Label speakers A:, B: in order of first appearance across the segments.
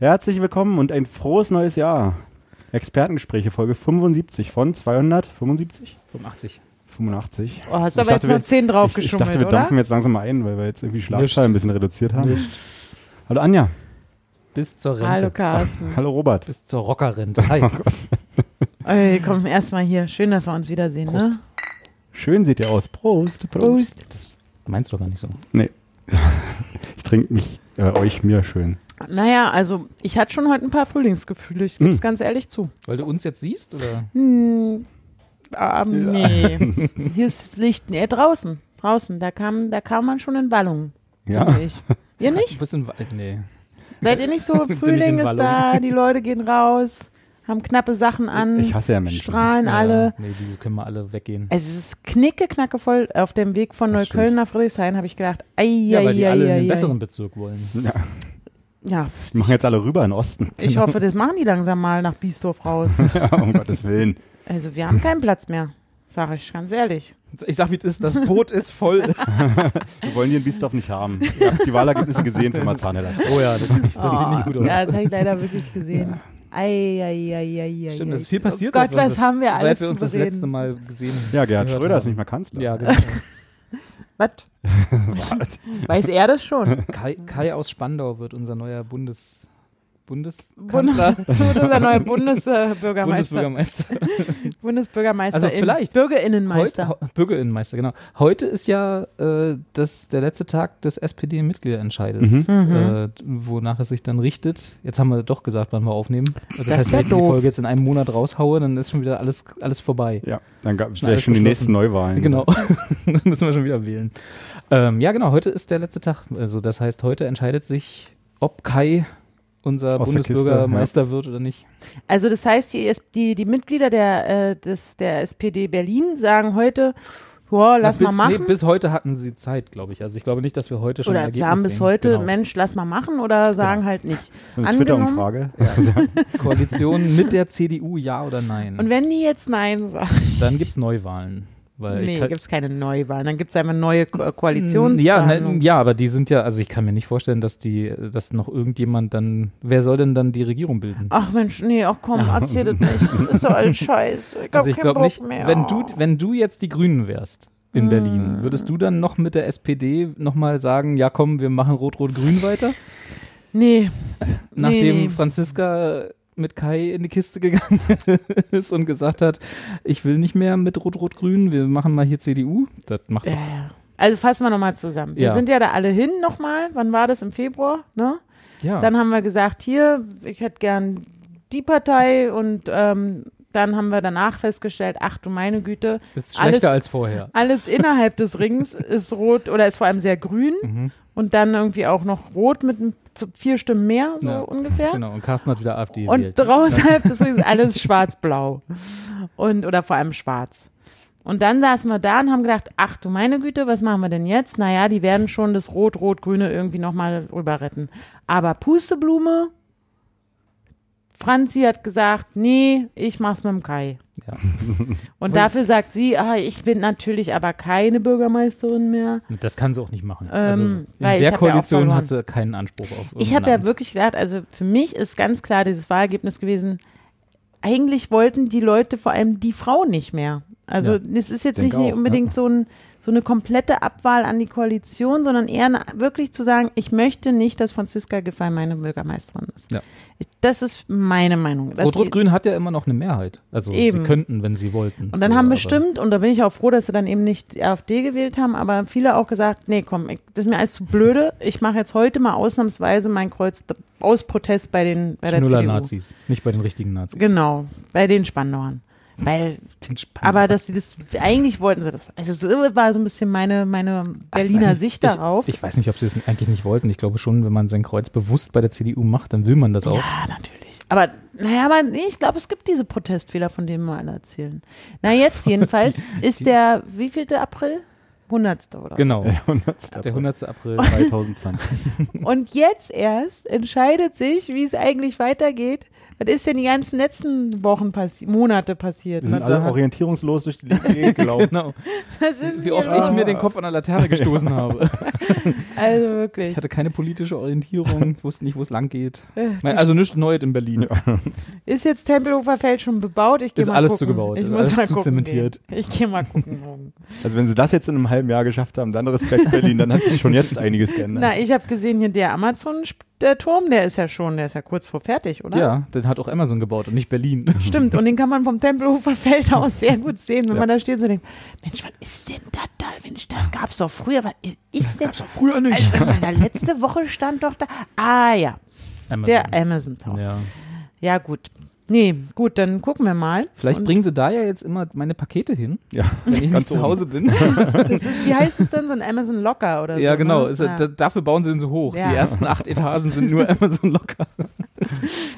A: Herzlich willkommen und ein frohes neues Jahr. Expertengespräche, Folge 75 von 275?
B: 85.
A: 85.
C: Oh, hast
A: Ich
C: aber
A: dachte,
C: jetzt noch
A: wir-
C: 10
A: ich, ich
C: draufgeschummelt,
A: dachte, wir
C: oder?
A: dampfen jetzt langsam mal ein, weil wir jetzt irgendwie
B: Nicht.
A: Schlagzeilen ein bisschen reduziert haben. Hallo Anja.
B: Bis zur Rente.
C: Hallo Carsten.
A: Hallo Robert.
B: Bis zur Rockerrente. Hi.
C: Ey, komm, erstmal hier. Schön, dass wir uns wiedersehen, ne?
A: Schön sieht ihr aus. Prost.
C: Prost.
B: Das meinst du gar nicht so.
A: Ich trinke mich, äh, euch, mir schön.
C: Naja, also ich hatte schon heute ein paar Frühlingsgefühle, ich gebe
A: Hm.
C: es ganz ehrlich zu.
B: Weil du uns jetzt siehst? Oder?
C: Hm, ah, nee. Hier ist das Licht. Nee, draußen. Draußen. Da kam, da kam man schon in Ballungen.
A: Ja.
C: finde Ich. Ihr
B: Du
C: nicht?
B: bist in Wald. Nee.
C: Seid ihr nicht so?
B: in
C: Frühling ist
B: Wallung.
C: da, die Leute gehen raus, haben knappe Sachen an,
A: Ich hasse ja Menschen.
C: strahlen
B: Ja,
C: alle.
B: nee, diese können wir alle weggehen.
C: Also es ist knicke, knacke voll. Auf dem Weg von
A: Das
C: Neukölln nach Friedrichshain habe ich gedacht, ei,
B: Ja,
C: ei,
B: weil die
C: ei,
B: alle
C: ei,
B: in den
C: ei.
B: besseren Bezirk wollen.
C: Ja,
A: Die machen jetzt alle rüber in den Osten.
C: ich hoffe, das machen die langsam mal nach Biesdorf raus.
A: Ja, um Gottes Willen.
C: Also wir haben keinen Platz mehr, sage ich ganz ehrlich.
B: Ich sag, wie es ist. Das Boot ist voll.
A: Wir wollen die in Biesdorf nicht haben. Ich hab die Wahlergebnisse gesehen für Marzahnelas.
B: Oh ja, das, das sieht
C: Oh,
B: nicht gut aus.
C: Ja, das habe ich leider wirklich gesehen. Ei, ei, ei, ei, ei,
B: Stimmt,
C: ei.
B: es ist viel passiert.
C: Oh
B: seit
C: Gott,
B: wir uns
C: was haben wir
B: das,
C: alles
B: Seit wir uns
C: zu
B: das letzte
C: bereden.
B: Mal gesehen haben.
A: Ja, Gerhard
B: Gehört
A: Schröder ist
B: haben.
A: nicht mehr Kanzler.
B: Ja, genau.
C: Was? Weiß er das schon?
B: Kai, Kai aus Spandau wird unser neuer Bundes...
C: Bundes
B: Bundeskanzler?
C: unser neuer Bundesbürgermeister.
B: Bundesbürgermeister.
C: Bundesbürgermeister.
B: Also
C: im
B: vielleicht.
C: Bürgerinnenmeister.
B: Heute, heu- Bürgerinnenmeister, genau. Heute ist ja äh, das, der letzte Tag des SPD-Mitgliederentscheides,
A: Mhm.
C: Mhm.
B: äh, wonach es sich dann richtet. Jetzt haben wir doch gesagt, wann wir aufnehmen. Also
C: Das ist ja
B: wenn ich die
C: doof.
B: Folge jetzt in einem Monat raushaue, dann ist schon wieder alles, alles vorbei.
A: Ja, dann gab es
B: Schon
A: vielleicht
B: alles
A: schon die
B: beschlossen.
A: nächsten Neuwahlen.
B: Genau, dann müssen wir schon wieder wählen. Ähm, ja, genau, heute ist der letzte Tag. Also das heißt, heute entscheidet sich, ob Kai unser
A: Aus der Kiste,
B: Bundesbürgermeister wird oder nicht.
C: Also das heißt, die, S- die, die Mitglieder der, äh, des, der SPD Berlin sagen heute, boah, lass
B: Na, bis,
C: mal
B: nee,
C: machen.
B: bis heute hatten sie Zeit, glaube ich. Also ich glaube nicht, dass wir heute schon ein
C: oder
B: Ergebnis
C: sagen bis
B: sehen.
C: heute,
B: Genau.
C: Mensch, lass mal machen oder sagen halt nicht.
A: So eine
C: Angenommen,
A: Twitter-Umfrage.
B: Koalition mit der CDU, ja oder nein?
C: und wenn die jetzt Nein sagen,
B: dann gibt es Neuwahlen. Weil
C: nee,
B: Äh, ich kann,
C: gibt es keine Neuwahlen, dann gibt es einfach neue Ko äh,
B: Mm, ja, ne,
C: Koalitionsverhandlungen.
B: ja, aber die sind ja, also ich kann mir nicht vorstellen, dass die, dass noch irgendjemand dann, wer soll denn dann die Regierung bilden?
C: Ach Mensch, nee, ach komm, erzähl das nicht. Ist doch alles scheiße. Ich hab
B: also ich
C: keinen
B: glaube
C: Bock
B: nicht,
C: mehr. Oh. Hm.
B: wenn du, wenn du jetzt die Grünen wärst in Berlin, würdest du dann noch mit der SPD nochmal sagen, ja komm, wir machen Rot-Rot-Grün weiter?
C: Nee,
B: Nachdem
C: nee.
B: Franziska mit Kai in die Kiste gegangen ist und gesagt hat, ich will nicht mehr mit Rot-Rot-Grün, wir machen mal hier CDU. Das macht
C: äh,
B: doch
C: also fassen wir nochmal zusammen. Wir
B: Ja.
C: sind ja da alle hin nochmal. Wann war das? Im Februar, ne?
B: ja.
C: Dann haben wir gesagt, hier, ich hätte gern die Partei und ähm, dann haben wir danach festgestellt, ach du meine Güte,
B: ist schlechter
C: alles-
B: als vorher.
C: alles innerhalb des Rings ist rot oder ist vor allem sehr grün
B: Mhm.
C: und dann irgendwie auch noch rot mit ein- zu- vier Stimmen mehr, so
B: Ja,
C: ungefähr.
B: Genau, und Carsten hat wieder AfD
C: Und
B: gewählt.
C: außerhalb des Rings alles schwarz-blau und oder vor allem schwarz. Und dann saßen wir da und haben gedacht, ach du meine Güte, was machen wir denn jetzt? Naja, die werden schon das Rot-Rot-Grüne irgendwie nochmal rüber retten. Aber Pusteblume, Franzi hat gesagt, nee, ich mach's mit dem Kai.
B: Ja.
C: Und dafür sagt sie, ah, ich bin natürlich aber keine Bürgermeisterin mehr.
B: Das kann sie auch nicht machen. Also,
C: Ähm,
B: in
C: weil ich
B: der
C: hab ja auch
B: Koalition
C: verloren.
B: hat sie keinen Anspruch auf
C: Ich habe ja wirklich gedacht, also für mich ist ganz klar dieses Wahlergebnis gewesen, eigentlich wollten die Leute vor allem die Frau nicht mehr. Also
B: Ja.
C: es ist jetzt
A: Denke
C: nicht
A: auch,
C: unbedingt so, ein, so eine komplette Abwahl an die Koalition, sondern eher eine, wirklich zu sagen, ich möchte nicht, dass Franziska Giffey meine Bürgermeisterin ist.
B: Ja.
C: Ich- Das ist meine Meinung. dass die-
B: Rot-Rot-Grün hat ja immer noch eine Mehrheit. Also sie
C: Eben.
B: könnten, wenn sie wollten.
C: und dann
B: So,
C: haben
B: aber-
C: bestimmt, und da bin ich auch froh, dass sie dann eben nicht die AfD gewählt haben, aber viele auch gesagt, nee, komm, ich, das ist mir alles zu blöde. Ich mache jetzt heute mal ausnahmsweise mein Kreuz d- aus Protest bei, den, bei der CDU.
B: Schnuller-Nazis, nicht bei den richtigen Nazis.
C: Genau, bei Genau, den Spandauern. Weil, aber dass sie das, eigentlich wollten sie das. Also so war so ein bisschen meine, meine Berliner
B: weiß nicht,
C: Sicht darauf.
B: Ich, ich weiß nicht, ob sie es eigentlich nicht wollten. Ich glaube schon, wenn man sein Kreuz bewusst bei der CDU macht, dann will man das auch.
C: Ja, Ah, natürlich. Aber, naja, aber nee, ich glaube, es gibt diese Protestfehler, von denen wir alle erzählen. Na, jetzt jedenfalls ist der, wievielte April? 100. oder
B: Genau. Der
A: 100.
B: 100. April.
A: 2020.
C: so. Und jetzt erst entscheidet sich, wie es eigentlich weitergeht. Was ist denn die ganzen letzten Wochen, passi Monate passiert?
A: Wir sind
B: Na,
A: alle
B: da hat-
A: orientierungslos durch die Gegend gelaufen.
B: Genau.
C: Was ist denn
B: Wie oft
C: hier
B: ich
C: los?
B: mir den Kopf an der Laterne gestoßen habe.
C: Also wirklich.
B: Ich hatte keine politische Orientierung, wusste nicht, wo es lang geht.
C: Äh,
B: Nein, Also nichts Neues in Berlin.
C: Ist jetzt Tempelhofer Feld schon bebaut? Ich gehe
B: Ist
C: mal
B: alles
C: gucken.
B: zugebaut,
C: Ich
B: ist
C: muss
B: alles
C: mal
B: zu
C: gucken.
B: zementiert.
C: Gehen. Ich gehe mal gucken. morgen.
A: Also wenn sie das jetzt in einem halben Jahr geschafft haben, dann Respekt Berlin, dann hat sich schon jetzt einiges geändert.
C: Na, ich habe gesehen, hier der Amazon-Turm, der ist ja schon, der ist ja kurz vor fertig, oder?
B: Ja, den hat auch Amazon gebaut und nicht Berlin.
C: Stimmt, und den kann man vom Tempelhofer Feld aus sehr gut sehen, wenn
B: Ja.
C: man da steht und so denkt, Mensch, was ist denn das da? Mensch, das gab's doch früher, was i- ist denn?
B: Früher
C: Also, in meiner letzte Woche stand doch da. Ah ja,
B: Amazon.
C: der Amazon-Turm. Ja.
B: Also, ja.
C: gut. Nee, gut, dann gucken wir mal.
B: Vielleicht
C: und
B: bringen sie da ja jetzt immer meine Pakete hin,
A: ja,
B: wenn ich
A: Ganz
B: nicht zu
A: oben.
B: Hause bin.
C: das ist, wie heißt es denn, so ein Amazon Locker oder so?
B: ja, genau.
C: Ne?
B: Ist,
C: ja,
B: da, dafür bauen sie den so hoch.
C: Ja.
B: Die ersten acht Etagen sind nur Amazon locker.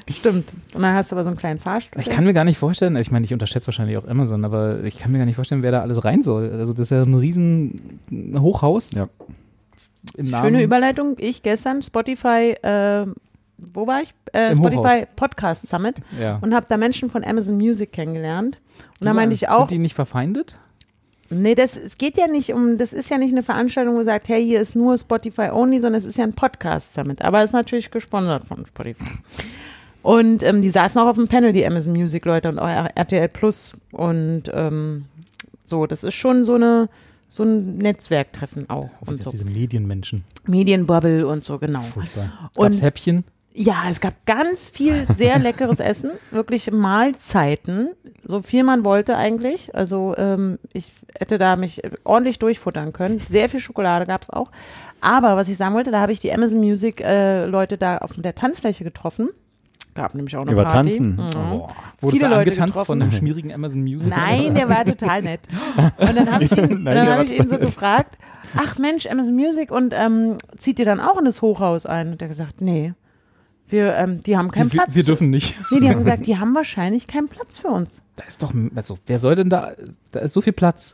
C: stimmt. Und dann hast du aber so einen kleinen Fahrstuhl.
B: Ich kann mir gar nicht vorstellen, ich meine, ich unterschätze wahrscheinlich auch Amazon, aber ich kann mir gar nicht vorstellen, wer da alles rein soll. Also das ist ja ein riesen Hochhaus.
A: Ja.
B: Im Namen.
C: Schöne Überleitung. Ich gestern Spotify, äh, wo war ich? Äh,
B: Im
C: Spotify Podcast Summit
B: Ja.
C: und habe da Menschen von Amazon Music kennengelernt. Und da
B: Die
C: meinte
B: waren-
C: ich auch,
B: Sind die nicht verfeindet?
C: nee, das es geht ja nicht um, das ist ja nicht eine Veranstaltung, wo sagt, hey, hier ist nur Spotify only, sondern es ist ja ein Podcast Summit. Aber es ist natürlich gesponsert von Spotify. Und ähm, die saßen auch auf dem Panel, die Amazon Music Leute und auch RTL Plus und ähm, so. Das ist schon so eine so ein Netzwerktreffen auch und so
B: Diese Medienmenschen.
C: Medienbubble und so genau.
B: Furchtbar.
C: Und-
B: Gab's Häppchen?
C: Ja, es gab ganz viel sehr leckeres Essen, wirklich Mahlzeiten, so viel man wollte eigentlich. Also ähm, ich hätte da mich ordentlich durchfuttern können. Sehr viel Schokolade gab's auch. Aber was ich sagen wollte, da habe ich die Amazon Music äh, Leute da auf der Tanzfläche getroffen. Gab nämlich auch eine
A: über
C: Party. Mhm.
A: Tanzen. Oh,
B: Boah. Wurdest
C: Hm? Viele
B: du
C: Leute
B: angetanzt
C: getroffen.
B: von einem schmierigen Amazon Music?
C: Nein, der war total nett. Und dann habe ich ihn,
A: Nein,
C: dann
A: der
C: hab
A: war
C: ich ihn so gefragt, ach Mensch, Amazon Music, und ähm, zieht ihr dann auch in das Hochhaus ein? Und der hat gesagt, nee, wir, ähm, die haben keinen
B: Die, wir,
C: Platz.
B: wir dürfen nicht.
C: Nee, die haben gesagt, die haben wahrscheinlich keinen Platz für uns.
B: Da ist doch, also wer soll denn da, da ist so viel Platz.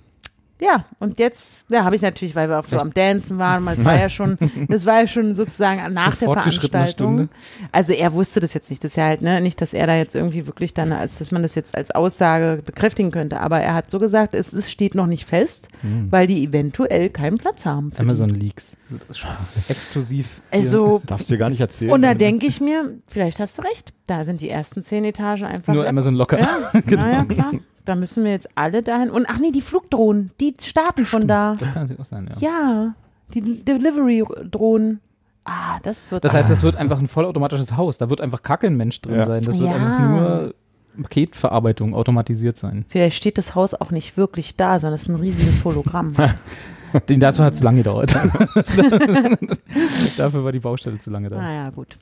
C: Ja, und jetzt, da habe ich natürlich, weil wir auch so am Dancen waren, weil es war ja schon, das war ja schon sozusagen nach der
B: fortgeschrittener
C: Veranstaltung. Also er wusste das jetzt nicht, das ist ja halt, ne, nicht, dass er da jetzt irgendwie wirklich dann, als dass man das jetzt als Aussage bekräftigen könnte, aber er hat so gesagt, es, es steht noch nicht fest,
B: Hm.
C: weil die eventuell keinen Platz haben. für die.
B: Amazon Leaks. Das ist schon Exklusiv.
C: Also,
A: Darfst du dir gar nicht erzählen.
C: und da denke ich mir, vielleicht hast du recht, da sind die ersten zehn Etagen einfach.
B: Nur
C: leer.
B: Amazon Genau. locker.
C: Ja, naja, klar. Da müssen wir jetzt alle dahin. Und ach nee, die Flugdrohnen, die starten von da.
B: Das kann natürlich auch sein, ja.
C: Ja, die Delivery-Drohnen. Ah, das wird.
B: Das heißt, das wird einfach ein vollautomatisches Haus. Da wird einfach Kacke ein Mensch drin
A: Ja.
B: sein. Das wird
C: Ja.
B: einfach nur Paketverarbeitung automatisiert sein.
C: Vielleicht steht das Haus auch nicht wirklich da, sondern es ist ein riesiges Hologramm.
B: Den dazu hat es lange gedauert. Dafür war die Baustelle zu lange da.
C: naja, gut.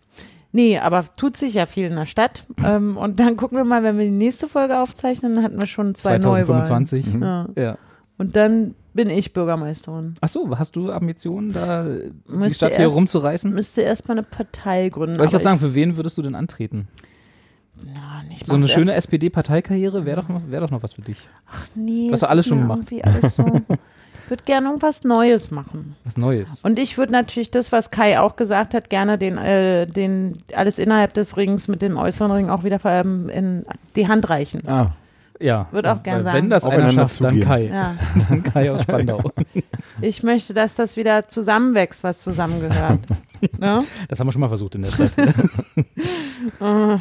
C: Nee, aber tut sich ja viel in der Stadt. Ähm, und dann gucken wir mal, wenn wir die nächste Folge aufzeichnen, dann hatten wir schon zwei Mhm. Neuwahlen.
B: 2025.
C: Ja.
B: Ja.
C: Und dann bin ich Bürgermeisterin.
B: Ach so, hast du Ambitionen, da die
C: Müsste
B: Stadt hier
C: erst-
B: rumzureißen? Wollte
C: Müsste erst mal eine Partei gründen.
B: ich gerade
C: aber
B: sagen, für wen würdest du denn antreten?
C: ich- na, ich
B: So eine
C: mach's
B: schöne SPD-Parteikarriere wäre doch, noch- wär doch noch was für dich.
C: erst- Nee,
B: hast du
C: es
B: alles
C: ist
B: schon
C: mir
B: gemacht.
C: irgendwie Alles so. Ich würde gerne irgendwas Neues machen.
B: Was Neues.
C: Und ich würde natürlich das, was Kai auch gesagt hat, gerne den, äh, den alles innerhalb des Rings mit dem äußeren Ring auch wieder ver- ähm, in die Hand reichen.
A: ah,
B: Ja.
C: Würd auch gern
B: Weil
C: sagen.
B: Wenn das einer
A: Aufeinander
B: schafft, dann
A: zugehen.
B: Kai.
C: Ja.
B: Dann Kai aus Spandau.
C: Ich möchte, dass das wieder zusammenwächst, was zusammengehört. ne?
B: Das haben wir schon mal versucht in der Zeit.
C: Äh,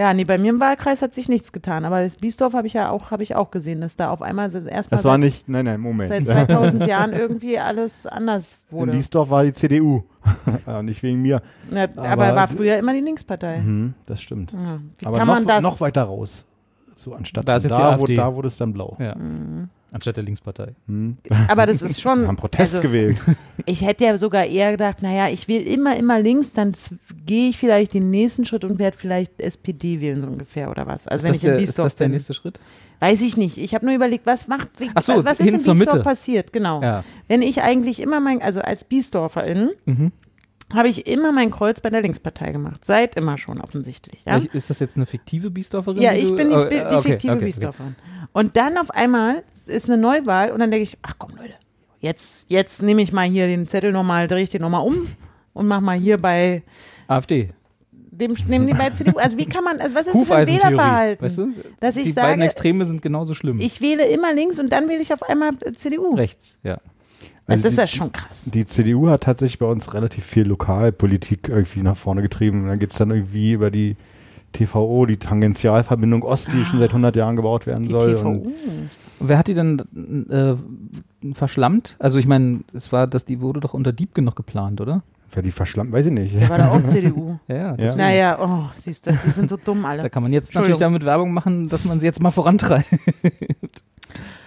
C: Ja, nee, bei mir im Wahlkreis hat sich nichts getan, aber das Biesdorf habe ich ja auch, habe ich auch gesehen, dass da auf einmal so erstmal
A: das war
C: seit,
A: nicht, nein, nein,
C: Also seit
A: Moment.
C: 2000 Jahren irgendwie alles anders
A: In
C: wurde.
A: Diesdorf war die CDU. Ah, nicht wegen mir.
C: Ja, aber,
A: aber-
C: war früher immer die Linkspartei.
A: Hm, das stimmt.
C: Ja. Wie
A: Aber
C: kann
A: noch,
C: man das?
A: noch weiter raus. So anstatt
B: Da ist jetzt die
A: da, wo,
B: AfD.
C: Mhm.
A: da wurde es dann blau.
B: Ja. Anstatt der Linkspartei.
C: Aber das ist schon.
A: Wir haben Protest
C: also,
A: gewählt.
C: Ich hätte ja sogar eher gedacht, naja, ich wähle immer, immer links, dann z- gehe ich vielleicht den nächsten Schritt und werde vielleicht SPD wählen, so ungefähr, oder was? Also wenn
B: das
C: ich in
B: der, ist
C: Biesdorf
B: das der
C: bin.
B: nächste Schritt?
C: Weiß ich nicht. Ich habe nur überlegt, was macht
B: Ach so,
C: was
B: hin
C: ist in
B: zur
C: Biesdorf
B: Mitte.
C: passiert, genau.
B: Ja.
C: Wenn ich eigentlich immer mein, also als Biesdorferin,
B: Mhm.
C: habe ich immer mein Kreuz bei der Linkspartei gemacht. Seit immer schon offensichtlich. Ja,
B: Welch- Ist das jetzt eine fiktive Biesdorferin?
C: ja
B: die
C: ich
B: du-
C: bin die,
B: äh,
C: die
B: okay,
C: fiktive
B: okay,
C: Biesdorferin. Und dann auf einmal ist eine Neuwahl und dann denke ich, ach komm Leute, jetzt, jetzt nehme ich mal hier den Zettel nochmal, drehe ich den nochmal um und mach mal hier
B: Okay.
C: bei
B: AfD.
C: dem nehmen die bei CDU. Also wie kann man, also was ist das für ein
B: Hufeisentheorie.
C: Wählerverhalten?
B: Weißt du?
C: Dass ich
B: die beiden
C: sage,
B: Extreme sind genauso schlimm.
C: ich wähle immer links und dann wähle ich auf einmal CDU.
B: Rechts, ja.
C: Also das ist
A: die-
C: ja schon krass.
A: Die CDU hat tatsächlich bei uns relativ viel Lokalpolitik irgendwie nach vorne getrieben. Und dann geht es dann irgendwie über die TVO, die Tangentialverbindung Ost, die schon seit 100 Jahren gebaut werden
C: Ah. Die
A: soll.
C: TVU.
A: Und
B: Wer hat die denn äh, verschlammt? Also ich meine, es war, dass die wurde doch unter Diebken noch geplant, oder?
A: wer die verschlammt, weiß ich nicht.
C: War da auch CDU?
B: Ja, ja.
A: Ja.
B: deswegen.
C: Naja, oh, siehst du, die sind so dumm
B: Da
C: alle.
B: kann man jetzt natürlich damit
C: Entschuldigung.
B: Werbung machen, dass man sie jetzt mal vorantreibt.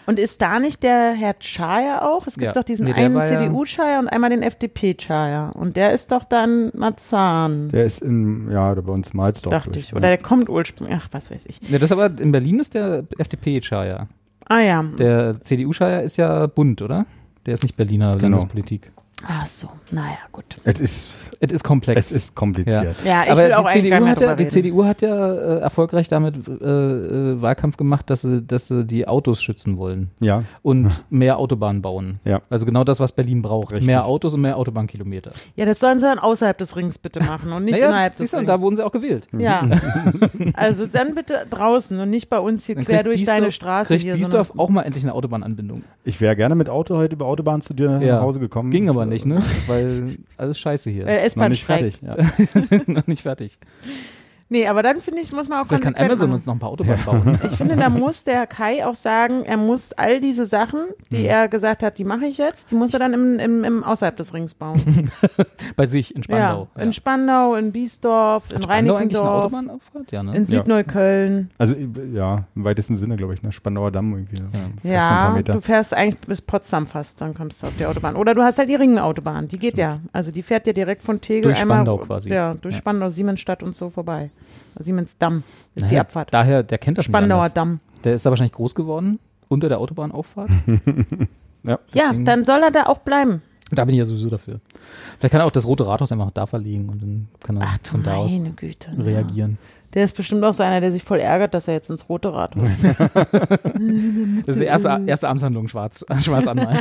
C: Und ist da nicht der Herr Chaya auch? Es gibt
B: Ja.
C: doch diesen
B: Nee, der
C: einen
B: war ja-
C: CDU-Chaya und einmal den FDP-Chaya. Und der ist doch dann Marzahn,
A: Der ist in, ja, bei uns in Malzdorf.
C: dachte
A: glaub
C: ich.
A: ja.
C: Oder der kommt ursprünglich, ach, was weiß ich.
B: Ja, das aber in Berlin ist der FDP-Scheier.
C: Ah ja,
B: Der CDU-Scheier ist ja bunt, oder? Der ist nicht Berliner
A: Genau.
B: Landespolitik.
C: ach Ah, so, naja, gut.
A: es ist,
B: Es ist komplex.
A: es ist kompliziert.
C: Ja, ich
B: aber
C: will auch
B: die,
C: eigentlich gar
B: CDU
C: nicht
B: hat ja,
C: drüber
B: die
C: reden.
B: CDU hat ja äh, erfolgreich damit äh, äh, Wahlkampf gemacht, dass sie, dass sie die Autos schützen wollen
A: Ja.
B: und mehr Autobahnen bauen.
A: Ja.
B: Also genau das, was Berlin braucht.
A: Richtig.
B: Mehr Autos und mehr Autobahnkilometer.
C: Ja, das sollen sie dann außerhalb des Rings bitte machen und nicht innerhalb des
B: siehst du,
C: Rings.
B: und da wurden sie auch gewählt.
C: ja, also dann bitte draußen und nicht bei uns hier
B: Dann
C: quer
B: kriegt
C: durch
B: Biesdorf-
C: deine Straße
B: kriegt
C: hier. sondern-
B: Biesdorf auch mal endlich eine Autobahnanbindung.
A: Ich wäre gerne mit Auto heute über Autobahn zu dir
B: Ja.
A: nach Hause gekommen.
B: Ging aber nicht, ne? Weil alles scheiße hier.
C: Weil
A: Noch
C: S-Bahn
A: nicht
C: streikt.
A: fertig. Ja.
B: Noch nicht fertig.
C: Nee, aber dann finde ich, muss man auch
B: Vielleicht kann
C: konsequent
B: Amazon
C: machen.
B: uns noch ein paar Autobahnen bauen.
C: Ich finde, da muss der Kai auch sagen, er muss all diese Sachen, die
B: Mhm.
C: er gesagt hat, die mache ich jetzt, die muss er dann im, im, im außerhalb des Rings bauen.
B: Bei sich in Spandau.
C: Ja, in Spandau, in Biesdorf, in
B: Hat Spandau eigentlich eine
C: Reinickendorf,
B: Autobahnabfahrt? Ja, ne?
C: in Südneukölln.
A: Also, ja, im weitesten Sinne, glaube ich, ne? Spandauer Damm irgendwie. ne? Fast ein paar
C: Ja,
A: Meter.
C: du fährst eigentlich bis Potsdam fast, dann kommst du auf die Autobahn. Oder du hast halt die Ringenautobahn, die geht ja. Also die fährt ja direkt von Tegel
B: Durch
C: einmal.
B: Spandau quasi.
C: Ja, durch
B: Ja.
C: Spandau, Siemensstadt und so vorbei. Siemensdamm ist die
B: Naja,
C: Abfahrt.
B: Daher, der kennt das nicht
C: Spandauer
B: anders.
C: Damm.
B: Der ist da wahrscheinlich groß geworden, unter der Autobahnauffahrt.
C: Ja,
B: Deswegen-
C: dann soll er da auch bleiben.
B: da bin ich ja sowieso dafür. Vielleicht kann er auch das Rote Rathaus einfach da verlegen und dann kann er
C: Ach du
B: von da aus
C: meine Güte. ja.
B: reagieren.
C: Der ist bestimmt auch so einer, der sich voll ärgert, dass er jetzt ins rote Rad muss.
B: Das ist die erste, erste Amtshandlung, schwarz, schwarz anmalen.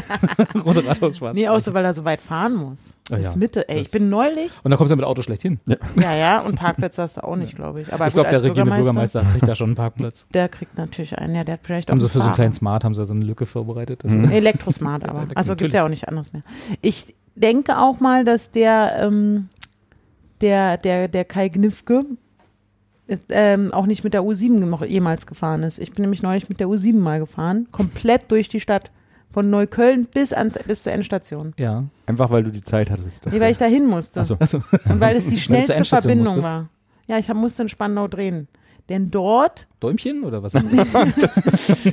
B: Rote Rathaus, schwarz.
C: Nee, außer weil er so weit fahren muss.
B: Ah,
C: Das ist
B: ja.
C: Mitte, ey.
B: Das-
C: Ich bin neulich.
B: und da kommst du mit Auto schlecht hin.
C: Ja, ja, und Parkplätze hast du auch nicht, glaube ich. Aber
B: ich
C: gut,
B: glaube, der
C: als
B: regierende Bürgermeister kriegt da schon einen Parkplatz.
C: Der kriegt natürlich einen. Ja, der hat vielleicht auch
B: Haben sie für so einen
C: einen
B: kleinen Smart, haben sie so eine Lücke vorbereitet. Das
C: Fahrer. Elektrosmart, aber.
B: Elektro-
C: Also gibt ja auch nicht anders mehr. Ich denke auch mal, dass der, ähm, der, der, der Kai Gnifke äh, ähm, auch nicht mit der U7 noch jemals gefahren ist. Ich bin nämlich neulich mit der U7 mal gefahren. Komplett durch die Stadt. Von Neukölln bis, ans, bis zur Endstation.
B: Ja.
A: Einfach, weil du die Zeit hattest.
C: Nee, weil ich da hin musste.
A: Ach so.
C: Und weil es die
B: Weil du zur
C: schnellste
B: Endstation
C: Verbindung
B: musstest.
C: war. Ja, ich hab, musste in Spandau drehen. Denn dort,
B: Däumchen oder was? Dreht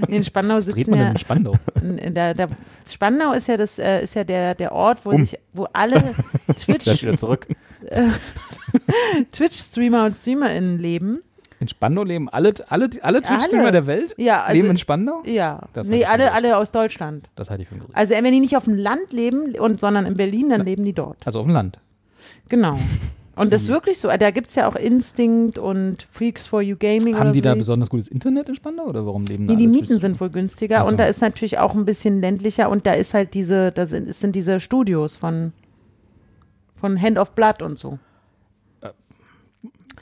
C: in Spandau sitzen
B: man
C: ja,
B: denn in Spandau?
C: in, in der, der, Spandau ist ja, das, äh, ist ja der, der Ort,
B: Um.
C: wo sich, wo alle
A: Gleich
C: Twitch,
A: wieder zurück.
C: Twitch-Streamer und StreamerInnen leben.
B: In Spandau leben alle, alle, alle Twitch-Streamer
C: Alle.
B: der Welt?
C: Ja, also,
B: leben in Spandau?
C: ja.
B: Das hab
C: nee,
B: ich
C: alle,
B: gehört.
C: alle aus Deutschland.
B: Das halte ich für ein Gerücht.
C: Also wenn die nicht auf dem Land leben, und, sondern in Berlin, dann leben die dort.
B: Also auf dem Land.
C: Genau. Und
B: Mhm.
C: das ist wirklich so. Da gibt's ja auch Instinct und Freaks for You Gaming
B: Haben
C: oder
B: die
C: so.
B: da besonders gutes Internet in Spandau oder warum leben da
C: Nee, die
B: alle Also
C: Mieten
B: Twitch-
C: sind wohl günstiger
B: Ach so.
C: und da ist natürlich auch ein bisschen ländlicher und da ist halt diese, da sind, es sind diese Studios von, von Hand of Blood und so.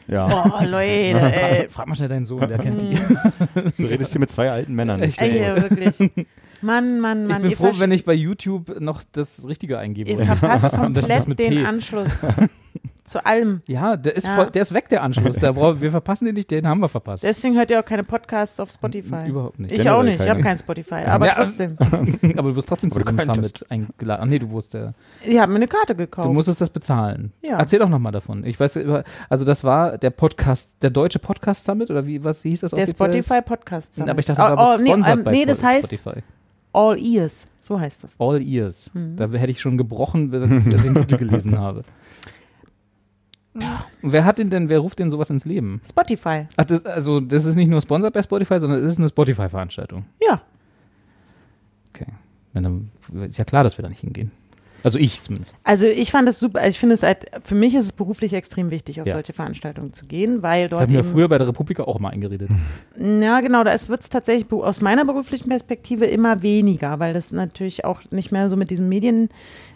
A: Ja.
C: Oh, Leute,
B: Frag, frag mal schnell deinen Sohn, der
C: Mm,
B: kennt die. Ich
A: Du redest hier mit zwei alten Männern.
B: Echt,
C: Ey,
B: ey.
A: Ey,
C: ja, wirklich. Mann, Mann, Mann.
B: bin
C: ihr
B: froh,
C: versch-
B: wenn ich bei YouTube noch das Richtige eingebe.
C: Ihr verpasst
B: Und das- das mit
C: komplett
B: P.
C: den Anschluss zu allem.
B: Ja, der ist,
C: Ja.
B: Voll, der ist weg, der Anschluss. Der brauch, wir verpassen den nicht, den haben wir verpasst.
C: Deswegen hört ihr auch keine Podcasts auf Spotify.
B: Überhaupt nicht.
C: Ich
A: Generell
C: auch nicht, ich
A: keine.
C: habe kein Spotify, aber
B: Ja.
C: trotzdem.
B: Aber du wirst trotzdem zu
A: Aber du
B: diesem
A: könntest.
B: Summit eingeladen. Ach nee, du wusstest ja.
C: Ich habe mir eine Karte
B: Du
C: gekauft.
B: musstest das bezahlen.
C: Ja.
B: Erzähl doch nochmal davon. Ich weiß, ja über- also das war der Podcast, der deutsche Podcast Summit oder wie, was hieß das
C: der
B: offiziell?
C: Spotify Podcast.
B: Aber ich dachte, das war
C: nee,
B: gesponsert
C: ähm,
B: bei
C: nee, das heißt,
B: Spotify.
C: All Ears. So heißt das.
B: All Ears.
C: Mhm.
B: Da hätte ich schon gebrochen, dass ich dass ich den Titel gelesen habe. Und wer hat den denn, wer ruft denn sowas ins Leben?
C: Spotify.
B: Ach, das, also, das ist nicht nur Sponsor bei Spotify, sondern es ist eine Spotify-Veranstaltung.
C: Ja.
B: Okay. Na, dann ist ja klar, dass wir da nicht hingehen. Also ich zumindest.
C: Also ich fand das super, ich finde es halt, für mich ist es beruflich extrem wichtig, auf
B: Ja.
C: solche Veranstaltungen zu gehen, weil
B: Das
C: dort
B: haben wir
C: eben-
B: früher bei der Republika auch mal eingeredet.
C: Ja, genau, da wird es tatsächlich be- aus meiner beruflichen Perspektive immer weniger, weil das natürlich auch nicht mehr so mit diesen Medien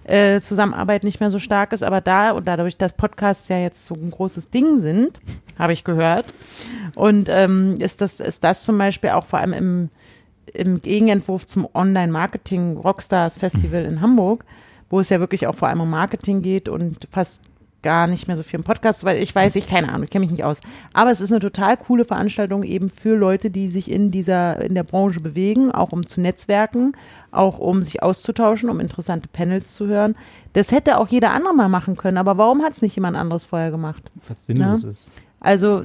C: äh, Zusammenarbeit nicht mehr so stark ist. Aber da und dadurch, dass Podcasts ja jetzt so ein großes Ding sind, habe ich gehört, und ähm, ist das ist das zum Beispiel auch vor allem im im Gegenentwurf zum Online-Marketing Rockstars Festival in Hamburg, wo es ja wirklich auch vor allem um Marketing geht und fast gar nicht mehr so viel im Podcast, weil ich weiß, ich keine Ahnung, ich kenne mich nicht aus. Aber es ist eine total coole Veranstaltung eben für Leute, die sich in dieser, in der Branche bewegen, auch um zu netzwerken, auch um sich auszutauschen, um interessante Panels zu hören. Das hätte auch jeder andere mal machen können, aber warum hat es nicht jemand anderes vorher gemacht?
B: Was sinnlos
C: Ja.
B: ist.
C: Also,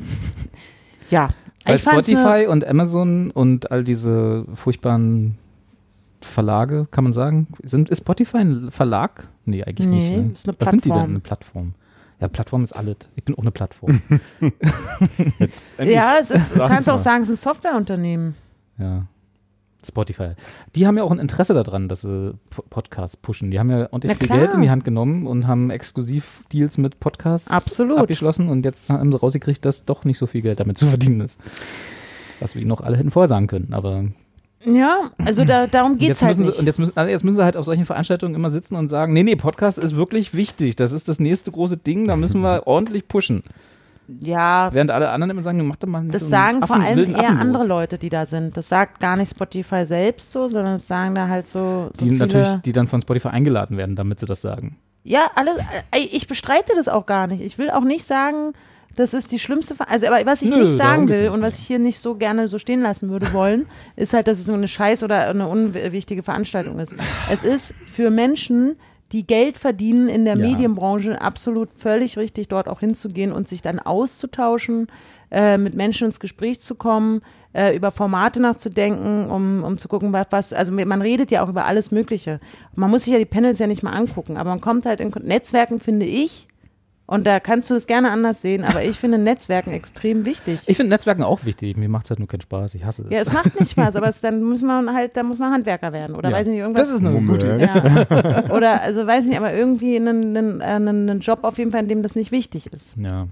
C: ja.
B: Weil
C: fand's eine-
B: Spotify und Amazon und all diese furchtbaren Verlage, kann man sagen. Sind, ist Spotify ein Verlag? Nee, eigentlich nicht.
C: Nee,
B: Ne?
C: ist eine
B: Was sind die denn?
C: Plattform.
B: Eine Plattform. Ja, Plattform ist alles. Ich bin auch eine Plattform.
A: Jetzt endlich.
C: Ja, es ist, du
A: Lass uns
C: kannst auch
A: mal.
C: sagen, es ist ein Softwareunternehmen.
B: ja. Spotify. Die haben ja auch ein Interesse daran, dass sie P- Podcasts pushen. Die haben ja ordentlich
C: Na
B: viel
C: klar.
B: Geld in die Hand genommen und haben exklusiv Deals mit Podcasts
C: Absolut.
B: abgeschlossen und jetzt haben sie rausgekriegt, dass doch nicht so viel Geld damit zu verdienen ist. Was wir ihnen noch alle hätten vorsagen können, aber
C: Ja, also da, darum
B: Und
C: geht es
B: jetzt
C: halt
B: müssen
C: nicht.
B: Sie, und jetzt müssen, also jetzt müssen sie halt auf solchen Veranstaltungen immer sitzen und sagen, nee, nee, Podcast ist wirklich wichtig. Das ist das nächste große Ding, da müssen
C: Mhm.
B: wir ordentlich pushen.
C: ja,
B: Während alle anderen immer sagen, mach doch mal nicht
C: Das
B: so einen
C: sagen vor
B: Affen-
C: allem
B: wilden
C: eher
B: Affen los.
C: andere Leute, die da sind. Das sagt gar nicht Spotify selbst so, sondern das sagen da halt so, so
B: Die
C: viele.
B: natürlich, die dann von Spotify eingeladen werden, damit sie das sagen.
C: ja, alle. äh, Ich bestreite das auch gar nicht. Ich will auch nicht sagen, das ist die schlimmste. Ver also, aber was ich
B: Nö, darum
C: nicht sagen
B: geht's
C: will
B: nicht.
C: und was ich hier nicht so gerne so stehen lassen würde wollen, ist halt, dass es nur eine Scheiß oder eine unwichtige Veranstaltung ist. Es ist für Menschen die Geld verdienen in der
B: Ja.
C: Medienbranche absolut völlig richtig, dort auch hinzugehen und sich dann auszutauschen, äh, mit Menschen ins Gespräch zu kommen, äh, über Formate nachzudenken, um, um zu gucken, was, was, also man redet ja auch über alles Mögliche. Man muss sich ja die Panels ja nicht mal angucken, aber man kommt halt in Kon- Netzwerken, finde ich, und da kannst du es gerne anders sehen, aber ich finde Netzwerken extrem wichtig.
B: Ich finde Netzwerken auch wichtig. Mir macht es halt nur keinen Spaß. Ich hasse es.
C: ja, es macht nicht Spaß, aber es, dann muss man halt, da muss man Handwerker werden oder
B: Ja.
C: weiß ich nicht, irgendwas.
B: Das ist eine
A: Moment.
B: gute
C: ja. Oder also weiß nicht, aber irgendwie einen, einen, äh, einen, einen Job auf jeden Fall, in dem das nicht wichtig ist.
B: Ja.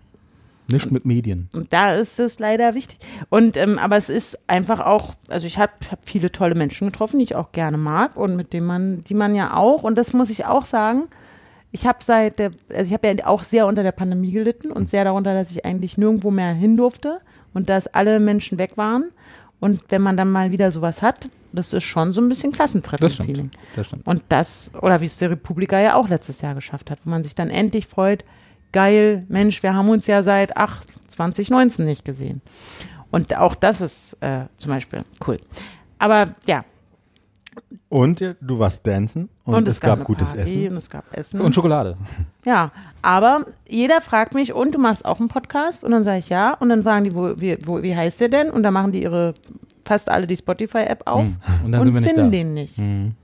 B: Nicht mit Medien.
C: Und da ist es leider wichtig. Und ähm, aber es ist einfach auch, also ich habe hab viele tolle Menschen getroffen, die ich auch gerne mag und mit denen man, die man ja auch, und das muss ich auch sagen, ich habe seit der, also ich habe ja auch sehr unter der Pandemie gelitten und sehr darunter, dass ich eigentlich nirgendwo mehr hin durfte und dass alle Menschen weg waren. Und wenn man dann mal wieder sowas hat, das ist schon so ein bisschen
B: Das stimmt.
C: Klassentreffen-Feeling.
B: Das stimmt.
C: Und das, oder wie es der Republika ja auch letztes Jahr geschafft hat, wo man sich dann endlich freut, geil, Mensch, wir haben uns ja seit ach, 2019 nicht gesehen. Und auch das ist äh, zum Beispiel cool. Aber ja,
A: Und ja, du warst dancen und, es gab
C: eine
A: gutes
C: Party
A: Essen.
C: Und es gab Essen.
B: Und Schokolade.
C: ja, aber jeder fragt mich, und du machst auch einen Podcast? Und dann sage ich ja. Und dann fragen die, wo, wie, wo, wie heißt der denn? Und dann machen die ihre, fast alle die Spotify-App auf
B: Hm. Und dann sind wir nicht da.
C: finden den nicht.
B: Hm.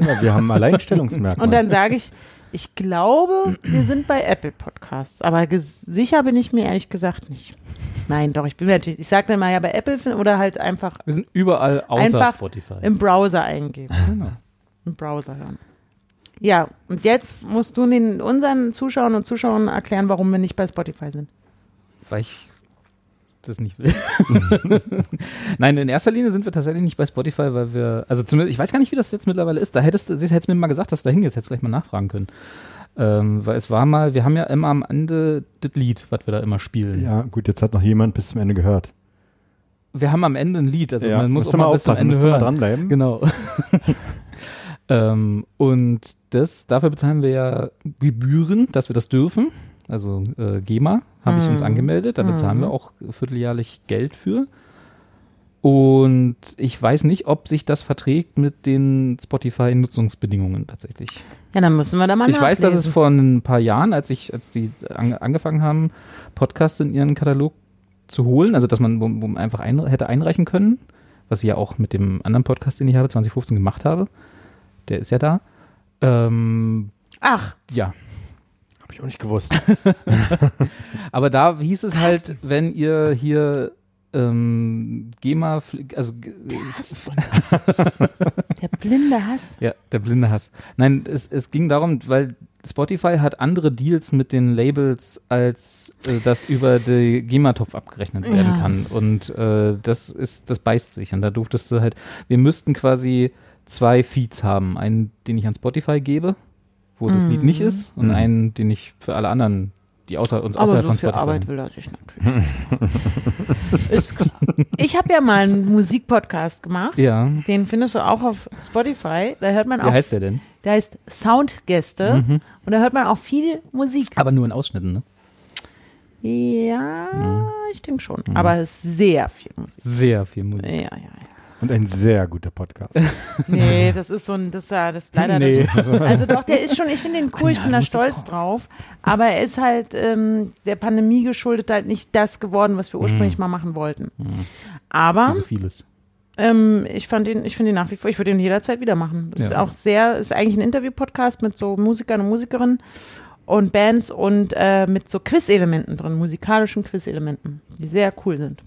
A: Ja, wir haben ein Alleinstellungsmerkmal.
C: Und dann sage ich, ich glaube, wir sind bei Apple Podcasts, aber ges- sicher bin ich mir ehrlich gesagt nicht. Nein, doch, ich bin mir natürlich, ich sage dann mal ja bei Apple fin- oder halt einfach
B: Wir sind überall außer
C: Einfach
B: Spotify.
C: im Browser eingeben.
B: genau.
C: Im Browser hören. Ja, und jetzt musst du den, unseren Zuschauern und Zuschauern erklären, warum wir nicht bei Spotify sind.
B: weil ich das nicht will. Nein, in erster Linie sind wir tatsächlich nicht bei Spotify, weil wir, also zumindest, ich weiß gar nicht, wie das jetzt mittlerweile ist. Da hättest du, hättest du mir mal gesagt, dass du da hingehst, hättest du gleich mal nachfragen können. Ähm, weil es war mal, wir haben ja immer am Ende das Lied, was wir da immer spielen.
A: ja, gut, jetzt hat noch jemand bis zum Ende gehört.
B: Wir haben am Ende ein Lied, also
A: ja,
B: man muss
A: musst du
B: auch mal bis zum Ende
A: musst du mal
B: hören.
A: dranbleiben.
B: Genau. ähm, und das, dafür bezahlen wir ja Gebühren, dass wir das dürfen. Also äh, GEMA habe ich uns angemeldet, da bezahlen wir auch vierteljährlich Geld für. Und ich weiß nicht, ob sich das verträgt mit den Spotify-Nutzungsbedingungen tatsächlich.
C: Ja, dann müssen wir da mal
B: Ich weiß, dass es
C: nachlesen.
B: vor ein paar Jahren, als ich, als die an, angefangen haben, Podcasts in ihren Katalog zu holen, also dass man wo, wo man einfach ein, hätte einreichen können, was ich ja auch mit dem anderen Podcast, den ich habe, 2015 gemacht habe. Der ist ja da. Ähm,
C: Ach,
B: ja,
A: Habe ich auch nicht gewusst.
B: aber da hieß es halt, wenn ihr hier ähm, GEMA, fl- also g-
C: Hass. der blinde Hass.
B: Ja, der blinde Hass. Nein, es, es ging darum, weil Spotify hat andere Deals mit den Labels, als äh, das über die GEMA-Topf abgerechnet werden
C: Ja.
B: kann. Und äh, das ist, das beißt sich. Und da durftest du halt, wir müssten quasi zwei Feeds haben. Einen, den ich an Spotify gebe, wo das Lied nicht ist, und
A: Mhm.
B: einen, den ich für alle anderen, die außer uns
C: Aber
B: außerhalb
C: so
B: von
C: viel
B: Spotify.
C: Arbeit will er sich natürlich. Ist klar. Ich habe ja mal einen Musikpodcast gemacht.
B: Ja.
C: Den findest du auch auf Spotify. Da hört man
B: Wie
C: auch,
B: heißt der Mhm. denn?
C: der heißt Soundgäste. Und da hört man auch viel Musik.
B: Aber nur in Ausschnitten, ne?
C: Ja,
B: Mhm.
C: ich denke schon. Aber es ist sehr viel Musik.
B: Sehr viel Musik.
C: Ja, ja, ja.
A: Und ein sehr guter Podcast.
C: Nee, das ist so ein, das ist ja, das ist leider
B: Nee.
C: nicht. Also doch, der ist schon, ich finde den cool, ich
B: Ja,
C: bin
B: du
C: da
B: musst jetzt
C: stolz drauf. Aber er ist halt ähm, der Pandemie geschuldet halt nicht das geworden,
B: Mhm.
C: was wir ursprünglich mal machen wollten.
B: Wie
C: Aber
B: so Also vieles.
C: ähm, ich fand den, ich finde ihn nach wie vor, ich würde ihn jederzeit wieder machen. Ist
B: Ja.
C: auch sehr, ist eigentlich ein Interview-Podcast mit so Musikern und Musikerinnen und Bands und äh, mit so Quiz-Elementen drin, musikalischen Quiz-Elementen, die sehr cool sind.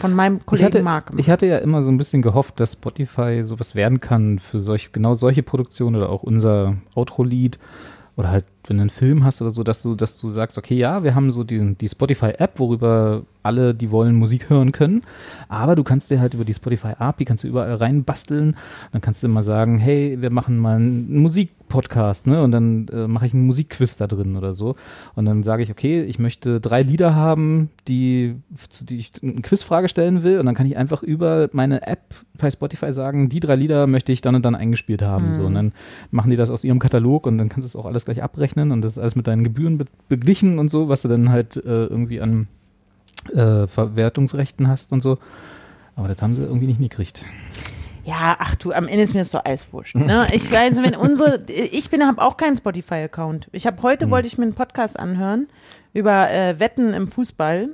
C: Von meinem Kollegen
B: ich hatte,
C: Marc.
B: Ich hatte ja immer so ein bisschen gehofft, dass Spotify sowas werden kann für solch, genau solche Produktionen oder auch unser Outro-Lied oder halt, wenn du einen Film hast oder so, dass du, dass du sagst, okay, ja, wir haben so die, die Spotify-App, worüber alle, die wollen, Musik hören können, aber du kannst dir halt über die Spotify-API, kannst du überall reinbasteln, dann kannst du immer sagen, hey, wir machen mal einen Musik-Podcast, ne, und dann äh, mache ich einen Musikquiz da drin oder so und dann sage ich, okay, ich möchte drei Lieder haben, die, zu die ich eine Quizfrage stellen will. Und dann kann ich einfach über meine App bei Spotify sagen, die drei Lieder möchte ich dann und dann eingespielt haben. So, und dann machen die das aus ihrem Katalog und dann kannst du es auch alles gleich abrechnen und das ist alles mit deinen Gebühren be beglichen und so, was du dann halt äh, irgendwie an äh, Verwertungsrechten hast und so. Aber das haben sie irgendwie nicht gekriegt.
C: Ja, ach du, am Ende ist mir das so eiswurscht. Ne? Ich weiß, wenn unsere, ich bin, habe auch keinen Spotify-Account. Ich habe
B: Hm.
C: heute wollte ich mir einen Podcast anhören über äh, Wetten im Fußball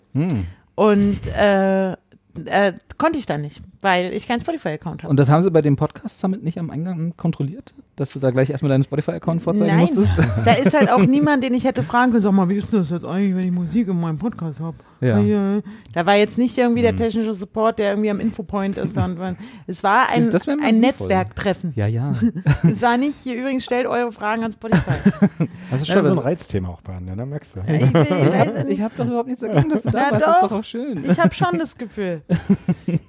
C: und äh, äh, konnte ich da nicht, weil ich keinen Spotify-Account habe.
B: Und das haben sie bei dem Podcast Summit nicht am Eingang kontrolliert, dass du da gleich erstmal deinen Spotify-Account vorzeigen
C: Nein,
B: musstest?
C: da ist halt auch niemand, den ich hätte fragen können. Sag mal, wie ist das jetzt eigentlich, wenn ich Musik in meinem Podcast habe?
B: Ja. Mhm.
C: Da war jetzt nicht irgendwie der technische Support, der irgendwie am Infopoint ist. sondern es war ein,
B: Das wär mal
C: ein
B: sinnvoll.
C: Netzwerktreffen.
B: Ja, ja.
C: Es war nicht, hier übrigens stellt eure Fragen an Spotify.
A: Das ist schon so ein Reizthema auch bei anderen, ne? merkst du.
C: Ich, will- ich weiß ja
B: Ich
C: nicht.
B: habe doch überhaupt nichts dagegen, dass du da
C: Na
B: warst. Das ist
C: doch.
B: doch auch schön.
C: Ich habe schon das Gefühl.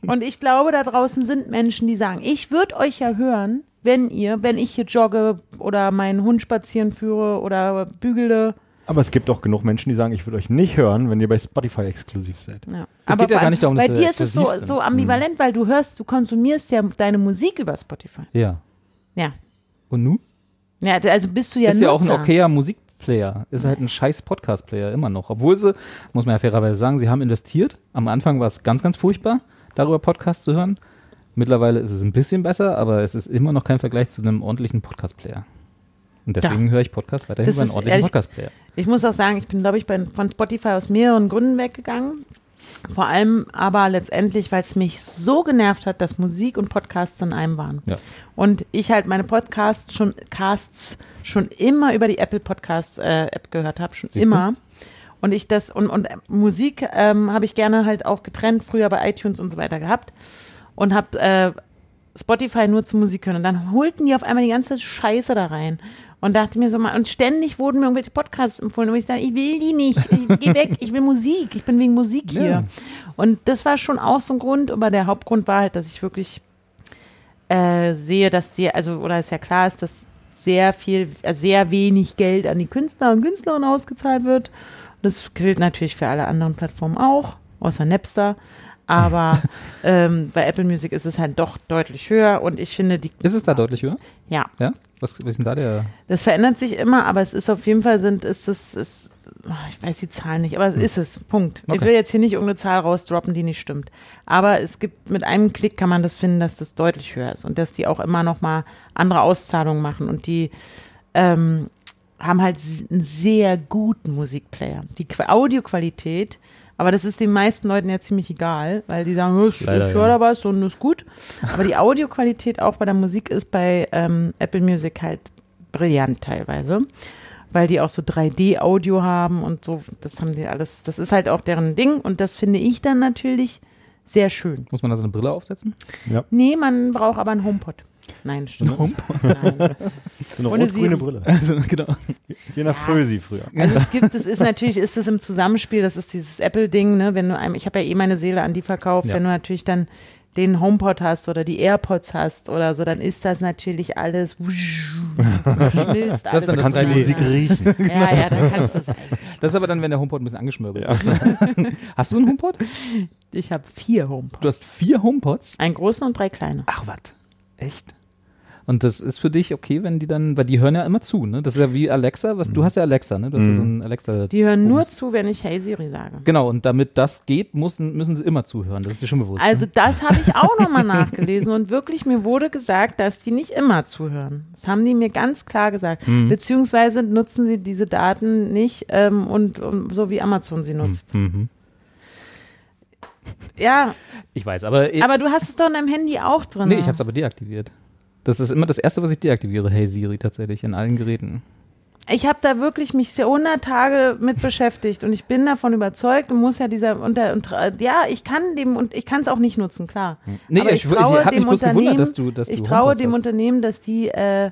C: Und ich glaube, da draußen sind Menschen, die sagen, ich würde euch ja hören, wenn ihr, wenn ich hier jogge oder meinen Hund spazieren führe oder bügele.
A: Aber es gibt auch genug Menschen, die sagen, ich will euch nicht hören, wenn ihr bei Spotify exklusiv seid.
C: Ja.
B: Es geht ja
C: vor
B: gar
C: allem
B: nicht darum, dass
C: Bei
B: wir
C: dir ist es so,
B: exklusiv sind. Mhm.
C: so ambivalent, weil du hörst, du konsumierst ja deine Musik über Spotify.
B: Ja.
C: Ja.
B: Und nu?
C: ja also bist du ja
B: ist
C: Nutzer.
B: ja auch ein okayer Musikplayer. Ist halt ein scheiß Podcast-Player immer noch. Obwohl sie, muss man ja fairerweise sagen, sie haben investiert. Am Anfang war es ganz, ganz furchtbar, darüber Podcasts zu hören. Mittlerweile ist es ein bisschen besser, aber es ist immer noch kein Vergleich zu einem ordentlichen Podcast-Player. Und deswegen höre ich Podcasts weiterhin
C: Das
B: über einen
C: ist
B: ordentlichen
C: ehrlich-
B: Podcast-Player.
C: Ich muss auch sagen, ich bin, glaube ich, bei, von Spotify aus mehreren Gründen weggegangen. Vor allem aber letztendlich, weil es mich so genervt hat, dass Musik und Podcasts in einem waren.
B: Ja.
C: Und ich halt meine Podcasts schon, Casts schon immer über die Apple Podcasts äh, App gehört habe, schon
B: Siehst du?
C: immer. Und ich das, und, und äh, Musik ähm, habe ich gerne halt auch getrennt, früher bei iTunes und so weiter gehabt. Und habe äh, Spotify nur zu Musik hören. Und dann holten die auf einmal die ganze Scheiße da rein. Und dachte mir so mal, und ständig wurden mir irgendwelche Podcasts empfohlen. Und ich dachte, ich will die nicht. Ich geh weg. Ich will Musik. Ich bin wegen Musik hier.
B: Ja.
C: Und das war schon auch so ein Grund. Aber der Hauptgrund war halt, dass ich wirklich äh, sehe, dass dir, also, oder es ja klar ist, dass sehr viel, äh, sehr wenig Geld an die Künstler und Künstlerinnen ausgezahlt wird. Und das gilt natürlich für alle anderen Plattformen auch, außer Napster. Aber ähm, bei Apple Music ist es halt doch deutlich höher und ich finde die,
B: Ist es da deutlich höher?
C: ja,
B: Ja? Was, was ist denn da der?
C: das verändert sich immer, aber es ist auf jeden Fall sind, ist es, ist, ach, ich weiß die Zahl nicht, aber es ist es. Punkt. Ich
B: Okay.
C: will jetzt hier nicht irgendeine Zahl rausdroppen, die nicht stimmt. Aber es gibt mit einem Klick kann man das finden, dass das deutlich höher ist und dass die auch immer noch mal andere Auszahlungen machen und die ähm, haben halt s- einen sehr guten Musikplayer. Die Qu- Audioqualität, aber das ist den meisten Leuten ja ziemlich egal, weil die sagen, "Hm, "Ja, ich ich
B: Leider,
C: höre
B: ja.
C: da was und ist gut. Aber die Audioqualität auch bei der Musik ist bei ähm, Apple Music halt brillant teilweise. Weil die auch so 3D-Audio haben und so, das haben die alles, das ist halt auch deren Ding und das finde ich dann natürlich sehr schön.
B: Muss man da so eine Brille aufsetzen?
C: Nee, man braucht aber einen HomePod. Nein, stimmt. Nein.
A: So eine
C: Ohne Siri.
A: rot-grüne Brille.
B: Also, genau.
A: Wie in der Frösi früher.
C: Also es gibt, es ist natürlich, ist es im Zusammenspiel, das ist dieses Apple-Ding, ne? Wenn du einem, ich habe ja eh meine Seele an die verkauft,
B: Ja.
C: wenn du natürlich dann den HomePod hast oder die AirPods hast oder so, dann ist das natürlich alles. Schmilzt alles
B: dann das
A: Kannst du die
C: miteinander.
B: 3D.
A: Musik riechen?
C: Ja, ja, dann kannst du es.
B: Das ist aber dann, wenn der HomePod ein bisschen angeschmürgelt ist. Hast du einen HomePod?
C: Ich habe vier HomePods.
B: Du hast vier HomePods?
C: Einen großen und drei kleine.
B: Ach, was? Echt? Und das ist für dich okay, wenn die dann, weil die hören ja immer zu, ne? Das ist ja wie Alexa, was, du hast ja Alexa, ne? Du hast ja so einen Alexa.
C: Die hören nur zu, wenn ich Hey Siri sage.
B: Genau, und damit das geht, müssen, müssen sie immer zuhören. Das ist dir schon bewusst.
C: Also das habe ich auch nochmal nachgelesen und wirklich mir wurde gesagt, dass die nicht immer zuhören. Das haben die mir ganz klar gesagt.
B: Hm.
C: Beziehungsweise nutzen sie diese Daten nicht ähm, und, und so wie Amazon sie nutzt.
B: ne? mhm. Hm.
C: Ja,
B: Ich weiß, aber, äh,
C: aber du hast es doch in deinem Handy auch drin.
B: nee, ich hab's aber deaktiviert. Das ist immer das Erste, was ich deaktiviere, Hey Siri, tatsächlich, in allen Geräten.
C: ich habe da wirklich mich sehr 100 Tage mit beschäftigt und ich bin davon überzeugt und muss ja dieser unter und äh, ja, ich kann dem und ich kann es auch nicht nutzen, klar.
B: Nee,
C: Aber ich
B: ich, ich,
C: traue
B: hab mich
C: dem
B: bloß
C: Unternehmen-
B: gewundert, dass du, dass du
C: ich traue
B: HomePods
C: dem
B: hast.
C: Unternehmen, dass die äh,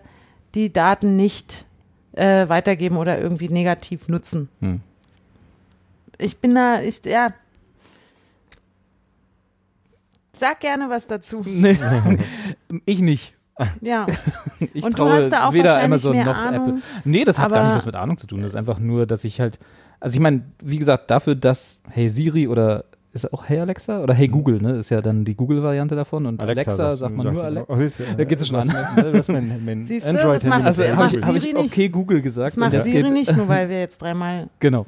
C: die Daten nicht äh, weitergeben oder irgendwie negativ nutzen.
B: Hm.
C: Ich bin da, ich, ja. Sag gerne was dazu.
B: Ich nicht.
C: Ja,
B: Ich
C: Und du
B: traue
C: hast da auch
B: weder
C: wahrscheinlich
B: Amazon
C: mehr
B: noch
C: Ahnung.
B: Apple. Nee, das hat
C: Aber-
B: gar nicht was mit Ahnung zu tun. Das ist einfach nur, dass ich halt, also ich meine, wie gesagt, dafür, dass Hey Siri oder ist auch Hey Alexa oder Hey Google, ne? Ist ja dann die Google-Variante davon und Alexa,
A: sagst
B: sagt
A: du,
B: man
A: sagst
B: nur
A: du.
B: Alexa.
A: Oh, siehst du,
B: Da geht's schon
A: das- Das ist mein, mein
C: Siehst du, das
A: Android
C: macht-
B: Also
C: Ja,
B: habe ich,
C: Google.
B: hab ich
C: Siri nicht.
B: okay Google gesagt.
C: das macht
B: und jetzt
C: Siri
B: geht-
C: nicht, nur weil wir jetzt dreimal.
B: Genau.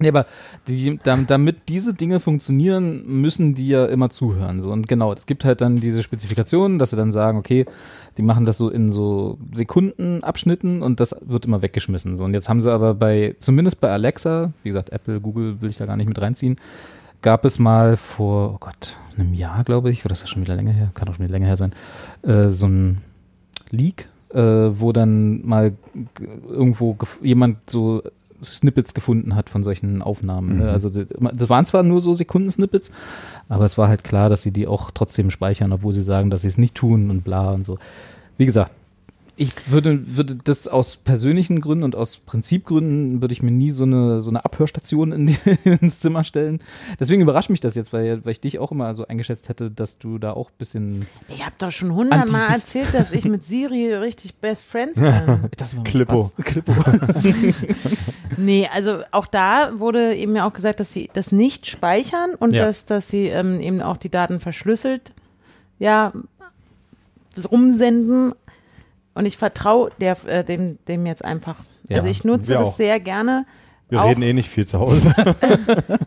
B: Nee, aber die, dam- damit diese Dinge funktionieren, müssen die ja immer zuhören. So. Und genau, es gibt halt dann diese Spezifikationen, dass sie dann sagen, okay, die machen das so in so Sekundenabschnitten und das wird immer weggeschmissen. So. Und jetzt haben sie aber bei, zumindest bei Alexa, wie gesagt, Apple, Google will ich da gar nicht mit reinziehen, gab es mal vor, oh Gott, einem Jahr, glaube ich, oder ist das schon wieder länger her? Kann auch schon wieder länger her sein, äh, so ein Leak, äh, wo dann mal g- irgendwo gef- jemand so Snippets gefunden hat von solchen Aufnahmen. Ne? Also d- das waren zwar nur so Sekundensnippets, aber es war halt klar, dass sie die auch trotzdem speichern, obwohl sie sagen, dass sie es nicht tun und bla und so. Wie gesagt, ich würde, würde das aus persönlichen Gründen und aus Prinzipgründen würde ich mir nie so eine, so eine Abhörstation in die, ins Zimmer stellen. Deswegen überrascht mich das jetzt, weil, weil ich dich auch immer so eingeschätzt hätte, dass du da auch ein bisschen.
C: Ich habe doch schon hundertmal
B: Anti-
C: erzählt, dass ich mit Siri richtig Best Friends bin.
B: Das war mal
A: Klippo.
B: Spaß. Klippo.
C: Nee, also auch da wurde eben ja auch gesagt, dass sie das nicht speichern und
B: Ja.
C: dass, dass sie ähm, eben auch die Daten verschlüsselt, ja, das rumsenden. Und ich vertraue der, äh, dem, dem jetzt einfach.
B: Ja,
C: also ich nutze
A: wir
C: das
A: auch.
C: sehr gerne.
A: Wir
C: auch,
A: reden eh nicht viel zu Hause.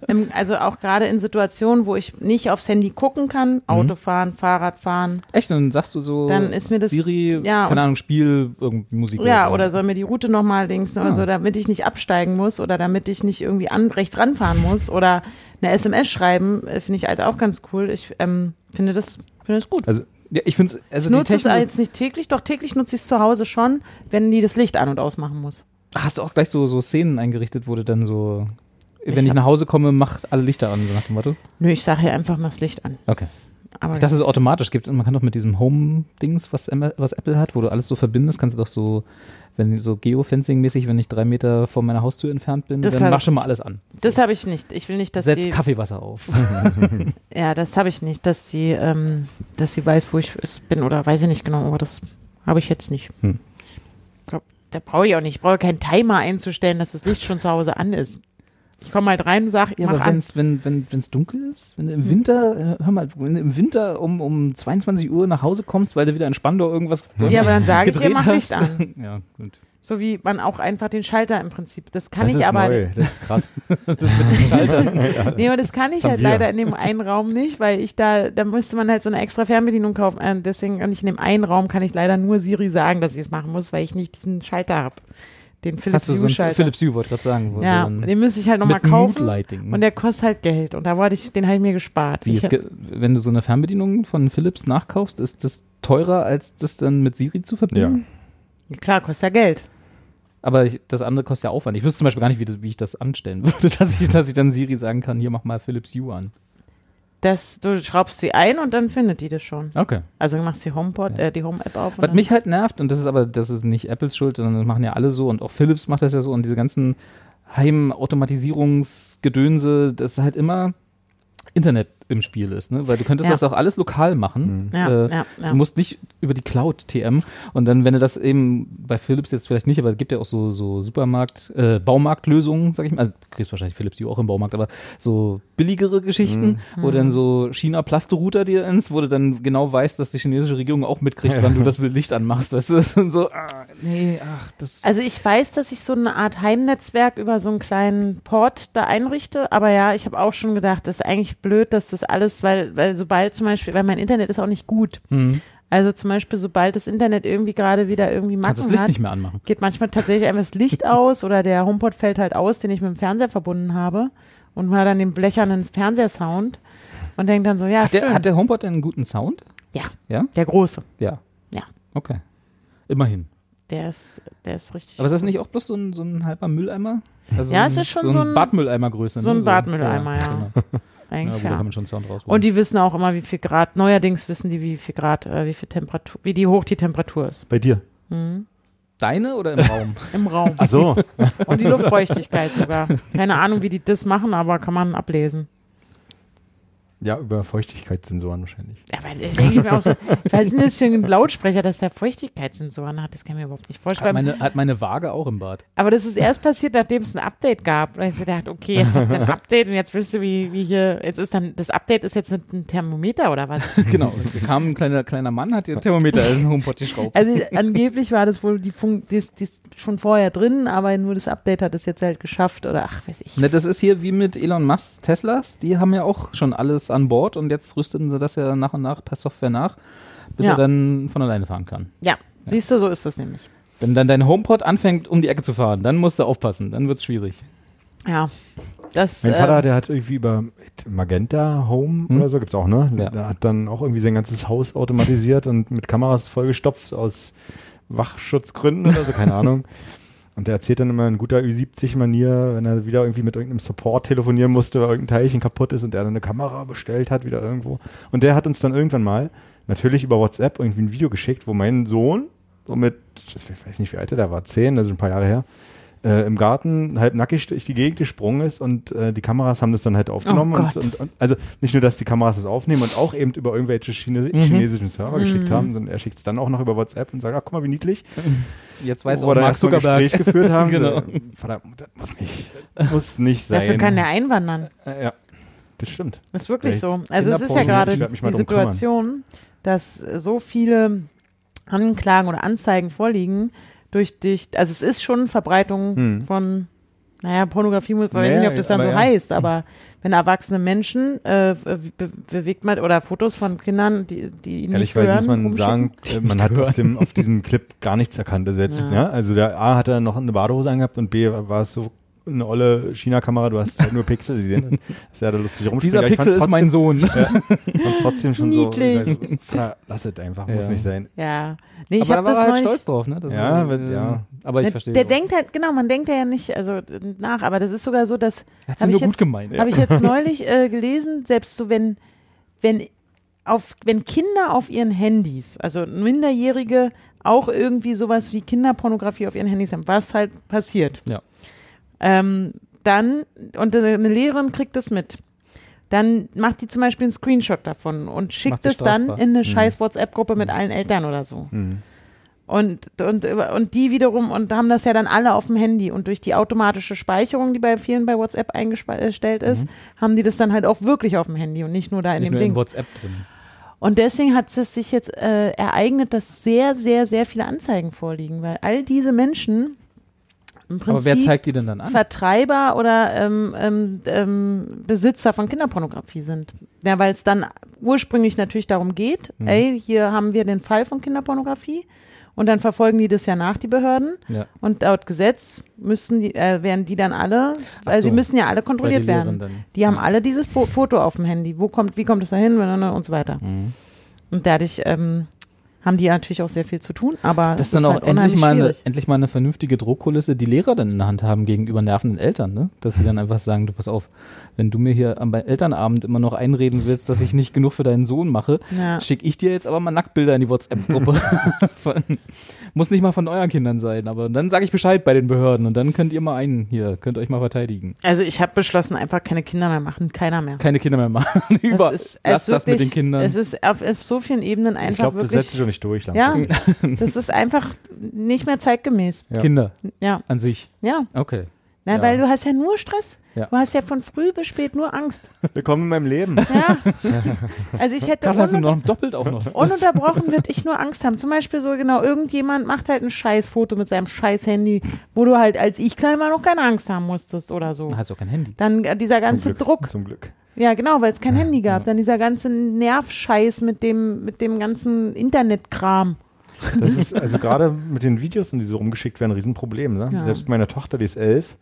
C: im, also auch gerade in Situationen, wo ich nicht aufs Handy gucken
A: Mhm.
C: kann, Autofahren, Fahrrad fahren.
B: Echt? Und dann sagst du so.
C: Dann ist mir das-
B: Siri,
C: ja, und-
B: keine Ahnung, Spiel, irgendwie Musik.
C: Ja,
B: so.
C: oder soll mir die Route nochmal links oder
B: Ah.
C: so, damit ich nicht absteigen muss oder damit ich nicht irgendwie an, rechts ranfahren muss oder eine SMS schreiben, äh, finde ich halt auch ganz cool. Ich ähm, finde das, finde das gut.
B: Also, ja, ich finde also
C: ich nutze
B: die
C: es
B: Technik,
C: jetzt nicht täglich, doch täglich nutze ich es zu Hause schon, wenn die das Licht an- und ausmachen muss.
B: Hast du auch gleich so, so Szenen eingerichtet, wo du dann so. Wenn ich,
C: hab-
B: nach Hause komme, macht alle Lichter an, so nach dem Motto.
C: Nö, ich sage ja einfach, mach das Licht an.
B: Okay.
C: Aber
B: Dass es automatisch gibt. Und man kann doch mit diesem Home-Dings, was, Emma- was Apple hat, wo du alles so verbindest, kannst du doch so, wenn so Geofencing-mäßig, wenn ich drei Meter von meiner Haustür entfernt bin,
C: Das
B: dann
C: hab
B: mach
C: ich
B: schon mal
C: nicht.
B: alles an.
C: das habe ich nicht. Ich will nicht, dass
B: Setz
C: sie.
B: Kaffeewasser auf.
C: Ja, das habe ich nicht, dass sie, ähm, dass sie weiß, wo ich es bin oder weiß ich nicht genau, aber das habe ich jetzt nicht.
B: Hm.
C: Ich glaub, Da brauche ich auch nicht. Ich brauche keinen Timer einzustellen, dass das Licht schon zu Hause an ist. Ich komme halt rein und sage,
B: ja,
C: mach
B: aber
C: an.
B: wenn's, wenn wenn es dunkel ist, wenn du im Winter, äh, hör mal, wenn du im Winter um, um 22 Uhr nach Hause kommst, weil du wieder in Spandau irgendwas
C: Ja, aber dann sage ich ihr,
B: gedreht
C: mach Licht
B: hast.
C: an.
B: ja, gut.
C: So wie man auch einfach den Schalter im Prinzip. Das kann
A: das
C: ich
A: ist
C: aber.
A: neu. Das ist krass.
C: Nee, aber das kann ich
A: Das haben
C: halt
A: wir.
C: leider in dem einen Raum nicht, weil ich da, da müsste man halt so eine extra Fernbedienung kaufen. Äh, deswegen, und ich in dem einen Raum kann ich leider nur Siri sagen, dass sie es machen muss, weil ich nicht diesen Schalter habe. Den Philips
B: Hast du so einen
C: Hue-Schalter.
B: Philips Hue, wollte ich gerade sagen. wo
C: ja,
B: du dann
C: den müsste ich halt nochmal
B: mit
C: kaufen.
B: Moodlighting.
C: Und der kostet halt Geld. Und da wollte ich, den habe ich mir gespart.
B: Wie
C: ich,
B: es ge- wenn du so eine Fernbedienung von Philips nachkaufst, ist das teurer, als das dann mit Siri zu verbinden? Ja.
C: klar, kostet ja Geld.
B: Aber ich, das andere kostet ja Aufwand. Ich wüsste zum Beispiel gar nicht, wie, das, wie ich das anstellen würde, dass ich, dass ich dann Siri sagen kann, hier mach mal Philips Hue an.
C: Das, du schraubst sie ein und dann findet die das schon.
B: Okay.
C: Also du machst die HomePod,
B: Ja.
C: äh, die Home-App auf. und
B: Was
C: dann-
B: mich halt nervt, und das ist aber, das ist nicht Apples Schuld, sondern das machen ja alle so und auch Philips macht das ja so und diese ganzen Heimautomatisierungsgedönse, das halt immer Internet im Spiel ist, ne? Weil du könntest
C: Ja.
B: das auch alles lokal machen.
C: Ja,
B: äh,
C: ja, ja.
B: Du musst nicht über die Cloud TM und dann, wenn du das eben bei Philips jetzt vielleicht nicht, aber es gibt ja auch so, so Supermarkt, äh, Baumarktlösungen, sag ich mal. Also du kriegst wahrscheinlich Philips die auch im Baumarkt, aber so billigere Geschichten,
C: Mhm.
B: wo dann so China-Plaste-Router dir ins, wo du dann genau weißt, dass die chinesische Regierung auch mitkriegt, wann du das Licht anmachst, weißt du? Das sind so, ah, nee, ach, das.
C: Also ich weiß, dass ich so eine Art Heimnetzwerk über so einen kleinen Port da einrichte, aber ja, ich habe auch schon gedacht, das ist eigentlich blöd, dass das alles, weil, weil sobald zum Beispiel, weil mein Internet ist auch nicht gut.
B: Mhm.
C: Also zum Beispiel, sobald das Internet irgendwie gerade wieder irgendwie
B: kannst das
C: Macken
B: Licht
C: hat,
B: nicht mehr anmachen.
C: geht manchmal tatsächlich einfach das Licht aus oder der HomePod fällt halt aus, den ich mit dem Fernseher verbunden habe und mal dann den blechernen Fernsehsound und denkt dann so, ja,
B: Hat der,
C: schön.
B: hat der HomePod einen guten Sound?
C: ja,
B: Ja?
C: der große,
B: Ja.
C: Ja.
B: Okay. Immerhin.
C: der ist, der ist richtig.
B: Aber ist das nicht auch bloß so ein, so ein halber Mülleimer? Also
C: Ja,
B: so
C: es
B: ein-
C: ist schon
B: so
C: so
B: ein
C: ein-
B: Badmülleimergröße.
C: so
B: ne?
C: ein Badmülleimer, ja.
B: Genau. Ja,
C: eigentlich,
B: gut,
C: ja.
B: da kann man schon Sound raus.
C: Und die wissen auch immer, wie viel Grad, neuerdings wissen die, wie viel Grad, äh, wie viel Temperatur, wie die hoch die Temperatur ist
A: Bei dir.
B: Deine oder im Raum?
C: im Raum.
A: Ach so.
C: Und die Luftfeuchtigkeit sogar. Keine Ahnung, wie die das machen, aber kann man ablesen.
A: ja, über Feuchtigkeitssensoren wahrscheinlich.
C: Ja, weil ich denke ich mir auch so, was ist denn das für ein Lautsprecher, dass der Feuchtigkeitssensoren hat? ne, Das kann ich mir überhaupt nicht
B: Hat
C: vorstellen.
B: meine, hat meine Waage auch im Bad.
C: aber das ist erst passiert, nachdem es ein Update gab. Und ich so dachte, okay, jetzt hat wir ein Update und jetzt wisst ihr, wie, wie hier, jetzt ist dann, das Update ist jetzt ein Thermometer oder was?
B: Genau. Da kam ein kleiner, kleiner Mann, hat ihr Thermometer in den HomePod geschraubt.
C: Also angeblich war das wohl die Funk, die ist, die ist schon vorher drin, aber nur das Update hat es jetzt halt geschafft oder ach, weiß ich.
B: Ne, das ist hier wie mit Elon Musk Teslas. Die haben ja auch schon alles an Bord und jetzt rüsteten sie das ja nach und nach per Software nach, bis
C: Ja.
B: er dann von alleine fahren kann.
C: Ja, siehst du, so ist das nämlich.
B: Wenn dann dein HomePod anfängt, um die Ecke zu fahren, dann musst du aufpassen. Dann wird's schwierig.
C: Ja, das.
A: Mein
C: äh,
A: Vater, der hat irgendwie über Magenta Home oder so, gibt's auch, ne?
B: Ja.
A: Der hat dann auch irgendwie sein ganzes Haus automatisiert und mit Kameras vollgestopft aus Wachschutzgründen oder so, keine Ahnung. Und der erzählt dann immer in guter Ü70-Manier, wenn er wieder irgendwie mit irgendeinem Support telefonieren musste, weil irgendein Teilchen kaputt ist und er dann eine Kamera bestellt hat, wieder irgendwo. Und der hat uns dann irgendwann mal, natürlich über WhatsApp, irgendwie ein Video geschickt, wo mein Sohn, so mit, ich weiß nicht, wie alt er da war, zehn, also ein paar Jahre her, äh, im Garten halb nackig durch die Gegend gesprungen ist und äh, die Kameras haben das dann halt aufgenommen.
C: Oh Gott.
A: und, und, und Also nicht nur, dass die Kameras das aufnehmen und auch eben über irgendwelche Chine
C: Mhm.
A: chinesischen Server geschickt haben, sondern er schickt es dann auch noch über WhatsApp und sagt, ach guck mal, wie niedlich.
B: Jetzt weiß
A: Wo wir
B: auch
A: dann
B: Mark
A: erstmal ein
B: Zuckerberg.
A: Gespräch geführt haben.
B: Genau.
A: so, Vater, das muss nicht, muss nicht sein.
C: Dafür kann er einwandern.
A: äh, ja, das stimmt.
C: Das ist wirklich
A: Echt?
C: so. Also es ist ja
A: Kinderporno,
C: gerade
A: ich werd mich mal
C: die
A: drum kümmern.
C: Situation, dass äh, so viele Anklagen oder Anzeigen vorliegen durch dich. Also es ist schon Verbreitung
A: Hm.
C: von, naja, Pornografie, ich weiß
A: Naja,
C: nicht, ob das dann
A: aber
C: so
A: ja.
C: heißt, aber wenn erwachsene Menschen äh, be bewegt man oder Fotos von Kindern, die, die ihn nicht
A: Ehrlicherweise
C: hören, um
A: muss man
C: rumschicken.
A: sagen, äh, man hat auf, dem, auf diesem Clip gar nichts erkannt ersetzt. Ja. Also der A hat er noch eine Badehose angehabt und B war es so eine olle China-Kamera, du hast halt nur Pixel gesehen. Das ist ja da lustig rumspielt.
B: Dieser
A: Aber ich
B: Pixel ist
A: fand's
B: mein
A: trotzdem-
B: Sohn.
A: Ich fand's trotzdem schon
C: Niedlich.
A: so. ich sag so, Vater, lass es einfach, muss
B: Ja.
A: nicht sein.
C: Ja. Nee, ich
B: aber
C: habe
B: da war
C: das
B: er halt
C: neulich,
B: stolz drauf, ne? Das
A: Ja,
B: ist,
A: wenn- ja.
B: Aber ich
C: Der-
B: verstehe.
C: Der
B: auch.
C: denkt halt, genau, man denkt ja nicht, also äh, nach, aber das ist sogar so, dass
B: Hat's
C: hab
B: nur
C: ich
B: gut
C: jetzt-
B: gemeint.
C: habe ich jetzt neulich äh, gelesen, selbst so wenn, wenn auf, wenn Kinder auf ihren Handys, also Minderjährige auch irgendwie sowas wie Kinderpornografie auf ihren Handys haben, was halt passiert.
B: Ja.
C: Ähm, dann, und eine Lehrerin kriegt das mit. Dann macht die zum Beispiel einen Screenshot davon und
B: Macht
C: schickt
B: sie
C: es dann
B: strafbar. Mhm.
C: in eine scheiß WhatsApp-Gruppe mit allen Eltern oder so. Und, und, und die wiederum, und haben das ja dann alle auf dem Handy. Und durch die automatische Speicherung, die bei vielen bei WhatsApp eingestellt ist, haben die das dann halt auch wirklich auf dem Handy und nicht nur da in
B: Mhm. Nicht
C: dem
B: nur
C: Ding.
B: in WhatsApp drin.
C: Und deswegen hat es sich jetzt äh, ereignet, dass sehr, sehr, sehr viele Anzeigen vorliegen, weil all diese Menschen im Prinzip
B: Aber wer zeigt die denn dann an?
C: Vertreiber oder ähm, ähm, ähm, Besitzer von Kinderpornografie sind. Ja, weil es
B: Mhm.
C: dann ursprünglich natürlich darum geht, ey, hier haben wir den Fall von Kinderpornografie Und dann verfolgen die das ja nach, die Behörden.
B: Ja.
C: Und laut Gesetz müssen die, äh, werden die dann alle,
B: Ach
C: weil
B: so.
C: sie müssen ja alle kontrolliert
B: Bei den
C: werden.
B: Lehrern dann. Mhm.
C: Die haben alle dieses Fo- Foto auf dem Handy. Wo kommt, wie kommt es da hin ne, und so weiter.
B: Mhm.
C: Und dadurch ähm, haben die natürlich auch sehr viel zu tun, aber
B: Das ist
C: es
B: dann
C: ist
B: auch
C: halt
B: endlich,
C: unheimlich
B: mal eine,
C: schwierig.
B: endlich mal eine vernünftige Druckkulisse, die Lehrer dann in der Hand haben gegenüber nervenden Eltern, ne? Dass sie dann einfach sagen, du pass auf, wenn du mir hier am Elternabend immer noch einreden willst, dass ich nicht genug für deinen Sohn mache,
C: Ja.
B: schicke ich dir jetzt aber mal Nacktbilder in die WhatsApp-Gruppe. Von- Muss nicht mal von euren Kindern sein, aber dann sage ich Bescheid bei den Behörden und dann könnt ihr mal einen hier, könnt euch mal verteidigen.
C: Also ich habe beschlossen, einfach keine Kinder mehr machen, keiner mehr.
B: Keine Kinder mehr machen. Über,
C: Es ist,
B: lass
C: es
B: das mit
C: wirklich-
B: den Kindern.
C: Es ist auf, auf so vielen Ebenen einfach
A: Ich glaube, das setzt sich
C: wirklich.
A: doch nicht durch.
C: Ja,
A: langfristig.
C: das ist einfach nicht mehr zeitgemäß.
A: Ja.
B: Kinder
C: Ja,
B: an sich.
C: ja.
B: Okay.
C: Na,
B: Ja.
C: Weil du hast ja nur Stress.
B: Ja.
C: Du hast ja von früh bis spät nur Angst.
A: Willkommen in meinem Leben.
C: Ja. Also ich hätte
B: Das hast du
C: ununter
B: noch doppelt auch noch.
C: ununterbrochen würde ich nur Angst haben. Zum Beispiel so genau, irgendjemand macht halt ein scheiß Foto mit seinem scheiß Handy, wo du halt als ich klein war noch keine Angst haben musstest oder so.
B: Hast du auch kein Handy.
C: Dann äh, dieser ganze
A: Zum Glück,
C: Druck.
A: Zum Glück.
C: Ja, genau, weil es kein Handy gab. Dann dieser ganze Nervscheiß mit dem, mit dem ganzen Internetkram.
A: Das ist also gerade mit den Videos, die so rumgeschickt werden, ein Riesenproblem. Ne?
C: Ja.
A: Selbst bei meiner Tochter, die ist elf,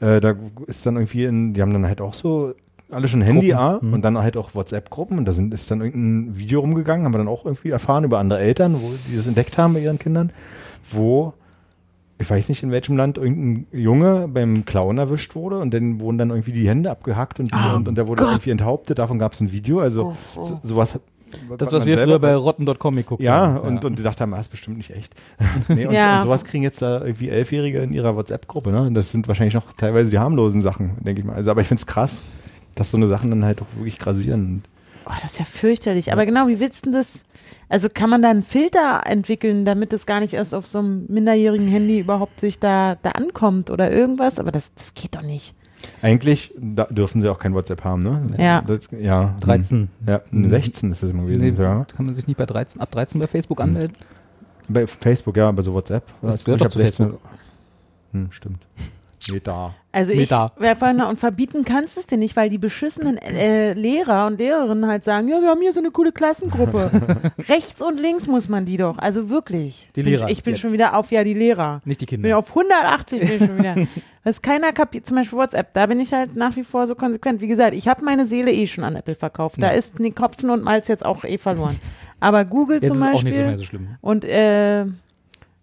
A: äh, da ist dann irgendwie, in, die haben dann halt auch so alle schon Handy ja,
B: Mhm.
A: und dann halt auch WhatsApp-Gruppen und da sind, ist dann irgendein Video rumgegangen, haben wir dann auch irgendwie erfahren über andere Eltern, wo die das entdeckt haben bei ihren Kindern, wo ich weiß nicht in welchem Land irgendein Junge beim Clown erwischt wurde und dann wurden dann irgendwie die Hände abgehackt und, und, und der wurde irgendwie enthauptet. Davon gab es ein Video, also so, sowas.
B: Das,
A: man
B: was wir
A: selber
B: früher bei rotten.com geguckt haben.
A: Ja, und, und die dachten, das ist bestimmt nicht echt. nee, und,
C: Ja.
A: und sowas kriegen jetzt da irgendwie Elfjährige in ihrer WhatsApp-Gruppe. Ne? Und Das sind wahrscheinlich noch teilweise die harmlosen Sachen, denke ich mal. Also, aber ich finde es krass, dass so eine Sachen dann halt auch wirklich grasieren.
C: Oh, das ist ja fürchterlich. Aber genau, wie willst du denn das? Also kann man da einen Filter entwickeln, damit das gar nicht erst auf so einem minderjährigen Handy überhaupt sich da, da ankommt oder irgendwas? Aber das, das geht doch nicht.
A: Eigentlich da dürfen sie auch kein WhatsApp haben, ne?
C: Ja.
A: Das, ja.
B: 13.
A: Ja, 16 ist das immer gewesen.
B: Mhm. Nee,
A: ja.
B: Kann man sich nicht bei 13, ab 13 bei Facebook anmelden?
A: Bei Facebook, ja, aber so WhatsApp.
B: Das
A: Ich
B: gehört doch
A: hab
B: zu
A: 16.
B: Facebook.
A: Hm, stimmt. Nee, da.
C: Also ich
B: Meta.
C: wäre vorhin noch, und verbieten kannst du es dir nicht, weil die beschissenen äh, Lehrer und Lehrerinnen halt sagen, ja, wir haben hier so eine coole Klassengruppe. Rechts und links muss man die doch. Also wirklich.
B: Die Lehrer
C: Ich bin
B: jetzt.
C: schon wieder auf, ja, die Lehrer.
B: Nicht die
C: Bin ich
B: Kinder.
C: auf 180 bin ich schon wieder. Was keiner kapiert, zum Beispiel WhatsApp, da bin ich halt nach wie vor so konsequent. Wie gesagt, ich habe meine Seele eh schon an Apple verkauft. Da ist die Kopfen und Malz jetzt auch eh verloren. Aber Google
B: Jetzt
C: zum
B: ist es
C: Beispiel
B: auch nicht so mehr so schlimm.
C: und äh,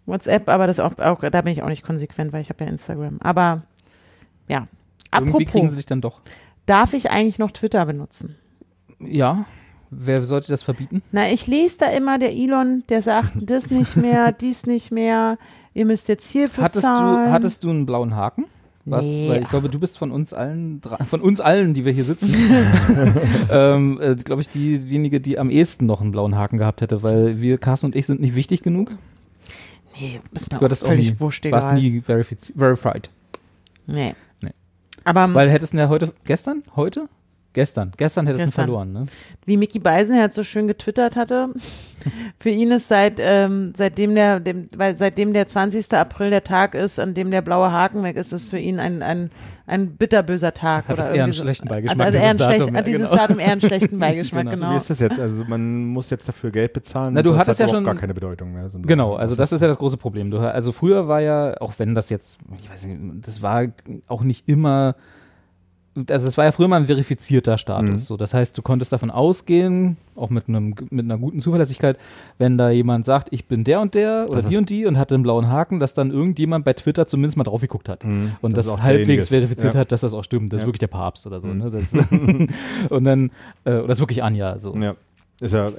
C: WhatsApp, aber das auch, auch, da bin ich auch nicht konsequent, weil ich habe ja Instagram. Aber ja.
B: Irgendwie kriegen
C: Apropos,
B: sie dich dann doch.
C: darf ich eigentlich noch Twitter benutzen?
B: Ja. Wer sollte das verbieten?
C: Na, ich lese da immer, der Elon, der sagt, das nicht mehr, dies nicht mehr, ihr müsst jetzt hierfür
B: Hattest
C: zahlen.
B: du, hattest du einen blauen Haken? Was,
C: Nee.
B: Weil ich glaube, du bist von uns allen, drei- von uns allen, die wir hier sitzen, ähm, äh, glaube ich, diejenige, die am ehesten noch einen blauen Haken gehabt hätte, weil wir, Carsten und ich, sind nicht wichtig genug.
C: nee, ist mir
B: Du
C: auch
B: hattest auch nie,
C: völlig wurscht
B: warst
C: egal.
B: nie verifiz- verified.
C: Nee.
B: Nee.
C: Aber
B: Weil hättest du ja heute, gestern? Heute? Gestern. Gestern hättest du
C: Gestern.
B: verloren, ne?
C: wie Mickey Beisenherz so schön getwittert hatte, für ihn ist seit ähm, seitdem der dem, weil seitdem der 20. April der Tag ist, an dem der blaue Haken weg ist, ist für ihn ein ein, ein bitterböser Tag
B: Hat
C: oder
B: es eher
C: irgendwie
B: einen
C: so.
B: schlechten
C: Hat,
B: Beigeschmack,
C: also eher ein
B: dieses
C: schlecht,
B: Datum,
C: hat
B: ja,
C: dieses
B: genau.
C: Datum eher einen schlechten Beigeschmack,
B: Genau,
A: So, wie
C: genau.
A: ist das jetzt? Also, man muss jetzt dafür Geld bezahlen.
B: Na, du
A: das
B: hattest
A: hat
B: ja
A: überhaupt
B: schon-
A: gar keine Bedeutung mehr. So ein
B: Genau, also das ist ja das große Problem. Du, also früher war ja, auch wenn das jetzt, ich weiß nicht, das war auch nicht immer, also es war ja früher mal ein verifizierter
A: Mhm.
B: Status. So, das heißt, du konntest davon ausgehen, auch mit, einem, mit einer guten Zuverlässigkeit, wenn da jemand sagt, ich bin der und der oder
A: Das
B: die
A: ist-
B: und die und hatte einen blauen Haken, dass dann irgendjemand bei Twitter zumindest mal drauf geguckt hat und
A: Mhm. das
B: das,
A: ist auch
B: halbwegs
A: derjenige ist.
B: verifiziert
A: Ja.
B: hat, dass das auch stimmt. Das ist
A: Ja. Mhm.
B: wirklich der Papst oder so. Ne? Das, und dann, äh, oder das ist wirklich Anja. So.
A: Ja. Ist ja äh,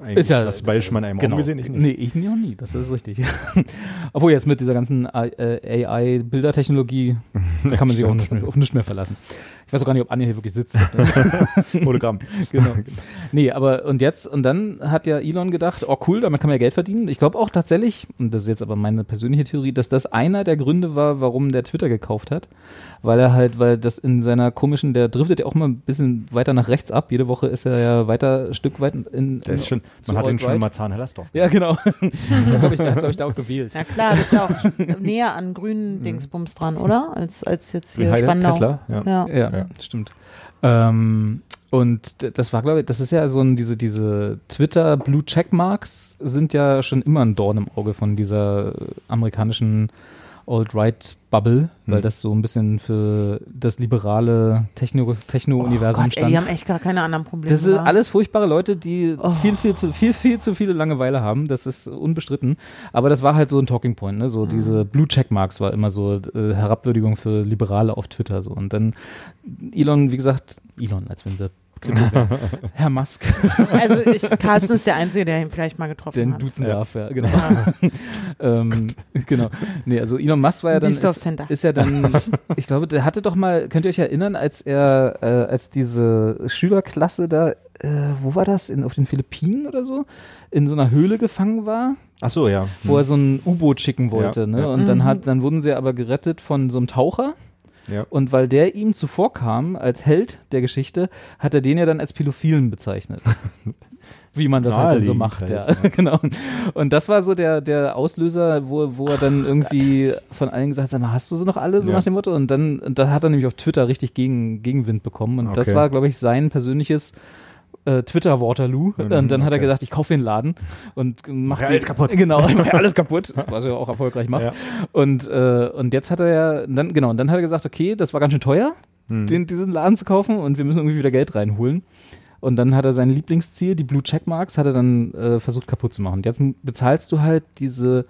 A: eigentlich
B: Ist ja
A: das Beispiel schon mal in einem
B: genau.
A: Raum gesehen. Ich nicht.
B: Nee, ich nie auch nie, das ist richtig. Obwohl jetzt mit dieser ganzen äh, AI-Bildertechnologie, da kann man sich auch nicht mehr, auf nichts mehr verlassen. Ich weiß auch gar nicht, ob Anja hier wirklich sitzt.
A: Hologramm. genau.
B: nee, aber und jetzt, und dann hat ja Elon gedacht, oh cool, damit kann man ja Geld verdienen. Ich glaube auch tatsächlich, und das ist jetzt aber meine persönliche Theorie, dass das einer der Gründe war, warum der Twitter gekauft hat. Weil er halt, weil das in seiner komischen, der driftet ja auch mal ein bisschen weiter nach rechts ab. Jede Woche ist er ja weiter, Stück weit in. in
A: Der ist schon,
B: zu
A: man hat den schon
B: alt-right.
A: mal Zahnhellersdorf.
B: Ja, genau. da habe ich, da- glaub ich da auch gewählt.
C: Na klar, das ist ja auch näher an
B: Mhm.
C: grünen Dingsbums dran, oder? Als als jetzt hier
A: Heide
C: Spandau.
A: Tesla. Ja.
C: Ja.
B: Ja,
A: Ja.
B: stimmt. Ähm, Und d- das war, glaube ich, das ist ja so ein, diese, diese Twitter-Blue Checkmarks sind ja schon immer ein Dorn im Auge von dieser äh, amerikanischen Alt-Right-Bubble, weil das so ein bisschen für das liberale Techno- Techno-Universum
C: Gott, ey,
B: stand.
C: die haben echt gar keine anderen Probleme.
B: Das sind
C: wa?
B: alles furchtbare Leute, die viel, viel zu, viel, viel zu viele Langeweile haben. Das ist unbestritten. Aber das war halt so ein Talking Point, ne? So diese Blue Checkmarks war immer so äh, Herabwürdigung für Liberale auf Twitter so. Und dann Elon, wie gesagt, Elon, als wenn wir kritisch wären. Herr Musk,
C: Also ich, Carsten ist der Einzige, der ihn vielleicht mal getroffen
B: den
C: hat.
B: duzen
A: Ja. Oh
B: darf, ja, genau. ähm, genau. Nee, also Elon Musk war ja dann.
C: Beast of
B: ist-
C: Center.
B: ist ja dann, ich glaube, der hatte doch mal, könnt ihr euch erinnern, als er, äh, als diese Schülerklasse da, äh, wo war das, in, auf den Philippinen oder so, in so einer Höhle gefangen war,
A: Ach so, ja. Hm.
B: wo er so ein U-Boot schicken wollte,
A: Ja,
B: ne?
A: ja.
B: Und
C: Mhm.
B: dann hat, dann wurden sie aber gerettet von so einem Taucher.
A: Ja.
B: Und weil der ihm zuvor kam, als Held der Geschichte, hat er den ja dann als Pädophilen bezeichnet. Wie man das halt dann so
A: Naheliegend
B: macht, ja.
A: halt,
B: genau. Und das war so der, der Auslöser, wo, wo er dann irgendwie von allen gesagt hat, sag mal, hast du sie noch alle, so
A: Ja.
B: nach dem Motto? Und dann, und da hat er nämlich auf Twitter richtig gegen, Gegenwind bekommen. Und das
A: Okay.
B: war, glaube ich, sein persönliches äh, Twitter-Waterloo. und dann hat er
A: Mhm, okay.
B: gedacht, ich kaufe den Laden und mach
A: Mach ja
B: die-
A: alles kaputt.
B: Genau, mach ja alles kaputt, was er auch erfolgreich macht.
A: Ja.
B: Und, äh, und jetzt hat er ja, und dann, genau, und dann hat er gesagt, okay, das war ganz schön teuer,
A: Hm.
B: den, diesen Laden zu kaufen und wir müssen irgendwie wieder Geld reinholen. Und dann hat er sein Lieblingsziel, die Blue Checkmarks, hat er dann äh, versucht kaputt zu machen. Und jetzt m- bezahlst du halt diese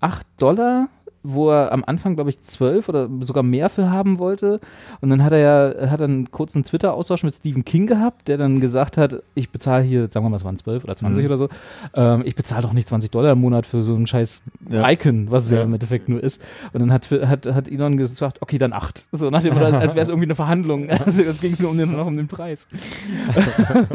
B: 8 Dollar, wo er am Anfang, glaube ich, 12 oder sogar mehr für haben wollte. Und dann hat er ja hat er einen kurzen Twitter-Austausch mit Stephen King gehabt, der dann gesagt hat, ich bezahle hier, sagen wir mal, es waren 12 oder 20
A: Mhm.
B: oder so, ähm, ich bezahle doch nicht 20 Dollar im Monat für so einen scheiß
A: Ja.
B: Icon, was es ja.
A: Ja.
B: im Endeffekt nur ist. Und dann hat, hat, hat Elon gesagt, okay, dann 8. So nach dem Motto, als, als wäre es irgendwie eine Verhandlung. Also es ging nur um den, noch um den Preis.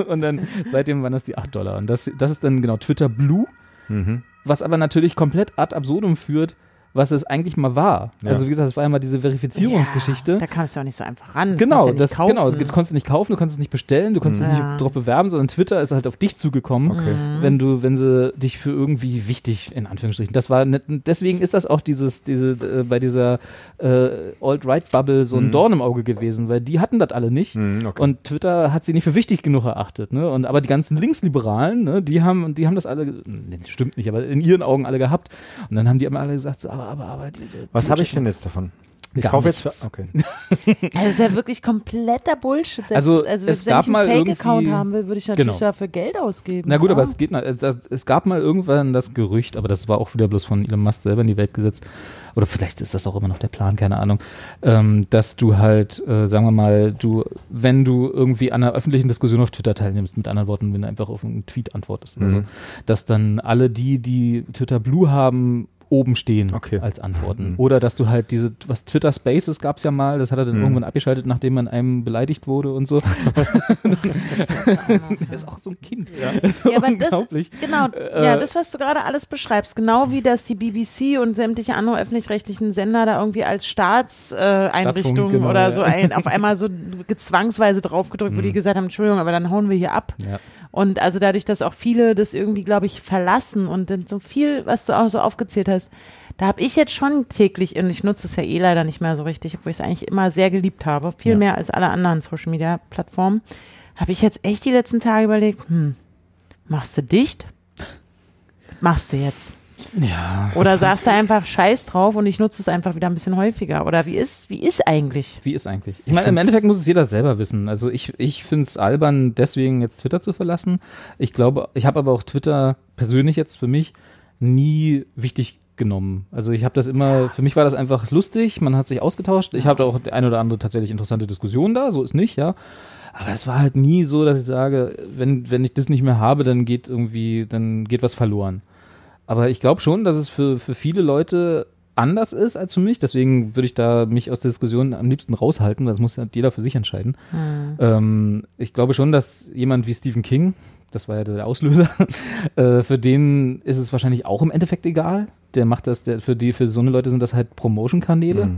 B: und dann seitdem waren das die 8 Dollar. Und das, das ist dann genau Twitter Blue,
A: Mhm.
B: was aber natürlich komplett ad absurdum führt, was es eigentlich mal war.
A: Ja.
B: Also wie gesagt, es war ja mal diese
C: Ja,
B: Verifizierungsgeschichte.
C: da kamst du auch nicht so einfach ran. Das
B: Genau,
C: kannst du ja nicht
B: das, genau,
C: kaufen.
B: das konntest du nicht kaufen, du konntest es nicht bestellen, du konntest dich
C: Ja. Mhm.
B: nicht drauf bewerben, sondern Twitter ist halt auf dich zugekommen, wenn du, wenn sie dich für irgendwie wichtig, in Anführungsstrichen. Das war nicht, deswegen ist das auch dieses, diese, äh, bei dieser äh, Alt-Right-Bubble so ein Dorn im Auge gewesen, weil die hatten das alle nicht.
A: Mhm, okay.
B: Und Twitter hat sie nicht für wichtig genug erachtet, ne? Und aber die ganzen Linksliberalen, ne, die haben, die haben das alle, ge- nee, das stimmt nicht, aber in ihren Augen alle gehabt. Und dann haben die immer alle gesagt, so, aber, aber, aber. Diese
A: Was habe ich denn jetzt davon? Ich
B: Gar
A: kaufe
B: nichts.
A: jetzt. Okay.
C: Also, Das ist ja wirklich kompletter Bullshit. Selbst,
B: Also,
C: also,
B: es
C: wenn
B: gab
C: ich einen
B: mal
C: Fake-Account
B: irgendwie-
C: haben will, würde ich natürlich
B: Genau.
C: dafür Geld ausgeben.
B: Na gut, aber
C: klar.
B: es geht na- es- das- es gab mal irgendwann das Gerücht, aber das war auch wieder bloß von Elon Musk selber in die Welt gesetzt. Oder vielleicht ist das auch immer noch der Plan, keine Ahnung, ähm, dass du halt, äh, sagen wir mal, du, wenn du irgendwie an einer öffentlichen Diskussion auf Twitter teilnimmst, mit anderen Worten, wenn du einfach auf einen Tweet antwortest, oder so, dass dann alle die, die Twitter Blue haben, oben stehen
A: Okay.
B: als Antworten. Oder dass du halt diese, was Twitter Spaces gab es ja mal, das hat er dann irgendwann abgeschaltet, nachdem man einem beleidigt wurde und so. Er ist auch so ein Kind.
C: ja, aber
B: Unglaublich. Äh,
C: Das, genau, ja, das, was du gerade alles beschreibst, genau wie das die BBC und sämtliche andere öffentlich-rechtlichen Sender da irgendwie als Staatseinrichtungen äh, Einrichtungen
B: genau,
C: oder
B: ja. Mhm.
C: so ein, auf einmal so gezwangsweise draufgedrückt, wo die gesagt haben, Entschuldigung, aber dann hauen wir hier ab.
B: Ja.
C: Und also dadurch, dass auch viele das irgendwie, glaube ich, verlassen und dann so viel, was du auch so aufgezählt hast, da habe ich jetzt schon täglich, und ich nutze es ja eh leider nicht mehr so richtig, obwohl ich es eigentlich immer sehr geliebt habe, viel
B: Ja.
C: mehr als alle anderen Social-Media-Plattformen, habe ich jetzt echt die letzten Tage überlegt, hm, machst du dicht? Machst du jetzt?
B: ja.
C: Oder sagst du einfach Scheiß drauf und ich nutze es einfach wieder ein bisschen häufiger? Oder wie ist, wie ist eigentlich?
B: Wie ist eigentlich? Ich meine, im Endeffekt muss es jeder selber wissen. Also ich, ich finde es albern, deswegen jetzt Twitter zu verlassen. Ich glaube, ich habe aber auch Twitter persönlich jetzt für mich nie wichtig genommen. Also ich habe das immer, für mich war das einfach lustig, man hat sich ausgetauscht. Ich habe da auch die eine oder andere tatsächlich interessante Diskussion da, so ist nicht, ja. Aber es war halt nie so, dass ich sage, wenn, wenn ich das nicht mehr habe, dann geht irgendwie, dann geht was verloren. Aber ich glaube schon, dass es für, für viele Leute anders ist als für mich. Deswegen würde ich da mich aus der Diskussion am liebsten raushalten, weil das muss ja jeder für sich entscheiden. Ähm, ich glaube schon, dass jemand wie Stephen King, das war ja der Auslöser, äh, für den ist es wahrscheinlich auch im Endeffekt egal. Der macht das, der, für die, für so eine Leute sind das halt Promotion-Kanäle.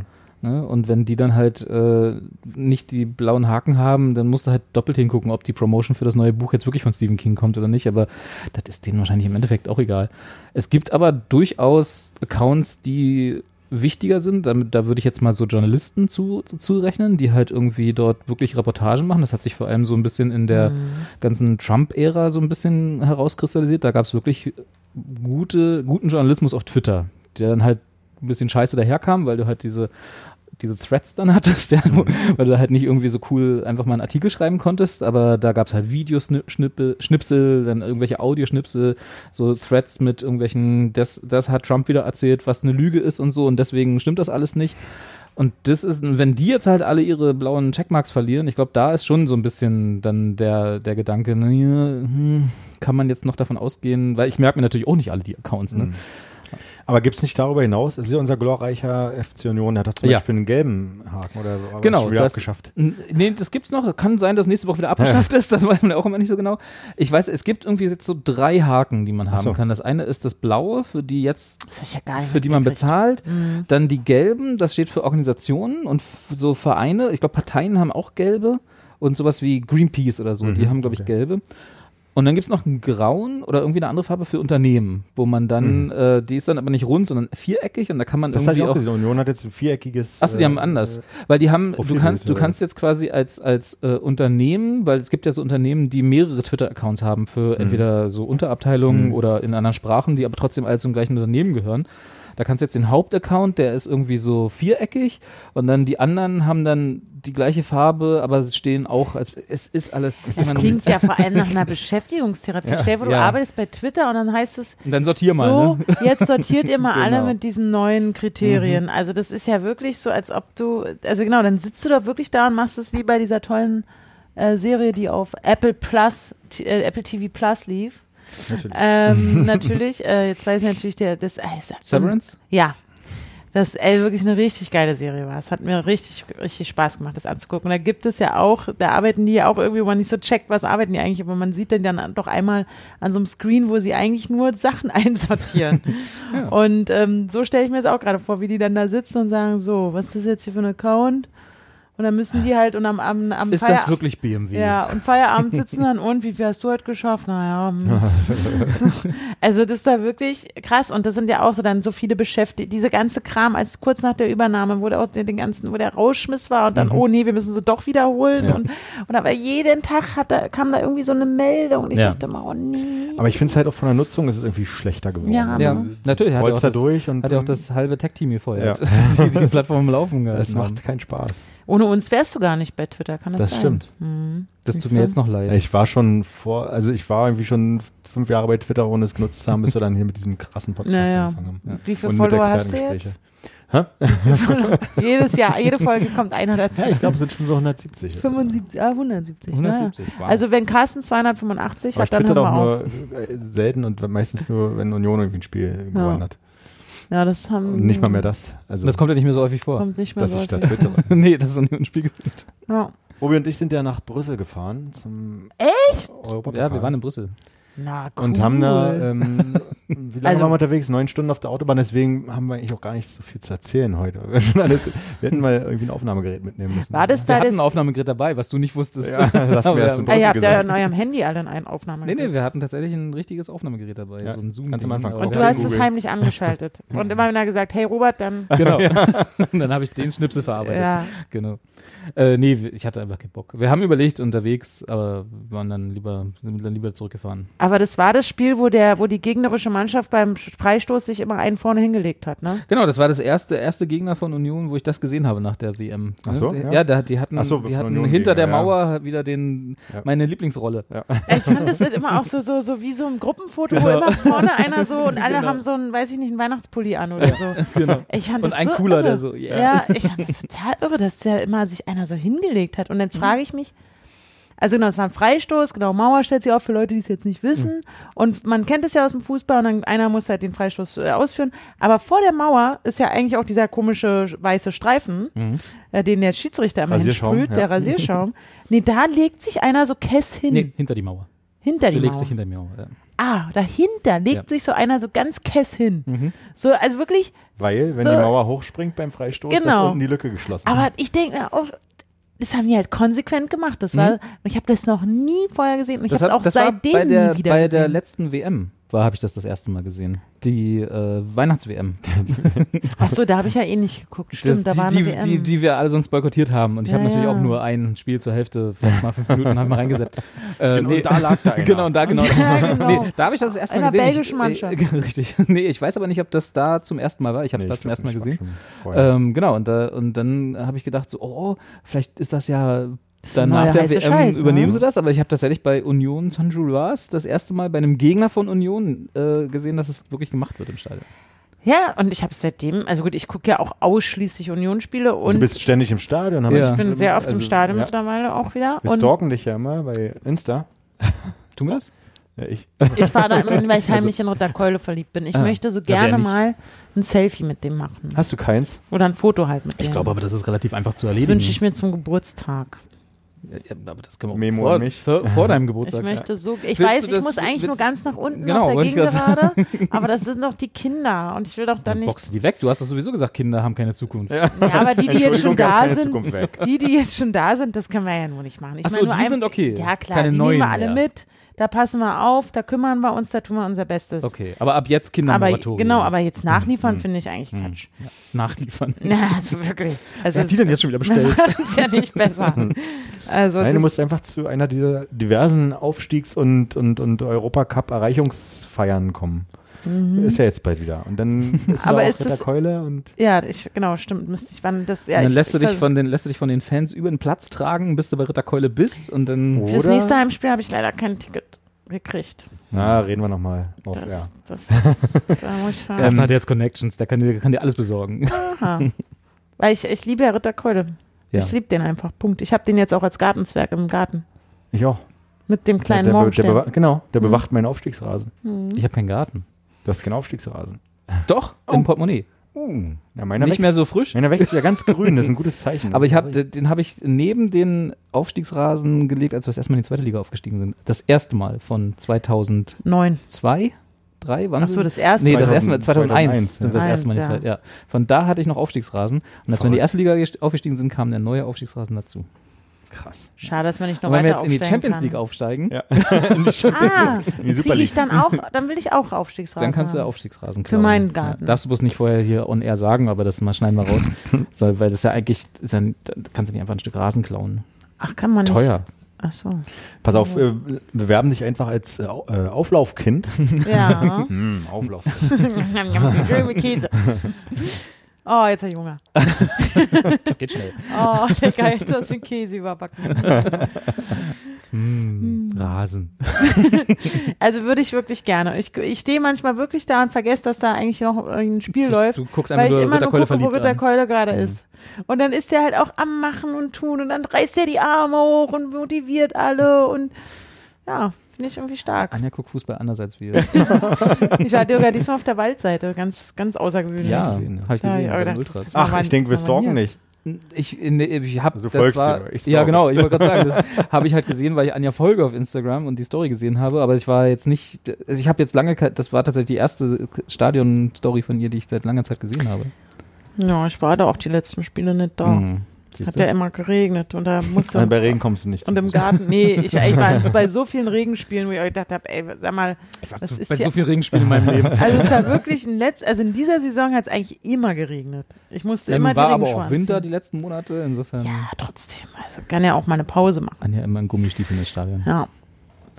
B: Ne? Und wenn die dann halt äh, nicht die blauen Haken haben, dann musst du halt doppelt hingucken, ob die Promotion für das neue Buch jetzt wirklich von Stephen King kommt oder nicht. Aber das ist denen wahrscheinlich im Endeffekt auch egal. Es gibt aber durchaus Accounts, die wichtiger sind. Damit, da würde ich jetzt mal so Journalisten zu, zurechnen, die halt irgendwie dort wirklich Reportagen machen. Das hat sich vor allem so ein bisschen in der ganzen Trump-Ära so ein bisschen herauskristallisiert. Da gab es wirklich gute, guten Journalismus auf Twitter, der dann halt ein bisschen scheiße daherkam, weil du halt diese diese Threads dann hattest, ja, weil du halt nicht irgendwie so cool einfach mal einen Artikel schreiben konntest, aber da gab es halt Videoschnipsel, dann irgendwelche Audioschnipsel, so Threads mit irgendwelchen, das, das hat Trump wieder erzählt, was eine Lüge ist und so und deswegen stimmt das alles nicht. Und das ist, wenn die jetzt halt alle ihre blauen Checkmarks verlieren, ich glaube, da ist schon so ein bisschen dann der, der Gedanke, naja, hm, kann man jetzt noch davon ausgehen, weil ich merke mir natürlich auch nicht alle die Accounts, ne?
A: Aber gibt es nicht darüber hinaus? Es ist ja unser glorreicher FC Union, der hat doch zum
B: Ja.
A: Beispiel einen gelben Haken oder aber ist
B: Genau,
A: schon wieder
B: das,
A: abgeschafft.
B: N- Nee, das gibt's noch. Kann sein, dass nächste Woche wieder abgeschafft ist. Das weiß man ja auch immer nicht so genau. Ich weiß, es gibt irgendwie jetzt so drei Haken, die man haben
A: so.
B: kann. Das eine ist das Blaue, für die jetzt,
C: Das ist Ah ja geil.
B: für die man bezahlt. Dann die Gelben, das steht für Organisationen und f- so Vereine. Ich glaube, Parteien haben auch Gelbe und sowas wie Greenpeace oder so.
A: Mhm.
B: die haben, glaube ich, Gelbe. Und dann gibt's noch einen grauen oder irgendwie eine andere Farbe für Unternehmen, wo man dann, äh, die ist dann aber nicht rund, sondern viereckig und da kann man
A: Mhm. Das habe
B: irgendwie
A: ich auch gesehen.
B: auch
A: Union hat jetzt ein viereckiges.
B: Achso, die haben
A: äh,
B: anders. Weil die haben, du
A: Profilbild,
B: kannst, du
A: oder?
B: kannst jetzt quasi als, als äh, Unternehmen, weil es gibt ja so Unternehmen, die mehrere Twitter-Accounts haben für entweder so Unterabteilungen oder in anderen Sprachen, die aber trotzdem alle zum gleichen Unternehmen gehören. Da kannst du jetzt den Hauptaccount, der ist irgendwie so viereckig und dann die anderen haben dann die gleiche Farbe, aber sie stehen auch als, es ist alles,
C: Das
B: man-
C: klingt ja vor allem nach einer Beschäftigungstherapie. Stell dir vor, du
B: Ja.
C: arbeitest bei Twitter und dann heißt es,
B: und dann sortier mal,
C: so,
B: ne?
C: jetzt sortiert ihr mal alle
B: Genau. Mhm.
C: mit diesen neuen Kriterien. Also das ist ja wirklich so, als ob du, also genau, dann sitzt du da wirklich da und machst es wie bei dieser tollen äh, Serie, die auf Apple Plus, t- äh, Apple TV Plus lief. Natürlich. Ähm, natürlich, äh, jetzt weiß ich natürlich der, das, äh, ist-
B: Severance?
C: Ja. Das ey, wirklich eine richtig geile Serie war. Es hat mir richtig, richtig Spaß gemacht, das anzugucken. Da gibt es ja auch, da arbeiten die ja auch irgendwie, wo man nicht so checkt, was arbeiten die eigentlich, aber man sieht denn dann doch einmal an so einem Screen, wo sie eigentlich nur Sachen einsortieren. Und ähm, so stelle ich mir das auch gerade vor, wie die dann da sitzen und sagen, so, was ist das jetzt hier für ein Account? Und dann müssen die halt und am, am, am
B: Ist
C: Feier-
B: das wirklich BMW?
C: ja, und Feierabend sitzen dann und wie viel hast du heute geschafft? Naja. hm. also das ist da wirklich krass und das sind ja auch so dann so viele Beschäftigte. Diese ganze Kram, als kurz nach der Übernahme, wo der, auch den ganzen, wo der Rausschmiss war
A: Mhm.
C: und dann, oh nee, wir müssen sie doch wiederholen. Und, und aber jeden Tag hat da, kam da irgendwie so eine Meldung und ich
B: Ja.
C: dachte immer, oh nee.
A: Aber ich finde es halt auch von der Nutzung ist es irgendwie schlechter geworden.
C: Ja.
B: Ja, natürlich. Hat er auch
A: Kreuzt da
B: das,
A: durch und
B: hat ja auch
A: ähm,
B: das halbe Tech-Team gefeuert,
A: Ja.
B: die die Plattform am laufen gehalten
A: Es
B: haben.
A: macht keinen Spaß.
C: Ohne uns wärst du gar nicht bei Twitter, kann das,
A: Das
C: sein?
A: stimmt.
B: Das tut
C: Siehst du?
B: mir jetzt noch leid.
A: Ich war schon vor, also ich war irgendwie schon fünf Jahre bei Twitter, ohne es genutzt zu haben, bis wir dann hier mit diesem krassen Podcast
C: Naja.
A: angefangen haben.
C: Wie viele
A: Und mit
C: Follower hast du
A: Expertengespräche.
C: jetzt? Jedes Jahr, jede Folge kommt einer dazu.
A: Ja, ich glaube, es sind schon so 170. jetzt.
C: 75, ah, 170. naja.
B: 170, wow.
C: Also wenn Carsten 285
A: Aber ich
C: hat, dann
A: twitter
C: hören
A: doch
C: wir auf.
A: nur äh, selten und meistens nur, wenn Union irgendwie ein Spiel
C: Ja.
A: gewonnen hat.
C: Ja, das haben.
A: Und nicht mal mehr das. Also,
B: das kommt ja nicht mehr so häufig vor.
C: Kommt nicht mehr
A: dass
C: so
A: ich da
C: häufig.
A: twittere.
B: nee, das ist ein Spiegel.
C: Ja.
A: Robi und ich sind ja nach Brüssel gefahren zum
C: Echt?
A: Europapokal.
B: Ja, wir waren in Brüssel.
C: Na, cool.
A: Und haben da, ähm, wie lange
C: Also-
A: waren wir unterwegs? Neun Stunden auf der Autobahn, deswegen haben wir eigentlich auch gar nicht so viel zu erzählen heute. Wir, schon alles, wir hätten mal irgendwie ein Aufnahmegerät mitnehmen müssen.
C: War
B: Wir
C: das da
B: hatten
C: das.
B: ein Aufnahmegerät dabei, was du nicht wusstest.
A: Ja, das
B: Aber
A: wär's.
B: wir-
C: Ah, ihr habt ja
A: gesagt.
C: in eurem Handy alle in einen Aufnahme.
B: Nee, nee, wir hatten tatsächlich ein richtiges Aufnahmegerät dabei,
A: Ja,
B: so ein Zoom.
A: ganz am Anfang.
C: Und
A: wir
C: du
A: haben
C: hast es
A: gegoogelt.
C: heimlich angeschaltet. Und immer wenn er gesagt, hey Robert, dann.
B: Genau. Und dann habe ich den Schnipsel verarbeitet.
C: Ja.
B: Genau. Äh, nee, ich hatte einfach keinen Bock. Wir haben überlegt unterwegs, aber waren dann lieber, sind dann lieber zurückgefahren.
C: Aber das war das Spiel, wo, der, wo die gegnerische Mannschaft beim Freistoß sich immer einen vorne hingelegt hat, ne?
B: Genau, das war das erste, erste Gegner von Union, wo ich das gesehen habe nach der WM.
A: Ach so,
B: ja.
A: ja.
B: Ja, da, die hatten,
A: Ach so,
B: die
A: von
B: hatten
A: Union
B: hinter der
A: Gegner, ja.
B: Mauer wieder den,
A: Ja.
B: meine Lieblingsrolle.
C: Ich fand das ist immer auch so, so, so wie so ein Gruppenfoto, wo
A: Genau.
C: immer vorne einer so und alle haben so einen, weiß ich nicht, einen Weihnachtspulli an oder so.
B: Genau.
C: Ich fand
B: Und
C: das
B: ein
C: so
B: cooler,
C: irre.
B: der so, ja.
C: Ja, ich fand das total irre, dass der immer sich einer so hingelegt hat. Und
B: Mhm.
C: jetzt frage ich mich, also genau, es war ein Freistoß, genau, Mauer stellt sie auf für Leute, die es jetzt nicht wissen.
B: Mhm.
C: Und man kennt es ja aus dem Fußball und dann einer muss halt den Freistoß äh, ausführen. Aber vor der Mauer ist ja eigentlich auch dieser komische weiße Streifen,
B: Mhm.
C: äh, den der Schiedsrichter immer
A: Rasierschaum,
C: hinsprüht,
A: ja.
C: der Rasierschaum. nee, da legt sich einer so Kess hin,
B: Nee, hinter die Mauer.
C: hinter
B: Du
C: die
B: legst
C: Mauer.
B: dich hinter die Mauer. Ja.
C: Ah, dahinter legt
B: Ja. Mhm.
C: sich so einer so ganz Kess hin. So, also wirklich,
A: Weil, wenn
C: So.
A: die Mauer hochspringt beim Freistoß,
C: Genau.
A: ist unten die Lücke geschlossen.
C: Aber ich denke mir auch, das haben die halt konsequent gemacht. Das war, ich habe das noch nie vorher gesehen und ich habe es
B: Hm? hat-
C: auch
B: war
C: seitdem
B: bei der,
C: nie wieder
B: Bei der
C: gesehen.
B: letzten WM war, habe ich das das erste Mal gesehen. Die äh, Weihnachts-WM.
C: Achso, da habe ich ja eh nicht geguckt. Stimmt,
B: Das-
C: da war
B: die,
C: eine
B: die,
C: WM.
B: die, die wir alle sonst boykottiert haben. Und ich
C: Ja,
B: habe natürlich
C: ja.
B: auch nur ein Spiel zur Hälfte, vielleicht mal fünf Minuten, haben wir reingesetzt. Äh,
A: Und da lag da einer.
B: Genau, und da genau.
C: Ja, genau.
B: Nee, da habe ich das erstmal
C: Einer
B: gesehen.
C: belgischen
B: ich, äh, richtig. Nee, ich weiß aber nicht, ob das da zum ersten Mal war. Ich habe es da zum ersten Mal gesehen.
A: Ähm,
B: Ähm, genau, und, da, und dann habe ich gedacht, so, oh, vielleicht ist das ja
C: ist ein
B: danach
C: neuer
B: der
C: heißer
B: WM
C: Scheiß, ne?
B: übernehmen sie das, aber ich habe tatsächlich bei Union San Julas das erste Mal bei einem Gegner von Union äh, gesehen, dass es wirklich gemacht wird im Stadion.
C: ja, und ich habe seitdem, also gut, ich gucke ja auch ausschließlich Unionsspiele
A: du
C: und
A: bist ständig im Stadion. Haben
B: Ähm, Ja.
A: wir-
C: bin sehr oft im
A: also,
C: Stadion
A: ja.
C: mittlerweile auch wieder.
A: Wir
C: und
A: stalken dich ja immer bei Insta.
B: Tun wir das?
A: Ja, ich.
C: Ich fahre da immer hin, weil ich heimlich in Ritterkeule verliebt bin. Ich möchte so
B: na, Also- Ah, wer
C: gerne
B: nicht?
C: mal ein Selfie mit dem machen.
A: Hast du keins?
C: Oder ein Foto halt mit dem.
B: Ich glaube aber, das ist relativ einfach zu
C: das
B: erledigen.
C: wünsche ich mir zum Geburtstag.
B: Ja, aber das können wir auch
A: Memo
B: vor,
A: an mich.
B: Vor, vor deinem
C: Ich
B: Geburtstag.
C: möchte so, ich
B: Willst
C: weiß,
B: du
C: ich
B: das-
C: muss eigentlich
B: willst-
C: nur ganz nach unten
B: Genau,
C: auf der
B: wollte ich grad
C: Gegengerade, aber das sind doch die Kinder und ich will doch dann
B: Dann
C: nicht,
B: boxen die weg. Du hast das sowieso gesagt, Kinder haben keine Zukunft.
C: ja, aber die, die jetzt
A: Entschuldigung,
C: schon da
A: keine
C: sind,
A: Zukunft weg.
C: die, die jetzt schon da sind, das können wir ja nur nicht machen. Ich
B: Ach so,
C: meine nur
B: die
C: ein-
B: sind okay.
C: Ja klar,
B: Keine
C: die
B: neuen
C: nehmen wir alle
B: mehr.
C: mit, da passen wir auf, da kümmern wir uns, da tun wir unser Bestes.
B: Okay, aber ab jetzt
C: Aber
B: Kindermoratorium.
C: genau, aber jetzt
B: Hm,
C: nachliefern finde ich eigentlich Quatsch.
B: Nachliefern.
C: Na, also wirklich. Also
B: Wer hat die denn jetzt schon wieder bestellt?
C: das macht uns ja nicht besser. Also
A: Nein, du
C: das,
A: musst einfach zu einer dieser diversen Aufstiegs- und, und, und Europacup-Erreichungsfeiern kommen. Ist ja jetzt bald wieder. Und dann ist
C: Mhm. Aber
A: da auch
C: ist das-
A: Keule und
C: ja, ich, genau, stimmt, müsste ich, wann das, ja,
B: Und dann
C: ich,
B: lässt du,
C: ich
B: dich
C: vers-
B: von den, lässt du dich von den Fans über den Platz tragen, bis du bei Ritterkeule bist und dann.
A: Oh.
C: Fürs
A: Oder-
C: nächste Heimspiel habe ich leider kein Ticket gekriegt.
A: na, reden wir nochmal auf. Ja.
C: Das, das ist, da muss ich
B: Carsten
C: mal.
B: Ah. hat jetzt Connections, der kann, dir- kann dir alles besorgen.
C: Aha. Weil ich, ich liebe ja Ritterkeule.
B: Ja.
C: Ich liebe den einfach. Punkt. Ich habe den jetzt auch als Gartenzwerg im Garten.
A: Ich auch.
C: Mit dem kleinen
A: der, der, der,
C: Morgenstern. Mhm.
A: bewa- Genau, der bewacht meinen Aufstiegsrasen.
B: Ich habe keinen Garten.
A: Du hast keinen Aufstiegsrasen.
B: Doch, oh. im Portemonnaie.
A: Uh, na, meiner
B: Nicht
A: wächst,
B: mehr so frisch.
A: Meiner wächst wieder ganz grün, das ist ein gutes Zeichen.
B: Aber ich hab, den habe ich neben den Aufstiegsrasen gelegt, als wir das erste Mal in die zweite Liga aufgestiegen sind. Das erste Mal von 2002,
C: Neun.
B: 3, wann?
C: Ach so, das erste.
B: Nee, das
A: 2000
B: erste Mal
A: 2001,
B: 2001 sind wir das
C: ja.
B: erste Mal in die
C: Eins, ja.
B: zweite, ja. Von da hatte ich noch Aufstiegsrasen. Und als wir in die erste Liga gest- aufgestiegen sind, kam der neue Aufstiegsrasen dazu.
A: krass.
C: Schade, dass man nicht noch
B: Und wenn wir
C: weiter
B: jetzt in die
C: aufsteigen
B: Champions
C: kann.
B: League aufsteigen,
A: Ja.
C: Ah,
A: die Super
C: kriege
A: League.
C: ich dann auch, dann will ich auch Aufstiegsrasen.
B: dann kannst du
C: haben.
B: Aufstiegsrasen
C: Für
B: klauen.
C: meinen Garten.
B: Ja, darfst du bloß nicht vorher hier on air sagen, aber das mal schneiden wir raus. so, weil das ja eigentlich, ist ja, kannst du nicht einfach ein Stück Rasen klauen.
C: Ach, kann man nicht.
A: Teuer.
C: Ach so.
A: Pass auf, äh, bewerben dich einfach als äh, Au- äh, Auflaufkind.
C: Ja.
A: Hm, Auflauf.
C: Schön mit Käse. Oh, jetzt habe ich Hunger.
B: Geht schnell.
C: Oh, lecker, jetzt hast du den Käse überbacken. Hm.
A: Hm.
B: Rasen.
C: Also würde ich wirklich gerne. Ich, ich stehe manchmal wirklich da und vergesse, dass da eigentlich noch ein Spiel läuft.
B: Du guckst einfach
C: Weil ich
B: nur
C: immer nur
B: Ritterkeule
C: gucke, wo
B: verliebt Mhm. an.
C: Ritterkeule gerade ist. Und dann ist der halt auch am Machen und Tun und dann reißt er die Arme hoch und motiviert alle und ja, finde ich irgendwie stark.
B: Anja guckt Fußball anders als wir.
C: Ich war sogar diesmal auf der Waldseite, ganz, ganz außergewöhnlich.
B: ja, habe ich
A: gesehen,
B: gesehen.
A: ja.
B: bei
C: Ja,
B: den
C: oder-
B: Ultras.
C: Mal
A: Ach,
C: wann-
A: ich denke, wir
C: mal wann
A: stalken
C: hier?
A: nicht.
B: Ich, nee, ich habe
A: Also du
B: das
A: folgst
B: war,
A: dir, ich
B: ja
A: auch.
B: genau, ich wollte gerade sagen, das habe ich halt gesehen, weil ich Anja folge auf Instagram und die Story gesehen habe, aber ich war jetzt nicht, also ich habe jetzt lange, ke- das war tatsächlich die erste Stadion-Story von ihr, die ich seit langer Zeit gesehen habe.
C: Ja, ich war da auch die letzten Spiele nicht da.
A: Hm.
B: Mhm.
C: Hat
B: Siehst du?
C: ja immer geregnet und da musste
A: Bei Regen kommst du nicht.
C: und im Garten, nee, ich, ich war so bei so vielen Regenspielen, wo ich gedacht habe, ey, sag mal,
B: Ich war
C: Das
B: zu,
C: ist
B: bei
C: ja-
B: so vielen Regenspielen in meinem Leben.
C: also es ist ja wirklich ein Letz, also in dieser Saison hat es eigentlich immer geregnet. Ich musste
B: Ähm,
C: immer die
B: war aber
C: Regenschwanz
B: auch Winter die letzten Monate, insofern.
C: Ja, trotzdem. Also kann ja auch mal eine Pause machen.
B: Anja immer in Gummistiefeln ins Stadion.
C: Ja.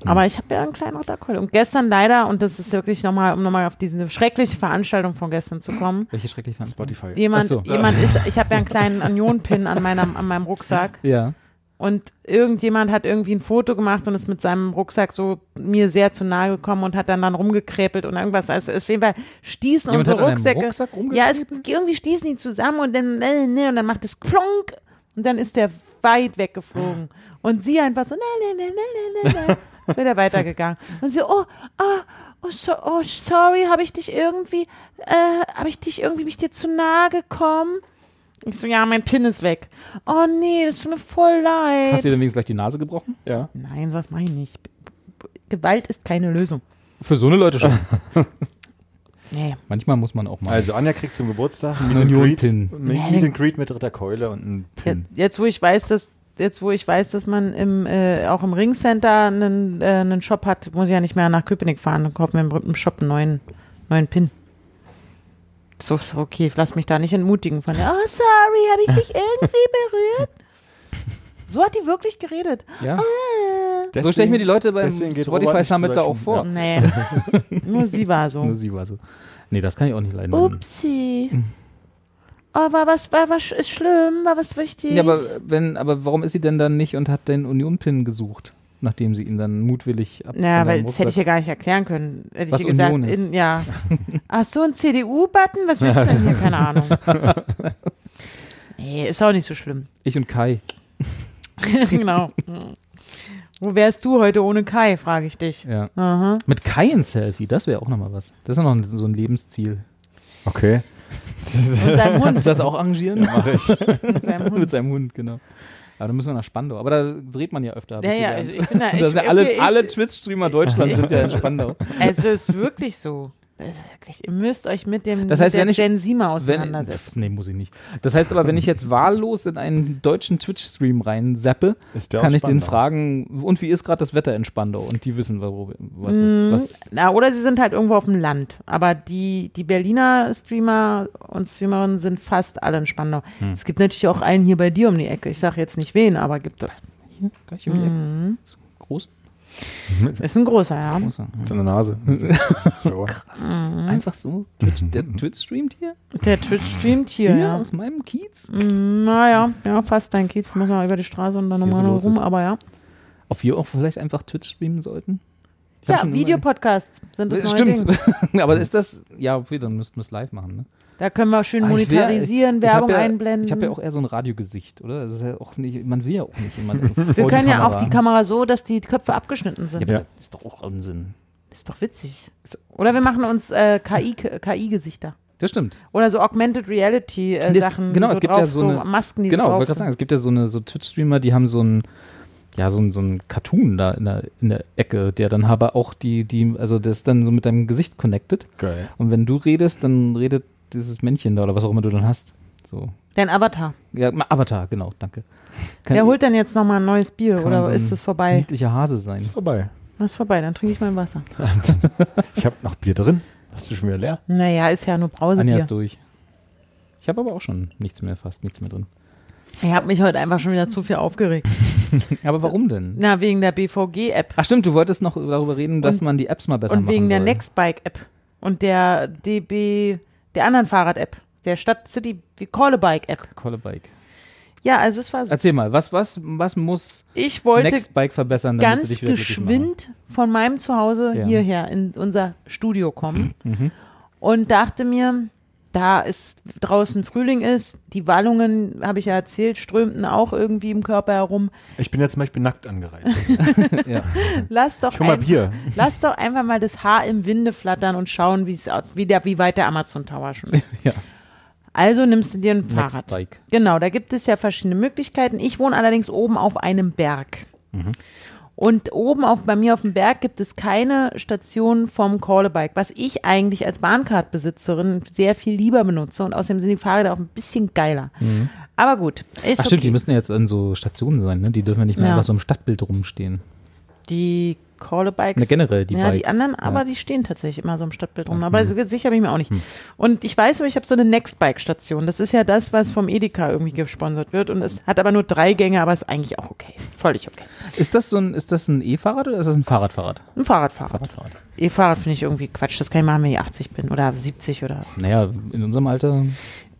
B: Hm.
C: Aber ich habe ja einen kleinen Ritterkeule. Und gestern leider, und das ist wirklich nochmal, um nochmal auf diese schreckliche Veranstaltung von gestern zu kommen.
B: Welche schreckliche Veranstaltung?
A: Spotify.
C: Jemand,
B: so.
C: jemand ist, ich habe ja einen kleinen Union-Pin an meinem, an meinem Rucksack.
B: Ja.
C: Und irgendjemand hat irgendwie ein Foto gemacht und ist mit seinem Rucksack so mir sehr zu nahe gekommen und hat dann dann rumgekrepelt und irgendwas. Also es auf jeden Fall stießen
B: Jemand hat
C: unsere
B: an
C: Rucksäcke.
B: einem Rucksack
C: Ja, es,
B: rumgeklebt?
C: irgendwie stießen die zusammen und dann, ne, ne, und dann macht es klonk und dann ist der weit weggeflogen. Und sie einfach so, ne, ne, ne, ne, ne, ne, ne, wieder weitergegangen. Und sie, oh, ah, oh, so, oh, sorry, habe ich dich irgendwie, äh, habe ich dich irgendwie, bin ich dir zu nahe gekommen? Ich so, ja, mein Pin ist weg. Oh nee, das tut mir voll leid.
B: Hast du dir denn wenigstens gleich die Nase gebrochen?
A: Ja.
C: Nein, sowas mache ich nicht. B- b- Gewalt ist keine Lösung.
B: Für so eine Leute schon.
C: Nee.
B: Manchmal muss man auch mal.
A: Also Anja kriegt zum Geburtstag einen
B: Union
A: Meet and Greet,
B: Pin.
A: Meet- Meet and Greet mit Ritter Keule und einen
C: Ja,
A: Pin.
C: Hm. Jetzt, wo ich weiß, dass jetzt wo ich weiß, dass man im, äh, auch im Ringcenter einen, äh, einen Shop hat, muss ich ja nicht mehr nach Köpenick fahren und kaufe mir im, im Shop einen neuen, neuen Pin. So, so, okay, lass mich da nicht entmutigen von der, oh sorry, habe ich dich irgendwie berührt? So hat die wirklich geredet.
B: Ja. so
A: Deswegen-
B: stelle ich mir die Leute beim
A: deswegen geht Robert
B: Spotify
A: nicht zu
B: Summit da auch
A: solchen-
B: vor.
C: Nee, nur sie war so.
B: Nur sie war so. Nee, das kann ich auch nicht leiden.
C: Upsi. Oh, war was, war was, ist schlimm, war was wichtig.
B: Ja, aber, wenn, aber warum ist sie denn dann nicht und hat den Union-Pin gesucht, nachdem sie ihn dann mutwillig ab
C: Naja,
B: von
C: weil
B: seinem
C: das hätte ich
B: Rucksack-
C: ja gar nicht erklären können. Hätte
B: Was
C: ich ihr gesagt,
B: Union ist.
C: in, ja. Ach so, ein CDU-Button? Was willst du denn hier? Keine Ahnung. Nee, ist auch nicht so schlimm.
B: ich und Kai.
C: genau. Wo wärst du heute ohne Kai, frage ich dich.
B: Ja.
C: Aha.
B: Mit Kai ein Selfie, das wäre auch nochmal was. Das ist ja noch so ein Lebensziel.
A: Okay.
C: Und seinem
B: Kannst du
C: Hund.
B: das auch arrangieren?
C: Und seinem
B: Mit
C: Hund.
B: seinem Hund, genau. Aber dann müssen wir nach Spandau. Aber da dreht man ja öfter.
C: Ja, ja, also ich bin da, ich,
B: das sind ja
C: okay,
B: alle,
C: ich,
B: alle Twitch-Streamer Deutschlands sind ja in Spandau.
C: Es ist wirklich so. Also wirklich, ihr müsst euch mit dem
B: Das heißt,
C: mit der
B: wenn ich-
C: Gen Z mal
B: Wenn,
C: auseinandersetzen.
B: pf, nee, muss ich nicht. Das heißt aber, wenn ich jetzt wahllos in einen deutschen Twitch-Stream reinseppe,
A: Ist der
B: kann
A: aus
B: ich den
A: Spandau?
B: fragen, und wie ist gerade das Wetter in Spandau? Und die wissen, wo, was
C: Mhm.
B: ist, was.
C: Na, oder sie sind halt irgendwo auf dem Land. Aber die, die Berliner Streamer und Streamerinnen sind fast alle in Spandau.
B: Hm.
C: Es gibt natürlich auch einen hier bei dir um die Ecke. Ich sage jetzt nicht wen, aber gibt es.
B: Hier, gleich um die Ecke.
C: Mhm.
B: Ist Groß?
C: Ist ein großer, ja.
B: Muss er.
A: Mit einer Nase. So.
B: ne? Einfach so? Twitch, der Twitch streamt hier?
C: Der Twitch streamt hier,
B: Hier
C: ja.
B: aus meinem Kiez?
C: Naja, ja, fast dein Kiez. Muss man über die Straße und dann
B: Was hier
C: nochmal
B: so
C: rum,
B: los ist.
C: aber ja.
B: Ob wir auch vielleicht einfach Twitch streamen sollten? Ich hab
C: Ja,
B: schon immer-
C: Videopodcasts sind das neue Ding.
B: Äh, Stimmt. Aber ist das. Ja, okay, dann müssten wir es live machen, ne?
C: Da können wir schön
B: Ah, ich wär-
C: monetarisieren,
B: ich- ich hab
C: Werbung
B: ja,
C: einblenden.
B: Ich habe ja auch eher so ein Radiogesicht, oder? Das ist ja auch nicht, man will ja auch nicht jemanden.
C: Wir können ja auch die Kamera so, dass die Köpfe abgeschnitten sind.
B: Ja,
A: Ja.
B: aber das ist doch auch Unsinn.
C: Ist doch witzig. Oder wir machen uns äh, KI KI-Gesichter.
B: Das stimmt.
C: Oder so Augmented Reality äh,
B: Nee, es-
C: Sachen.
B: genau,
C: die so
B: es gibt
C: drauf,
B: ja so eine-
C: Masken, die
B: genau,
C: so
B: wollte
C: drauf
B: gerade sagen,
C: sind.
B: es gibt ja so eine so Twitch-Streamer, die haben so ein ja, so ein, so ein Cartoon da in der, in der Ecke, der dann aber auch die, die, also das dann so mit deinem Gesicht connected.
A: Geil.
B: Und wenn du redest, dann redet dieses Männchen da oder was auch immer du dann hast. So.
C: Dein Avatar.
B: Ja, ma- Avatar, genau, danke. Kann
C: Wer holt denn jetzt nochmal ein neues Bier
B: kann
C: oder
B: so ein
C: ist es vorbei?
B: niedlicher Hase sein.
A: Ist vorbei.
C: Das ist vorbei, dann trinke ich mein Wasser.
A: Ich habe noch Bier drin. Hast du schon wieder leer?
C: Naja, ist ja nur
B: Anja
C: Brausebier.
B: ist durch. Ich habe aber auch schon nichts mehr, fast nichts mehr drin.
C: Ich habe mich heute einfach schon wieder zu viel aufgeregt.
B: Aber warum denn?
C: Na, wegen der BVG-App
B: Hm. Ach stimmt, du wolltest noch darüber reden, dass man die Apps mal besser
C: und
B: machen
C: wegen der
B: soll.
C: Nextbike-App und der DB, der anderen Fahrrad-App, der Stadt City wie Callebike-App.
B: Collebike.
C: Ja, also es war so.
B: Erzähl mal, was, was, was muss
C: Ich wollte
B: Nextbike verbessern, damit sie
C: ganz
B: dich wieder glücklich machen?
C: geschwind von meinem Zuhause
B: Ja.
C: hierher in unser Studio kommen und dachte mir, da ist draußen Frühling ist, die Wallungen, habe ich ja erzählt, strömten auch irgendwie im Körper herum.
A: Ich bin jetzt zum Beispiel nackt angereist.
B: Ja.
C: Lass doch,
A: Ich hol mal
C: ein-
A: Bier.
C: lass doch einfach mal das Haar im Winde flattern und schauen, wie's au- wie, der, wie weit der Amazon Tower schon ist.
B: Ja.
C: Also nimmst du dir ein Fahrrad.
B: Nextbike.
C: Genau, da gibt es ja verschiedene Möglichkeiten. Ich wohne allerdings oben auf einem Berg.
B: Mhm.
C: Und oben auf, bei mir auf dem Berg gibt es keine Station vom Callebike, was ich eigentlich als Bahncard-Besitzerin sehr viel lieber benutze. Und außerdem sind die Fahrräder auch ein bisschen geiler. Aber gut, ist
B: Mhm. Ach stimmt, die
C: okay.
B: müssen ja jetzt an so Stationen sein, ne? Die dürfen ja nicht mehr
C: Ja.
B: einfach so im Stadtbild rumstehen.
C: Die Callebikes.
B: Ne, generell die
C: Ja, die
B: Bikes.
C: anderen,
B: Ja. Hm.
C: aber die stehen tatsächlich immer so im Stadtbild rum. Aber so sicher bin ich mir auch nicht. Und ich weiß, aber ich habe so eine Nextbike-Station. Das ist ja das, was vom Edeka irgendwie gesponsert wird. Und es hat aber nur drei Gänge, aber ist eigentlich auch okay. Völlig okay.
B: Ist das so ein, ist das ein E-Fahrrad oder ist das ein Fahrradfahrrad?
C: Ein Fahrradfahrer.
B: Fahrradfahrrad.
C: E-Fahrrad finde ich irgendwie Quatsch. Das kann ich machen, wenn ich 80 bin oder 70 oder.
B: Naja, in unserem Alter.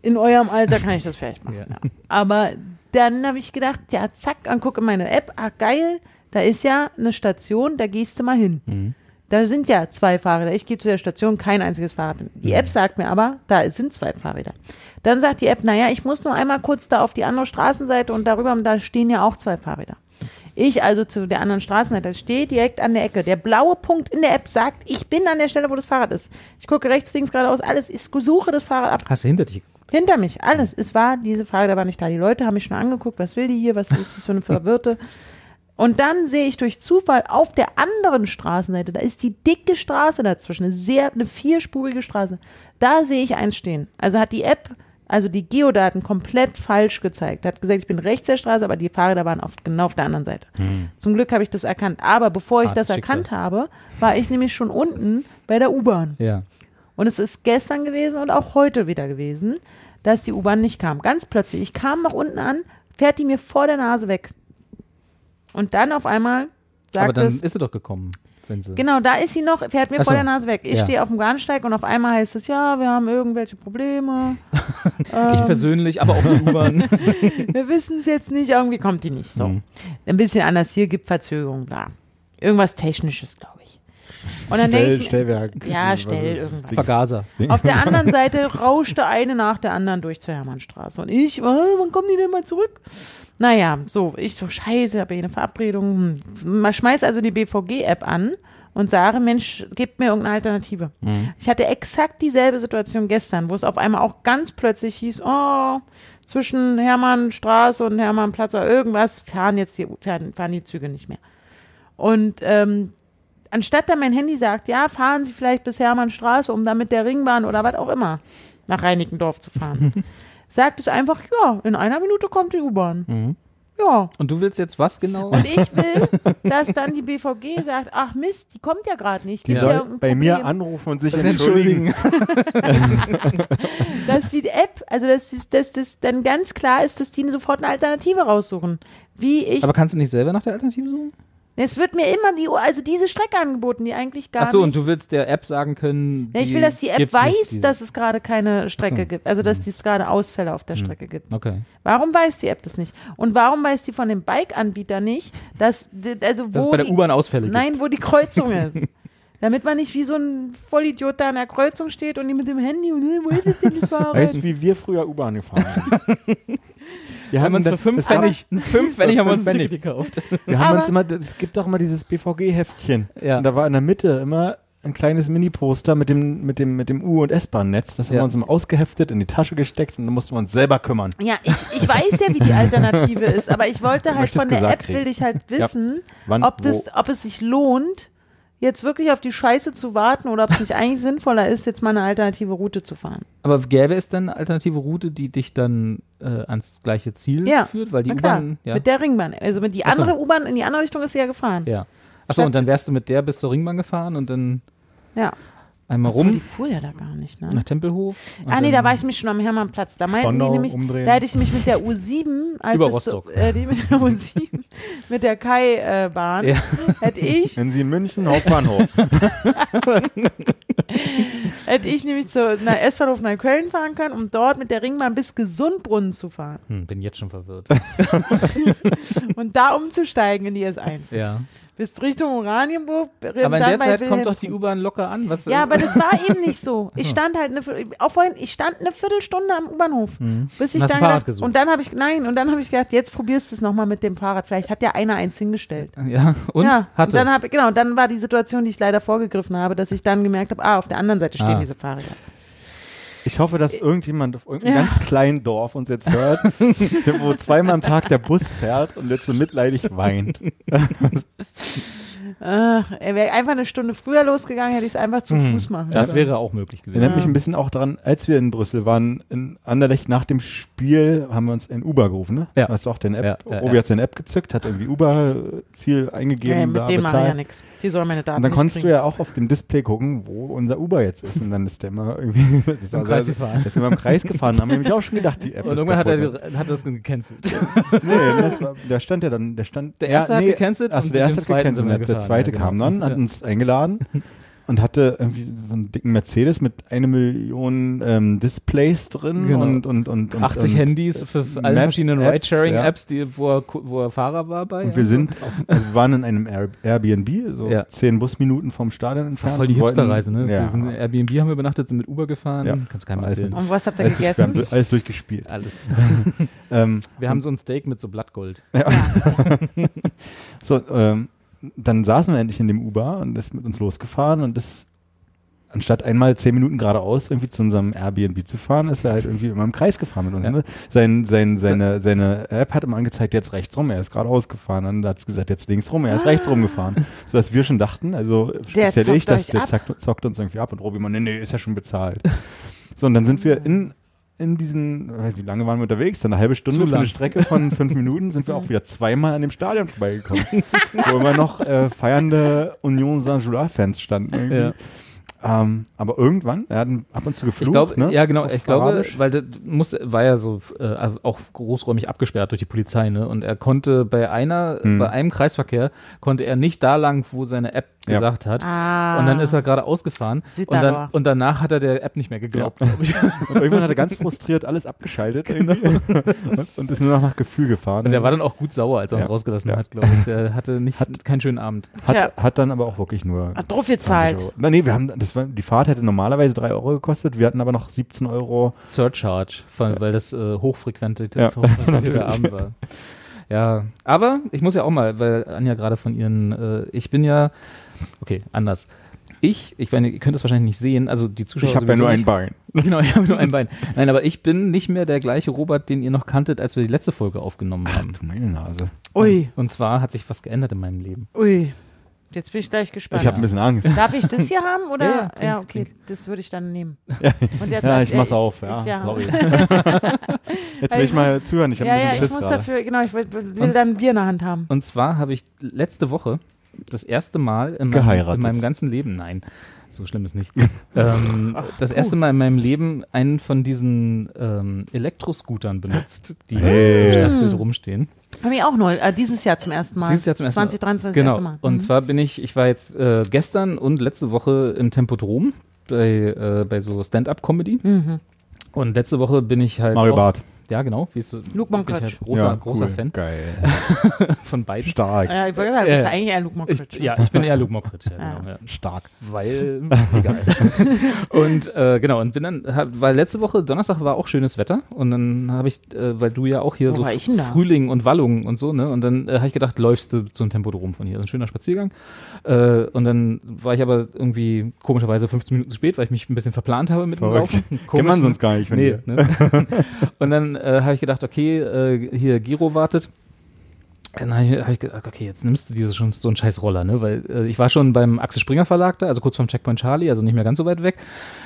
C: In eurem Alter kann ich das vielleicht machen.
B: Ja.
C: ja. Aber dann habe ich gedacht, ja, zack, angucke meine App. Ach, geil, da ist ja eine Station, da gehst du mal hin. Da sind ja zwei Fahrräder. Ich gehe zu der Station, kein einziges Fahrrad. Die App sagt mir aber, da sind zwei Fahrräder. Dann sagt die App, naja, ich muss nur einmal kurz da auf die andere Straßenseite und darüber, und da stehen ja auch zwei Fahrräder. Ich also zu der anderen Straßenseite, das steht direkt an der Ecke. Der blaue Punkt in der App sagt, ich bin an der Stelle, wo das Fahrrad ist. Ich gucke rechts, links, geradeaus, alles. Ich suche das Fahrrad ab.
B: Hast du hinter dich geguckt?
C: Hinter mich, alles. Es war, diese Fahrräder waren nicht da. Die Leute haben mich schon angeguckt, was will die hier, was ist das für eine Verwirrte. Und dann sehe ich durch Zufall auf der anderen Straßenseite, da ist die dicke Straße dazwischen, eine sehr, eine vierspurige Straße. Da sehe ich eins stehen. Also hat die App also die Geodaten komplett falsch gezeigt. Hat gesagt, ich bin rechts der Straße, aber die Fahrräder waren oft genau auf der anderen Seite. Zum Glück habe ich das erkannt. Aber bevor ich
B: Hm. Ah,
C: das
B: Schicksal.
C: erkannt habe, war ich nämlich schon unten bei der U-Bahn.
B: Ja.
C: Und es ist gestern gewesen und auch heute wieder gewesen, dass die U-Bahn nicht kam. Ganz plötzlich. Ich kam nach unten an, fährt die mir vor der Nase weg. Und dann auf einmal sagt
B: Aber dann
C: es,
B: ist sie doch gekommen, wenn sie.
C: Genau, da ist sie noch, fährt mir
B: Ach
C: vor
B: so.
C: der Nase weg. Ich
B: Ja.
C: stehe auf dem Bahnsteig und auf einmal heißt es, ja, wir haben irgendwelche Probleme.
B: Ich persönlich, aber auch die U-Bahn.
C: Wir wissen es jetzt nicht, irgendwie kommt die nicht. So.
B: Mhm.
C: Ein bisschen anders hier gibt Verzögerung, bla. Irgendwas Technisches, glaube ich. Und dann denke ich, mir-
A: Stellwerk.
C: Ja,
A: Was
C: Stell
A: ist-
C: irgendwas.
B: Vergaser.
C: auf der anderen Seite rauschte eine nach der anderen durch zur Hermannstraße. Und ich, oh, wann kommen die denn mal zurück? Naja, so, ich so, scheiße, habe ich eine Verabredung. Hm. Man schmeißt also die BVG-App an und sage, Mensch, gebt mir irgendeine Alternative. Ich hatte exakt dieselbe Situation gestern, wo es auf einmal auch ganz plötzlich hieß, oh, zwischen Hermannstraße und Hermannplatz oder irgendwas fahren jetzt die, fahren, fahren die Züge nicht mehr. Und ähm, anstatt da mein Handy sagt, ja, fahren Sie vielleicht bis Hermannstraße, um dann mit der Ringbahn oder was auch immer nach Reinickendorf zu fahren, sagt es einfach, ja, in einer Minute kommt die U-Bahn.
B: Mhm.
C: Ja.
B: Und du willst jetzt was genau?
C: Und ich will, dass dann die BVG sagt, ach Mist, die kommt ja gerade nicht.
A: Die
C: Gibt ja
A: soll
C: irgendein
A: bei mir
C: Problem.
A: anrufen und sich entschuldigen.
C: Dass die App, also dass das dass, das dann ganz klar ist, dass die sofort eine Alternative raussuchen. Wie ich,
B: Aber kannst du nicht selber nach der Alternative suchen?
C: es wird mir immer die, also diese Strecke angeboten, die eigentlich gar
B: Ach so,
C: nicht.
B: und du willst der App sagen können.
C: Ja, ich
B: die
C: will, dass die App
B: gibt's nicht,
C: weiß,
B: diese-
C: dass es gerade keine Strecke
B: so. Mhm.
C: gibt, also dass es gerade Ausfälle auf der Strecke gibt.
B: Okay.
C: Warum weiß die App das nicht? Und warum weiß die von dem Bike-Anbieter nicht, dass, d- also wo
B: Dass es bei der
C: die,
B: U-Bahn Ausfälle
C: nein,
B: gibt.
C: wo die Kreuzung ist? Damit man nicht wie so ein Vollidiot da an der Kreuzung steht und die mit dem Handy und wo ist das denn die
A: Weißt du,
C: Fahrrad?
A: wie wir früher U-Bahn gefahren sind? Wir
B: Haben wir uns
A: dann-
B: für fünf
A: das war-
B: Pfennig, fünf Pfennig haben wir uns ein
A: Fünf
B: Ticket gekauft.
A: Wir haben
C: Aber-
A: uns immer, es gibt doch immer dieses BVG-Heftchen.
B: Ja.
A: Und da war in der Mitte immer ein kleines Mini-Poster mit dem, mit dem, mit dem U- und S-Bahn-Netz. Das haben
B: Ja.
A: wir uns immer ausgeheftet, in die Tasche gesteckt und dann mussten wir uns selber kümmern.
C: Ja, ich, ich weiß ja, wie die Alternative ist, aber ich wollte halt
A: möchtest
C: von der
A: gesagt
C: App, will
A: kriegen.
C: ich halt wissen,
A: Wann,
C: ob, das, ob es sich lohnt, jetzt wirklich auf die Scheiße zu warten oder ob es nicht eigentlich sinnvoller ist, jetzt mal eine alternative Route zu fahren.
B: Aber gäbe es dann eine alternative Route, die dich dann äh, ans gleiche Ziel
C: Ja,
B: führt? Weil die
C: Na klar,
B: U-Bahn. Ja.
C: mit der Ringbahn. Also mit die
B: Ach so.
C: andere U-Bahn, in die andere Richtung ist sie ja gefahren.
B: ja. Achso, und dann wärst du mit der bis zur Ringbahn gefahren und dann
C: Ja.
B: einmal
C: Obwohl, Die
B: rum
C: fuhr ja da gar nicht, ne?
B: nach Tempelhof. und
C: Ah nee,
B: dann-
C: da war ich mich schon am Hermannplatz. Da meinten
A: Spandau
C: die nämlich,
A: umdrehen.
C: da hätte ich mich mit der U7 als
B: Über
C: bis zu-
B: Rostock.
C: äh, die mit der U7 mit der Kai äh, Bahn
B: Ja.
C: hätte ich
A: Wenn Sie in München, Hauptbahnhof.
C: hätte ich nämlich zu einer S-Bahnhof nach Köln fahren können, um dort mit der Ringbahn bis Gesundbrunnen zu fahren
B: Hm, bin jetzt schon verwirrt.
C: und da umzusteigen in die S1
B: ja.
C: bis Richtung Oranienburg.
B: Aber in der Zeit kommt doch die U-Bahn locker an. Was, äh,
C: Ja, aber das war eben nicht so. Ich stand halt eine, Viertel- auch vorhin, ich stand eine Viertelstunde am U-Bahnhof, bis ich
B: Mhm. Hast
C: dann
B: ein Fahrrad
C: gedacht,
B: gesucht.
C: und dann habe ich nein, und dann habe ich gedacht, jetzt probierst du es nochmal mit dem Fahrrad. Vielleicht hat ja einer eins hingestellt.
B: ja, und
C: ja,
B: hatte.
C: Und dann habe ich- genau, und dann war die Situation, die ich leider vorgegriffen habe, dass ich dann gemerkt habe, ah, auf der anderen Seite stehen
B: Ah.
C: diese Fahrräder.
A: Ich hoffe, dass irgendjemand auf irgendeinem
C: Äh, Ja.
A: ganz kleinen Dorf uns jetzt hört, wo zweimal am Tag der Bus fährt und jetzt so mitleidig weint.
C: Ach, er wäre einfach eine Stunde früher losgegangen, hätte ich es einfach zu
A: Mhm.
C: Fuß machen.
B: Mhm. das
C: können.
B: wäre auch möglich gewesen.
A: Erinnert mich ein bisschen auch daran, als wir in Brüssel waren, in Anderlecht nach dem Spiel haben wir uns in Uber gerufen, ne?
B: Ja.
A: Hast du auch den App,
B: Ja, ja,
A: Obi
B: ja.
A: hat seine App gezückt, hat irgendwie Uber-Ziel eingegeben,
C: nee,
A: da
C: mit dem mache ich ja
A: bezahlt.
C: nichts. Die sollen meine Daten
A: und dann
C: nicht
A: konntest du
C: kriegen.
A: ja auch auf dem Display gucken, wo unser Uber jetzt ist. Und dann ist der immer irgendwie. Das ist
B: Im Kreis gefahren.
A: Das sind wir im Kreis gefahren. Da haben wir nämlich auch schon gedacht, die App
B: Und
A: ist
B: irgendwann hat
A: kaputt.
B: er, hat er das gecancelt.
A: Nee, das war, der stand ja dann, der stand.
B: Der erste hat gecancelt
A: Achso,
B: und
A: der
B: mit
A: erste
B: dem
A: hat
B: zweiten sind
A: gecancelt.
B: wir
A: Der
B: gefahren,
A: zweite
B: ja,
A: kam
B: genau.
A: dann, hat
B: Ja.
A: uns eingeladen und hatte irgendwie so einen dicken Mercedes mit eine Million ähm, Displays drin
B: Genau.
A: und, und, und, und
B: 80
A: und,
B: Handys für f- alle
A: Map-
B: verschiedenen
A: Apps,
B: Ride-Sharing-Apps, die- wo, er, ku- wo er Fahrer war bei.
A: Und wir sind, auf, also wir waren in einem Air- Airbnb, so
B: Ja.
A: zehn Busminuten vom Stadion entfernt.
B: Voll die
A: und wollten-
B: Hipsterreise, ne?
A: Ja,
B: Wir sind in Airbnb haben wir übernachtet, sind mit Uber gefahren.
A: Ja.
B: Kannst keinem
A: Alles
B: erzählen.
A: mit-
C: Und was habt ihr
A: alles, durch, wir haben
C: gegessen?
A: alles durchgespielt.
B: Alles.
A: Ähm,
B: Wir haben so ein Steak mit so Blattgold.
A: So, ähm, dann saßen wir endlich in dem Uber und ist mit uns losgefahren und ist anstatt einmal zehn Minuten geradeaus irgendwie zu unserem Airbnb zu fahren, ist er halt irgendwie immer im Kreis gefahren mit uns.
B: Ja.
A: Ne? Sein, sein, seine, seine App hat ihm angezeigt, jetzt rechts rum, er ist geradeaus gefahren. Dann hat es gesagt, jetzt links rum, er ist rechts rum gefahren. Sodass wir schon dachten, also
C: Ah. Der
A: speziell
C: zockt
A: ich, dass
C: euch
A: der
C: ab.
B: Ah.
A: zockt, zockt uns irgendwie ab und Robi, meinte, nee, nee, ist ja schon bezahlt. So, und dann sind wir in in diesen, äh, wie lange waren wir unterwegs? Dann eine halbe Stunde
B: Zu
A: für eine
B: lang.
A: Strecke von fünf Minuten sind wir auch wieder zweimal an dem Stadion vorbeigekommen, wo immer noch äh, feiernde Union Saint-Gilloise-Fans standen. irgendwie.
B: Ja.
A: Ähm, aber irgendwann, er hat ab und zu geflucht,
B: Ich glaube,
A: ne?
B: ja genau,
A: Auf
B: ich glaube,
A: Arabisch.
B: weil das muss, war ja so äh, auch großräumig abgesperrt durch die Polizei, ne? Und er konnte bei einer,
A: Hm.
B: bei einem Kreisverkehr konnte er nicht da lang, wo seine App
A: Ja.
B: gesagt hat.
C: Ah.
B: Und dann ist er gerade ausgefahren und,
C: Südtirol.
B: dann, und danach hat er der App nicht mehr geglaubt, glaube ich.
A: Und irgendwann hat er ganz frustriert alles abgeschaltet irgendwie. und, und ist nur noch nach Gefühl gefahren.
B: Genau. Und der war dann auch gut sauer, als er uns
A: Ja.
B: rausgelassen
A: Ja.
B: hat, glaube ich. Der hatte nicht keinen schönen Abend.
A: hat, hat dann aber auch wirklich nur
C: Hat drauf gezahlt.
A: Euro. Na, nee, wir haben, das war, die Fahrt hätte normalerweise 3 Euro gekostet, wir hatten aber noch 17 Euro.
B: Surcharge, weil, weil das äh, hochfrequente
A: Ja,
B: hochfrequentierter
A: natürlich.
B: Abend war. Ja, aber ich muss ja auch mal, weil Anja gerade von ihren, äh, ich bin ja, okay, anders. Ich, ich meine, ihr könnt das wahrscheinlich nicht sehen, also die Zuschauer.
A: Ich habe ja
B: sowieso
A: nur ein
B: nicht.
A: Bein.
B: Genau, ich habe nur ein Bein. Nein, aber ich bin nicht mehr der gleiche Robert, den ihr noch kanntet, als wir die letzte Folge aufgenommen haben.
A: Du meine Nase.
C: Ui,
B: Und zwar hat sich was geändert in meinem Leben.
C: ui. Jetzt bin ich gleich gespannt.
A: Ich habe ein bisschen Angst.
C: Darf ich das hier haben? Oder?
B: Ja,
C: Ja,
B: ja, trink,
C: okay, das würde ich dann nehmen. Und jetzt
A: Ja,
C: sagt
A: ich
C: er,
A: mach's auf.
C: ich-
A: Ja,
C: ich-
A: sorry. Jetzt
C: Weil
A: will
C: ich
A: ich mal zuhören. Ich habe
C: Ja,
A: ein
C: ja,
A: bisschen
C: ich
A: Schiss
C: muss
A: gerade.
C: dafür, genau, ich will, will
B: Und-
C: dann ein Bier in der Hand haben.
B: Und zwar habe ich letzte Woche das erste Mal in meinem,
A: Geheiratet.
B: in meinem ganzen Leben, nein, so schlimm ist nicht, ähm, das erste Mal in meinem Leben einen von diesen ähm, Elektroscootern benutzt, die im
A: Hey.
B: Stadtbild rumstehen.
C: Haben wir auch neu, äh, dieses Jahr zum ersten Mal.
B: Dieses Jahr zum ersten Mal.
C: 2023 das
B: genau.
C: erste Mal. Mhm.
B: Und zwar bin ich, ich war jetzt äh, gestern und letzte Woche im Tempodrom bei, äh, bei so Stand-up-Comedy.
C: Mhm.
B: Und letzte Woche bin ich halt
A: Mario
B: auch,
A: Barth.
B: Ja, genau. Wie ist so,
C: Luke
B: bin ich
C: Mockridge.
B: halt großer,
A: ja,
B: großer
A: cool.
B: Fan
A: Geil.
B: von beiden.
A: Stark.
C: Ja, ich wollte sagen, du bist
B: Äh,
C: ja eigentlich ein Luke
B: Ich,
C: Mockridge. Ah. ne?
B: ja, ich bin eher Luke Mockridge. Ja, genau, ja.
A: Stark.
B: Weil, egal. und äh, genau, und bin dann, hab, weil letzte Woche, Donnerstag war auch schönes Wetter und dann habe ich, äh, weil du ja auch hier
C: Wo
B: so
C: war ich denn da?
B: Frühling und Wallungen und so, ne, und dann äh, habe ich gedacht, läufst du zum Tempodrom von hier, das ist ein schöner Spaziergang. Äh, und dann war ich aber irgendwie komischerweise 15 Minuten zu spät, weil ich mich ein bisschen verplant habe mit
A: Verrückt.
B: dem Laufen.
A: Kennt man sonst gar nicht von
B: Nee,
A: dir.
B: ne? Und dann äh, habe ich gedacht, okay, äh, hier Giro wartet. Dann habe ich, hab ich gedacht, okay, jetzt nimmst du diese schon so einen scheiß Roller, ne? Weil äh, ich war schon beim Axel Springer Verlag da, also kurz vom Checkpoint Charlie, also nicht mehr ganz so weit weg.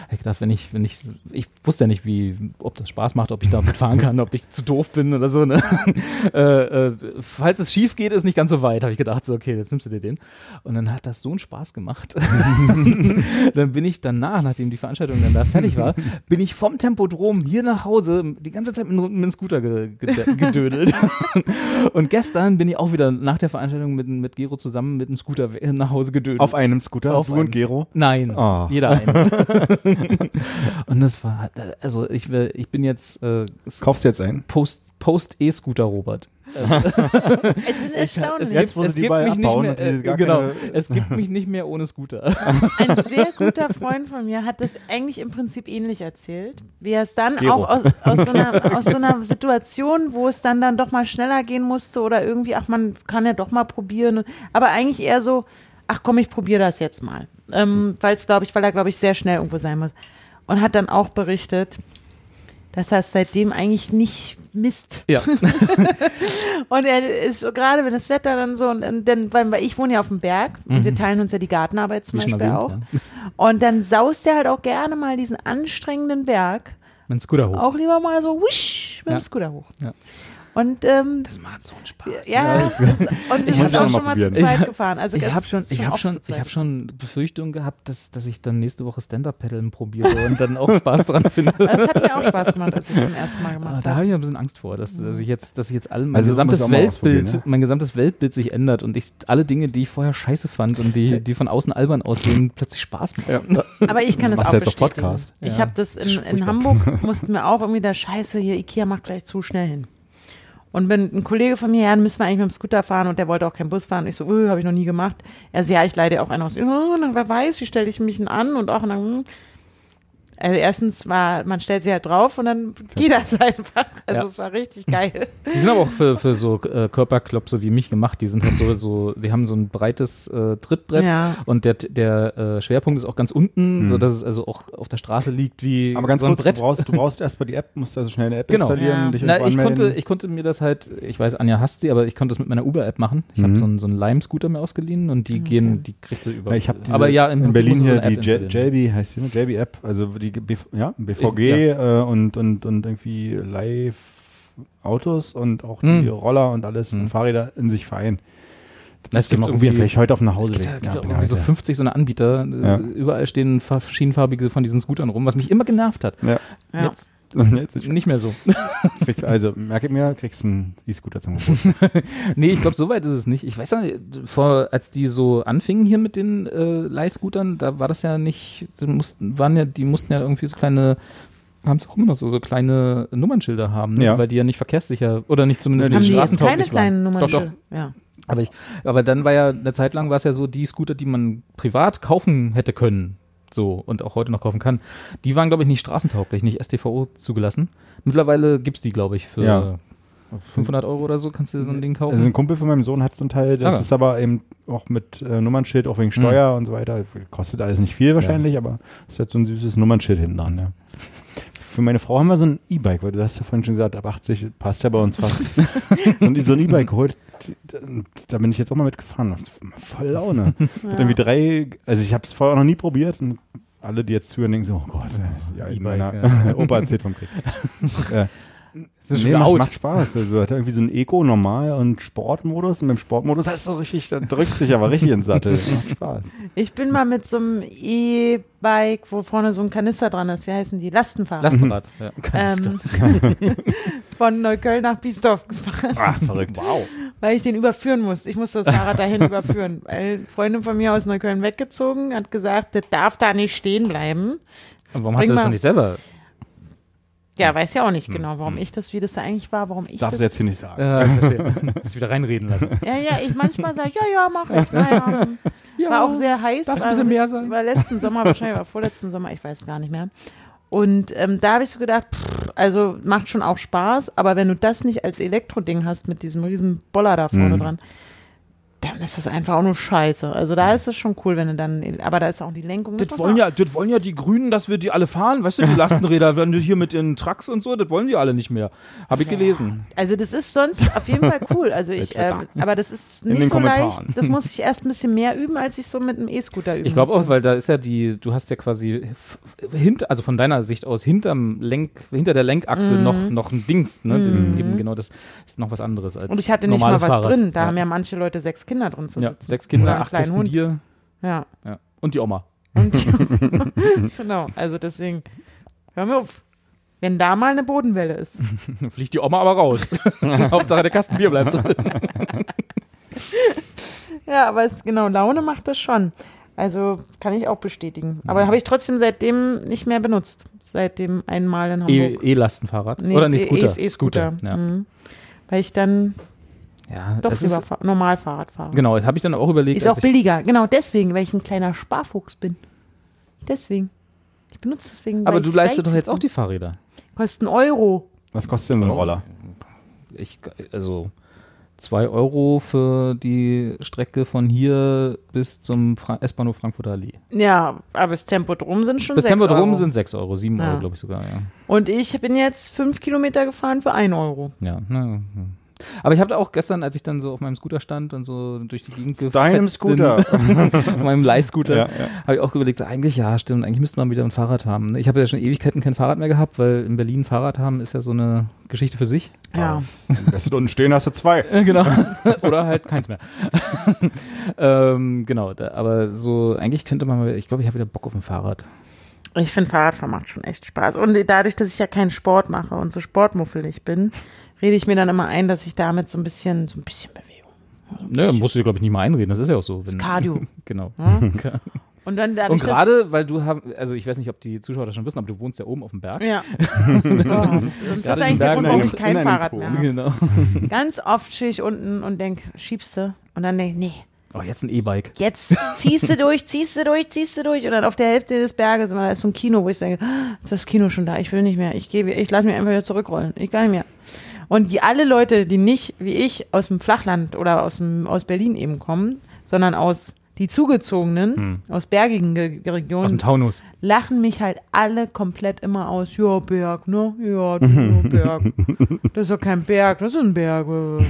B: Hab ich gedacht, wenn ich, wenn ich, ich wusste ja nicht, wie, ob das Spaß macht, ob ich damit fahren kann, ob ich zu doof bin oder so. Ne? äh, äh, falls es schief geht, ist nicht ganz so weit, habe ich gedacht, so okay, jetzt nimmst du dir den. Und dann hat das so einen Spaß gemacht. dann bin ich danach, nachdem die Veranstaltung dann da fertig war, bin ich vom Tempodrom hier nach Hause die ganze Zeit mit, dem- mit dem Scooter ge, ge, gedödelt. Und gestern bin ich auch wieder nach der Veranstaltung mit, mit Gero zusammen mit dem Scooter we- nach Hause gedödelt.
A: Auf einem Scooter,
B: Auf
A: du
B: einem.
A: und Gero.
B: Nein,
A: Ah.
B: jeder einen. und das war, also ich, will- ich bin jetzt äh,
A: Kaufst du jetzt einen?
B: Post- Post-E-Scooter-Robert.
C: Es ist erstaunlich.
A: jetzt- wo sie die bei abbauen
B: mehr,
A: und die
B: äh,
A: gar
B: genau,
A: keine-
B: es gibt mich nicht mehr ohne Scooter.
C: Ein sehr guter Freund von mir hat das eigentlich im Prinzip ähnlich erzählt, wie er es dann
A: Gero.
C: auch aus, aus, so einer, aus so einer Situation, wo es dann dann doch mal schneller gehen musste oder irgendwie, ach, man kann ja doch mal probieren. Aber eigentlich eher so, ach komm, ich probiere das jetzt mal. Ähm, weil es, glaube ich, weil er, glaube ich, sehr schnell irgendwo sein muss. Und hat dann auch berichtet, dass er es seitdem eigentlich nicht misst.
B: Ja,
C: Und er ist so, gerade, wenn das Wetter dann so, und, und dann, weil weil ich wohne ja auf dem Berg und
B: Mhm.
C: wir teilen uns ja die Gartenarbeit zum
B: Wie schon
C: Beispiel auch.
B: erwähnt,
C: Und dann saust er halt auch gerne mal diesen anstrengenden Berg
B: mein Scooter hoch.
C: auch lieber mal so wisch mit
B: Ja.
C: dem Scooter hoch.
B: Ja.
C: Und ähm,
B: Das macht so einen Spaß.
C: ja, das, und wir
B: Ich
C: sind
B: muss
C: auch
A: auch mal
C: schon mal zu
A: probieren.
C: zweit gefahren. Also
B: Ich
C: es
B: habe
C: ist
B: schon, ich hab
C: oft
B: schon,
C: zu
B: ich
C: zweit.
B: hab schon Befürchtungen gehabt, dass, dass ich dann nächste Woche Stand-Up-Paddeln probiere und dann auch Spaß dran finde.
C: Aber Das hat mir auch Spaß gemacht, als ich es zum ersten Mal
B: Aber
C: gemacht
B: Ah, da
C: habe.
B: habe ich ein bisschen Angst vor, dass, dass ich jetzt, dass ich jetzt all mein
A: Also, muss
B: gesamtes
A: auch mal ausprobieren,
B: Weltbild,
A: ne?
B: mein gesamtes Weltbild sich ändert und ich alle Dinge, die ich vorher scheiße fand und die, die von außen albern aussehen, plötzlich Spaß machen.
C: Aber ich kann das
A: Machst
C: auch
A: du jetzt doch
C: bestätigen.
A: Podcast?
C: Ich
B: Ja.
C: habe das in, in Hamburg, mussten wir auch irgendwie da Scheiße hier, Ikea macht gleich zu schnell hin. Und wenn ein Kollege von mir, ja, dann müssen wir eigentlich mit dem Scooter fahren und der wollte auch keinen Bus fahren. Und ich so, öh, habe ich noch nie gemacht. Er so, ja, ich leide auch einen aus. Ich so, Oh, na, wer weiß, wie stelle ich mich denn an? Und auch, und dann, hm. also erstens war, man stellt sie halt drauf und dann geht das einfach. Also
B: Ja.
C: es war richtig geil.
B: Die sind aber auch für, für so äh, Körperklopse wie mich gemacht. Die sind halt so, so die haben so ein breites äh, Trittbrett
C: Ja.
B: und der, der äh, Schwerpunkt ist auch ganz unten, so dass es also auch auf der Straße liegt wie
A: Mhm. Aber ganz
B: so ein
A: kurz,
B: Brett.
A: du brauchst, du brauchst erstmal die App, musst also schnell eine App
B: Genau.
A: installieren
C: Ja.
A: und dich
B: Na,
A: irgendwo
B: ich
A: anmelden.
B: konnte, ich konnte mir das halt, ich weiß, Anja hasst sie, aber ich konnte das mit meiner Uber-App machen. Ich
A: Mhm.
B: habe so einen, so einen Lime-Scooter mir ausgeliehen und die gehen, die kriegst du über.
A: Na, ich hab diese-
B: aber ja, im
A: in
B: Prinzip
A: Berlin
B: musst du so
A: hier
B: eine App
A: die J-
B: installieren.
A: JB, heißt die, ne? JB-App, also die BV, ja, BVG
B: Ich-
A: Äh, und, und, und irgendwie Live-Autos und auch die
B: Hm.
A: Roller und alles und
B: Hm.
A: Fahrräder in sich vereinen.
B: Na, es
A: Müsste
B: gibt
A: mal probieren,
B: irgendwie-
A: vielleicht heute auf dem
B: Es
A: Nachhauseweg.
B: gibt, ja, gibt
A: Ja,
B: ja
A: bin
B: irgendwie so
A: heute.
B: 50 so eine Anbieter. äh,
A: Ja.
B: Überall stehen fa- verschiedenfarbige von diesen Scootern rum, was mich immer genervt hat.
A: Ja.
C: Ja.
B: Jetzt
A: Jetzt
B: nicht mehr so.
A: kriegst, also, merke mir, kriegst einen E-Scooter zum Geburtstag.
B: Nee, ich glaube, so weit ist es nicht. Ich weiß ja, nicht, vor, als die so anfingen hier mit den äh, Leihscootern, da war das ja nicht, da mussten, waren ja, die mussten ja irgendwie so kleine, haben es auch immer noch so, so kleine Nummernschilder haben, ne?
A: Ja.
B: weil die ja nicht verkehrssicher oder nicht zumindest
A: Ja,
C: Haben
B: nicht
C: die jetzt keine
B: straßentauglich
C: kleinen
B: waren.
C: Nummern?
B: Doch, doch.
C: Ja.
B: Aber, ich, aber dann war ja, eine Zeit lang war es ja so, die Scooter, die man privat kaufen hätte können, so und auch heute noch kaufen kann, die waren, glaube ich, nicht straßentauglich, nicht STVO zugelassen. Mittlerweile gibt's die, glaube ich, für
A: Ja.
B: 500 Euro oder so kannst du so ein Ding kaufen.
A: Also, ein Kumpel von meinem Sohn hat so ein Teil, das
B: Ah.
A: ist aber eben auch mit äh, Nummernschild, auch wegen Steuer und so weiter. Kostet alles nicht viel wahrscheinlich, aber es hat so ein süßes Nummernschild hinten dran, ja. Für meine Frau haben wir so ein E-Bike, weil du hast ja vorhin schon gesagt, ab 80 passt ja bei uns fast. so ein so ein E-Bike geholt, da, da bin ich jetzt auch mal mitgefahren. Voll Laune. Hat irgendwie drei, also ich habe es vorher noch nie probiert und alle, die jetzt zuhören, denken so, oh Gott, ja,
B: E-Bike,
A: meiner-
B: ja.
A: der Opa erzählt vom Krieg. ja.
B: ist schon
A: Nee,
B: wieder
A: macht,
B: out.
A: macht Spaß. Also hat irgendwie so einen Eco, Normal und Sportmodus. Und beim Sportmodus hast du richtig, da drückst du dich aber richtig ins Sattel. Das macht Spaß.
C: Ich bin mal mit so einem E-Bike, wo vorne so ein Kanister dran ist. Wie heißen die? Lastenfahrer.
B: Lastenrad. Ja.
C: Ah. ähm, von Neukölln nach Biesdorf gefahren,
A: Ah, verrückt. Wow.
C: weil ich den überführen muss. Ich musste das Fahrrad dahin überführen. Weil eine Freundin von mir aus Neukölln weggezogen hat gesagt, das darf da nicht stehen bleiben.
B: Und warum
C: Bring
B: hast du das
C: mal-
B: denn nicht selber?
C: Ja, weiß ja auch nicht genau, warum ich das, wie das da eigentlich war, warum ich
A: Darfst
C: das.
A: du jetzt hier nicht sagen.
B: Äh, verstehe. Das wieder reinreden lassen.
C: Ja, ja, ich manchmal sage, ja, ja, mach ich. Naja. War auch sehr heiß.
B: Darf's ein
C: war
B: bisschen
C: richtig-
B: mehr sein?
C: War letzten Sommer wahrscheinlich, oder vorletzten Sommer, ich weiß gar nicht mehr. Und ähm, da habe ich so gedacht, pff, also macht schon auch Spaß, aber wenn du das nicht als Elektroding hast mit diesem riesen Boller da vorne
A: Mhm.
C: dran, dann ist das einfach auch nur scheiße. Also da ist es schon cool, wenn du dann, aber da ist auch die Lenkung.
B: Das wollen, ja, das wollen ja die Grünen, dass wir die alle fahren. Weißt du, die Lastenräder werden hier mit den Trucks und so, das wollen die alle nicht mehr. Habe ich gelesen.
C: Also das ist sonst auf jeden Fall cool. Also ich, ähm, aber das ist
A: den
C: nicht so leicht.
A: Kommentaren.
C: Das muss ich erst ein bisschen mehr üben, als ich so mit einem E-Scooter üben
B: Ich glaube auch,
C: musste.
B: weil da ist ja die, du hast ja quasi f- hinter, also von deiner Sicht aus, hinterm Lenk, hinter der Lenkachse noch,
C: Mhm.
B: noch ein Dings, ne? Das ist eben genau das, ist noch was anderes als
C: Und ich hatte nicht mal was
B: normales Fahrrad.
C: drin. Da
B: ja.
C: haben ja manche Leute sechs Kinder drin zu
B: ja,
C: sitzen.
B: sechs
C: Oder
B: Kinder,
C: einen
B: acht
C: kleinen
B: Kästen
C: Hund.
B: Bier.
C: Ja.
B: Ja. Und die Oma.
C: Und genau, also deswegen, hör mir auf. Wenn da mal eine Bodenwelle ist.
B: Dann fliegt die Oma aber raus. Hauptsache der Kasten Bier bleibt drin.
C: Ja, aber es, genau, Laune macht das schon. Also kann ich auch bestätigen.
B: Mhm.
C: Aber habe ich trotzdem seitdem nicht mehr benutzt. Seit dem einmal in
B: E-
C: Hamburg.
B: E-Lastenfahrrad. Oder nicht
C: E-
B: Scooter.
C: E- E-Scooter.
B: Ja.
C: Mhm. Weil ich dann
B: ja,
C: doch
B: das
C: lieber
B: ist,
C: Fa- normal Fahrrad fahre.
B: Genau, das habe ich dann auch überlegt.
C: Ist auch
B: als ich,
C: billiger. Genau deswegen, weil ich ein kleiner Sparfuchs bin. Deswegen. Ich benutze deswegen.
B: aber
C: weil
B: du
C: ich
B: leistest doch
C: geizig
B: jetzt auch
C: bin.
B: die Fahrräder.
C: Kosten Euro.
A: Was kostet denn so ein Roller?
B: Ich, also 2 Euro für die Strecke von hier bis zum Fra S-Bahnhof Frankfurter Allee.
C: Ja, aber das Tempodrom sind schon
B: Bis
C: sechs Euro.
B: Tempodrom sind 6 Euro, 7
C: Ja.
B: Euro glaube ich sogar, ja.
C: Und ich bin jetzt fünf Kilometer gefahren für ein Euro.
B: ja ne, hm. aber ich habe auch gestern, als ich dann so auf meinem Scooter stand und so durch die Gegend gefetzt
A: Deinem
B: bin,
A: Scooter.
B: auf meinem Leihscooter,
A: Ja,
B: habe ich auch überlegt, so, eigentlich ja, stimmt, eigentlich müsste man wieder ein Fahrrad haben. ne? Ich habe ja schon Ewigkeiten kein Fahrrad mehr gehabt, weil in Berlin Fahrrad haben ist ja so eine Geschichte für sich.
C: Ja.
A: Lässt du unten stehen, hast du zwei.
B: Äh, genau. Oder halt keins mehr. ähm, genau, da, aber so, eigentlich könnte man mal, ich glaube, ich habe wieder Bock auf ein Fahrrad.
C: Ich finde Fahrradfahren macht schon echt Spaß. Und dadurch, dass ich ja keinen Sport mache und so sportmuffelig bin, rede ich mir dann immer ein, dass ich damit so ein bisschen, so ein bisschen Bewegung.
B: Nö, musst du dir, glaube ich, nicht mal einreden, das ist ja auch so. Wenn,
C: Cardio.
B: genau.
C: Und dann dadurch,
B: Und
C: dass-
B: gerade, weil du, hab, also ich weiß nicht, ob die Zuschauer das schon wissen, aber du wohnst ja oben auf dem Berg.
C: Ja. oh, das, und das ist eigentlich der
B: Bergen
C: Grund, warum
B: in
C: ich
A: einem-
C: kein
A: in einem
C: Fahrrad
A: Turm.
C: mehr habe.
B: Genau.
C: Ganz oft stehe ich unten und denke, schiebst du? Und dann denke ich, nee,
B: Oh, jetzt ein E-Bike.
C: jetzt ziehst du durch, ziehst du durch, ziehst du durch. Und dann auf der Hälfte des Berges, und da ist so ein Kino, wo ich denke, "Ah, ist das Kino schon da, ich will nicht mehr, ich gehe, ich lasse mich einfach wieder zurückrollen, ich kann nicht mehr. Und die, alle Leute, die nicht wie ich aus dem Flachland oder aus, dem, aus Berlin eben kommen, sondern aus die zugezogenen, aus bergigen Ge Ge-
B: Auf dem
C: Regionen,
B: Taunus.
C: lachen mich halt alle komplett immer aus. Ja, Berg, ne? Ja, du, du, Berg. Das ist doch kein Berg, das ist ein Berg. äh."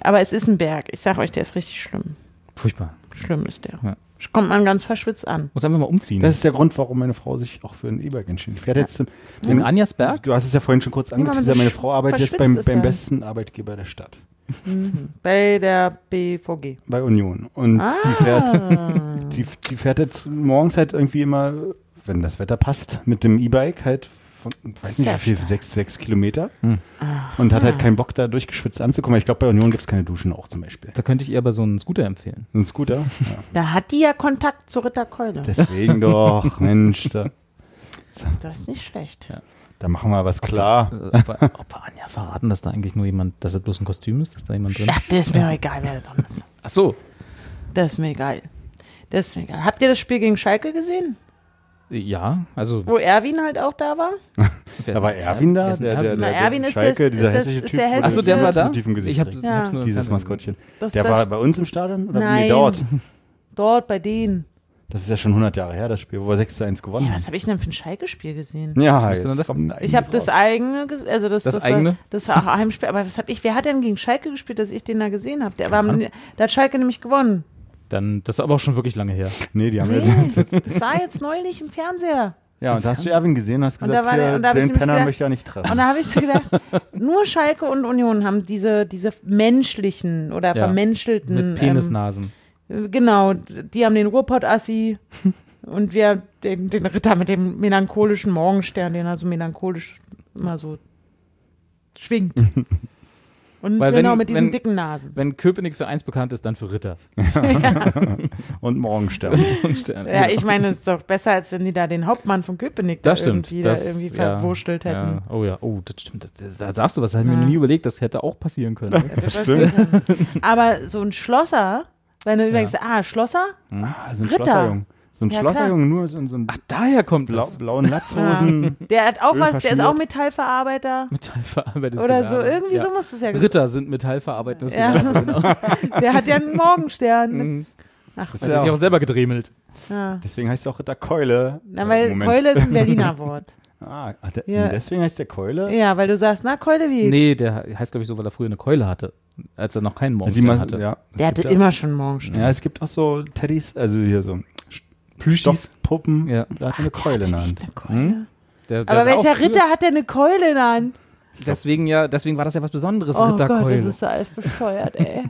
C: Aber es ist ein Berg. Ich sag euch, der ist richtig schlimm.
B: Furchtbar.
C: Schlimm ist der.
B: Ja.
C: Kommt man ganz verschwitzt an.
B: Muss einfach mal umziehen.
A: Das ist der Grund, warum meine Frau sich auch für ein E-Bike entschieden hat. Die Fährt jetzt zum,
B: in Anjasberg?
A: du hast es ja vorhin schon kurz
C: weil man
A: angeteasert,
C: so
A: meine
C: sch-
A: Frau arbeitet jetzt
C: verschwitzt
A: beim,
C: ist
A: beim
C: dann.
A: besten Arbeitgeber der Stadt,
C: Bei der BVG.
A: bei Union. Und die,
C: Ah.
A: fährt, die, die fährt jetzt morgens halt irgendwie immer, wenn das Wetter passt, mit dem E-Bike halt, von, weiß nicht
C: Sehr
A: wie viel,
C: stark. Ah.
A: sechs, sechs Kilometer.
B: Hm.
A: Und hat halt keinen Bock, da durchgeschwitzt anzukommen. Ich glaube, bei Union gibt es keine Duschen auch zum Beispiel.
B: Da könnte ich ihr aber so einen Scooter empfehlen.
A: Ein Scooter? Ja.
C: Da hat die ja Kontakt zu Ritter Keule.
A: Deswegen doch, Mensch, da,
C: Das ist nicht schlecht.
A: da machen wir was klar.
B: Äh, ob, wir- ob wir Anja verraten, dass da eigentlich nur jemand, dass das bloß ein Kostüm ist, dass da jemand drin ist?
C: Ach, das ist mir auch egal, wer da drin ist.
B: Ach so.
C: Das ist mir egal. Das ist mir egal. Habt ihr das Spiel gegen Schalke gesehen?
B: Ja, also.
C: Wo Erwin halt auch da war?
B: wer
A: Da
B: ist
A: war
B: denn
A: Erwin da,
B: wer ist denn
A: der, der, der,
B: Erwin?
C: Na, Erwin ist
A: Schalke, dieser
C: das- ist das-
A: hässliche
C: ist
A: Typ.
C: der
A: wo
C: hässliche
B: Ach so,
A: das
B: der war da?
A: positiven Gesicht
B: Ich hab,
A: trägt.
B: ich
C: Ja.
B: hab's nur im
A: dieses
B: Fernsehen
A: Maskottchen.
C: Das-
A: der
C: das-
A: war bei uns im Stadion oder
C: Nein.
A: Nee, dort?
C: Dort bei denen.
A: Das ist ja schon 100 Jahre her, das Spiel, wo wir 6 zu 1 gewonnen
C: Ja,
A: haben.
C: was habe ich denn für ein Schalke-Spiel gesehen?
A: Ja,
B: denn
A: jetzt
B: das-
A: kommt ein
C: Ich habe
A: eigenes
C: das
A: raus.
C: eigene, ges- also das,
B: Das
C: war-
B: eigene?
C: das war auch Heimspiel. Aber was hab ich? Wer hat denn gegen Schalke gespielt, dass ich den da gesehen habe? Der war, am- da hat Schalke nämlich gewonnen.
B: gesehen. Dann, das ist aber auch schon wirklich lange her.
A: Nee, die haben
C: Nee,
A: jetzt.
C: das war jetzt neulich im Fernseher.
A: Ja, und da hast du Erwin gesehen und hast
C: Und
A: gesagt,
C: da war der-
A: hier,
C: und da hab ich
A: den
C: nämlich
A: Penner
C: gedacht-
A: möchte ich ja nicht
C: Und
A: treffen.
C: da habe ich so gedacht, nur Schalke und Union haben diese, diese menschlichen oder
B: Ja,
C: vermenschelten.
B: Mit Penisnasen.
C: Ähm, genau, die haben den Ruhrpott-Assi und wir den, den Ritter mit dem melancholischen Morgenstern, den er so melancholisch immer so schwingt. Und
B: Weil wenn-
C: genau mit diesen
B: wenn-
C: dicken Nasen.
B: Wenn Köpenick für eins bekannt ist, dann für Ritter.
A: Und Morgenstern.
C: Ja, ich meine, es ist doch besser, als wenn die da den Hauptmann von Köpenick da
B: das stimmt.
C: irgendwie,
B: das,
C: da irgendwie
B: ja,
C: verwurstelt hätten.
B: Ja. Oh ja, oh, das stimmt. Das- das- Da sagst du was, das habe ich mir nie überlegt, das hätte auch passieren können.
C: Das passiert dann. Aber so ein Schlosser, wenn du denkst, ah, Schlosser,
A: Ah, so ein
C: Ritter.
A: Schlosserjung. So ein
C: Ja,
A: Schlosserjung, nur so, so ein
B: Ach, daher kommt
A: blau,
B: das.
A: blauen Latzhosen.
C: der hat auch was, der ist
A: Ölverschmiert.
C: auch Metallverarbeiter
B: Metallverarbeitetes
C: oder so,
B: Gewerbe.
C: irgendwie
B: ja.
C: so muss es ja
B: Ritter sind Metallverarbeitendes
C: Ja.
B: Gewerbe, genau.
C: Der hat ja einen Morgenstern.
A: Mhm.
C: Ach,
A: Das
B: Das
A: ist ja
B: ist sich auch
A: auch,
B: selber gedremelt.
C: ja.
A: deswegen heißt er auch Ritter Keule.
C: Na, weil
A: Moment.
C: Keule ist ein Berliner Wort.
A: Ah, ach, der,
C: Ja.
A: deswegen heißt der Keule?
C: Ja, weil du sagst, na, Keule wie?
B: Nee, der heißt, glaube ich, so, weil er früher eine Keule hatte, als er noch keinen
A: Also die
B: Morgenstern
A: meisten- ja,
B: hatte.
A: es
C: Der hatte
A: gibt ja-
C: immer schon Morgenstern.
A: Ja, es gibt auch so Teddys, also hier so Plüschis-Puppen,
B: Ja.
A: da hat eine Keule in der Hand.
C: Eine Keule.
A: Hm?
B: Der- der
C: Aber
B: sah auch
C: welcher
B: früher-
C: Ritter hat denn eine Keule in der Hand?
B: Deswegen ja, deswegen war das ja was Besonderes,
C: Oh Gott, das
B: Ritterkeule.
C: ist doch alles bescheuert, ey.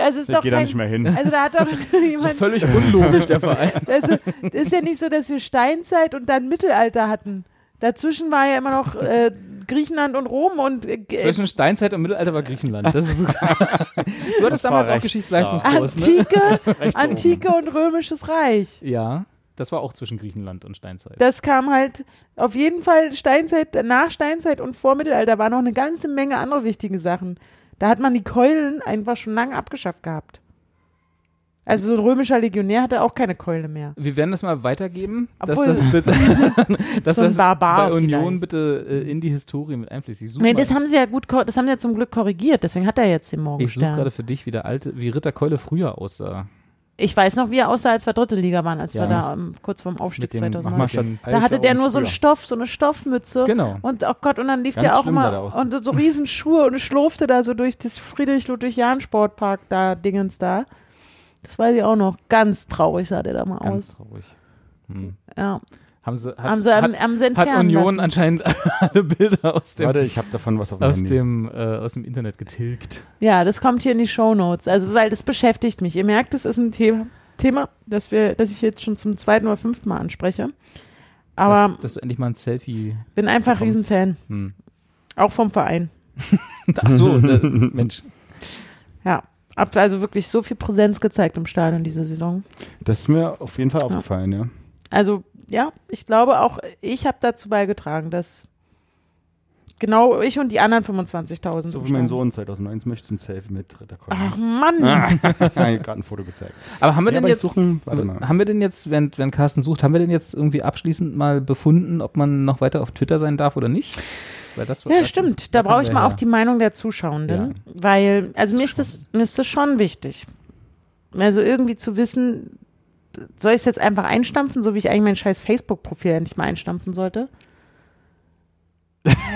C: Also ist
A: Der
C: doch
A: geht da
C: kein,
A: nicht mehr hin.
C: Also da hat doch
B: so
C: jemand.
B: völlig unlogisch, der Verein.
C: Also, das ist ja nicht so, dass wir Steinzeit und dann Mittelalter hatten. Dazwischen war ja immer noch äh, Griechenland und Rom und äh, äh,
B: Zwischen Steinzeit und Mittelalter war Griechenland. Das ist, du hattest
A: war
B: damals auch
A: rechts,
B: Geschichtsleistungskurs,
C: Ah,
B: ne?
C: Antike, Antike und Römisches Reich.
B: Ja, das war auch zwischen Griechenland und Steinzeit.
C: das kam halt auf jeden Fall Steinzeit, nach Steinzeit und vor Mittelalter waren noch eine ganze Menge andere wichtige Sachen. Da hat man die Keulen einfach schon lange abgeschafft gehabt. Also so ein römischer Legionär hatte auch keine Keule mehr.
B: Wir werden das mal weitergeben,
C: Obwohl-
B: dass das bitte, dass
C: So ein
B: das
C: Barbar
B: bei Union
C: vielleicht.
B: bitte äh, in die Historie mit einfließt. Ich suche
C: Nee, das haben sie ja gut, ko- das haben sie ja zum Glück korrigiert, deswegen hat er jetzt den
B: ich suche gerade
C: Morgenstern.
B: für dich, wie der alte, wie Ritterkeule früher aussah.
C: Ich, weiß noch, wie er aussah, als wir dritte Liga waren, als
B: Ja,
C: wir da ähm, kurz vorm
B: mit
C: Aufstieg
B: dem-
A: Mach mal
C: 2009.
A: schon
C: Da hatte der nur so einen
A: Sch
C: Stoff, so eine Stoffmütze.
B: Genau.
C: Und oh Gott, und dann lief
A: Ganz
C: der auch
A: schlimm sah der
C: immer
A: aus.
C: und so riesen Schuhe und schlurfte da so durch das Friedrich-Ludwig-Jahn-Sportpark da, Dingens da. Das weiß ich auch noch. Ganz traurig sah der da mal
B: Ganz
C: aus.
B: traurig. Hm.
C: Ja.
B: Haben sie, hat,
C: haben sie,
B: hat,
C: haben, haben sie entfernen
B: hat Union
C: lassen.
B: anscheinend alle Bilder aus dem,
A: Warte, ich habe davon was auf dem
B: aus,
A: Handy.
B: dem, äh, aus dem Internet getilgt.
C: Ja, das kommt hier in die Shownotes. Also, weil das beschäftigt mich. Ihr merkt, das ist ein Thema, Thema das, wir, das ich jetzt schon zum zweiten oder fünften Mal anspreche. Aber
B: dass, dass du endlich mal ein Selfie.
C: bin einfach
B: bekommst-
C: Riesenfan.
B: Hm.
C: Auch vom Verein.
B: Ach so, das, Mensch.
C: Ja. Hab also wirklich so viel Präsenz gezeigt im Stadion diese Saison.
A: Das ist mir auf jeden Fall aufgefallen, ja.
C: Also ja, ich glaube auch, ich habe dazu beigetragen, dass genau ich und die anderen 25.000.
A: So wie
C: bestanden.
A: mein Sohn 2001 möchte ein Selfie mit Ritter Ah, Keule.
C: Ach Mann,
A: Nein, gerade ein Foto gezeigt.
B: Aber haben wir
A: Ja,
B: denn
A: aber ich
B: jetzt.
A: suche, warte
C: Ah.
A: mal.
B: Haben wir denn jetzt, wenn, wenn Carsten sucht, haben wir denn jetzt irgendwie abschließend mal befunden, ob man noch weiter auf Twitter sein darf oder nicht? Weil das,
C: ja
B: das-
C: stimmt. Da brauche ich
B: kommen
C: mal
B: wir
C: auch die Meinung der Zuschauenden, weil also mir ist das mir ist das schon wichtig. Also irgendwie zu wissen, soll ich es jetzt einfach einstampfen, so wie ich eigentlich mein scheiß Facebook-Profil endlich mal einstampfen sollte?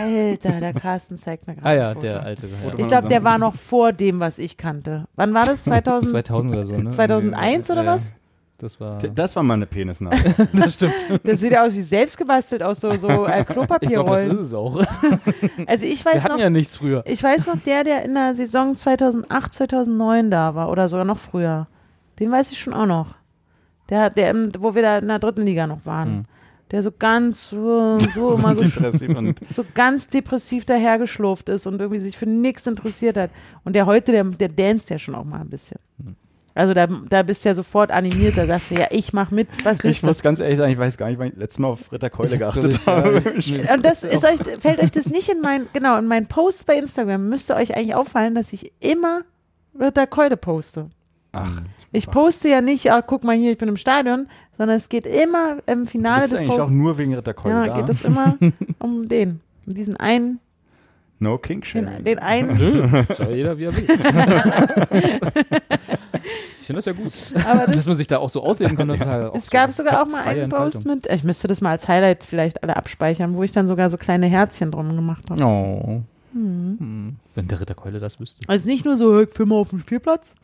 C: Alter, der Carsten zeigt mir gerade.
B: Ah ja,
C: ein Foto.
B: der alte. Ja.
C: Ich glaube, der war noch vor dem, was ich kannte. Wann war das? 2000?
B: 2000 oder so, ne?
C: 2001 oder
B: Ja, ja.
C: was?
B: Das war.
A: Das war mal eine Penisnase.
B: Das stimmt.
C: Das sieht ja aus wie selbstgebastelt aus so, so äh,
B: Ich glaube, das
C: Klopapierrollen.
B: ist es auch. Wir
C: also ich weiß
B: hatten
C: noch,
B: ja nichts früher.
C: ich weiß noch, der, der in der Saison 2008, 2009 da war oder sogar noch früher, den weiß ich schon auch noch. Der, hat- der, im- wo wir da in der dritten Liga noch waren.
B: Hm.
C: Der so ganz, so, so immer so
A: Depressiv und
C: so ganz depressiv dahergeschlurft ist und irgendwie sich für nichts interessiert hat. Und der heute, der, der danst ja schon auch mal ein bisschen.
B: Hm.
C: Also da, da bist du ja sofort animiert, da sagst du ja, ich mach mit, was
A: ich
C: willst du?
A: muss ganz ehrlich sagen, ich weiß gar nicht, wann ich letztes Mal auf Ritter Keule geachtet
B: Ich glaub,
A: habe.
B: ich- ja, ich-
C: Und das ist euch, fällt euch das nicht in mein, genau, in meinen Post bei Instagram müsste euch eigentlich auffallen, dass ich immer Ritter Keule poste.
A: Ach,
C: Ich poste ja nicht, ah, guck mal hier, ich bin im Stadion, sondern es geht immer im
A: du
C: Finale
A: bist
C: des
A: eigentlich auch
C: Posts.
A: nur wegen Ritter Keule
C: Ja,
A: da.
C: geht es immer um den, um diesen einen,
A: No King Shaming.
C: den, den einen
B: Nö, soll jeder wie er will. ich finde das ja gut.
C: Aber das-
B: Dass man sich da auch so ausleben kann.
C: Es gab sogar auch mal
B: freie
C: einen Post
B: Entfaltung.
C: mit, ich müsste das mal als Highlight vielleicht alle abspeichern, wo ich dann sogar so kleine Herzchen drum gemacht habe.
B: Oh.
C: Hm.
B: Hm. Wenn der Ritter Keule das wüsste.
C: Also nicht nur so, hey, Filme auf dem Spielplatz,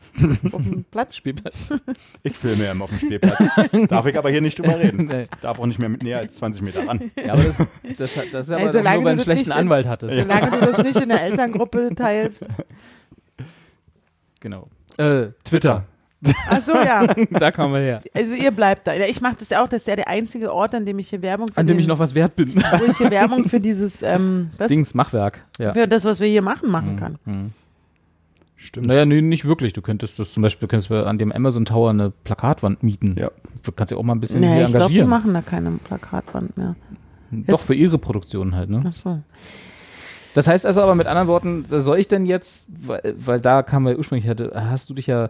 C: auf dem Platz.
B: Spielplatz.
A: Ich filme ja immer auf dem Spielplatz. Darf ich aber hier nicht drüber reden.
B: Nee.
A: Darf auch nicht mehr mit näher als 20 Meter ran.
B: Ja, aber das, das, das ist aber
C: Ey,
B: doch nur,
C: solange
B: wenn
C: du
B: du einen
C: das
B: schlechten
C: nicht-
B: Anwalt hattest.
C: Solange du das nicht in der Elterngruppe teilst.
B: Genau. Äh, Twitter.
C: Ach so, ja.
B: da kamen wir her.
C: Also ihr bleibt da. Ja, Ich mache das ja auch, das ist ja der einzige Ort, an dem ich hier Werbung für
B: An dem ich
C: den-
B: noch was wert bin.
C: wo ich hier Werbung für dieses, ähm, was,
B: Dings, Machwerk. Ja.
C: für das, was wir hier machen, machen kann.
A: Stimmt.
B: Naja, nee, nicht wirklich. Du könntest das zum Beispiel könntest du an dem Amazon Tower eine Plakatwand mieten.
A: Ja.
B: Du kannst ja auch mal ein bisschen
C: Nee,
B: hier
C: ich glaube, die
B: engagieren.
C: machen da keine Plakatwand mehr.
B: Doch, für ihre Produktion halt, ne?
C: Ach so.
B: Das heißt also aber mit anderen Worten, soll ich denn jetzt, weil, weil da kam wir ursprünglich, hatte, hast du dich ja,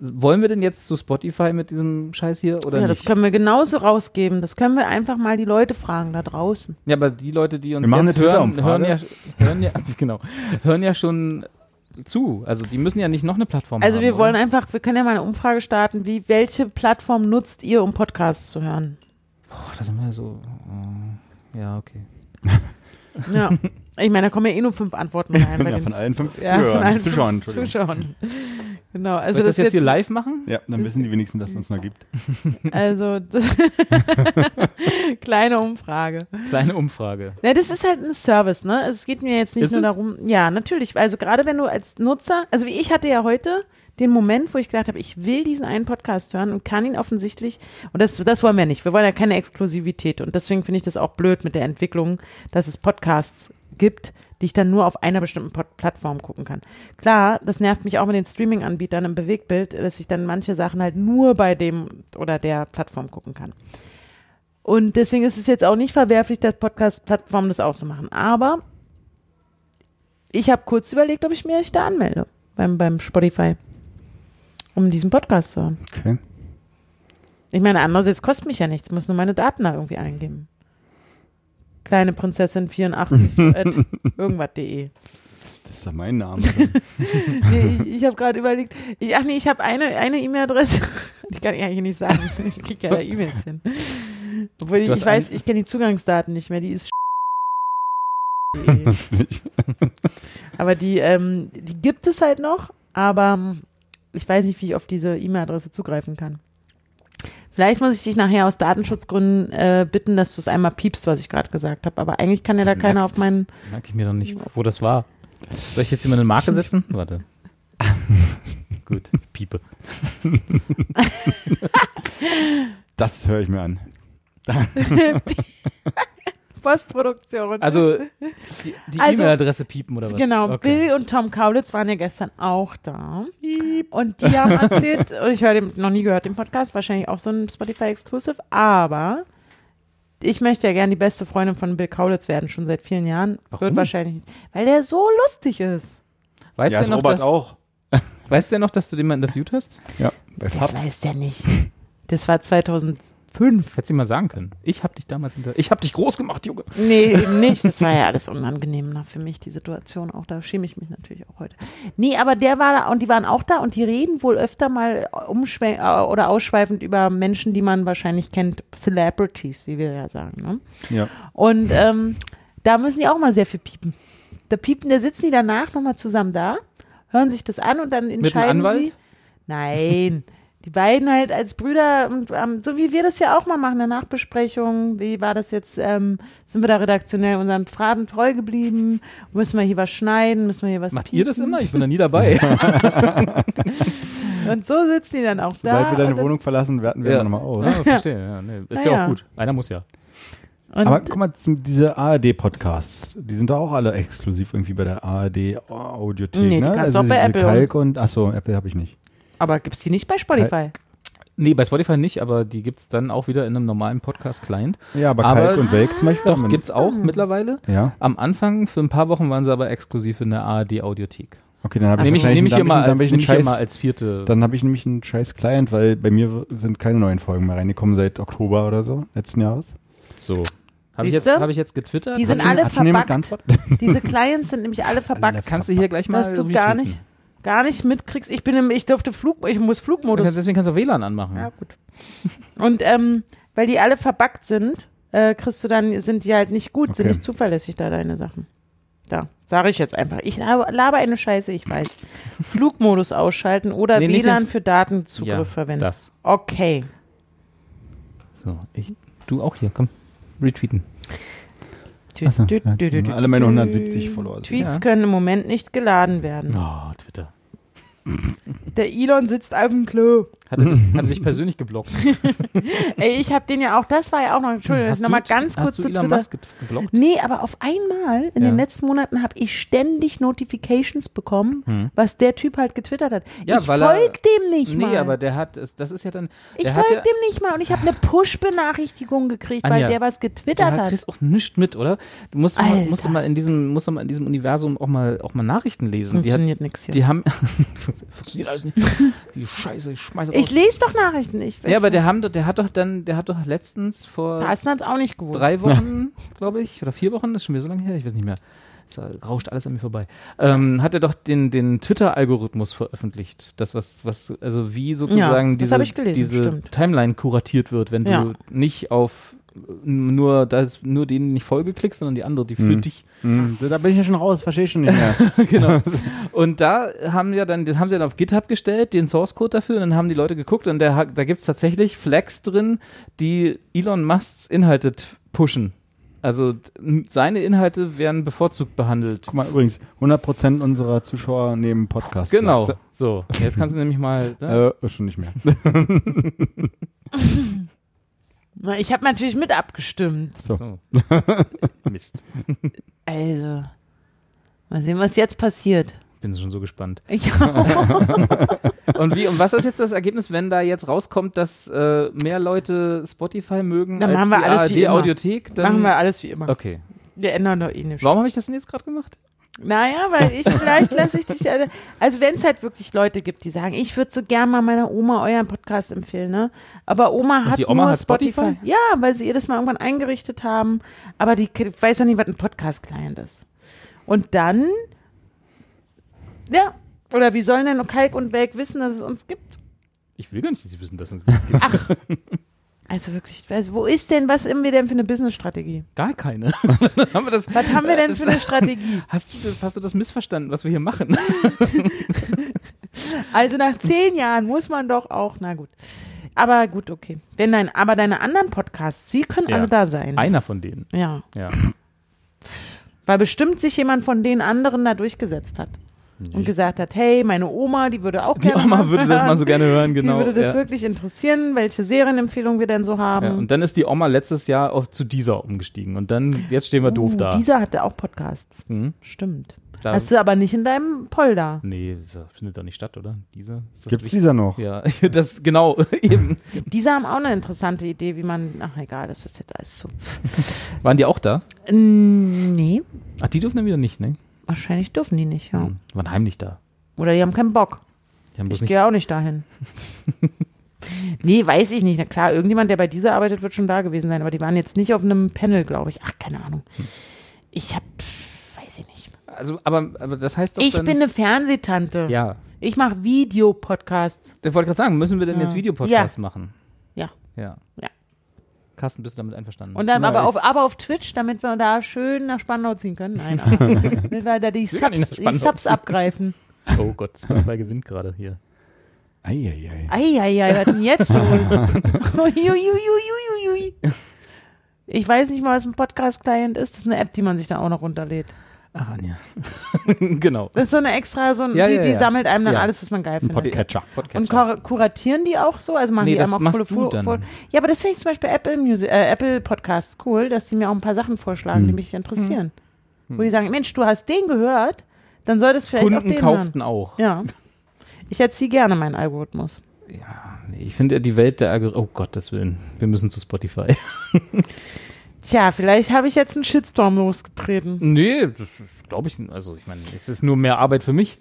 B: wollen wir denn jetzt zu Spotify mit diesem Scheiß hier oder
C: Ja, das
B: nicht?
C: können wir genauso rausgeben. Das können wir einfach mal die Leute fragen da draußen.
B: Ja, aber die Leute, die uns
A: Wir machen
B: jetzt
A: eine
B: hören, hören ja,
A: Twitter-Umfrage.
B: hören ja, genau, hören ja schon zu. Also die müssen ja nicht noch eine Plattform
C: Also
B: haben.
C: wir
B: oder?
C: wollen einfach, wir können ja mal eine Umfrage starten, wie welche Plattform nutzt ihr, um Podcasts zu hören?
B: Boah, das haben wir so, äh, ja, okay.
C: Ja. Ich meine, da kommen ja eh nur fünf Antworten rein bei
A: Ja,
C: den
A: von allen fünf
C: ja, von
A: Zuhörern.
C: allen fünf
A: Zuschauern, Entschuldigung.
C: Zuschauern. Genau,
B: Also
C: also
B: soll ich das,
C: das,
B: jetzt hier
C: jetzt,
B: live machen?
A: Ja, dann wissen die wenigstens, dass es uns noch gibt.
C: also das kleine Umfrage.
B: Kleine Umfrage.
C: Ja, das ist halt ein Service, ne? Also es geht mir jetzt nicht
B: Ist
C: nur
B: es?
C: darum, ja, natürlich, also gerade wenn du als Nutzer, also wie ich hatte ja heute den Moment, wo ich gedacht habe, ich will diesen einen Podcast hören und kann ihn offensichtlich, und das, das wollen wir nicht, wir wollen ja keine Exklusivität und deswegen finde ich das auch blöd mit der Entwicklung, dass es Podcasts gibt, die ich dann nur auf einer bestimmten Pod Plattform gucken kann. Klar, das nervt mich auch mit den Streaming-Anbietern im Bewegtbild, dass ich dann manche Sachen halt nur bei dem oder der Plattform gucken kann. Und deswegen ist es jetzt auch nicht verwerflich, der Podcast-Plattform das auch zu machen. Aber ich habe kurz überlegt, ob ich mich da anmelde beim, beim Spotify, um diesen Podcast zu hören.
A: Okay.
C: Ich meine, andererseits kostet mich ja nichts, muss nur meine Daten da irgendwie eingeben. Kleine Prinzessin 84 at E. irgendwas.de.
A: Das ist doch mein Name.
C: Nee, ich ich habe gerade überlegt, ich, ach nee, ich habe eine eine E-Mail-Adresse, die kann ich eigentlich nicht sagen. Ich kriege ja da E-Mails hin. Obwohl ich,
B: hast
C: ich weiß,
B: ein-
C: ich kenne die Zugangsdaten nicht mehr, die ist Aber die, ähm, die gibt es halt noch, aber ähm, ich weiß nicht, wie ich auf diese E-Mail-Adresse zugreifen kann. Vielleicht muss ich dich nachher aus Datenschutzgründen äh, bitten, dass du es einmal piepst, was ich gerade gesagt habe. Aber eigentlich kann ja da
A: Das
C: keiner
A: merkt-
C: auf meinen.
B: Merke ich mir doch nicht, wo das war. Soll ich jetzt hier mal eine Marke setzen? Warte. Gut, Piepe.
A: Das höre ich mir an.
C: Postproduktion.
B: Also die, die
C: Also-
B: E-Mail-Adresse piepen oder was?
C: Genau,
B: Okay.
C: Bill und Tom Kaulitz waren ja gestern auch da. Und die haben erzählt, und ich höre den noch nie gehört, den Podcast, wahrscheinlich auch so ein Spotify-Exclusive, aber ich möchte ja gerne die beste Freundin von Bill Kaulitz werden, schon seit vielen Jahren.
B: Warum?
C: Wird wahrscheinlich, weil der so lustig ist.
B: Weißt,
A: Ja,
B: du
A: ist
B: noch,
A: Robert
B: dass,
A: auch.
B: weißt du noch, dass du den mal interviewt hast?
A: Ja.
C: Das weiß der nicht. Das war 2005.
B: Hättest du ihm mal sagen können. Ich hab dich damals hinter. Ich hab dich groß gemacht, Junge.
C: Nee, eben nicht. Das war ja alles unangenehm na, für mich, die Situation auch. Da schäme ich mich natürlich auch heute. Nee, aber der war da und die waren auch da und die reden wohl öfter mal umschwe- äh, oder ausschweifend über Menschen, die man wahrscheinlich kennt, Celebrities, wie wir ja sagen. Ne?
A: Ja.
C: Und ähm, da müssen die auch mal sehr viel piepen. Da piepen, da sitzen die danach nochmal zusammen da, hören sich das an und dann
B: Mit einem
C: entscheiden
B: Anwalt?
C: sie. Nein. die beiden halt als Brüder und ähm, so wie wir das ja auch mal machen, eine Nachbesprechung, wie war das jetzt, ähm, sind wir da redaktionell unseren Fragen treu geblieben, müssen wir hier was schneiden, müssen wir hier was
B: Macht ihr das
C: piepen?
B: immer? Ich bin da nie dabei.
C: Und so sitzt die dann auch
A: Sobald
C: da.
A: wir deine
C: und dann-
A: Wohnung verlassen, werten wir
B: Ja.
A: ja. nochmal aus.
B: Ah, verstehe. Ja, nee. Ist ja,
C: Ja, ja.
B: auch gut. Einer muss ja.
C: und
A: Aber guck mal, zum- diese ARD-Podcasts, die sind doch auch alle exklusiv irgendwie bei der ARD-Audiothek,
C: Nee, die
A: ne?
C: kannst du auch bei
A: diese
C: Apple
A: Kalk und, achso, Apple habe ich nicht.
C: aber gibt's die nicht bei Spotify?
A: Halt.
B: Nee, bei Spotify nicht, aber die gibt es dann auch wieder in einem normalen Podcast-Client.
A: Ja, aber,
B: Aber-
A: Kalk und Welk zum Beispiel.
B: Doch,
A: man-
B: gibt es auch
C: Mhm.
B: mittlerweile.
A: Ja,
B: Am Anfang, für ein paar Wochen, waren sie aber exklusiv in der ARD-Audiothek.
A: okay, dann habe ich,
B: Nehme ich,
A: wahrscheinlich-
B: nehm ich,
A: dann
B: hier
A: hab
B: mal
A: dann
B: als-
A: hab ich
B: nehm
A: einen
B: ich hier mal
A: Scheiß,
B: als vierte.
A: dann habe ich nämlich einen scheiß Client, weil bei mir sind keine neuen Folgen mehr reingekommen seit Oktober oder so, letzten Jahres.
B: so. Habe ich, jetzt-
C: Siehste?
B: hab ich jetzt getwittert?
C: Die sind
B: Hat-
C: alle
A: Hat schon jemand
C: verbackt.
A: geantwortet?
C: Diese Clients sind nämlich alle verbackt.
B: Kannst du hier gleich mal
C: Dass du
B: irgendwie
C: gar
B: tweeten.
C: nicht, gar nicht mitkriegst. Ich bin im, ich durfte Flug, ich muss
B: Du
C: Flugmodus.
B: kannst, deswegen kannst du WLAN anmachen.
C: Oh, Ja, gut. Und ähm, weil die alle verbackt sind, äh, kriegst du dann, sind die halt nicht gut, sind
A: Okay.
C: nicht zuverlässig da deine Sachen. Da, sage ich jetzt einfach. Ich labe, laber eine Scheiße, ich weiß. Flugmodus ausschalten oder
B: Nee, nicht den-
C: WLAN für Datenzugriff
B: Ja,
C: verwenden.
B: Das.
C: Okay.
B: So, ich, du auch hier, komm. Retweeten.
C: Dü,
A: Achso,
C: dü,
A: ja,
C: dü, dü, dü.
A: alle meine 170 Follower.
C: Tweets
B: Ja.
C: können im Moment nicht geladen werden.
B: Oh, Twitter.
C: Der Elon sitzt auf dem Klo.
B: Hat er dich, hat er dich persönlich geblockt?
C: Ey, ich habe den ja auch, das war ja auch noch, Entschuldigung,
B: Hm, Hast
C: nochmal
B: du-
C: ganz kurz
B: hast du
C: zu
B: Elon
C: Twitter.
B: Musk get- geblockt?
C: Nee, aber auf einmal in
B: Ja.
C: den letzten Monaten habe ich ständig Notifications bekommen, was der Typ halt getwittert hat.
B: Hm. Ja,
C: ich
B: weil er-
C: folge dem nicht
B: Nee,
C: mal.
B: aber der hat, es- das ist ja dann.
C: ich
B: der hat
C: folge
B: ja,
C: dem nicht mal und ich habe eine Push-Benachrichtigung gekriegt,
B: Anja,
C: weil der was
B: der
C: getwittert
B: hat,
C: hat.
B: kriegst auch nichts mit, oder? Du musst, mal,
C: Alter.
B: musst du mal in diesem, musst du mal in diesem Universum auch mal, auch mal Nachrichten lesen. Die, hat,
C: Funktioniert nichts hier.
B: die haben, funktioniert alles nicht. Die Scheiße, ich schmeiße
C: Ich lese doch Nachrichten. Ich,
B: Ja, aber der, haben, doch- der hat doch dann, der hat doch letztens vor
C: da ist das auch nicht gewusst.
B: drei Wochen, glaube ich, oder vier Wochen, ist schon wieder so lange her, ich weiß nicht mehr. Es äh, rauscht alles an mir vorbei. Ähm, hat er doch den, den Twitter-Algorithmus veröffentlicht. Das, was, was, also wie sozusagen
C: Ja, das
B: diese,
C: hab ich gelesen,
B: diese
C: stimmt.
B: Timeline kuratiert wird, wenn du
C: Ja.
B: nicht auf äh, nur, das, nur denen nicht Folge klickst, sondern die andere, die für
A: Mhm.
B: dich.
A: Hm, da bin ich ja schon raus, verstehe ich schon nicht mehr.
B: genau. Und da haben ja dann, das haben sie dann auf GitHub gestellt, den Source Code dafür, und dann haben die Leute geguckt und der, hat- da gibt's tatsächlich Flags drin, die Elon Musks Inhalte t- pushen. Also n- seine Inhalte werden bevorzugt behandelt.
A: Guck mal, übrigens, 100% unserer Zuschauer nehmen Podcast.
B: Genau. So, jetzt kannst du nämlich mal. Ne?
A: Äh, schon nicht mehr.
C: Na, Ich habe natürlich mit abgestimmt.
B: So. Mist.
C: Also, mal sehen, was jetzt passiert.
B: Bin schon so gespannt.
C: Ich,
B: Und wie und was ist jetzt das Ergebnis, wenn da jetzt rauskommt, dass äh, mehr Leute Spotify mögen
C: Dann
B: als
C: machen wir
B: die
C: alles wie
B: ARD
C: immer.
B: Audiothek? Dann
C: machen wir alles wie immer.
B: Okay.
C: Wir ändern doch eh nichts.
B: Warum habe ich das denn jetzt gerade gemacht?
C: Naja, weil ich vielleicht lasse ich dich. alle- Also wenn es halt wirklich Leute gibt, die sagen, ich würde so gern mal meiner Oma euren Podcast empfehlen, ne? Aber Oma hat
B: die Oma
C: nur
B: hat Spotify?
C: Ja, weil sie ihr das mal irgendwann eingerichtet haben. Aber die k- weiß ja nicht, was ein Podcast-Client ist. Und dann, ja. Oder wie sollen denn Kalk und Welk wissen, dass es uns gibt?
B: Ich will gar nicht, dass sie wissen, dass es
C: Also wirklich, also wo ist denn, was haben wir denn für eine Business-Strategie?
B: Gar keine. Dann haben wir das,
C: Was haben wir denn
B: Das-
C: für eine Strategie?
B: hast, du das, hast du das missverstanden, was wir hier machen?
C: Also nach zehn Jahren muss man doch auch, na gut. Aber gut, okay. Wenn dein, aber deine anderen Podcasts, sie können
B: Ja.
C: alle da sein.
B: Einer von denen.
C: ja.
B: Ja.
C: Weil bestimmt sich jemand von den anderen da durchgesetzt hat. Und gesagt hat, hey, meine Oma, die würde auch
B: Die
C: gerne.
B: Oma würde das mal so gerne hören,
C: Die
B: genau.
C: würde das
B: ja.
C: wirklich interessieren, welche Serienempfehlungen wir denn so
B: ja.
C: haben.
B: Und dann ist die Oma letztes Jahr auf, zu dieser umgestiegen. Und dann, jetzt stehen wir doof da.
C: Uh, Dieser hatte auch Podcasts.
B: Hm?
C: Stimmt.
B: da
C: Hast du aber nicht in deinem Polder.
B: nee, das findet doch nicht statt, oder? Dieser? Ist das
A: Gibt es
B: richtig?
A: dieser noch?
B: Ja, das, genau, eben.
C: Diese haben auch eine interessante Idee, wie man. Ach, egal, das ist jetzt alles so.
B: Waren die auch da?
C: Mm, Nee,
B: Ach, die dürfen dann wieder nicht, ne?
C: wahrscheinlich dürfen die nicht, ja.
B: Hm, Waren heimlich da.
C: Oder die haben keinen Bock.
B: Die haben bloß
C: Ich
B: nicht.
C: gehe auch nicht dahin. nee, weiß ich nicht. Na klar, irgendjemand, der bei dieser arbeitet, wird schon da gewesen sein. Aber die waren jetzt nicht auf einem Panel, glaube ich. Ach, keine Ahnung.
B: Hm.
C: Ich hab, weiß ich nicht.
B: Also, aber, aber das heißt doch
C: ich
B: dann,
C: bin eine Fernsehtante.
B: Ja,
C: Ich mache Videopodcasts.
B: ich wollte gerade sagen, müssen wir denn
C: Ja.
B: jetzt Videopodcast machen?
C: Ja.
B: Ja.
C: Ja.
B: Carsten, bist du damit einverstanden?
C: Und dann
A: Na,
C: aber,
A: ich-
C: auf, aber auf Twitch, damit wir da schön nach Spandau ziehen können. Nein, aber- damit wir da die
B: will gar nicht
C: Subs,
B: nach
C: die
B: Spandau
C: Subs abgreifen.
B: Oh Gott, Spotify gewinnt gerade hier.
A: Eieiei.
C: Eieiei, was denn jetzt los? Uiuiuiuiui. ich weiß nicht mal, was ein Podcast-Client ist. Das ist eine App, die man sich dann auch noch runterlädt.
B: Ach, Anja. genau.
C: Das ist so eine extra, so ein,
B: Ja,
C: die,
B: ja,
C: die
B: ja.
C: sammelt einem dann
B: Ja.
C: alles, was man geil findet.
A: Podcatcher.
C: Und kur kuratieren die auch so? Also machen
B: Nee,
C: die
B: das
C: einem auch
B: machst
C: coole
B: du
C: Vor-
B: dann.
C: Vor- Ja, aber das finde ich zum Beispiel Apple, Music, äh, Apple Podcasts cool, dass die mir auch ein paar Sachen vorschlagen,
B: Hm.
C: die mich interessieren. Wo die sagen, Mensch, du hast den gehört, dann solltest du vielleicht auch
B: Kunden
C: den
B: kauften auch.
C: hören. Ja. Ich erziehe gerne meinen Algorithmus.
B: Ja, nee, ich finde ja die Welt der Algorithmen. Oh Gottes Willen, wir müssen zu Spotify.
C: Tja, vielleicht habe ich jetzt einen Shitstorm losgetreten.
B: nee, das glaube ich. nicht. Also, ich meine, es ist nur mehr Arbeit für mich.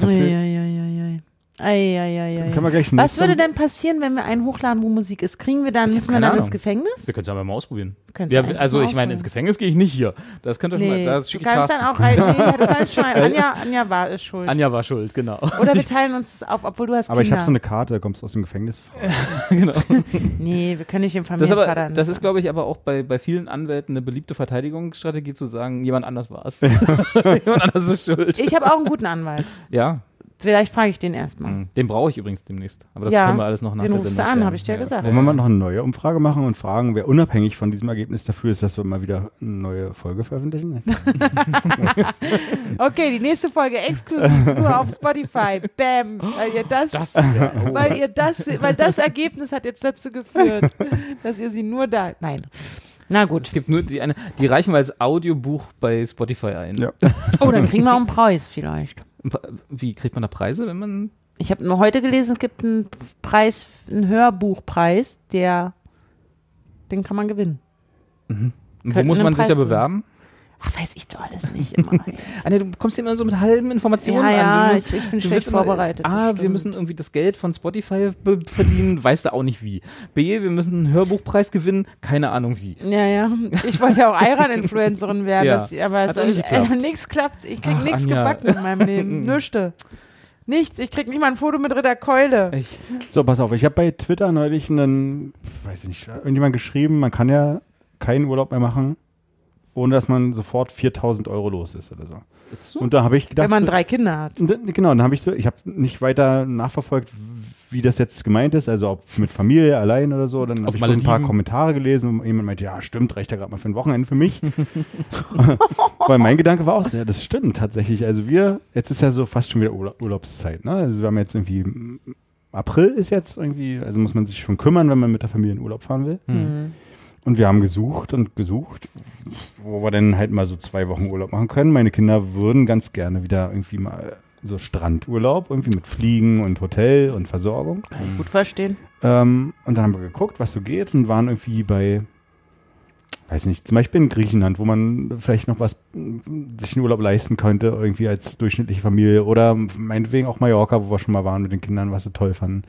C: Eieieiei. Eieieiei.
A: Können wir gleich einen
C: Was würde
A: nächsten-
C: denn passieren, wenn wir einen hochladen, wo Musik ist? Kriegen wir dann, müssen wir
B: keine
C: dann ins
B: Ahnung.
C: Gefängnis?
B: Wir können es aber mal ausprobieren.
C: können's
B: Ja,
C: eigentlich
B: also,
C: mal
B: ich meine, ins
C: ausprobieren.
B: Gefängnis gehe ich nicht hier. Das könnt ihr schon mal.
C: Nee,
B: Das
C: du
B: schicke ich
C: kannst dann
B: Carsten.
C: auch rein. Nee, du kannst schon, Anja, Anja war ist schuld.
B: Äh, Anja war schuld, genau.
C: Oder wir teilen uns das auf, obwohl du hast
A: Aber ich
C: Kinder.
A: habe so eine Karte, da kommst du aus dem Gefängnis.
B: genau.
C: nee, wir können nicht den
B: Das,
C: Familienvater
B: aber, das ist, glaube ich, aber auch bei, bei vielen Anwälten eine beliebte Verteidigungsstrategie zu sagen, jemand anders war es. jemand anders ist schuld.
C: ich habe auch einen guten Anwalt.
B: Ja,
C: Vielleicht frage ich den erstmal.
A: Hm.
B: mhm. den brauche ich übrigens demnächst. Aber das
C: Ja,
B: können wir alles noch nach
C: den
B: der
C: rufst du
B: Sendung
C: an,
B: klären.
C: habe ich dir
B: Ja.
C: gesagt.
A: Wollen wir mal noch eine neue Umfrage machen und fragen, wer unabhängig von diesem Ergebnis dafür ist, dass wir mal wieder eine neue Folge veröffentlichen?
C: Okay, die nächste Folge exklusiv nur auf Spotify. Bam, weil ihr das,
B: Das, ja, oh.
C: weil ihr das, weil das Ergebnis hat jetzt dazu geführt, dass ihr sie nur da. Nein. Na gut.
B: Es gibt nur die eine, die reichen wir als Audiobuch bei Spotify ein.
A: Ja.
C: Oh, dann kriegen wir auch einen Preis vielleicht.
B: Ein paar- Wie kriegt man da Preise, wenn man.
C: Ich habe nur heute gelesen, es gibt einen Preis, einen Hörbuchpreis, der den kann man gewinnen.
B: Wo
C: Könnten
B: muss
C: einen
B: man sich
C: Preis
B: da bewerben?
C: Ach, weiß ich doch alles nicht immer.
B: Anja, du kommst hier immer so mit halben Informationen
C: Ja,
B: an. Du
C: ja,
B: musst-
C: ich- ich bin
B: du
C: schlecht
B: willst immer,
C: vorbereitet, das
B: A, wir
C: stimmt.
B: müssen irgendwie das Geld von Spotify be- verdienen, weißt du auch nicht wie. B, wir müssen einen Hörbuchpreis gewinnen, keine Ahnung wie.
C: ja, ja. Ich wollte ja auch Iran-Influencerin werden,
B: Ja.
C: das, aber es
B: Hat auch nicht geklappt.
C: äh, nichts klappt. Ich krieg
B: Ach,
C: nichts
B: Anja.
C: gebacken in meinem Leben. Nüchte. Nichts. Ich krieg nicht mal ein Foto mit Ritter Keule.
B: Echt?
A: So, pass auf, ich habe bei Twitter neulich einen, weiß ich nicht, irgendjemand geschrieben, man kann ja keinen Urlaub mehr machen, ohne dass man sofort 4000 Euro los ist oder so.
B: Ist das so?
A: Und da habe ich gedacht,
C: Wenn man
A: so-
C: drei Kinder hat.
A: Und dann- Genau, dann habe ich so, ich habe nicht weiter nachverfolgt, wie das jetzt gemeint ist, also ob mit Familie, allein oder so. Dann
B: Auf
A: habe ich bloß ein paar
B: Malediven.
A: Kommentare gelesen und jemand meinte, ja, stimmt, reicht ja gerade mal für ein Wochenende für mich. Weil mein Gedanke war auch so, ja, das stimmt tatsächlich. Also wir, jetzt ist ja so fast schon wieder Urla Urlaubszeit, ne? Also wir haben jetzt irgendwie, m, April ist jetzt irgendwie, also muss man sich schon kümmern, wenn man mit der Familie in Urlaub fahren will. Und wir haben gesucht und gesucht, wo wir dann halt mal so zwei Wochen Urlaub machen können. Meine Kinder würden ganz gerne wieder irgendwie mal so Strandurlaub, irgendwie mit Fliegen und Hotel und Versorgung.
C: Kann ich gut verstehen.
A: Ähm, und dann haben wir geguckt, was so geht und waren irgendwie bei, weiß nicht, zum Beispiel in Griechenland, wo man vielleicht noch was mm, sich einen Urlaub leisten könnte, irgendwie als durchschnittliche Familie oder meinetwegen auch Mallorca, wo wir schon mal waren mit den Kindern, was sie toll fanden.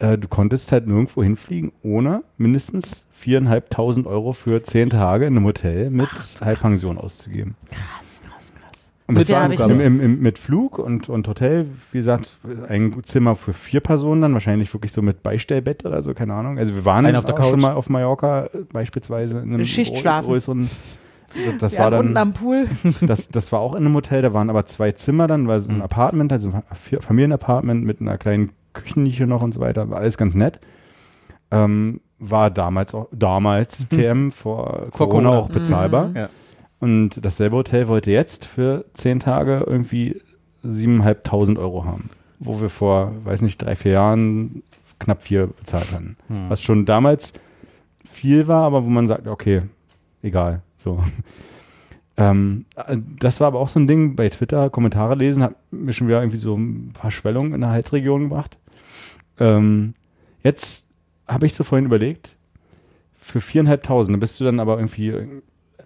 A: Äh, du konntest halt nirgendwo hinfliegen, ohne mindestens 4.500 Euro für zehn Tage in einem Hotel mit Halbpension auszugeben.
C: Krass, krass, krass.
A: Und
C: So
A: das
C: die
A: war
C: habe ich
A: im,
C: nicht.
A: im, im, mit Flug und, und Hotel, wie gesagt, ein Zimmer für vier Personen dann, wahrscheinlich wirklich so mit Beistellbett oder so, keine Ahnung. Also wir waren
B: Einer auf der
A: auch
B: Couch.
A: schon mal auf Mallorca äh, beispielsweise in einem
C: Schichtschlafen.
A: grö- größeren. Also Das
C: Ja,
A: war
C: unten
A: dann,
C: am Pool.
A: das, das war auch in einem Hotel, da waren aber zwei Zimmer dann, war so
B: Mhm.
A: ein Apartment, also ein Fa- Familienapartment mit einer kleinen Küchennische noch und so weiter, war alles ganz nett. Ähm, war damals auch, damals, TM, vor,
B: Mhm. Vor
A: Corona,
B: Corona. Mhm.
A: auch bezahlbar.
B: Ja.
A: Und dasselbe Hotel wollte jetzt für zehn Tage irgendwie 7.500 Euro haben, wo wir vor, weiß nicht, drei, vier Jahren knapp vier bezahlt hatten.
B: Mhm.
A: Was schon damals viel war, aber wo man sagt, okay, egal, so. Ähm, äh, das war aber auch so ein Ding bei Twitter, Kommentare lesen, hat mir schon wieder irgendwie so ein paar Schwellungen in der Halsregion gemacht. Ähm, jetzt habe ich so vorhin überlegt, für 4.500, da bist du dann aber irgendwie äh,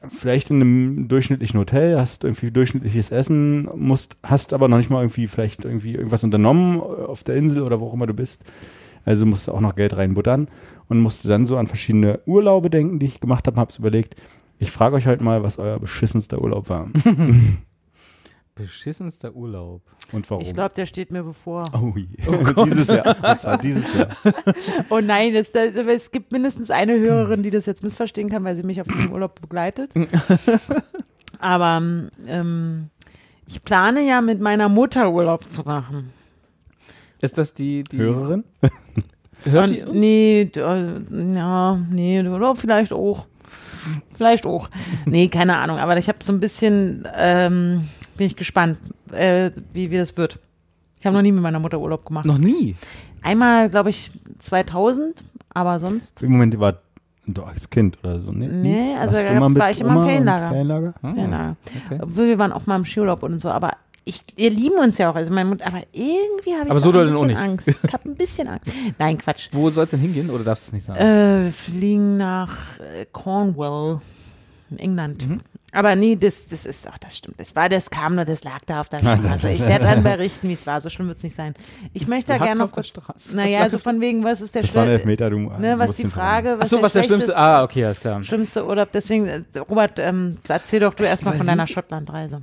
A: vielleicht in einem durchschnittlichen Hotel, hast irgendwie durchschnittliches Essen, musst, hast aber noch nicht mal irgendwie vielleicht irgendwie irgendwas unternommen äh, auf der Insel oder wo auch immer du bist. Also musst du auch noch Geld reinbuttern und musste dann so an verschiedene Urlaube denken, die ich gemacht habe, hab's überlegt. Ich frage euch heute mal, was euer beschissenster Urlaub war
B: Beschissenster Urlaub.
A: und warum.
C: Ich glaube, der steht mir bevor.
A: oh, je. dieses Jahr. Das war dieses Jahr.
C: Oh nein, das, das, aber es gibt mindestens eine Hörerin, die das jetzt missverstehen kann, weil sie mich auf diesem Urlaub begleitet. Aber ähm, ich plane ja mit meiner Mutter Urlaub zu machen.
B: Ist das die, die
A: Hörerin?
B: Hört
C: Und-
B: ihr uns?
C: Nee, d- äh, ja, nee, oder vielleicht auch. Vielleicht auch. Nee, keine Ahnung. Aber ich habe so ein bisschen, ähm, bin ich gespannt, äh, wie, wie das wird. Ich habe noch nie mit meiner Mutter Urlaub gemacht.
B: Noch nie.
C: Einmal, glaube ich, 2000, aber sonst.
A: Im Moment die war doch als Kind oder so, ne?
C: Nee, also
A: Warst
C: da
A: du mal
C: gab's-
A: mit
C: war ich immer im
A: Oma und
C: Ferienlager.
A: Ferienlager?
B: Ah,
C: Ja, na.
B: okay.
C: Obwohl wir waren auch mal im Skiurlaub und so, aber ich, wir lieben uns ja auch. Also meine Mutter, aber irgendwie habe ich
B: Aber so
C: ein
B: doll denn auch
C: bisschen
B: nicht.
C: Angst. Ich habe ein bisschen Angst. Nein, Quatsch.
B: Wo soll es denn hingehen oder darfst du es nicht sagen?
C: Äh, wir fliegen nach äh, Cornwall in England.
B: Mhm.
C: Aber nee, das, das ist, ach, das stimmt. Das war, das kam nur, das lag da auf der Straße. Ich werde dann berichten, wie es war. So schlimm wird es nicht sein. Ich möchte da
B: lag
C: gerne
B: auf
C: noch
B: der
C: kurz.
B: Straße.
C: Naja, also von wegen, was ist der
A: Das war ein
C: schlimmste?
A: Elfmeter, du.
C: Ne,
A: also
C: was
A: musst
C: die
A: den verragen.
C: Frage, was,
B: Achso, was der schlimmste?
C: schlechteste-
B: Ah, okay, alles klar.
C: schlimmste Urlaub? Deswegen, äh, Robert, ähm, erzähl doch du erstmal von deiner Schottlandreise.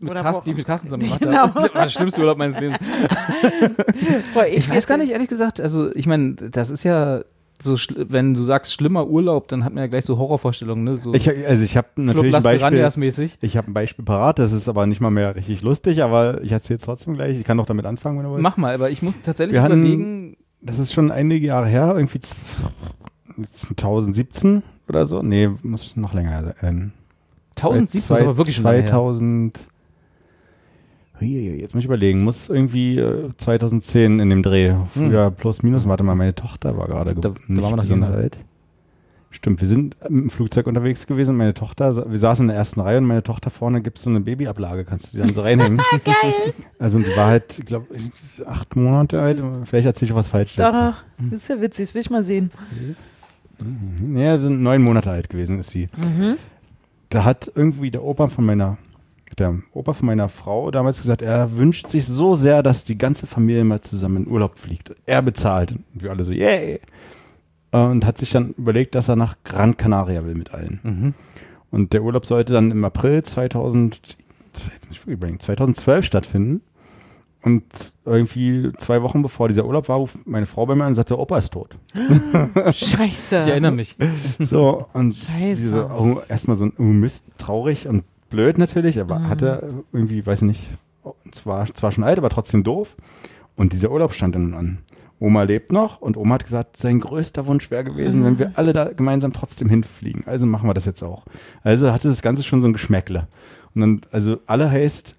B: Mit
C: Oder
B: Carsten,
C: wo-
B: die ich mit Carsten zusammen gemacht
C: Genau.
B: habe. Das war der schlimmste Urlaub meines Lebens.
C: Bevor
B: Ich weiß gar
C: erzähl.
B: nicht, ehrlich gesagt, also ich meine, das ist ja so, schl- wenn du sagst schlimmer Urlaub, dann hat man ja gleich so Horrorvorstellungen, ne? So
A: Ich, also ich habe
B: Club
A: natürlich ein
B: Las
A: Beispiel.
B: Piranhas-mäßig.
A: Ich habe ein Beispiel parat, das ist aber nicht mal mehr richtig lustig, aber ich erzähle es trotzdem gleich. Ich kann doch damit anfangen, wenn du willst.
B: Mach mal, aber ich muss tatsächlich
A: Wir hatten-
B: überlegen,
A: Das ist schon einige Jahre her, irgendwie 2017 oder so. Nee, muss noch länger sein.
B: 1017 ist
A: Zwei-
B: aber wirklich schon lange her.
A: 2000. Huiuiui, Jetzt muss ich überlegen, muss irgendwie äh, 2010 in dem Dreh. Früher plus minus, warte mal, meine Tochter war gerade
B: Hm. Da-
A: geboren.
B: da waren wir noch jünger.
A: alt. Stimmt, wir sind im Flugzeug unterwegs gewesen. Meine Tochter, sa- wir saßen in der ersten Reihe und meine Tochter vorne gibt es so eine Babyablage, kannst du die dann so reinhängen.
D: Geil.
A: also die war halt, ich glaube, acht Monate alt. Vielleicht erzähle ich was falsch.
C: Doch, Ah, das ist ja witzig, das will ich mal sehen.
A: Ja, wir sind neun Monate alt gewesen, ist sie. Da hat irgendwie der Opa von meiner, der Opa von meiner Frau damals gesagt, er wünscht sich so sehr, dass die ganze Familie mal zusammen in Urlaub fliegt. Er bezahlt. Und wir alle so, yay! Äh, Und hat sich dann überlegt, dass er nach Gran Canaria will mit allen.
B: Mhm.
A: Und der Urlaub sollte dann im April 2000, jetzt muss ich überlegen, 2012 stattfinden. Und irgendwie zwei Wochen bevor dieser Urlaub war, ruft meine Frau bei mir an und sagt, der Opa ist tot.
C: Scheiße.
B: Ich erinnere mich.
A: So, und
C: Scheiße.
A: diese, oh, erstmal so ein oh Mist, traurig und blöd natürlich, aber hatte irgendwie, weiß nicht, oh, zwar, zwar schon alt, aber trotzdem doof. Und dieser Urlaub stand dann an. Oma lebt noch und Oma hat gesagt, sein größter Wunsch wäre gewesen, wenn wir alle da gemeinsam trotzdem hinfliegen. Also machen wir das jetzt auch. Also hatte das Ganze schon so ein Geschmäckle. Und dann, also alle heißt,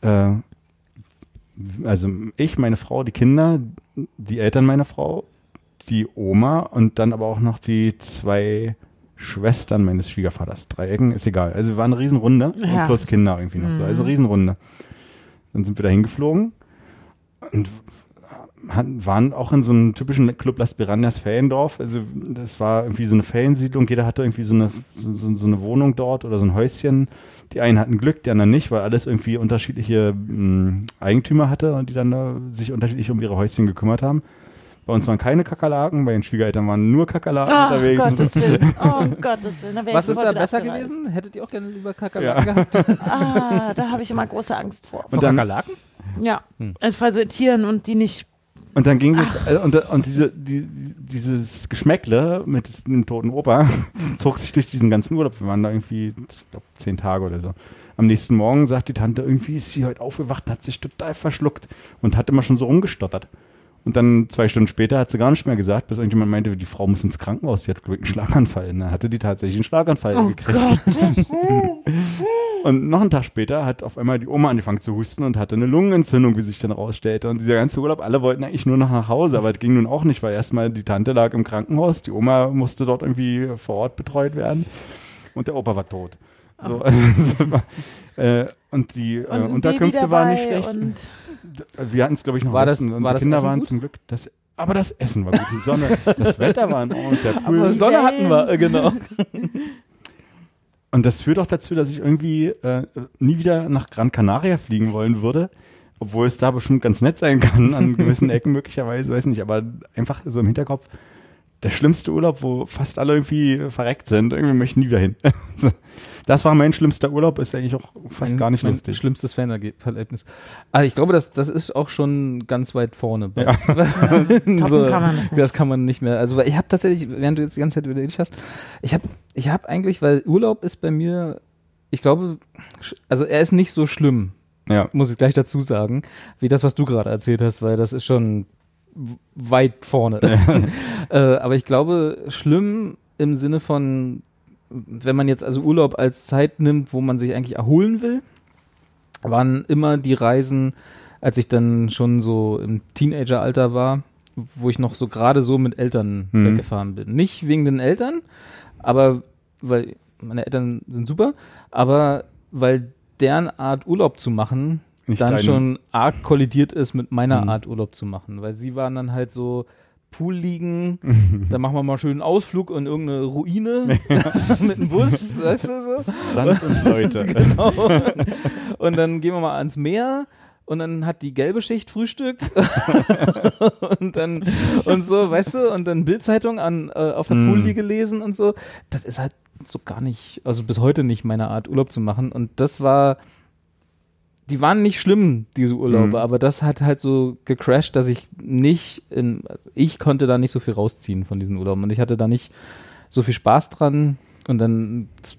A: äh, also ich, meine Frau, die Kinder, die Eltern meiner Frau, die Oma und dann aber auch noch die zwei Schwestern meines Schwiegervaters. Dreiecken, ist egal. Also wir waren eine Riesenrunde
C: Ja.
A: und plus Kinder irgendwie noch so. Also Riesenrunde. Dann sind wir da hingeflogen und hatten- waren auch in so einem typischen Club Las Piranhas Feriendorf. Also das war irgendwie so eine Feriensiedlung. Jeder hatte irgendwie so eine, so, so- so eine Wohnung dort oder so ein Häuschen. Die einen hatten Glück, die anderen nicht, weil alles irgendwie unterschiedliche mh, Eigentümer hatte und die dann da sich unterschiedlich um ihre Häuschen gekümmert haben. Bei uns waren keine Kakerlaken, bei den Schwiegereltern waren nur Kakerlaken
C: Oh,
A: unterwegs.
C: Gottes Willen. Oh, Gottes Willen. Da wär ich
B: Was ist da
C: sofort
B: besser
C: abgereist.
B: gewesen? Hättet ihr auch gerne lieber Kakerlaken gehabt?
C: Ah, da habe ich immer große Angst vor.
A: Und Hm. dann-
B: Kakerlaken?
C: Ja, also vor so Tieren und die nicht.
A: Und dann ging es, äh, und, und diese, die, die- dieses Geschmäckle mit dem toten Opa zog sich durch diesen ganzen Urlaub. Wir waren da irgendwie, ich glaube, zehn Tage oder so. Am nächsten Morgen sagt die Tante, irgendwie ist sie heute aufgewacht, und hat sich total verschluckt und hat immer schon so rumgestottert. Und dann zwei Stunden später hat sie gar nicht mehr gesagt, bis irgendjemand meinte, die Frau muss ins Krankenhaus, die hat glaube ich, einen Schlaganfall. Und dann hatte die tatsächlich einen Schlaganfall
C: Oh
A: gekriegt. Und noch einen Tag später hat auf einmal die Oma angefangen zu husten und hatte eine Lungenentzündung, wie sich dann rausstellte. Und dieser ganze Urlaub, alle wollten eigentlich nur noch nach Hause, aber es ging nun auch nicht, weil erstmal die Tante lag im Krankenhaus, die Oma musste dort irgendwie vor Ort betreut werden und der Opa war tot. So, äh, und die äh,
C: Und ein
A: Unterkünfte
C: Baby
A: waren
C: dabei
A: nicht schlecht.
C: Und
A: Wir hatten es, glaube ich, noch
B: War das-
A: Essen.
B: war
A: Unsere
B: das
A: Kinder
B: Essen
A: waren
B: gut?
A: zum Glück. Das, aber das Essen war gut. Die Sonne, das Wetter war in Ordnung, der Pool.
C: Aber die
B: Sonne hatten wir,
C: Wellen.
B: äh, genau.
A: Und das führt auch dazu, dass ich irgendwie äh, nie wieder nach Gran Canaria fliegen wollen würde, obwohl es da bestimmt ganz nett sein kann, an gewissen Ecken möglicherweise, weiß nicht, aber einfach so im Hinterkopf, der schlimmste Urlaub, wo fast alle irgendwie verreckt sind, irgendwie möchte ich nie wieder hin. So. das war mein schlimmster Urlaub, ist eigentlich auch fast
B: Mein-
A: gar nicht
B: mein
A: lustig.
B: Schlimmstes Fanerlebnis. Aber ich glaube, das, das ist auch schon ganz weit vorne. Bei, so,
C: kann man das nicht.
B: das kann man nicht mehr. Also weil ich habe tatsächlich, während du jetzt die ganze Zeit überlegt hast, ich habe ich hab eigentlich, weil Urlaub ist bei mir, ich glaube, sch- also er ist nicht so schlimm.
E: Ja.
B: muss ich gleich dazu sagen, wie das, was du gerade erzählt hast, weil das ist schon w- weit vorne. äh, aber ich glaube, schlimm im Sinne von, wenn man jetzt also Urlaub als Zeit nimmt, wo man sich eigentlich erholen will, waren immer die Reisen, als ich dann schon so im Teenageralter war, wo ich noch so gerade so mit Eltern
E: Mhm.
B: weggefahren bin. Nicht wegen den Eltern, aber weil meine Eltern sind super, aber weil deren Art Urlaub zu machen
E: Nicht
B: dann
E: deine.
B: schon arg kollidiert ist mit meiner
E: Mhm.
B: Art Urlaub zu machen, weil sie waren dann halt so Pool liegen, dann machen wir mal schön einen Ausflug in irgendeine Ruine mit dem Bus, weißt du so?
E: Sand und Leute.
B: Genau. Und dann gehen wir mal ans Meer und dann hat die gelbe Schicht Frühstück und dann und so, weißt du, und dann Bildzeitung an äh, auf der
E: Mm.
B: Poolliege lesen und so. Das ist halt so gar nicht, also bis heute nicht meine Art Urlaub zu machen und das war die waren nicht schlimm, diese Urlaube,
E: Mm.
B: aber das hat halt so gecrashed, dass ich nicht in, also ich konnte da nicht so viel rausziehen von diesen Urlauben und ich hatte da nicht so viel Spaß dran und dann z-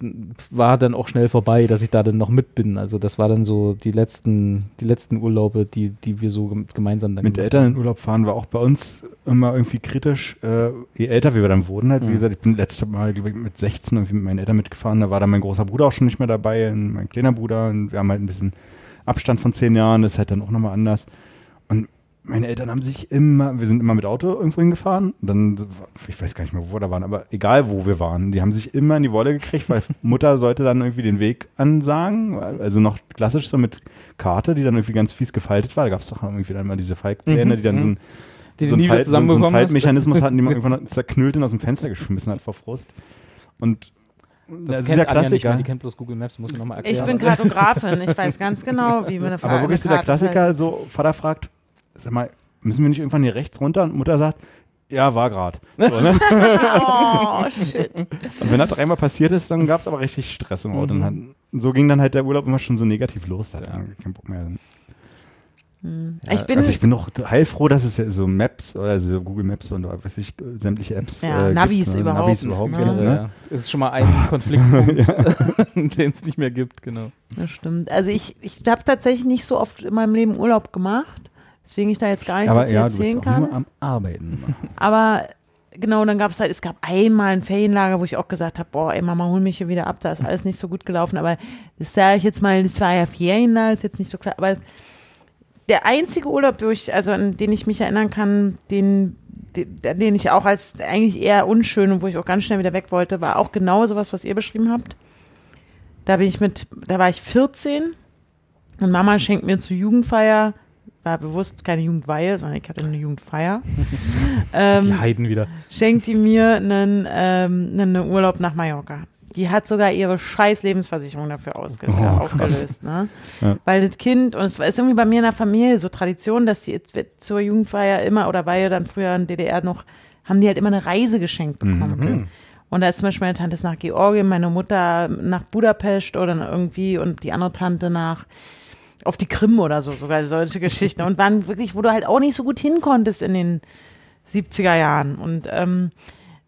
B: war dann auch schnell vorbei, dass ich da dann noch mit bin. Also das war dann so die letzten, die letzten Urlaube, die, die wir so gem- gemeinsam dann
A: Mit
B: gemacht
A: Eltern in Urlaub fahren war auch bei uns immer irgendwie kritisch. Äh, je älter wir dann wurden, halt, wie gesagt, ich bin letztes Mal glaub ich, mit 16 irgendwie mit meinen Eltern mitgefahren. Da war dann mein großer Bruder auch schon nicht mehr dabei, und mein kleiner Bruder. Und wir haben halt ein bisschen Abstand von zehn Jahren, das ist halt dann auch nochmal anders. Und meine Eltern haben sich immer, wir sind immer mit Auto irgendwo hingefahren. Dann, ich weiß gar nicht mehr, wo wir da waren, aber egal wo wir waren, die haben sich immer in die Wolle gekriegt, weil Mutter sollte dann irgendwie den Weg ansagen. Also noch klassisch so mit Karte, die dann irgendwie ganz fies gefaltet war. Da gab es doch irgendwie dann mal diese Falkpläne, die dann so ein
B: Die
A: so
B: du
A: einen
B: nie
A: Fall,
B: wieder
A: so, so einen
B: zusammenbekommen hast.
A: Faltmechanismus hatten, den man irgendwann zerknüllt und aus dem Fenster geschmissen hat vor Frust. Und
B: Das
A: ist
B: kennt
A: ja
B: Anja nicht
A: Klassiker.
B: mehr, die kennt bloß Google Maps, muss ich nochmal erklären.
C: Ich bin Kartografin, ich weiß ganz genau, wie meine Frage
A: aber wirklich so der Klassiker, so Vater fragt, sag mal, müssen wir nicht irgendwann hier rechts runter? Und Mutter sagt, ja, war grad. So, ne?
C: Oh, shit.
A: Und wenn das dreimal passiert ist, dann gab es aber richtig Stress im Auto. Und hat, so ging dann halt der Urlaub immer schon so negativ los. Da hat
B: Ja.
A: man keinen Bock mehr.
C: Ich bin,
A: Also ich bin noch heilfroh, dass es ja so Maps oder so Google Maps und weiß ich, sämtliche Apps.
C: Ja, Navis
A: gibt, ne?
C: überhaupt,
A: Navis überhaupt
C: ne?
A: gibt,
B: Generell,
A: ne?
B: ja. Es ist schon mal ein Konfliktpunkt, den es nicht mehr gibt, genau.
C: das stimmt. Also ich, ich habe tatsächlich nicht so oft in meinem Leben Urlaub gemacht, weswegen ich da jetzt gar nicht so
A: Aber
C: viel
A: ja, du bist
C: erzählen
A: auch nur
C: kann.
A: am Arbeiten.
C: Aber genau, dann gab es halt, es gab einmal ein Ferienlager, wo ich auch gesagt habe, boah, ey Mama, hol mich hier wieder ab, da ist alles nicht so gut gelaufen. Aber das sage ich jetzt mal, das war ja Ferienlager, ist jetzt nicht so klar. Aber es, der einzige Urlaub, wo ich, also an den ich mich erinnern kann, den, den, den ich auch als eigentlich eher unschön und wo ich auch ganz schnell wieder weg wollte, war auch genau sowas, was ihr beschrieben habt. Da bin ich mit, da war ich 14 und Mama schenkt mir zur Jugendfeier, war bewusst keine Jugendweihe, sondern ich hatte eine Jugendfeier. ähm,
B: Heiden wieder.
C: schenkt die mir einen, ähm, einen Urlaub nach Mallorca. Die hat sogar ihre scheiß Lebensversicherung dafür ausge
A: Oh, krass.
C: aufgelöst. Ne?
A: Ja.
C: Weil das Kind, und es war- ist irgendwie bei mir in der Familie so Tradition, dass die jetzt wird zur Jugendfeier immer, oder war ja dann früher in DDR noch, haben die halt immer eine Reise geschenkt bekommen.
A: Mhm.
C: Und da ist zum Beispiel meine Tante ist nach Georgien, meine Mutter nach Budapest oder irgendwie und die andere Tante nach auf die Krim oder so, sogar solche Geschichten. Und waren wirklich, wo du halt auch nicht so gut hinkonntest in den 70er Jahren. Und ähm,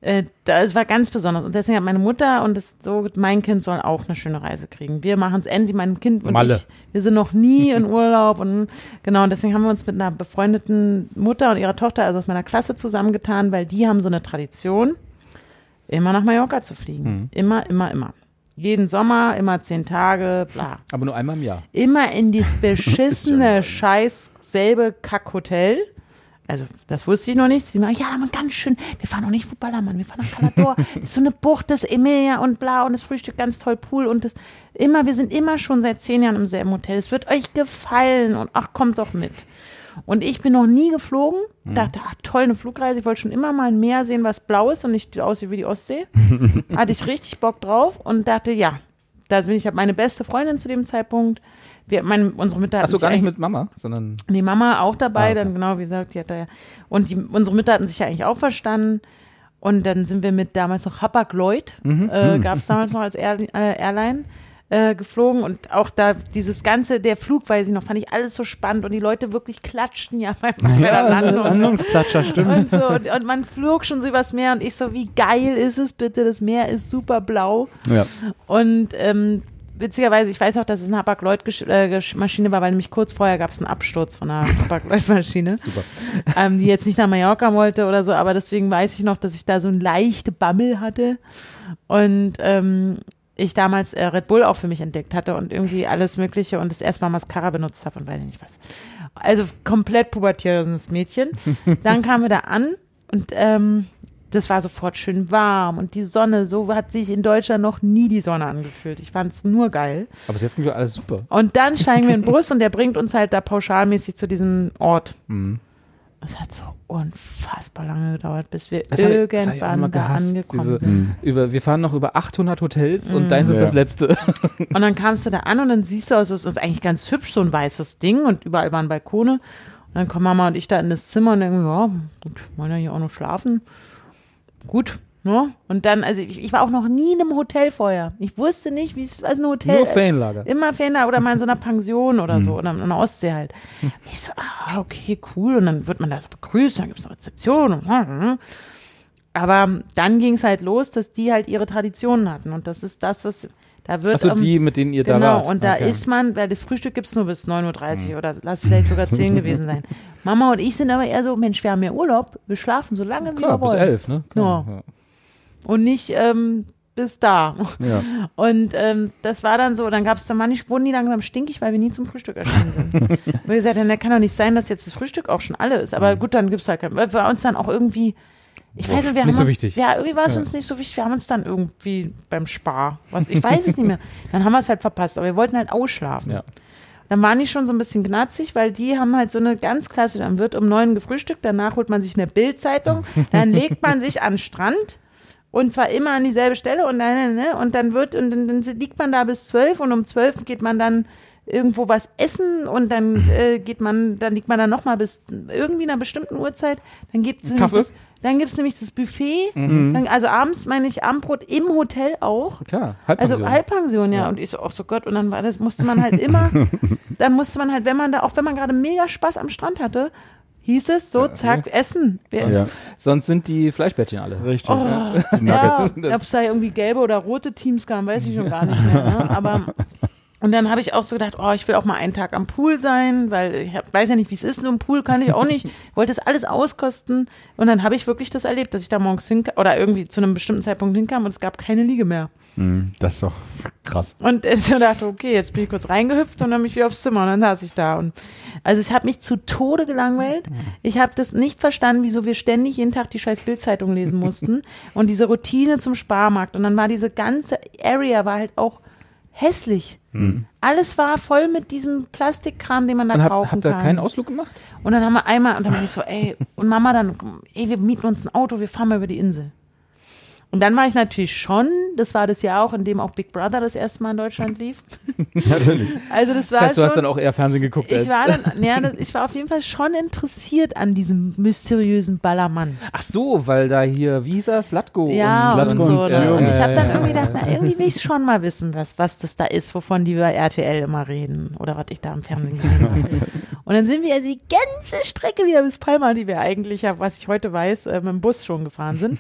C: äh, das war ganz besonders. Und deswegen hat meine Mutter und das so, mein Kind soll auch eine schöne Reise kriegen. Wir machen es endlich, mein Kind und
B: Malle.
C: ich. Wir sind noch nie in Urlaub und genau, und deswegen haben wir uns mit einer befreundeten Mutter und ihrer Tochter, also aus meiner Klasse, zusammengetan, weil die haben so eine Tradition, immer nach Mallorca zu fliegen. Immer, immer, immer. Jeden Sommer, immer zehn Tage, bla
B: Aber nur einmal im Jahr.
C: immer in dieses beschissene scheiß selbe Kackhotel. Also, das wusste ich noch nicht. Sie meinen, ja, man ganz schön. Wir fahren noch nicht Fußballermann, wir fahren nach Calador. das ist so eine Bucht, das Emilia und bla und das Frühstück ganz toll, Pool und das immer, wir sind immer schon seit zehn Jahren im selben Hotel. Es wird euch gefallen und ach, kommt doch mit. Und ich bin noch nie geflogen,
B: Mhm.
C: dachte, ach toll, eine Flugreise, ich wollte schon immer mal ein Meer sehen, was blau ist und nicht aussieht wie die Ostsee. Hatte ich richtig Bock drauf und dachte, ja, da bin ich, habe meine beste Freundin zu dem Zeitpunkt. Wir, meine, unsere Mütter hatten
B: Achso,
C: sich
B: gar nicht
C: eigentlich-
B: mit Mama, sondern
C: die Mama auch dabei,
B: Ah, okay.
C: dann genau, wie gesagt, die hat da ja. Und die, unsere Mütter hatten sich ja eigentlich auch verstanden. Und dann sind wir mit damals noch Hapag Lloyd, äh, gab es damals noch als Air, äh, Airline, äh, geflogen. Und auch da dieses ganze, der Flug, weiß ich noch, fand ich alles so spannend. Und die Leute wirklich klatschten ja beim bei der Landung.
A: Landungsklatscher, stimmt.
C: Und, so, und, und man flog schon so übers Meer und ich so, wie geil ist es bitte, das Meer ist super blau.
A: Ja.
C: Und ähm, witzigerweise, ich weiß auch, dass es eine Hapag-Lloyd-Maschine war, weil nämlich kurz vorher gab es einen Absturz von einer Hapag-Lloyd-Maschine,
A: Super.
C: ähm, die jetzt nicht nach Mallorca wollte oder so, aber deswegen weiß ich noch, dass ich da so ein leichte Bammel hatte und ähm, ich damals äh, Red Bull auch für mich entdeckt hatte und irgendwie alles Mögliche und das erste Mal Mascara benutzt habe und weiß ich nicht was. Also komplett pubertierendes Mädchen. Dann kamen wir da an und ähm, das war sofort schön warm und die Sonne, so hat sich in Deutschland noch nie die Sonne angefühlt. Ich fand's nur geil.
B: Aber bis jetzt ging alles super.
C: Und dann steigen wir in den Bus und der bringt uns halt da pauschalmäßig zu diesem Ort.
B: Mhm.
C: Das hat so unfassbar lange gedauert, bis wir
B: Das habe ich- das habe ich auch
C: irgendwann
B: immer
C: da
B: gehasst,
C: angekommen
B: diese-
C: sind.
A: Mhm.
B: Über, wir fahren noch über 800 Hotels und deins ist
A: Ja.
B: das letzte.
C: Und dann kamst du da an und dann siehst du, also es ist eigentlich ganz hübsch, so ein weißes Ding und überall waren Balkone. Und dann kommen Mama und ich da in das Zimmer und denken, ja, gut, wollen ja hier auch noch schlafen. Gut, ne? Und dann, also ich, ich war auch noch nie in einem Hotel vorher. Ich wusste nicht, wie es, also ein Hotel.
B: Nur Hm. Fanlager.
C: Immer Ferienlager oder mal in so einer Pension oder so oder in der Ostsee halt. Ich so, ah, okay, cool. Und dann wird man da so begrüßt, dann gibt es eine Rezeption. und, hm, hm. Aber dann ging es halt los, dass die halt ihre Traditionen hatten. Und das ist das, was da wird.
B: Achso,
C: am-
B: die, mit denen ihr da
C: genau,
B: wart.
C: und da
B: Okay. Hm.
C: ist man, weil das Frühstück gibt es nur bis 9.30 Uhr oder lass vielleicht sogar 10 gewesen sein. Mama und ich sind aber eher so, Mensch, wir haben ja Urlaub, wir schlafen so lange wie
B: Klar,
C: wir
B: bis
C: wollen.
B: elf, ne? Klar,
C: Ja.
B: ja.
C: Und nicht ähm, bis da.
A: Ja.
C: Und ähm, das war dann so, dann gab es dann manchmal, wurden die langsam stinkig, weil wir nie zum Frühstück erschienen sind. Und wir gesagt haben, da kann doch nicht sein, dass jetzt das Frühstück auch schon alle ist.
B: Mhm.
C: Aber gut, dann gibt es halt kein, weil wir uns dann auch irgendwie, ich weiß nicht, wir haben
B: nicht so
C: uns,
B: wichtig.
C: ja, irgendwie war es uns nicht so wichtig, wir haben uns dann irgendwie beim Spar, was, ich weiß es nicht mehr, dann haben wir es halt verpasst, aber wir wollten halt ausschlafen.
B: Ja.
C: Dann waren die schon so ein bisschen knatzig, weil die haben halt so eine ganz klassische, dann wird um neun gefrühstückt, danach holt man sich eine Bildzeitung, dann legt man sich an den Strand und zwar immer an dieselbe Stelle und dann, ne, und dann wird, und dann, dann liegt man da bis zwölf und um zwölf geht man dann irgendwo was essen und dann äh, geht man, dann liegt man dann nochmal bis irgendwie einer bestimmten Uhrzeit, dann gibt es
B: Kaffee?
C: das, dann gibt's nämlich das Buffet, dann, also abends meine ich Abendbrot im Hotel auch.
B: Klar, Halbpension.
C: Also Halbpension, ja. Und ich so, ach so Gott, und dann war das, musste man halt immer, dann musste man halt, wenn man da, auch wenn man gerade mega Spaß am Strand hatte, hieß es so, zack, essen. Wir-
A: Ja,
B: Sonst sind die Fleischbällchen alle.
A: richtig. ne? Die
C: Oh, ja,
A: Nuggets.
C: ob es da irgendwie gelbe oder rote Teams kamen, weiß ich schon gar nicht mehr. Ne? Aber und dann habe ich auch so gedacht, oh, ich will auch mal einen Tag am Pool sein, weil ich hab, weiß ja nicht, wie es ist. So ein Pool kann ich auch nicht. Ich wollte das alles auskosten. Und dann habe ich wirklich das erlebt, dass ich da morgens hinkam oder irgendwie zu einem bestimmten Zeitpunkt hinkam und es gab keine Liege mehr.
A: Mhm. Das ist doch krass.
C: Und ich so dachte, okay, jetzt bin ich kurz reingehüpft und dann mich wieder aufs Zimmer und dann saß ich da. Und also ich habe mich zu Tode gelangweilt.
B: Mhm.
C: Ich habe das nicht verstanden, wieso wir ständig jeden Tag die scheiß Bildzeitung lesen mussten und diese Routine zum Sparmarkt. Und dann war diese ganze Area war halt auch hässlich. Alles war voll mit diesem Plastikkram, den man da
B: Mhm. Und habt,
C: kaufen
B: habt ihr
C: kann.
B: keinen Ausflug gemacht?
C: Und dann haben wir einmal, und dann bin ich so, ey, und Mama dann, ey, wir mieten uns ein Auto, wir fahren mal über die Insel. Und dann war ich natürlich schon, das war das Jahr auch, in dem auch Big Brother das erste Mal in Deutschland lief.
A: Natürlich.
C: Also das war
B: Das heißt, du
C: schon,
B: hast dann auch eher Fernsehen geguckt als.
C: ich war dann, ja, das- ich war auf jeden Fall schon interessiert an diesem mysteriösen Ballermann.
B: Ach so, weil da hier, wie hieß er? Slatko.
C: Ja, und,
A: Slatko
C: so.
A: und
C: ne? Und
A: Jürgen.
C: ich habe dann
B: ja,
C: irgendwie
B: ja,
C: gedacht, na, irgendwie will ich schon mal wissen, was, was das da ist, wovon die bei RTL immer reden oder was ich da im Fernsehen gesehen habe. Und dann sind wir also die ganze Strecke wieder bis Palma, die wir eigentlich, ja, was ich heute weiß, äh, mit dem Bus schon gefahren sind.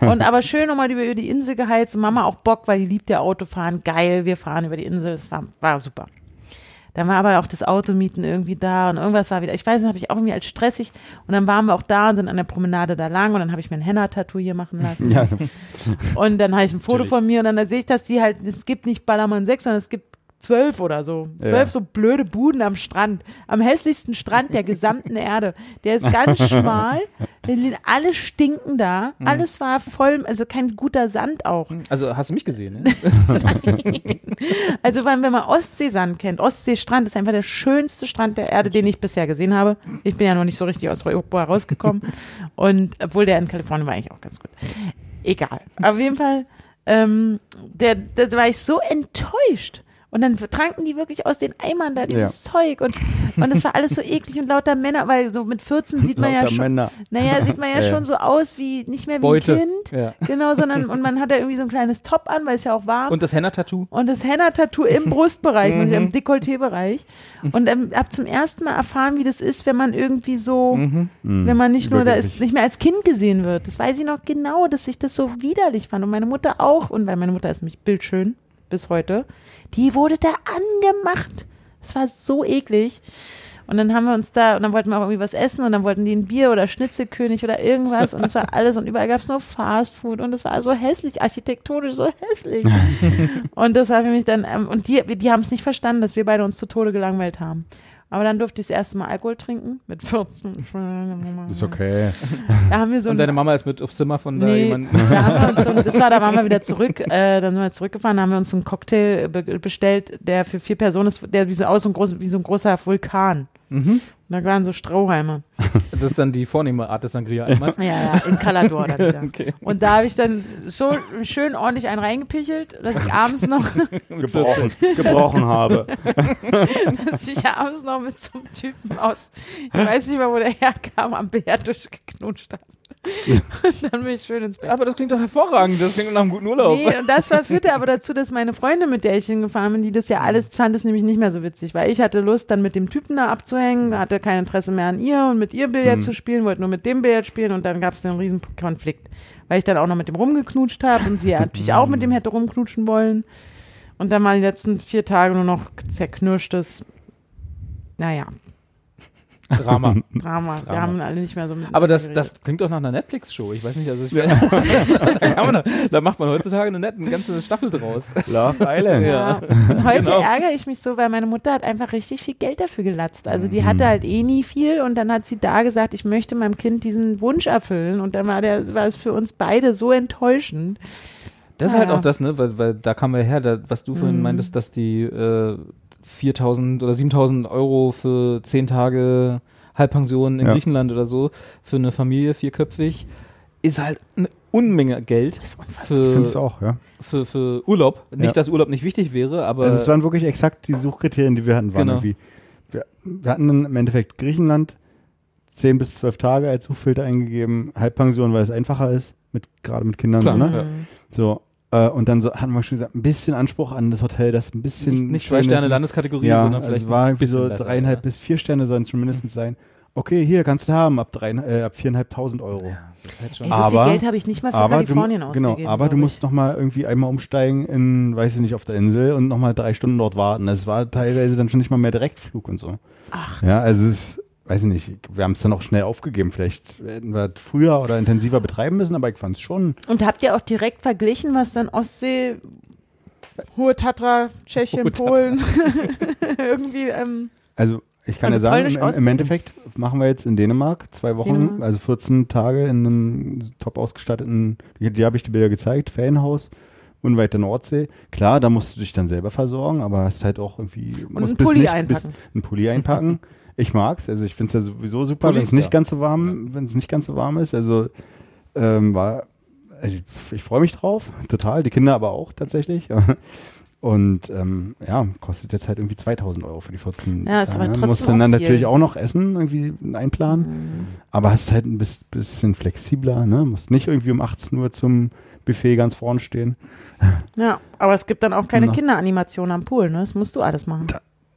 C: Und aber schön nochmal über die Insel geheizt. Und Mama auch Bock, weil die liebt ja Autofahren. Geil, wir fahren über die Insel. Das war, war super. Dann war aber auch das Automieten irgendwie da und irgendwas war wieder, ich weiß nicht, habe ich auch irgendwie als stressig und dann waren wir auch da und sind an der Promenade da lang und dann habe ich mir ein Henna-Tattoo hier machen lassen.
A: Ja,
C: Und dann habe ich ein Foto von mir und dann sehe ich, dass die halt, es gibt nicht Ballermann 6, sondern es gibt zwölf oder so. Zwölf
A: Ja.
C: so blöde Buden am Strand. Am hässlichsten Strand der gesamten Erde. Der ist ganz schmal. Alle stinken da. Alles war voll, also kein guter Sand auch.
B: Also hast du mich gesehen, ne?
C: Also wenn wenn man Ostseesand kennt, Ostseestrand ist einfach der schönste Strand der Erde, den ich bisher gesehen habe. Ich bin ja noch nicht so richtig aus Europa rausgekommen. Und obwohl der in Kalifornien war eigentlich auch ganz gut. Egal. Auf jeden Fall, ähm, der, da war ich so enttäuscht. Und dann tranken die wirklich aus den Eimern da dieses Zeug und und es war alles so eklig und lauter Männer, weil so mit 14 sieht man ja
A: Lauter
C: schon,
A: Männer.
C: naja, sieht man ja,
A: Ja, ja.
C: schon so aus wie nicht mehr wie
B: Beute.
C: ein Kind,
B: Ja.
C: genau, sondern und man hat ja irgendwie so ein kleines Top an, weil es ja auch warm
B: Und das Henna-Tattoo?
C: und das Henna-Tattoo im Brustbereich, also im Dekolleté-Bereich. Und ähm, hab zum ersten Mal erfahren, wie das ist, wenn man irgendwie so, wenn man nicht nur da ist,
A: Übergriffig.
C: nicht mehr als Kind gesehen wird. Das weiß ich noch genau, dass ich das so widerlich fand. Und meine Mutter auch. Und weil meine Mutter ist nämlich bildschön. bis heute, die wurde da angemacht. Es war so eklig. Und dann haben wir uns da, und dann wollten wir auch irgendwie was essen und dann wollten die ein Bier oder Schnitzelkönig oder irgendwas und es war alles und überall gab es nur Fastfood und es war so hässlich, architektonisch so hässlich. und das war für mich dann, ähm, und die, die haben es nicht verstanden, dass wir beide uns zu Tode gelangweilt haben. Aber dann durfte ich das erste Mal Alkohol trinken mit 14.
A: Ist okay.
C: Da haben wir so
B: Und
C: ein-
B: deine Mama ist mit aufs Zimmer von da
C: Nee,
B: jemandem.
C: da haben wir uns so, ein- das war, da waren wir wieder zurück, äh, dann sind wir zurückgefahren, da haben wir uns so einen Cocktail be bestellt, der für vier Personen ist, der wie so aus so ein groß, wie so ein großer Vulkan.
B: Mhm.
C: Und da waren so Strohhalme.
B: Das ist dann die vornehme Art des Sangria einmal.
C: Ja, ja, in Calador dann wieder. Und da habe ich dann so schön ordentlich einen reingepichelt, dass ich abends noch,
A: Gebrochen, gebrochen habe.
C: dass ich abends noch mit so einem Typen aus, ich weiß nicht mehr, wo der herkam, am Bärtisch geknutscht habe. Und dann bin ich schön ins Bett.
B: Aber das klingt doch hervorragend. Das klingt nach einem guten Urlaub.
C: Nee, und das war, führte aber dazu, dass meine Freundin, mit der ich hingefahren bin, die das ja alles, fand es nämlich nicht mehr so witzig, weil ich hatte Lust, dann mit dem Typen da abzuhängen, hatte kein Interesse mehr an ihr und mit ihr Billard zu spielen, wollte nur mit dem Billard spielen und dann gab es einen riesen Konflikt, weil ich dann auch noch mit dem rumgeknutscht habe und sie ja natürlich auch mit dem hätte rumknutschen wollen. Und dann waren die letzten vier Tage nur noch zerknirschtes, naja,
B: Drama.
C: Drama. Wir
B: Drama.
C: haben alle nicht mehr so mit
B: Aber das, das klingt doch nach einer Netflix-Show. Ich weiß nicht, also ich da, kann man, da macht man heutzutage eine, nette, eine ganze Staffel draus.
A: Love Island.
C: Ja. Und heute
B: Genau.
C: ärgere ich mich so, weil meine Mutter hat einfach richtig viel Geld dafür gelatzt. Also
A: Mhm.
C: die hatte halt eh nie viel und dann hat sie da gesagt, ich möchte meinem Kind diesen Wunsch erfüllen und dann war, der, war es für uns beide so enttäuschend.
B: Das ist
C: Ah,
B: halt
C: ja.
B: auch das, ne, weil, weil da kam ja her, da, was du
A: Mhm.
B: vorhin meintest, dass die äh, 4.000 oder 7.000 Euro für 10 Tage Halbpension in
A: Ja.
B: Griechenland oder so für eine Familie vierköpfig ist halt eine Unmenge Geld
A: Findest du
B: für,
A: auch, ja.
B: für, für Urlaub. Nicht,
A: Ja.
B: dass Urlaub nicht wichtig wäre, aber
A: Also es waren wirklich exakt die Suchkriterien, die wir hatten. Waren
B: Genau.
A: irgendwie. Wir, wir hatten dann im Endeffekt Griechenland 10 bis 12 Tage als Suchfilter eingegeben, Halbpension, weil es einfacher ist, mit, gerade mit Kindern.
B: Klar.
A: So, ne?
B: Ja.
A: so äh, und dann so, hatten wir schon gesagt, ein bisschen Anspruch an das Hotel, das ein bisschen
B: nicht, nicht zwei
A: schön ist.
B: Sterne Landeskategorie,
A: ja,
B: sondern
A: also
B: ne? vielleicht
A: es war irgendwie so
B: besser,
A: dreieinhalb
B: ja.
A: bis vier Sterne sollen es schon mindestens sein. Okay, hier kannst du haben ab, drei, äh, ab viereinhalbtausend Euro.
C: Ey, so
A: Aber-
C: viel Geld habe ich nicht mal für
A: aber du,
C: Kalifornien
A: genau,
C: ausgegeben.
A: aber du
C: glaub ich.
A: musst nochmal irgendwie einmal umsteigen in, weiß ich nicht, auf der Insel und nochmal drei Stunden dort warten. Das war teilweise dann schon nicht mal mehr Direktflug und so. Ach. Ja, also es ist, weiß ich nicht, wir haben es dann auch schnell aufgegeben. Vielleicht hätten wir das früher oder intensiver betreiben müssen, aber ich fand es schon.
C: Und habt ihr auch direkt verglichen, was dann Ostsee, Hohe Tatra, Tschechien,
B: Hohe Tatra.
C: Polen irgendwie ähm,
A: Also ich kann
C: Also
A: ja sagen,
C: polnisch
A: im, im
C: aussehen.
A: Endeffekt machen wir jetzt in Dänemark zwei Wochen,
C: Dänemark.
A: also 14 Tage in einem top ausgestatteten, die, die habe ich dir Bilder gezeigt, Fanhaus. Unweit der Nordsee. Klar, da musst du dich dann selber versorgen, aber hast halt auch irgendwie. Und musst
C: einen
A: bis
C: Pulli
A: nicht,
C: einpacken.
A: Bis, einen Pulli einpacken. Ich mag's, also ich find's ja sowieso super,
B: Pullis,
A: wenn es nicht
B: ja.
A: ganz so warm, wenn es nicht ganz so warm ist. Also ähm, war, also ich, ich freue mich drauf, total. Die Kinder aber auch tatsächlich. Und ähm, ja, kostet jetzt halt irgendwie 2000 Euro für die 14
C: Ja, ist aber
A: Tage.
C: trotzdem
A: Musst dann, dann
C: auch viel. Mhm.
A: natürlich auch noch Essen irgendwie einplanen. Aber hast halt ein bis- bisschen flexibler, ne? Musst nicht irgendwie um 18 Uhr zum Buffet ganz vorne stehen.
C: ja, aber es gibt dann auch keine
A: Na.
C: Kinderanimation am Pool, ne? Das musst du alles machen.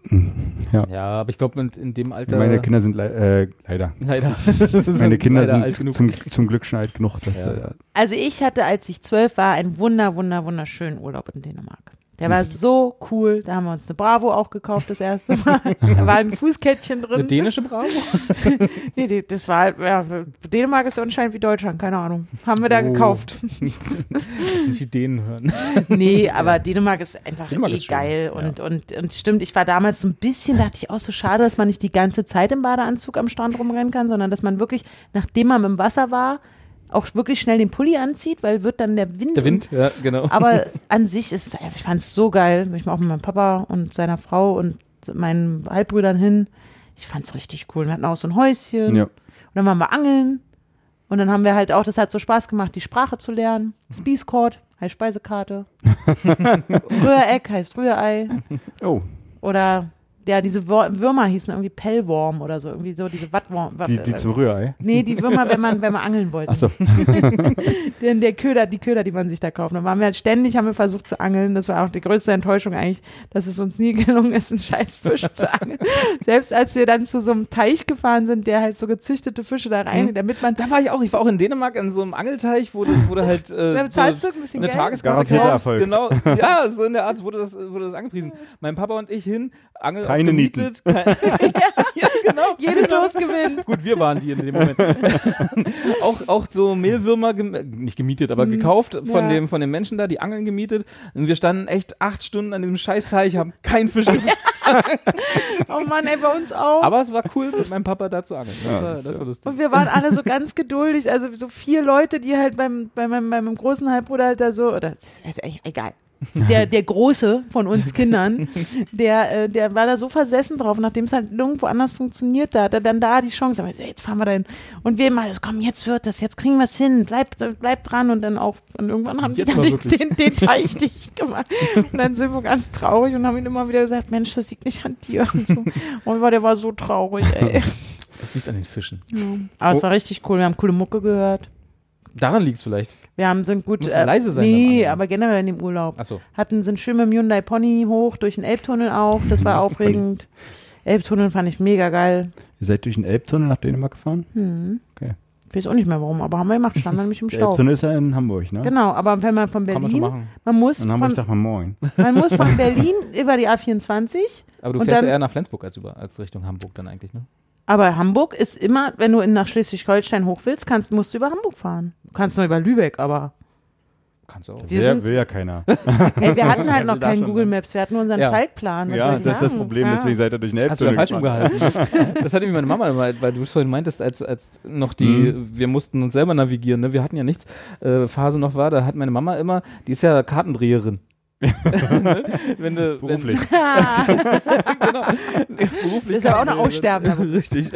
C: Mhm.
B: Ja, aber ich glaube, in, in dem Alter.
A: Meine Kinder sind lei- äh, leider.
B: leider.
A: Meine Kinder
B: leider
A: sind
B: alt genug.
A: Zum, zum Glück schon alt genug. Dass,
B: Ja.
A: äh,
C: Also ich hatte, als ich zwölf war, einen wunder, wunder, wunderschönen Urlaub in Dänemark. Der
B: Hm.
C: war so cool. Da haben wir uns eine Bravo auch gekauft das erste Mal. Da war ein Fußkettchen
B: Eine
C: drin.
B: dänische Bravo?
C: Nee, die- das war, ja, Dänemark ist so anscheinend wie Deutschland, keine Ahnung. Haben wir da
B: Oh.
C: gekauft.
B: Das sind die Dänen hören.
C: Nee, aber Dänemark ist einfach
B: Dänemark
C: eh
B: ist schön,
C: geil. Und, und, und stimmt, ich war damals so ein bisschen, dachte ich auch so schade, dass man nicht die ganze Zeit im Badeanzug am Strand rumrennen kann, sondern dass man wirklich, nachdem man im Wasser war, auch wirklich schnell den Pulli anzieht, weil wird dann der Wind,
B: Der Wind, ja, genau.
C: Aber an sich ist, es- ich fand es so geil. Ich war auch mit meinem Papa und seiner Frau und meinen Halbbrüdern hin. Ich fand es richtig cool. Wir hatten auch so ein Häuschen.
A: äh, ja.
C: Und dann waren wir angeln. Und dann haben wir halt auch, das hat so Spaß gemacht, die Sprache zu lernen. Spießkord heißt Speisekarte. Rühreck heißt Rührei.
A: Oh,
C: Oder ja, diese Wür- Würmer hießen irgendwie Pellworm oder so, irgendwie so diese Wattwurm. Watt-
A: Die, die zum Rührei.
C: nee, die Würmer, wenn man, wenn man angeln wollte.
A: Achso,
C: Denn der Köder, die Köder, die man sich da kauft. Und waren wir halt ständig, haben wir versucht zu angeln. Das war auch die größte Enttäuschung eigentlich, dass es uns nie gelungen ist, einen scheiß Fisch zu angeln. Selbst als wir dann zu so einem Teich gefahren sind, der halt so gezüchtete Fische da rein, damit man da
B: Da war ich auch. Ich war auch in Dänemark an so einem Angelteich, wo du, wo du halt äh,
C: Da bezahlst
B: so
C: du ein bisschen
B: eine
C: Geld.
B: Tageskarte
A: Garantierter
B: kaufst.
A: Erfolg.
B: Genau. Ja, so in der Art wurde das, wurde das angepriesen. Mein Papa und ich hin, Angel
A: Keine
B: auch gemietet. Kein, ja, genau.
C: jedes losgewinnt.
B: Gut, wir waren die in dem Moment. auch, auch so Mehlwürmer, gem nicht gemietet, aber gekauft von,
C: ja.
B: dem, von den Menschen da, die Angeln gemietet. Und wir standen echt acht Stunden an diesem Scheißteich, haben keinen Fisch gefunden.
C: Oh Mann, ey, bei uns auch.
B: Aber es war cool, mit meinem Papa da zu angeln. Das, war, das war lustig.
C: Und wir waren alle so ganz geduldig, also so vier Leute, die halt beim, bei meinem, bei meinem großen Halbbruder halt da so, oder das ist eigentlich egal. Der, der Große von uns Kindern, der, äh, der war da so versessen drauf, nachdem es halt nirgendwo anders funktioniert, da hat er dann da die Chance, aber jetzt fahren wir dahin. Und wir mal, komm, jetzt wird das, jetzt kriegen wir es hin, bleib, bleib dran. Und dann auch, und irgendwann haben
B: Jetzt
C: die dann
B: mal
C: nicht
B: wirklich.
C: den, den Teich dicht gemacht. Und dann sind wir ganz traurig und haben ihm immer wieder gesagt, Mensch, das liegt nicht an dir. Und so. Und der war so traurig, ey.
B: Das liegt an den Fischen.
C: Aber
B: Oh.
C: es war richtig cool. Wir haben coole Mucke gehört.
B: Daran liegt es vielleicht.
C: Wir haben sind gut. äh,
B: Musst du leise sein ne? beim
C: Nee,
B: Angeln.
C: aber generell in dem Urlaub.
B: Achso.
C: Hatten sind schön mit dem Hyundai Pony hoch durch den Elbtunnel auch. Das war aufregend. Elbtunnel fand ich mega geil.
A: ihr seid durch den Elbtunnel nach Dänemark gefahren?
C: Ich weiß auch nicht mehr warum, aber haben wir gemacht. Standen wir nämlich im
A: Der
C: Stau.
A: Elbtunnel ist ja in Hamburg, ne?
C: Genau, aber wenn man von
B: Kann man schon
C: Berlin,
B: machen.
C: man muss,
A: In Hamburg
C: von,
A: sagt man Moin.
C: man muss von Berlin über die A24,
B: Aber du
C: Und
B: fährst
C: dann-
B: ja eher nach Flensburg als, über, als Richtung Hamburg dann eigentlich, ne?
C: aber Hamburg ist immer, wenn du in nach Schleswig-Holstein hoch willst, kannst, musst du über Hamburg fahren. Du kannst nur über Lübeck, aber
B: Kannst du auch.
C: wir,
A: Wer
C: sind,
A: will ja keiner.
C: ey, wir hatten halt
B: Ja,
C: noch
B: da
C: keinen
B: schon.
C: Google Maps, wir hatten nur unseren
B: Ja.
C: Falkplan. was soll
A: ja,
C: ich
A: das ist das
C: sagen?
A: Problem,
C: Ja.
A: deswegen seid ihr durch den
B: Hast du ja
A: Elbtunnel
B: falsch
A: gefahren.
B: umgehalten. Das hat irgendwie meine Mama immer, weil du es vorhin meintest, als, als noch die, wir mussten uns selber navigieren, ne? wir hatten ja nichts, äh, Phase noch war, da hat meine Mama immer, die ist ja Kartendreherin. wenn du,
A: Beruflich.
B: Wenn, genau, beruflich
C: Das ist aber auch eine
B: Kartendreherin.
C: aussterbende
B: Richtig.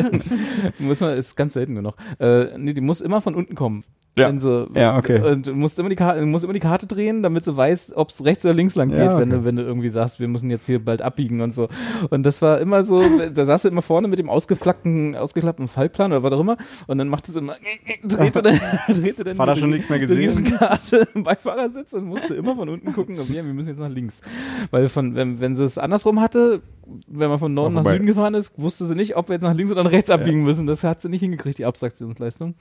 B: muss man, ist ganz selten genug. Äh, nee, die muss immer von unten kommen.
A: Ja.
B: Wenn sie,
A: Ja, okay.
B: Und du musst immer die Karte, musst immer die Karte drehen, damit sie weiß, ob es rechts oder links lang geht,
A: Ja,
B: wenn,
A: okay.
B: du, wenn du irgendwie sagst, wir müssen jetzt hier bald abbiegen und so. Und das war immer so, da saß du immer vorne mit dem ausgeflackten, ausgeklappten Fallplan oder was auch immer und dann macht es immer, drehte dann, drehte dann
A: War da
B: die-
A: schon nichts mehr
B: die
A: gesehen?
B: Riesenkarte im Beifahrersitz und musste immer von unten gucken, okay, wir müssen jetzt nach links. Weil von, wenn, wenn sie es andersrum hatte, wenn man von Norden
A: War
B: nach
A: vorbei.
B: Süden gefahren ist, wusste sie nicht, ob wir jetzt nach links oder nach rechts abbiegen müssen. Das hat sie nicht hingekriegt, die Abstraktionsleistung.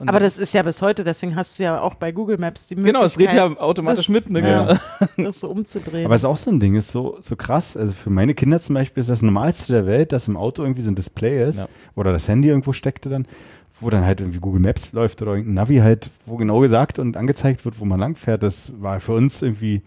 B: Und
C: Aber das ist ja bis heute, deswegen hast du ja auch bei Google Maps die Möglichkeit,
B: Genau, es dreht ja automatisch
C: das-
B: mit, ne?
A: Ja.
B: Genau.
C: das so umzudrehen.
A: Aber es ist auch so ein Ding, ist so, so krass. Also für meine Kinder zum Beispiel ist das Normalste der Welt, dass im Auto irgendwie so ein Display ist
B: Ja.
A: oder das Handy irgendwo steckte dann, wo dann halt irgendwie Google Maps läuft oder irgendein Navi halt, wo genau gesagt und angezeigt wird, wo man langfährt. Das war für uns irgendwie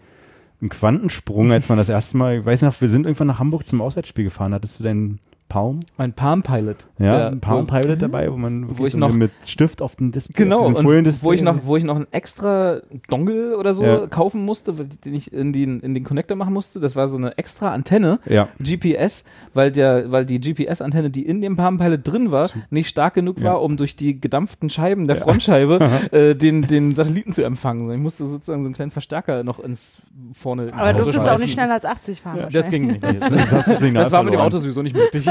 A: ein Quantensprung, als man das erste Mal, ich weiß noch, wir sind irgendwann nach Hamburg zum Auswärtsspiel gefahren. Hattest du deinen Palm?
B: Mein Palm Pilot.
A: Ja,
B: der-
A: einen Palm Pilot dabei, wo man wirklich
B: Mhm. ich
A: so
B: noch-
A: mit Stift auf dem Display,
B: Genau,
A: auf diesem
B: und
A: Foliendisplay-
B: wo ich, noch, wo ich noch einen extra Dongle oder so
A: Ja.
B: kaufen musste, weil- den ich in den, in den Connector machen musste. Das war so eine extra Antenne,
A: Ja.
B: GPS, weil, der, weil die GPS-Antenne, die in dem Palm Pilot drin war, nicht stark genug
A: Ja.
B: war, um durch die gedampften Scheiben der Frontscheibe äh, den, den Satelliten zu empfangen. Ich musste sozusagen so einen kleinen Verstärker noch ins vorne.
C: Aber
A: Auto
C: du durftest auch
A: schmeißen.
C: nicht schneller als 80 fahren.
B: Das
C: wahrscheinlich.
B: ging nicht. Nee, Das,
A: Das, das Signal
B: das war mit dem
A: verloren.
B: Auto sowieso nicht möglich.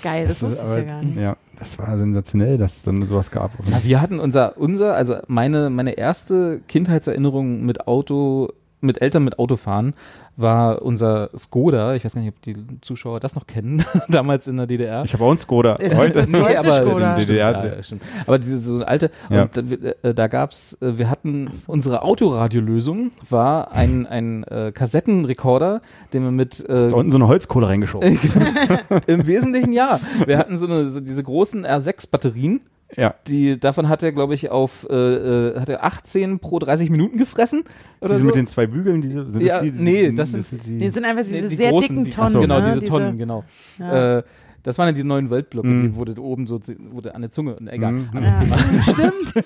C: Geil, das,
A: Das ist
C: wusste ich ja
A: aber-
C: gar nicht.
A: Ja, das war sensationell, dass es dann sowas gab.
B: Na, wir hatten unser, unser, also meine, meine erste Kindheitserinnerung mit Auto, mit Eltern mit Autofahren war unser Skoda. Ich weiß gar nicht, ob die Zuschauer das noch kennen, damals in der DDR.
A: Ich habe auch einen Skoda.
C: Es gibt bis
B: Nee,
C: heute
B: aber-
C: Skoda.
A: Den-
B: Stimmt,
A: DDR.
B: ja, stimmt. Aber diese so eine alte,
A: Ja.
B: und da, wir- äh, da gab's, äh, wir hatten unsere Autoradiolösung war ein, ein äh, Kassettenrekorder, den wir mit äh,
A: Da unten so eine Holzkohle reingeschoben.
B: im Wesentlichen ja. Wir hatten so, eine, so diese großen R6-Batterien.
A: ja.
B: Die, davon hat er, glaube ich, auf äh, äh, hat er 18 pro 30 Minuten gefressen. Oder
A: Diese
B: so.
A: mit den zwei Bügeln, diese sind
B: Ja,
A: das die,
B: nee, das
A: sind
C: Die
A: die.
C: sind einfach diese
B: Nee, die
C: sehr
B: großen,
C: dicken
B: die-
C: Tonnen.
A: Achso,
B: genau,
C: ne?
B: diese Tonnen, genau.
C: Ja.
B: Äh, das waren ja die neuen Weltblöcke,
A: Mhm.
B: die wurde oben so wurde an der Zunge. Egal.
A: Mhm.
B: Anderes Thema.
C: Stimmt.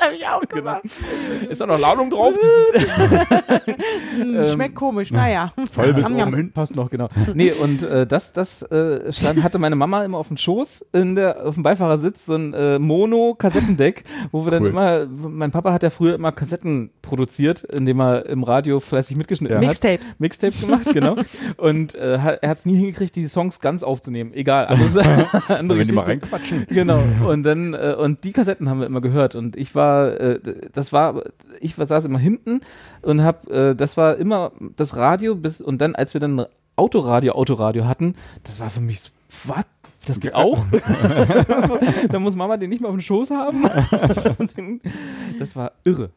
C: habe ich auch
B: Genau.
C: gemacht.
B: Ist da noch Ladung drauf? Ähm,
C: Hm, Schmeckt komisch, naja.
A: Voll bis
C: Am
A: oben
C: Jams-
A: hin.
B: Passt noch, genau. Nee, und äh, das, das äh, stand, hatte meine Mama immer auf dem Schoß, in der, auf dem Beifahrersitz, so ein äh, Mono-Kassettendeck, wo wir dann
A: Cool.
B: immer, mein Papa hat ja früher immer Kassetten produziert, indem er im Radio fleißig mitgeschnitten hat.
C: Mixtapes.
B: Mixtapes gemacht, genau. Und äh, ha- er hat es nie hingekriegt, die Songs ganz aufzunehmen. Egal, andere, andere
A: Wenn die mal
B: Geschichte.
A: reinquatschen.
B: Genau. Und dann äh, und die Kassetten haben wir immer gehört und ich war äh, das war ich war, saß immer hinten und hab äh, das war immer das Radio bis und dann als wir dann Autoradio Autoradio hatten, das war für mich so, was das geht auch. dann muss Mama den nicht mal auf den Schoß haben. Und dann- das war irre.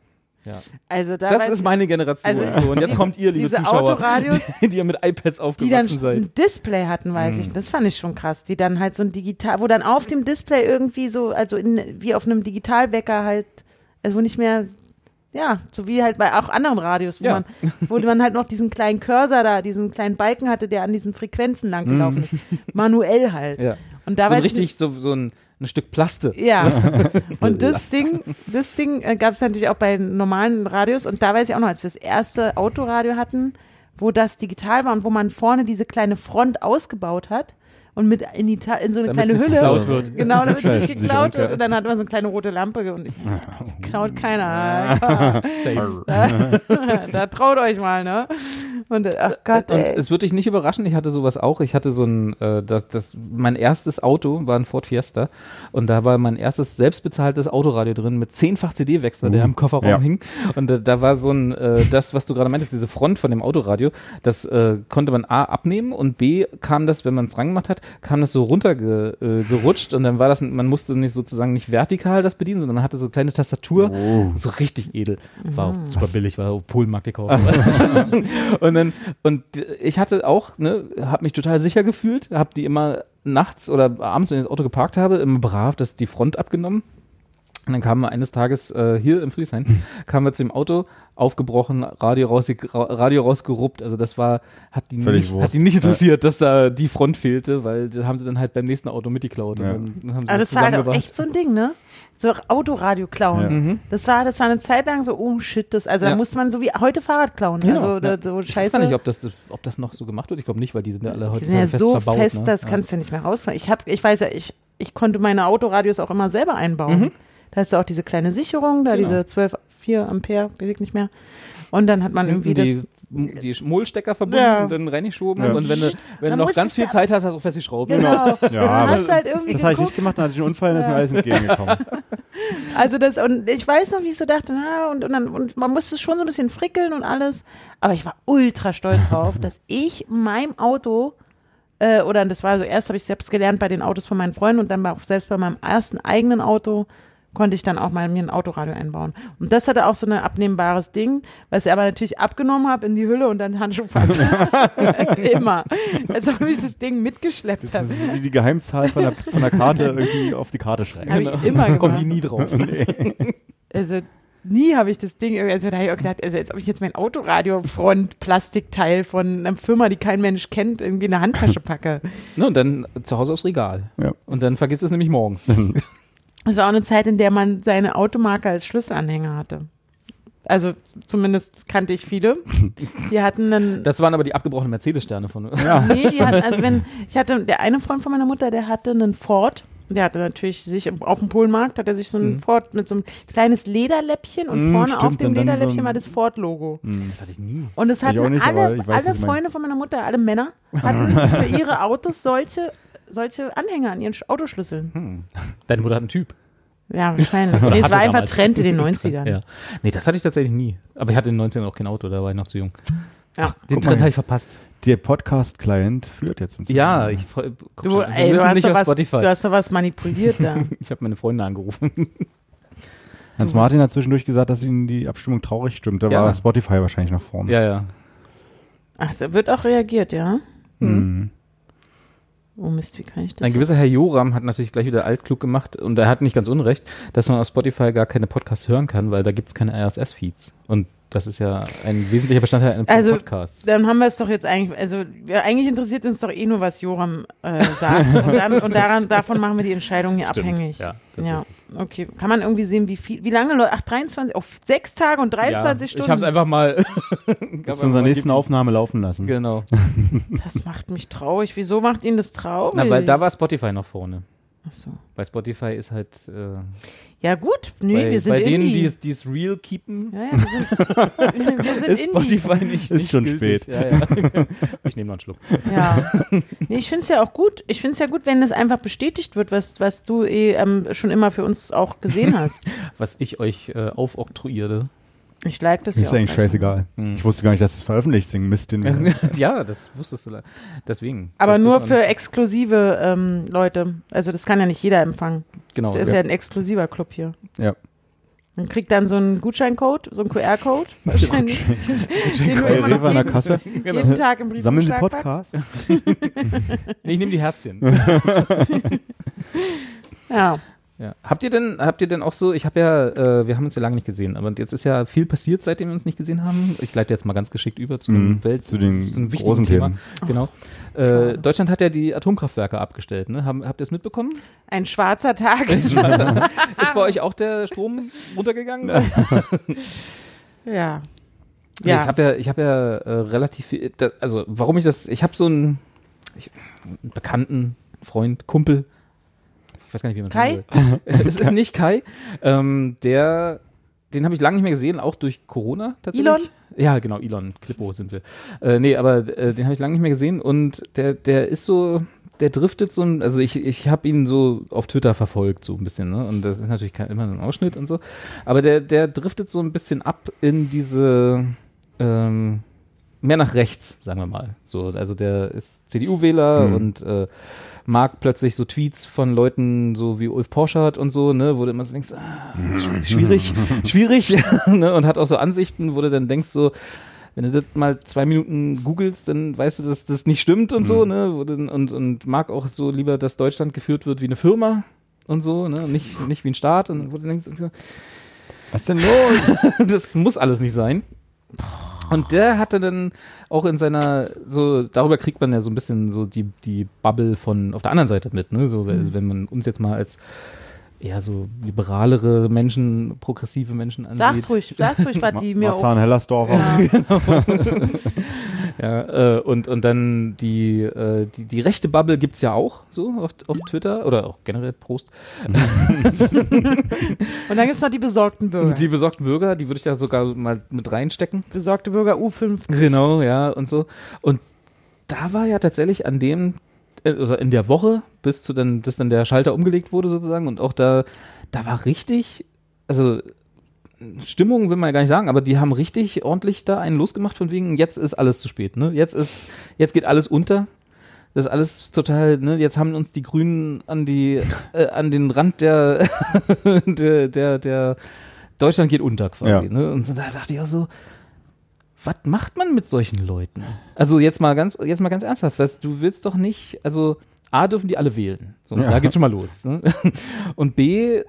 C: Also da
B: Das
C: weiß-
B: ist meine Generation.
C: also
B: so, und jetzt
C: diese-
B: kommt ihr, liebe
C: diese
B: Zuschauer,
C: Autoradios,
B: die, die ihr mit iPads
C: die dann
B: aufgewachsen seid. Mhm.
C: ein Display hatten, weiß ich. Das fand ich schon krass. Die dann halt so ein digital, wo dann auf dem Display irgendwie so, also in, wie auf einem Digitalwecker halt, also nicht mehr, ja, so wie halt bei auch anderen Radios, wo,
B: Ja.
C: man, wo man halt noch diesen kleinen Cursor da, diesen kleinen Balken hatte, der an diesen Frequenzen lang gelaufen ist. Manuell halt.
B: Mhm. Ja.
C: Und da
B: so
C: weiß ich
B: richtig so, so ein, ein Stück Plaste.
C: Ja. Und das Ding, das Ding äh, gab es natürlich auch bei normalen Radios. Und da weiß ich auch noch, als wir das erste Autoradio hatten, wo das digital war und wo man vorne diese kleine Front ausgebaut hat und mit in, die Ta in so eine
B: Damit's
C: kleine
B: nicht
C: Hülle.
B: geklaut wird.
C: Genau, damit es
A: Scheiße,
C: nicht
A: sich
C: geklaut wird.
A: umkehren.
C: Und dann hat man so eine kleine rote Lampe ge- und ich "Ah, das klaut keiner.
B: Safe.
C: da traut euch mal, ne? Und äh, ach Gott,
B: Und
C: ey.
B: es würde dich nicht überraschen, ich hatte sowas auch. Ich hatte so ein, äh, das, das, mein erstes Auto war ein Ford Fiesta und da war mein erstes selbstbezahltes Autoradio drin mit zehnfach CD-Wechsler, der im Kofferraum
A: Ja.
B: hing. Und da, da war so ein, äh, das, was du gerade meintest, diese Front von dem Autoradio, das äh, konnte man A abnehmen und B kam das, wenn man es rangemacht hat, kam das so runtergerutscht äh, gerutscht und dann war das, man musste nicht sozusagen nicht vertikal das bedienen, sondern man hatte so eine kleine Tastatur, so richtig edel. War
C: Mhm.
B: auch super billig, war auf Polenmarkt gekauft. Und dann, und ich hatte auch, ne, hab mich total sicher gefühlt, hab die immer nachts oder abends, wenn ich das Auto geparkt habe, immer brav das die Front abgenommen. Und dann kamen wir eines Tages äh, hier im
A: Hm.
B: Friedrichshain, kamen wir zu dem Auto, aufgebrochen, Radio, raus, Radio rausgeruppt. Also das war, hat die,
A: Völlig
B: nicht,
A: Wurst.
B: hat die nicht interessiert, dass da die Front fehlte, weil da haben sie dann halt beim nächsten Auto mitgeklaut.
A: Ja.
B: Und dann haben sie
C: Aber das war halt auch
B: zusammengebracht.
C: echt so ein Ding, ne? So Autoradio klauen.
A: Ja.
C: Das war, das war eine Zeit lang so, oh shit, das, also
B: Ja. Genau.
C: da musste man so wie heute Fahrrad klauen. also
B: ja.
C: da, so
B: ich
C: scheiße.
B: weiß gar nicht, ob das, ob das noch so gemacht wird. Ich glaube nicht, weil die sind ja alle heute
C: die sind ja
B: fest
C: so
B: verbaut.
C: fest,
B: ne?
C: das
B: ja.
C: kannst du nicht mehr rausfahren. Ich hab, ich weiß ja, ich, ich konnte meine Autoradios auch immer selber einbauen. Da hast du auch diese kleine Sicherung, da
B: Mhm. Genau.
C: diese 12, 4 Ampere, weiß ich nicht mehr. Und dann hat man irgendwie das.
B: die, die Mohlstecker verbunden,
C: Ja.
B: dann reingeschoben
A: Ja.
B: und wenn du, wenn du
C: Man
B: noch
C: muss
B: ganz
C: es
B: viel
C: ja-
B: Zeit hast, hast du auch feste Schrauben.
C: Genau. Und dann
A: aber
C: hast du halt irgendwie
A: Das habe ich
C: geguckt,
A: nicht gemacht, dann hatte ich einen Unfall, dann ist mir alles entgegengekommen.
C: Also das, und ich weiß noch, wie ich so dachte, na, und, und, dann, und man musste schon so ein bisschen frickeln und alles. Aber ich war ultra stolz drauf, dass ich in meinem Auto, äh, oder das war so, erst habe ich selbst gelernt bei den Autos von meinen Freunden und dann war auch selbst bei meinem ersten eigenen Auto konnte ich dann auch mal mir ein Autoradio einbauen. Und das hatte auch so ein abnehmbares Ding, was ich aber natürlich abgenommen habe in die Hülle und dann Handschuh fand. Immer. Als ob ich das Ding mitgeschleppt
A: Das
C: habe.
A: ist wie die Geheimzahl von der, von der Karte irgendwie auf die Karte schreiben.
C: Habe ich immer gemacht.
B: Kommt die nie drauf.
C: also nie habe ich das Ding, irgendwie- also da habe ich auch gedacht, also als ob ich jetzt mein Autoradio-Front-Plastikteil von einer Firma, die kein Mensch kennt, irgendwie in eine Handtasche packe.
B: ne, und dann zu Hause aufs Regal.
A: Ja.
B: Und dann vergisst es nämlich morgens.
C: Das war auch eine Zeit, in der man seine Automarke als Schlüsselanhänger hatte. Also zumindest kannte ich viele. Die hatten dann,
B: Das waren aber die abgebrochenen Mercedes-Sterne von.
C: nee, die hatten, also wenn, ich hatte, der eine Freund von meiner Mutter, der hatte einen Ford. Der hatte natürlich sich im- auf dem Polenmarkt, hat er sich so einen Ford mit so einem kleines Lederläppchen und
A: Mhm,
C: vorne auf
A: stimmt,
C: dem
A: und dann so ein-
C: Lederläppchen war das Ford-Logo.
A: Hm.
B: Das hatte ich nie.
C: Und es
A: Ich auch
C: hatten
A: nicht, aber
C: alle,
A: ich weiß, was
C: alle
A: Sie meinen.
C: Freunde von meiner Mutter, alle Männer, hatten für ihre Autos solche, solche Anhänger an ihren Sch- Autoschlüsseln.
B: Deine Mutter hat einen Typ.
C: Ja, wahrscheinlich.
B: Oder
C: Nee, es
B: hatte
C: war einfach
B: damals.
C: Trend in den 90ern.
B: Ja. Nee, das hatte ich tatsächlich nie. Aber ich hatte in den 90ern auch kein Auto, da war ich noch zu jung.
C: Ja.
B: Den
A: Guck mal
B: Trend
A: hier.
B: habe ich verpasst.
A: Der Podcast-Client führt jetzt Äh, ins
B: Ja, ich guck
C: Du,
B: schon, wir
C: ey, du
B: müssen
C: hast,
B: nicht
C: doch
B: auf
C: was,
B: Spotify.
C: du hast doch was manipuliert da.
B: ich habe meine Freunde angerufen.
A: Hans Martin hat zwischendurch gesagt, dass ihn die Abstimmung traurig stimmt. Da
B: Ja.
A: war Spotify wahrscheinlich noch vorne.
B: ja, ja.
C: Ach, da wird auch reagiert, ja? Hm?
A: Mhm.
C: Oh Mist, wie kann ich das?
B: Ein gewisser Herr Joram hat natürlich gleich wieder altklug gemacht und er hat nicht ganz unrecht, dass man auf Spotify gar keine Podcasts hören kann, weil da gibt es keine RSS-Feeds. Und Das ist ja ein wesentlicher Bestandteil eines
C: Also,
B: Podcasts.
C: Dann haben wir es doch jetzt eigentlich, also ja, eigentlich interessiert uns doch eh nur, was Joram äh, sagt. Und, dann, und daran, davon machen wir die Entscheidung hier
B: Stimmt,
C: abhängig.
B: ja, das ist
C: ja. okay. Kann man irgendwie sehen, wie viel, wie lange, Leute? Ach, 23, auf sechs Tage und 23
B: ja, Ich
C: Stunden.
B: hab's einfach mal.
E: Bis zu unserer nächsten Aufnahme laufen lassen.
B: Genau.
C: das macht mich traurig. Wieso macht ihn das traurig?
B: Na, weil da war Spotify noch vorne.
C: Ach so.
B: Bei Spotify ist halt. Äh,
C: Ja, gut. Nö,
B: bei,
C: wir sind
B: bei denen,
C: Indie.
B: die es- die es real keepen,
C: ja, ja, wir sind, wir sind
B: ist
C: Indie.
B: Spotify nicht. nicht
E: schon
B: gültig.
E: spät.
B: Ja, ja. ich nehme noch einen Schluck.
C: Ja. Nee, ich finde es ja auch gut. Ich finde es ja gut, wenn das einfach bestätigt wird, was, was du eh ähm, schon immer für uns auch gesehen hast.
B: Was ich euch äh, aufoktroyiere.
C: Ich like das
A: Mir
C: ja
A: ist
C: auch
A: eigentlich
C: gleich.
A: scheißegal. Ich wusste gar nicht, dass das veröffentlicht ist. Mist, den wir
B: ja, das wusstest du. le- Deswegen.
C: Aber
B: Das
C: nur
B: tut man-
C: für exklusive ähm, Leute. Also das kann ja nicht jeder empfangen.
B: Genau.
C: Das ist ja ein exklusiver Club hier.
A: Ja.
C: Man kriegt dann so einen Gutscheincode, so einen QR-Code wahrscheinlich. Den du
A: bei
C: immer noch
A: Rewe an der
C: jeden,
A: Kasse.
B: Genau.
C: jeden Tag im
A: Sammeln Sie
C: Briefumschlag packst.
A: Podcast?
B: nee, ich nehme die Herzchen.
C: Ja.
B: Ja. Habt ihr denn, habt ihr denn auch so, ich habe ja, äh, wir haben uns ja lange nicht gesehen, aber jetzt ist ja viel passiert, seitdem wir uns nicht gesehen haben. Ich leite jetzt mal ganz geschickt über zu
A: Mhm,
B: den Welt,
A: zu den
B: einem wichtigen
A: großen
B: Thema.
A: Themen.
B: Genau. Äh, Deutschland hat ja die Atomkraftwerke abgestellt, ne? Haben, habt ihr es mitbekommen?
C: Ein schwarzer Tag.
B: Ist bei euch auch der Strom runtergegangen?
C: ja.
B: Nee,
C: Ja.
B: Ich habe ja, ich hab ja äh, relativ viel, da, also warum ich das, ich habe so einen, ich, einen Bekannten, Freund, Kumpel, ich weiß gar nicht, wie man
C: Kai?
B: sagen will. es ist nicht Kai, ähm, der, den habe ich lange nicht mehr gesehen, auch durch Corona tatsächlich.
C: Elon?
B: Ja, genau, Elon, Klippo sind wir. Äh, nee, aber äh, den habe ich lange nicht mehr gesehen und der, der ist so, der driftet so ein, also ich, ich habe ihn so auf Twitter verfolgt, so ein bisschen, ne? Und das ist natürlich kein, immer ein Ausschnitt und so. Aber der, der driftet so ein bisschen ab in diese, ähm, mehr nach rechts, sagen wir mal. So, also der ist CDU-Wähler und äh, mag plötzlich so Tweets von Leuten so wie Ulf Porschardt und so, ne, wo du immer so denkst, ah, schw- schwierig, schwierig, ne, und hat auch so Ansichten, wo du dann denkst so, wenn du das mal zwei Minuten googelst, dann weißt du, dass das nicht stimmt und
A: Mhm.
B: so, ne, wo du, und, und mag auch so lieber, dass Deutschland geführt wird wie eine Firma und so, ne, und nicht, nicht wie ein Staat und wo du denkst, so,
A: Was denn los?
B: das muss alles nicht sein. Und der hatte dann auch in seiner, so, darüber kriegt man ja so ein bisschen so die, die Bubble von auf der anderen Seite mit, ne? So,
A: Mhm.
B: also wenn man uns jetzt mal als eher so liberalere Menschen, progressive Menschen ansieht.
C: Sag's ruhig, sag's ruhig, was die mir auch.
A: Marzahn Hellersdorfer.
C: Ja.
B: Ja, äh, und, und dann die, äh, die, die rechte Bubble gibt's ja auch so auf, auf Twitter oder auch generell Prost.
C: Und dann gibt's noch die besorgten Bürger.
B: Die besorgten Bürger, die würde ich da sogar mal mit reinstecken.
C: besorgte Bürger U5.
B: Genau, ja, und so. Und da war ja tatsächlich an dem, äh, also in der Woche, bis zu dann, bis dann der Schalter umgelegt wurde sozusagen und auch da, da war richtig, also Stimmung will man ja gar nicht sagen, aber die haben richtig ordentlich da einen losgemacht von wegen, jetzt ist alles zu spät, ne? Jetzt ist, jetzt geht alles unter. Das ist alles total, ne, jetzt haben uns die Grünen an die, äh, an den Rand der, der, der, der, Deutschland geht unter quasi,
A: Ja.
B: ne? Und so, da dachte ich auch so, was macht man mit solchen Leuten? Also jetzt mal ganz, jetzt mal ganz ernsthaft, was, du willst doch nicht, also A dürfen die alle wählen. So,
A: Ja.
B: Da geht's schon mal los. Ne? Und B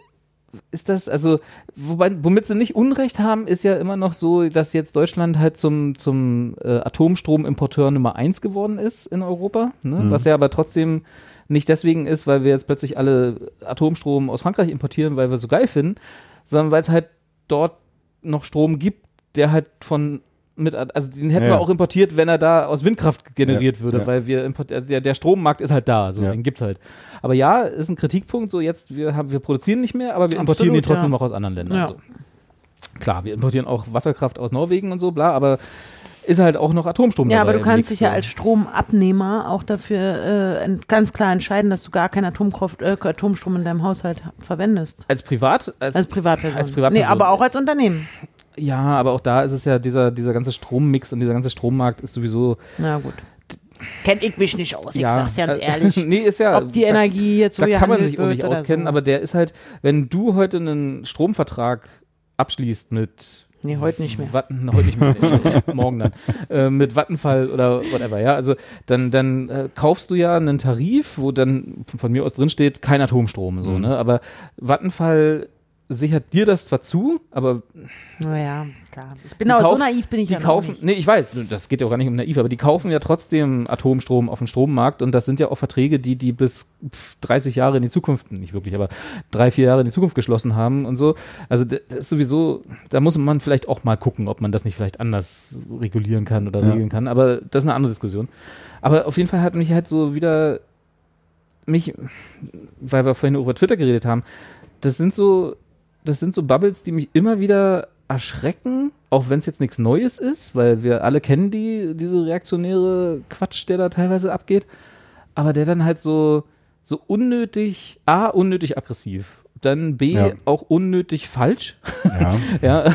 B: ist das, also, wobei, womit sie nicht Unrecht haben, ist ja immer noch so, dass jetzt Deutschland halt zum, zum äh, Atomstromimporteur Nummer eins geworden ist in Europa, ne? was ja aber trotzdem nicht deswegen ist, weil wir jetzt plötzlich alle Atomstrom aus Frankreich importieren, weil wir so geil finden, sondern weil es halt dort noch Strom gibt, der halt von mit, also den hätten
A: Ja,
B: wir
A: ja.
B: auch importiert, wenn er da aus Windkraft generiert
A: Ja,
B: würde,
A: ja.
B: weil wir import, also der, der Strommarkt ist halt da, so
A: Ja.
B: den gibt's halt. Aber ja, ist ein Kritikpunkt, so jetzt, wir haben, wir produzieren nicht mehr, aber wir importieren
C: Absolut,
B: die trotzdem
C: ja.
B: noch aus anderen Ländern.
C: Ja.
B: So. Klar, wir importieren auch Wasserkraft aus Norwegen und so, bla, aber ist halt auch noch Atomstrom
C: Ja,
B: dabei
C: aber du
B: im
C: kannst dich ja als
B: nächsten-
C: Stromabnehmer auch dafür äh, ent- ganz klar entscheiden, dass du gar keinen Atomkraft, äh, Atomstrom in deinem Haushalt ha- verwendest.
B: als Privat, als,
C: Als Privatperson.
B: Als Privatperson.
C: Nee, aber auch als Unternehmen.
B: ja, aber auch da ist es ja dieser, dieser ganze Strommix und dieser ganze Strommarkt ist sowieso,
C: Na gut. Kenn ich mich nicht aus, ich
B: ja.
C: sag's ganz
B: äh,
C: ehrlich.
B: nee, ist ja.
C: Ob die
B: da-
C: Energie jetzt so
B: da kann man
C: gehandelt
B: sich auch nicht
C: wird oder
B: auskennen,
C: so.
B: aber der ist halt, wenn du heute einen Stromvertrag abschließt mit
C: Nee, heute nicht mehr.
B: Watten, heute nicht mehr, morgen dann, äh, mit Vattenfall oder whatever, ja, also dann, dann äh, kaufst du ja einen
C: Mhm.
B: Tarif, wo dann von mir aus drin steht, kein Atomstrom, so, ne, aber Vattenfall sichert dir das zwar zu, aber
C: Naja, klar. Ich bin
B: Die
C: auch so
B: kaufen-
C: naiv bin ich
B: die
C: ja noch
B: kaufen,
C: nicht.
B: nee, ich weiß, das geht ja auch gar nicht um naiv, aber die kaufen ja trotzdem Atomstrom auf dem Strommarkt und das sind ja auch Verträge, die die bis pf, 30 Jahre in die Zukunft, nicht wirklich, aber drei, vier Jahre in die Zukunft geschlossen haben und so. Also d- das ist sowieso, da muss man vielleicht auch mal gucken, ob man das nicht vielleicht anders regulieren kann oder
A: Ja.
B: regeln kann, aber das ist eine andere Diskussion. Aber auf jeden Fall hat mich halt so wieder, mich, weil wir vorhin über Twitter geredet haben, das sind so, das sind so Bubbles, die mich immer wieder erschrecken, auch wenn es jetzt nichts Neues ist, weil wir alle kennen die, diese reaktionäre Quatsch, der da teilweise abgeht, aber der dann halt so, so unnötig, A, unnötig aggressiv, dann B,
A: Ja.
B: auch unnötig falsch,
A: Ja.
B: ja,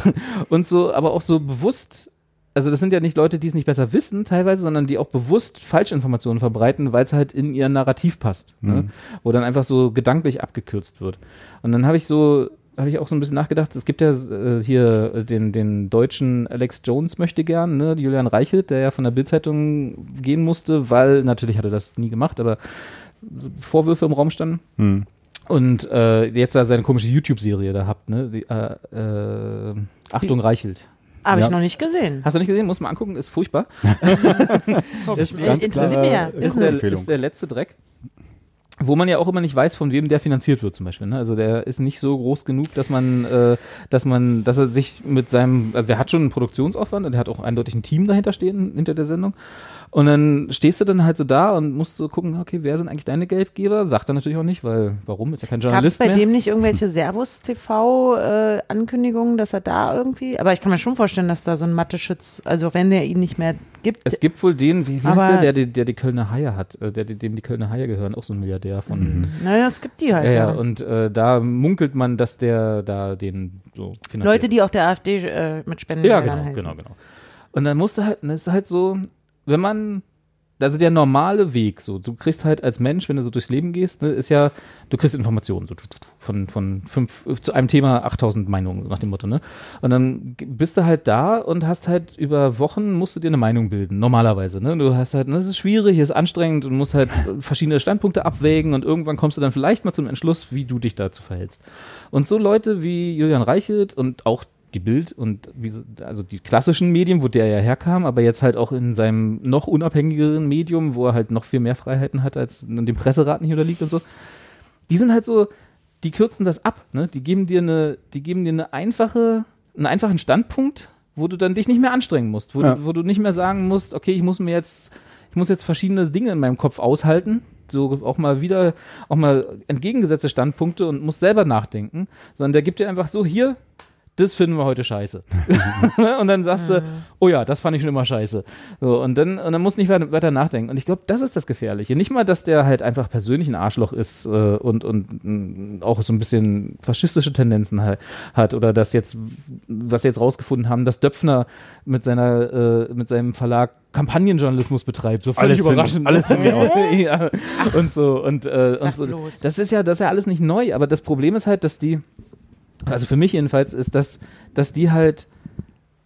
B: und so, aber auch so bewusst, also das sind ja nicht Leute, die es nicht besser wissen teilweise, sondern die auch bewusst Falschinformationen verbreiten, weil es halt in ihr Narrativ passt, ne? wo dann einfach so gedanklich abgekürzt wird. Und dann habe ich so, habe ich auch so ein bisschen nachgedacht, es gibt ja äh, hier äh, den, den deutschen Alex Jones möchte gern, ne? Julian Reichelt, der ja von der Bildzeitung gehen musste, weil natürlich hat er das nie gemacht, aber so Vorwürfe im Raum standen.
E: Hm.
B: Und äh, jetzt da seine komische YouTube-Serie da habt, ne? Die, äh, äh, Achtung, Reichelt.
C: Habe ich
A: Ja.
C: noch nicht gesehen.
B: Hast du nicht gesehen? Muss man angucken, ist furchtbar.
C: Ist,
E: ganz
C: interessiert mich ja.
E: klarer-
C: Ist
B: ist der,
E: Empfehlung.
B: ist der letzte Dreck. Wo man ja auch immer nicht weiß, von wem der finanziert wird, zum Beispiel. Ne? Also der ist nicht so groß genug, dass man, äh, dass man, dass er sich mit seinem, also der hat schon einen Produktionsaufwand und der hat auch eindeutig ein Team dahinter stehen, hinter der Sendung. Und dann stehst du dann halt so da und musst so gucken, okay, wer sind eigentlich deine Geldgeber? Sagt er natürlich auch nicht, weil warum? Ist ja kein
C: Gab es
B: Journalist
C: bei
B: mehr.
C: dem nicht irgendwelche Servus-TV-Ankündigungen, äh, dass er da irgendwie. Aber ich kann mir schon vorstellen, dass da so ein Mathe-Schütz, also wenn der ihn nicht mehr gibt.
B: Es gibt wohl den, wie, wie
C: Aber-
B: heißt der, der, die- der die Kölner Haie hat, äh, der, die- dem die Kölner Haie gehören, auch so ein Milliardär von.
C: Mhm. naja, es gibt die halt.
B: Ja, ja,
C: Ja,
B: und äh, da munkelt man, dass der da den so finanziert.
C: Leute, die auch der AfD äh, mit Spenden
B: Ja,
C: dann
B: genau,
C: helfen.
B: genau, genau. Und dann musst du halt, das ist halt so, wenn man, also der normale Weg, so, du kriegst halt als Mensch, wenn du so durchs Leben gehst, ne, ist ja, du kriegst Informationen, so tu, tu, tu, von, von fünf, äh, zu einem Thema 8000 Meinungen, so nach dem Motto, ne? Und dann g- bist du halt da und hast halt über Wochen musst du dir eine Meinung bilden, normalerweise, ne? Du hast halt, ne, es ist schwierig, hier ist anstrengend und musst halt äh, verschiedene Standpunkte abwägen und irgendwann kommst du dann vielleicht mal zum Entschluss, wie du dich dazu verhältst. Und so Leute wie Julian Reichelt und auch die Bild und wie, so- also die klassischen Medien, wo der ja herkam, aber jetzt halt auch in seinem noch unabhängigeren Medium, wo er halt noch viel mehr Freiheiten hat, als in dem Presserat nicht unterliegt und so. Die sind halt so, die kürzen das ab, ne? Die geben dir eine, die geben dir eine einfache, einen einfachen Standpunkt, wo du dann dich nicht mehr anstrengen musst, wo, du, wo du nicht mehr sagen musst, okay, ich muss mir jetzt, ich muss jetzt verschiedene Dinge in meinem Kopf aushalten, so auch mal wieder, auch mal entgegengesetzte Standpunkte und muss selber nachdenken, sondern der gibt dir einfach so hier, das finden wir heute scheiße. und dann sagst
E: Ah.
B: du, oh ja, das fand ich schon immer scheiße. So, und dann, und dann musst du nicht weiter, weiter nachdenken. Und ich glaube, das ist das Gefährliche. Nicht mal, dass der halt einfach persönlich ein Arschloch ist äh, und, und mh, auch so ein bisschen faschistische Tendenzen ha- hat oder dass jetzt, was wir jetzt rausgefunden haben, dass Döpfner mit seiner, äh, mit seinem Verlag Kampagnenjournalismus betreibt. So völlig
E: Alles finden-
B: überraschend.
E: alles finden wir
B: ja. Und so, und, äh, und
C: Sag
B: so.
C: bloß.
B: Das ist ja, das ist ja alles nicht neu, aber das Problem ist halt, dass die, also für mich jedenfalls, ist, dass, dass die halt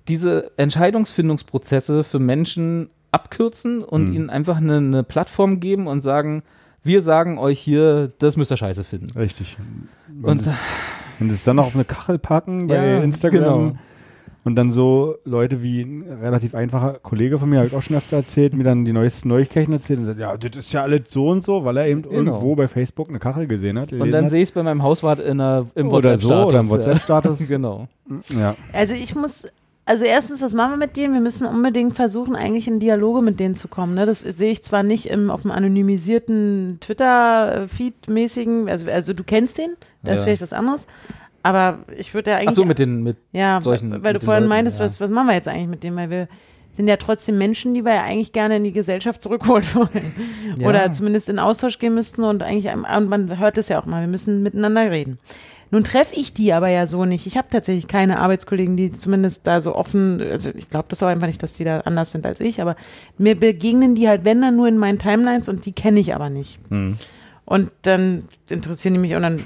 B: diese Entscheidungsfindungsprozesse für Menschen abkürzen
E: Hm.
B: und ihnen einfach eine, eine Plattform geben und sagen, wir sagen euch hier, das müsst ihr scheiße finden.
E: Richtig. Wenn
B: Und-
E: sie es- wenn sie es dann noch auf eine Kachel packen bei
B: Ja,
E: Instagram
B: genau.
E: und dann so Leute wie ein relativ einfacher Kollege von mir, habe ich auch schon öfter erzählt, mir dann die neuesten Neuigkeiten erzählt und sagt, ja, das ist ja alles so und so, weil er eben irgendwo bei Facebook eine Kachel gesehen hat.
B: Genau. Und
E: gelesen
B: dann
E: hat.
B: sehe ich es bei meinem Hauswart in einer, im
E: Oder so,
B: WhatsApp-Status.
E: oder im
B: Ja.
E: WhatsApp-Status.
B: genau.
E: ja.
C: Also ich muss, also erstens, was machen wir mit denen? Wir müssen unbedingt versuchen, eigentlich in Dialoge mit denen zu kommen. Ne? Das sehe ich zwar nicht im, auf dem anonymisierten Twitter-Feed-mäßigen, also, also du kennst den, da ist
B: Ja.
C: vielleicht was anderes. Aber ich würde ja eigentlich.
B: Ach so, mit den, mit,
C: ja,
B: solchen-
C: weil
B: mit
C: du
B: den
C: vorhin
B: Leuten,
C: meintest,
B: ja.
C: was, was machen wir jetzt eigentlich mit dem? Weil wir sind ja trotzdem Menschen, die wir ja eigentlich gerne in die Gesellschaft zurückholen wollen.
B: Ja.
C: Oder zumindest in Austausch gehen müssten und eigentlich, am- und man hört es ja auch mal, wir müssen miteinander reden. Nun treffe ich die aber ja so nicht. Ich habe tatsächlich keine Arbeitskollegen, die zumindest da so offen, also ich glaube das auch einfach nicht, dass die da anders sind als ich, aber mir begegnen die halt, wenn dann nur in meinen Timelines und die kenne ich aber nicht. Und dann interessieren die mich und dann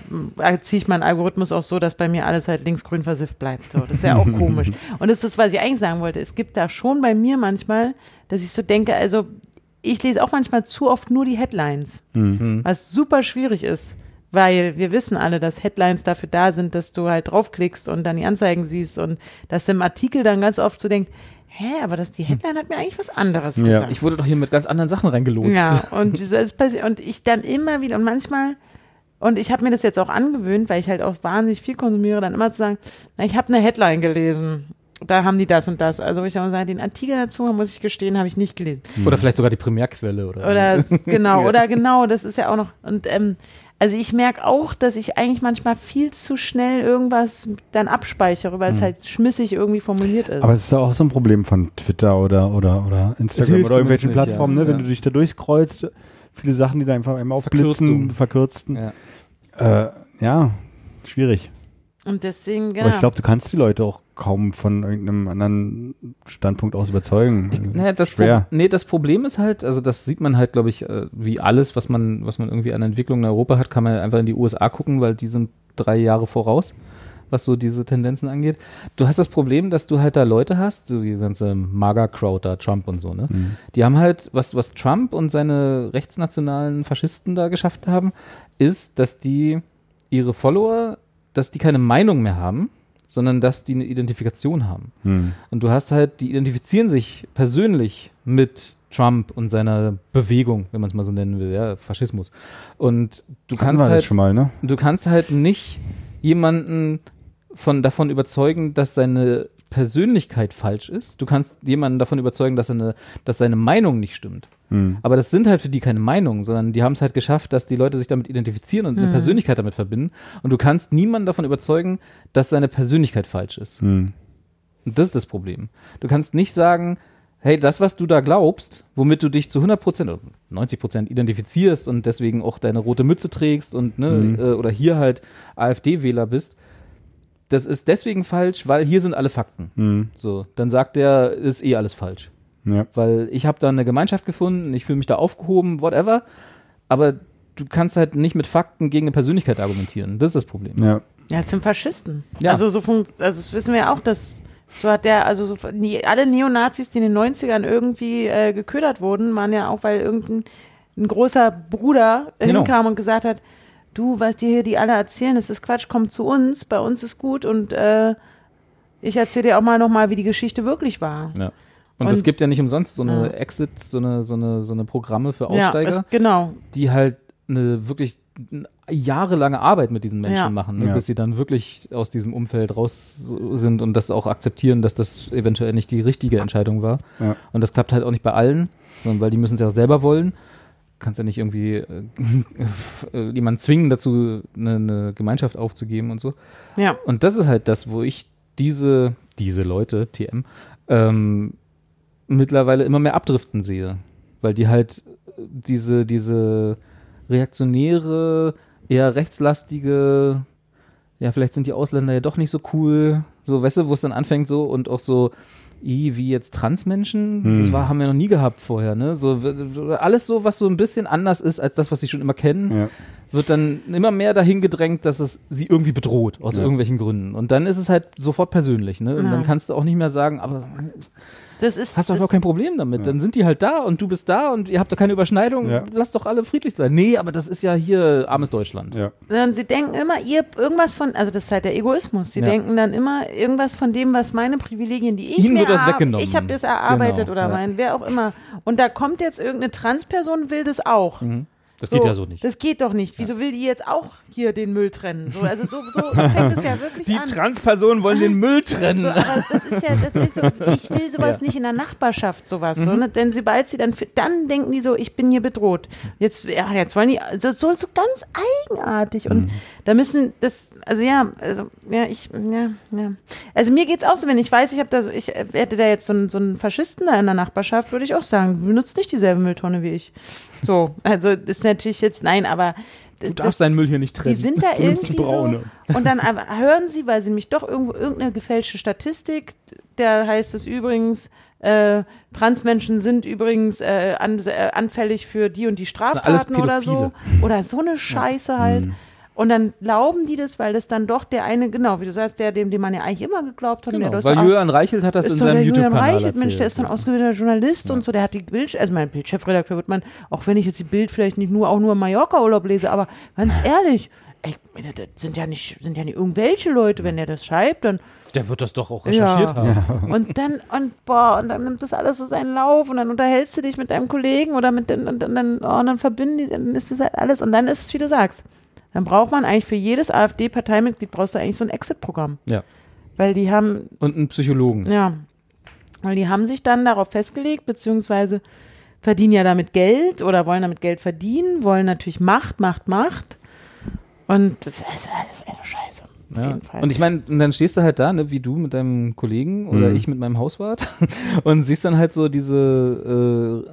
C: ziehe ich meinen Algorithmus auch so, dass bei mir alles halt linksgrün versifft bleibt. So, das ist ja auch komisch. Und das ist das, was ich eigentlich sagen wollte. Es gibt da schon bei mir manchmal, dass ich so denke, also ich lese auch manchmal zu oft nur die Headlines, was super schwierig ist. weil wir wissen alle, dass Headlines dafür da sind, dass du halt draufklickst und dann die Anzeigen siehst und dass im Artikel dann ganz oft so denkt, hä, aber das, die Headline hat mir eigentlich was anderes
E: Ja.
C: gesagt.
B: Ich wurde doch hier mit ganz anderen Sachen reingelotst.
C: Ja, und das ist passi- und ich dann immer wieder und manchmal und ich habe mir das jetzt auch angewöhnt, weil ich halt auch wahnsinnig viel konsumiere, dann immer zu sagen, na, ich habe eine Headline gelesen. Da haben die das und das. Also wo ich dann sage, den Artikel dazu, muss ich gestehen, habe ich nicht gelesen.
B: Oder vielleicht sogar die Primärquelle. Oder,
C: Oder s- genau, oder genau, das ist ja auch noch. Und ähm, also ich merke auch, dass ich eigentlich manchmal viel zu schnell irgendwas dann abspeichere, weil es halt schmissig irgendwie formuliert ist.
E: Hm. Aber es ist ja auch so ein Problem von Twitter oder, oder, oder Instagram
A: hilft
E: oder irgendwelchen
B: zumindest nicht,
E: Plattformen,
B: ja.
E: ne? wenn
B: Ja.
E: du dich da durchkreuzt, viele Sachen, die da einfach einmal aufblitzen, verkürzten.
B: Ja.
E: Ja, äh, ja schwierig.
C: und deswegen, genau.
E: Aber ich glaube, du kannst die Leute auch kaum von irgendeinem anderen Standpunkt aus überzeugen. Also,
B: Naja, das, Pro
E: schwer.
B: nee, das Problem ist halt, also das sieht man halt, glaube ich, äh, wie alles, was man, was man irgendwie an Entwicklung in Europa hat, kann man einfach in die USA gucken, weil die sind drei Jahre voraus, was so diese Tendenzen angeht. Du hast das Problem, dass du halt da Leute hast, so die ganze Mager-Crowd da, Trump und so, ne? Die haben halt, was, was Trump und seine rechtsnationalen Faschisten da geschafft haben, ist, dass die ihre Follower, dass die keine Meinung mehr haben, sondern dass die eine Identifikation haben.
E: Hm.
B: Und du hast halt, die identifizieren sich persönlich mit Trump und seiner Bewegung, wenn man es mal so nennen will, ja, Faschismus. Und du
E: hatten
B: kannst
E: wir das
B: halt,
E: schon mal, ne?
B: du kannst halt nicht jemanden von, davon überzeugen, dass seine Persönlichkeit falsch ist. Du kannst jemanden davon überzeugen, dass seine, dass seine Meinung nicht stimmt.
E: Hm.
B: Aber das sind halt für die keine Meinungen, sondern die haben es halt geschafft, dass die Leute sich damit identifizieren und eine Persönlichkeit damit verbinden. Und du kannst niemanden davon überzeugen, dass seine Persönlichkeit falsch ist.
E: Hm.
B: Und das ist das Problem. Du kannst nicht sagen, hey, das, was du da glaubst, womit du dich zu 100% oder 90% identifizierst und deswegen auch deine rote Mütze trägst und ne, äh, oder hier halt AfD-Wähler bist, das ist deswegen falsch, weil hier sind alle Fakten. So, dann sagt der, ist eh alles falsch
E: Ja.
B: weil ich habe da eine Gemeinschaft gefunden, ich fühle mich da aufgehoben, whatever. Aber du kannst halt nicht mit Fakten gegen eine Persönlichkeit argumentieren. Das ist das Problem.
E: ja.
C: Ja, das sind Faschisten.
B: Ja.
C: Also so funkt, also das wissen wir ja auch, dass so hat der, also so, nie- alle Neonazis, die in den 90ern irgendwie äh, geködert wurden, waren ja auch, weil irgendein ein großer Bruder
B: Genau.
C: hinkam und gesagt hat, du, was dir hier die alle erzählen, das ist Quatsch, komm zu uns, bei uns ist gut und äh, ich erzähle dir auch mal nochmal, wie die Geschichte wirklich war.
B: Ja. Und
C: Und-
B: es gibt ja nicht umsonst so eine
C: Ja.
B: Exit, so eine, so, eine, so eine Programme für Aussteiger,
C: Ja, es, genau.
B: die halt eine wirklich jahrelange Arbeit mit diesen Menschen
C: Ja.
B: machen, ne,
E: Ja.
B: bis sie dann wirklich aus diesem Umfeld raus so sind und das auch akzeptieren, dass das eventuell nicht die richtige Entscheidung war.
E: Ja.
B: Und das klappt halt auch nicht bei allen, sondern weil die müssen es ja auch selber wollen. Kannst ja nicht irgendwie äh, äh, jemanden zwingen dazu, eine, eine Gemeinschaft aufzugeben und so.
C: Ja.
B: Und das ist halt das, wo ich diese, diese Leute, TM, ähm, mittlerweile immer mehr abdriften sehe. Weil die halt diese, diese reaktionäre, eher rechtslastige, ja, vielleicht sind die Ausländer ja doch nicht so cool, so, weißt du, wo es dann anfängt so und auch so, i, wie jetzt Transmenschen, das war, haben wir noch nie gehabt vorher, ne? So, w- w- alles so, was so ein bisschen anders ist als das, was sie schon immer kennen
E: Ja.
B: wird dann immer mehr dahin gedrängt, dass es sie irgendwie bedroht, aus
E: Ja.
B: irgendwelchen Gründen. Und dann ist es halt sofort persönlich, ne? Und
C: Ja.
B: dann kannst du auch nicht mehr sagen, aber
C: Das ist,
B: hast doch
C: das,
B: überhaupt kein Problem damit. Dann sind die halt da und du bist da und ihr habt da keine Überschneidung.
E: Ja.
B: Lasst doch alle friedlich sein. Nee, aber das ist ja hier armes Deutschland.
E: Ja.
C: sondern Ähm, sie denken immer, ihr irgendwas von, also das ist halt der Egoismus. Sie
B: Ja.
C: denken dann immer irgendwas von dem, was meine Privilegien, die ich
B: Ihnen
C: mir
B: wird das
C: erarbe-
B: weggenommen.
C: ich habe das erarbeitet
B: Genau,
C: oder
B: ja.
C: mein, wer auch immer. Und da kommt jetzt irgendeine Transperson, will das auch.
B: Mhm. Das geht ja so nicht.
C: Das geht doch nicht. Wieso will die jetzt auch hier den Müll trennen? So, also so, so fängt es ja wirklich an.
B: Transpersonen wollen den Müll trennen.
C: So, aber das ist ja tatsächlich so, ich will sowas nicht in der Nachbarschaft, sowas. So, ne? Denn sobald sie dann, fi- dann denken die so, ich bin hier bedroht. Jetzt, ja, jetzt wollen die, also so, so ganz eigenartig. Und da müssen, das, also ja, also, ja, ich, ja, ja. Also mir geht's auch so, wenn ich weiß, ich habe da so, ich äh, hätte da jetzt so einen, so einen Faschisten da in der Nachbarschaft, würde ich auch sagen, du benutzt nicht dieselbe Mülltonne wie ich. So, also das ist natürlich jetzt, nein, aber.
B: Du darfst deinen Müll hier nicht
C: Die
B: trennen.
C: sind da
E: nimmst die
C: irgendwie so.
E: braune.
C: Und dann aber hören sie, weil sie nämlich doch irgendwo irgendeine gefälschte Statistik, der heißt es übrigens, äh, Transmenschen sind übrigens äh, an, äh, anfällig für die und die
B: alles Mhm.
C: Straftaten oder so. Oder so eine Scheiße halt. Und dann glauben die das, weil das dann doch der eine, genau, wie du sagst, der, dem, dem man ja eigentlich immer geglaubt hat. und
B: Genau,
C: der das
B: weil
C: auch-
B: Julian Reichelt hat das in
C: ist doch der
B: seinem
C: Julian
B: YouTube-Kanal
C: Reichelt,
B: erzählt.
C: Mensch, der ist dann ausgebildeter Journalist und so, der hat die Bild, also mein Bild- Chefredakteur wird man, auch wenn ich jetzt die Bild vielleicht nicht nur, auch nur im Mallorca-Urlaub lese, aber ganz ehrlich, ey, das sind ja nicht, sind ja nicht irgendwelche Leute, wenn der das schreibt, dann
B: der wird das doch auch recherchiert
C: Ja.
B: haben.
C: und dann, und boah, und dann nimmt das alles so seinen Lauf und dann unterhältst du dich mit deinem Kollegen oder mit den, und, dann- dann, oh, und dann verbinden die, dann ist das halt alles und dann ist es, wie du sagst. Dann braucht man eigentlich für jedes AfD-Parteimitglied brauchst du eigentlich so ein Exit-Programm.
B: Ja.
C: Weil die haben,
B: Und einen Psychologen.
C: ja, weil die haben sich dann darauf festgelegt, beziehungsweise verdienen ja damit Geld oder wollen damit Geld verdienen, wollen natürlich Macht, Macht, Macht. Und das ist alles eine Scheiße. Auf
B: Ja.
C: jeden Fall.
B: Und ich meine, und dann stehst du halt da, ne, wie du mit deinem Kollegen oder ich mit meinem Hauswart und siehst dann halt so diese,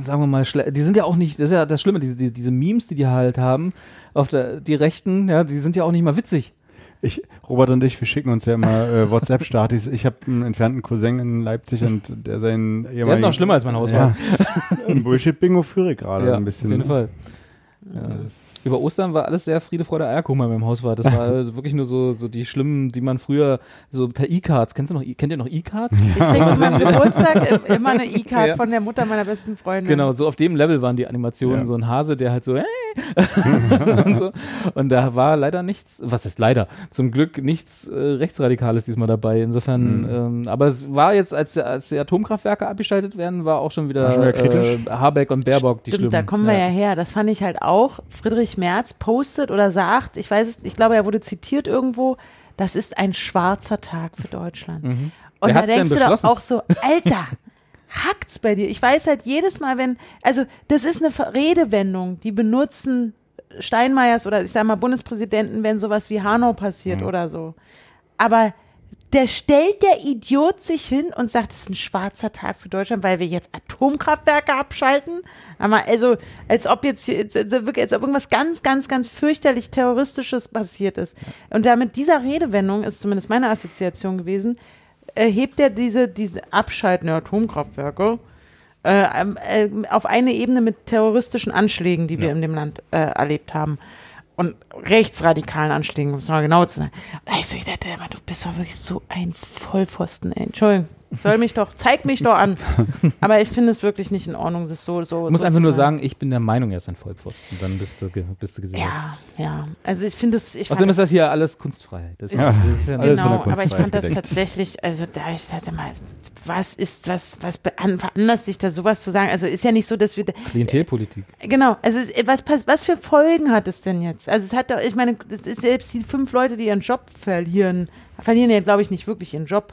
B: äh, sagen wir mal, schle- die sind ja auch nicht, das ist ja das Schlimme, diese, die, diese Memes, die die halt haben, auf der, die Rechten, ja, die sind ja auch nicht mal witzig.
E: Ich, Robert und ich, wir schicken uns ja immer äh, WhatsApp-Status. Ich habe einen entfernten Cousin in Leipzig und der sein
B: Der ist noch schlimmer als mein Hauswart.
E: Ein Bullshit-Bingo führe gerade
B: Ja,
E: ein bisschen. ne?
B: Auf
A: ne?
B: jeden Fall. Ja. Über Ostern war alles sehr Friede, Freude, Eierkuchen bei meinem Haus war. Das war also wirklich nur so, so die schlimmen, die man früher so per E-Cards. Kennst du noch, E- kennt ihr noch E-Cards?
C: Ich krieg zu meinem Geburtstag im- immer eine E-Card
B: Ja.
C: von der Mutter meiner besten Freundin.
B: Genau, so auf dem Level waren die Animationen.
E: Ja.
B: So ein Hase, der halt so, hey! und so. Und da war leider nichts, was ist leider, zum Glück nichts äh, Rechtsradikales diesmal dabei. Insofern,
E: Hm.
B: ähm, aber es war jetzt, als, als die Atomkraftwerke abgeschaltet werden, war auch schon wieder,
E: schon wieder
B: äh,
E: kritisch.
B: Habeck und Baerbock die
C: Stimmt,
B: Schlimmen.
C: da kommen wir ja. her. Das fand ich halt auch. Friedrich Merz postet oder sagt, ich weiß es, ich glaube, er wurde zitiert irgendwo, das ist ein schwarzer Tag für Deutschland. Und
B: Wer
C: da
B: hat's denn
C: denkst du doch
B: beschlossen?
C: auch so, Alter, hackt's bei dir. Ich weiß halt jedes Mal, wenn, also das ist eine Ver- Redewendung, die benutzen Steinmeiers oder ich sag mal Bundespräsidenten, wenn sowas wie Hanau passiert
B: Mhm.
C: oder so. Aber der stellt der Idiot sich hin und sagt, es ist ein schwarzer Tag für Deutschland, weil wir jetzt Atomkraftwerke abschalten. Aber also, als ob jetzt, hier- als als- wirklich, als ob irgendwas ganz, ganz, ganz fürchterlich Terroristisches passiert ist. Und damit dieser Redewendung ist zumindest meine Assoziation gewesen, äh, hebt er diese, diese Abschalten der Atomkraftwerke äh, ähm, ähm, auf eine Ebene mit terroristischen Anschlägen, die wir in dem Land äh, erlebt haben. Und rechtsradikalen Anschlägen, um es mal genau zu sagen. Da ich, so, ich dachte immer, du bist doch wirklich so ein Vollpfosten, ey. Entschuldigung. Soll mich doch, zeig mich doch an. Aber ich finde es wirklich nicht in Ordnung, das so, so.
B: Ich muss
C: so
B: einfach
C: zu
B: nur sagen, ich bin der Meinung, er ist ein Vollpfosten. Dann bist du, ge- bist du gesehen.
C: Ja, ja. Also ich finde es, ich
B: Außerdem
C: fand
B: ist das
C: es-
B: hier alles Kunstfreiheit. Das ist,
C: Ja.
B: das ist ja
E: Alles von
C: genau,
E: der
C: aber ich fand das
E: Kunstfreiheit
C: tatsächlich, also da ich dachte mal, was ist, was, was bean- veranlasst dich da sowas zu sagen? Also ist ja nicht so, dass wir, da-
B: Klientelpolitik.
C: genau, also es- was, pass- was für Folgen hat es denn jetzt? Also es hat doch, ich meine, es ist selbst die fünf Leute, die ihren Job verlieren, verlieren ja, glaube ich, nicht wirklich ihren Job.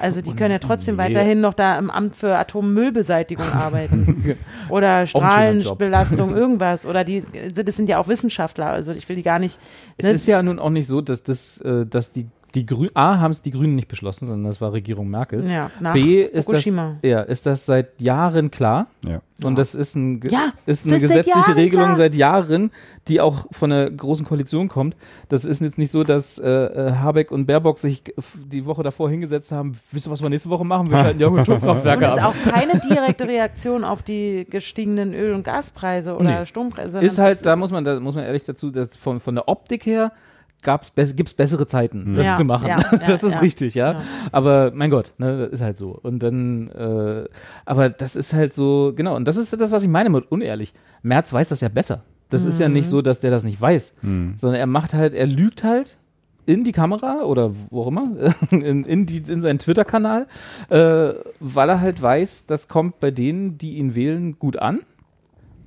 C: Also die können ja trotzdem
B: Oh, nee.
C: weiterhin noch da im Amt für Atommüllbeseitigung arbeiten oder Strahlenbelastung, irgendwas oder die, also das sind ja auch Wissenschaftler, also ich will die gar nicht, ne?
B: Es ist ja nun auch nicht so, dass das, äh, dass die, die Grünen, A, haben es die Grünen nicht beschlossen, sondern das war Regierung Merkel.
C: ja, nach
B: B, ist das,
C: Fukushima.
B: ja, ist das seit Jahren klar.
E: Ja.
B: Und das ist, ein, Ge-
C: Ja,
B: ist
C: das
B: eine
C: ist seit
B: gesetzliche
C: Jahren
B: Regelung
C: klar.
B: seit Jahren, die auch von der großen Koalition kommt. Das ist jetzt nicht so, dass äh, äh, Habeck und Baerbock sich g- f- die Woche davor hingesetzt haben, wisst ihr, was wir nächste Woche machen? Wir schalten die Atomkraftwerke
C: Und
B: ab.
C: ist auch keine direkte Reaktion auf die gestiegenen Öl- und Gaspreise oder
B: Nee.
C: Strompreise. sondern
B: ist halt,
C: das-
B: da muss man, da muss man ehrlich dazu, dass von, von der Optik her gab's bess- gibt's bessere Zeiten, das
C: Ja,
B: zu machen.
C: ja, ja,
B: das ist
C: ja. genau.
B: richtig, ja.
C: Ja.
B: Aber mein Gott, ne, das ist halt so. Und dann, äh, aber das ist halt so, genau, und das ist das, was ich meine mit unehrlich. Merz weiß das ja besser. Das ist
C: Mhm.
B: ja nicht so, dass der das nicht weiß, sondern er macht halt, er lügt halt in die Kamera oder wo auch immer, in, in, die, in seinen Twitter-Kanal, äh, weil er halt weiß, das kommt bei denen, die ihn wählen, gut an.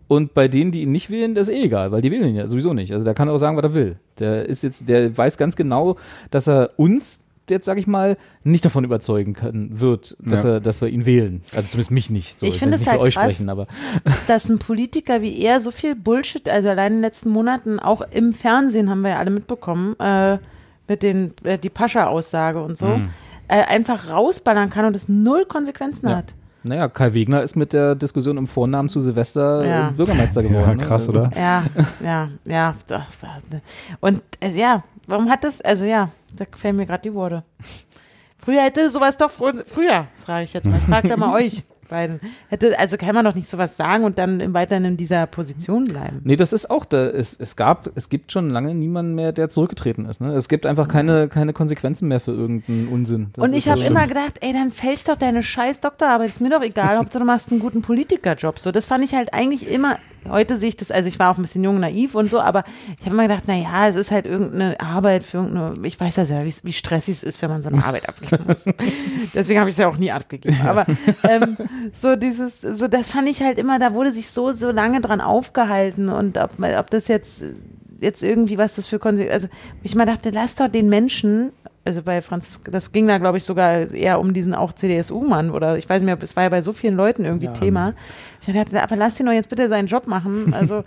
B: Und bei denen, die ihn nicht wählen, das ist eh egal, weil die wählen ihn ja sowieso nicht. Also der kann auch sagen, was er will. Der ist jetzt, der weiß ganz genau, dass er uns jetzt, sag ich mal, nicht davon überzeugen kann, wird, dass er, dass wir ihn wählen. Also zumindest mich nicht. So,
C: Ich
B: will
C: finde es
B: nicht für
C: halt
B: euch
C: krass.
B: sprechen, aber
C: dass ein Politiker wie er so viel Bullshit, also allein in den letzten Monaten, auch im Fernsehen haben wir ja alle mitbekommen, äh, mit den, äh, die Pascha-Aussage und so,
B: Hm.
C: äh, einfach rausballern kann und es null Konsequenzen
B: Ja.
C: hat.
B: naja, Kai Wegner ist mit der Diskussion um Vornamen zu Silvester
C: Ja.
B: äh, Bürgermeister geworden.
E: ja,
B: ne?
E: krass, oder?
C: Ja, ja, ja. doch, warte. Und äh, ja, warum hat das, also ja, da fehlen mir gerade die Worte. Früher hätte sowas doch, frü- früher, sage ich jetzt mal, ich frag da mal euch. beiden. Hätte, also kann man doch nicht sowas sagen und dann im Weiteren in dieser Position bleiben.
B: Nee, das ist auch, da, es, es gab, es gibt schon lange niemanden mehr, der zurückgetreten ist. Ne? Es gibt einfach keine, keine Konsequenzen mehr für irgendeinen Unsinn. Das
C: und
B: ist
C: ich
B: das
C: habe
B: Schlimme.
C: immer gedacht, ey, dann fälsch doch deine scheiß Doktorarbeit. Ist mir doch egal, ob du machst einen guten Politikerjob. So, das fand ich halt eigentlich immer. Heute sehe ich das, also ich war auch ein bisschen jung, naiv und so, aber ich habe immer gedacht, na ja, es ist halt irgendeine Arbeit für irgendeine, ich weiß ja selber, wie, wie stressig es ist, wenn man so eine Arbeit abgeben muss. Deswegen habe ich es ja auch nie abgegeben. Aber ähm, so dieses, so das fand ich halt immer, da wurde sich so, so lange dran aufgehalten und ob, man- ob das jetzt, jetzt irgendwie, was das für Konsequenzen, also ich mal dachte, lass doch den Menschen, also bei Franziska, das ging da glaube ich sogar eher um diesen auch CDSU-Mann oder ich weiß nicht mehr, es war ja bei so vielen Leuten irgendwie Thema. Ich dachte, aber lass ihn doch jetzt bitte seinen Job machen. Also,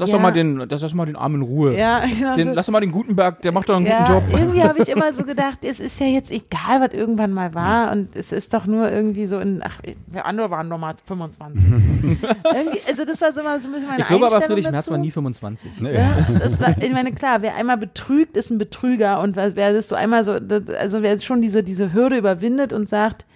B: Lass
C: Ja.
B: doch mal den, das lass mal den Armen in Ruhe.
C: ja, genau
B: Den,
C: so.
B: lass doch mal den Gutenberg, der macht doch einen
C: Ja,
B: guten Job.
C: irgendwie habe ich immer so gedacht, es ist ja jetzt egal, was irgendwann mal war und es ist doch nur irgendwie so in, ach, wir andere waren nochmal 25. irgendwie, also das war so immer so ein bisschen meine
B: Ich glaube aber,
C: Einstellung
B: Friedrich Merz
C: dazu.
B: war nie ne? 25.
C: Ja, das war, ich meine, klar, wer einmal betrügt, ist ein Betrüger und wer wer das so einmal so, das- also wer jetzt schon diese, diese Hürde überwindet und sagt,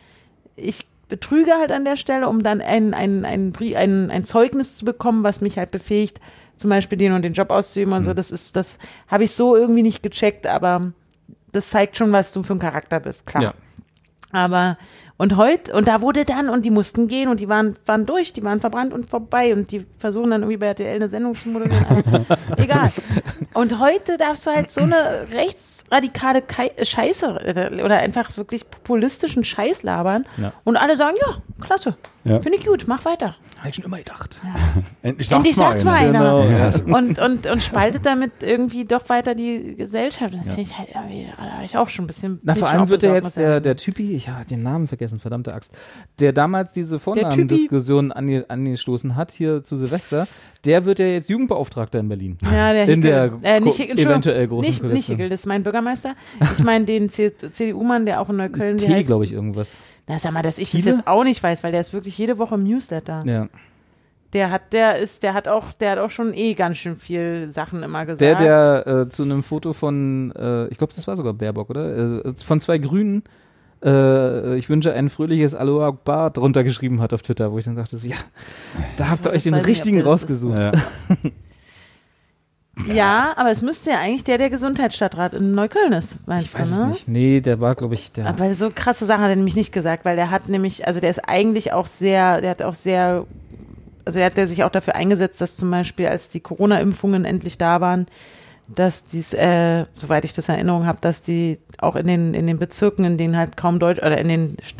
C: ich betrüge halt an der Stelle, um dann ein, ein, ein, Brie- ein, ein Zeugnis zu bekommen, was mich halt befähigt, zum Beispiel den und den Job auszuüben und so, das ist, das habe ich so irgendwie nicht gecheckt, aber das zeigt schon, was du für ein Charakter bist, klar.
B: Ja.
C: Aber und heute, und da wurde dann, und die mussten gehen und die waren, waren durch, die waren verbrannt und vorbei und die versuchen dann irgendwie bei RTL eine Sendung zu moderieren. Aber Egal. Und heute darfst du halt so eine rechtsradikale Kei Scheiße äh, oder einfach wirklich populistischen Scheiß labern
B: Ja.
C: und alle sagen, ja, klasse,
E: Ja.
C: finde ich gut, mach weiter.
B: Habe ich schon immer gedacht.
E: Endlich
C: Endlich sagt's mal einer.
E: Genau. Ja.
B: Also
C: Und, und, und spaltet damit irgendwie doch weiter die Gesellschaft. Das finde ich halt irgendwie, da habe ich auch schon ein bisschen.
B: Na, vor
C: bin ich
B: allem wird ja
C: aufgesaugt, muss
B: jetzt
C: ich
B: der,
C: sagen.
B: der Typi, ich habe den Namen vergessen, verdammte Axt, der damals diese Vornamendiskussion ange, angestoßen hat, hier zu Silvester, der wird ja jetzt Jugendbeauftragter in Berlin.
C: Ja, der
B: In
C: Hickel.
B: der
C: äh, nicht,
B: gro-
C: Hickel, Entschuldigung,
B: eventuell großen
C: nicht, nicht
B: Koalition.
C: Hickel, das ist mein Bürgermeister. Ich meine den CDU-Mann, der auch in Neukölln, wie
B: T,
C: heißt.
B: glaube ich, irgendwas.
C: Na, sag mal, dass ich
B: Thiele?
C: das jetzt auch nicht weiß, weil der ist wirklich jede Woche im Newsletter.
B: Ja.
C: Der hat, der ist, der hat auch, der hat auch schon eh ganz schön viel Sachen immer gesagt.
B: Der, der äh, zu einem Foto von, äh, ich glaube, das war sogar Baerbock, oder? Äh, von zwei Grünen, äh, ich wünsche ein fröhliches Aloha Akbar drunter geschrieben hat auf Twitter, wo ich dann dachte, ja, da habt ihr
C: das
B: euch den
C: weiß ich nicht,
B: richtigen
C: ob das ist-
B: rausgesucht.
C: ja, aber es müsste ja eigentlich der, der Gesundheitsstadtrat in Neukölln ist, meinst
B: Ich
C: du,
B: weiß es
C: ne?
B: nicht. Nee, der war, glaube ich, der.
C: Aber Ah, so krasse Sachen hat er nämlich nicht gesagt, weil der hat nämlich, also der ist eigentlich auch sehr, der hat auch sehr, also der hat der sich auch dafür eingesetzt, dass zum Beispiel, als die Corona-Impfungen endlich da waren, dass dies, äh, soweit ich das in Erinnerung habe, dass die auch in den, in den Bezirken, in denen halt kaum Deutsch, oder in den St-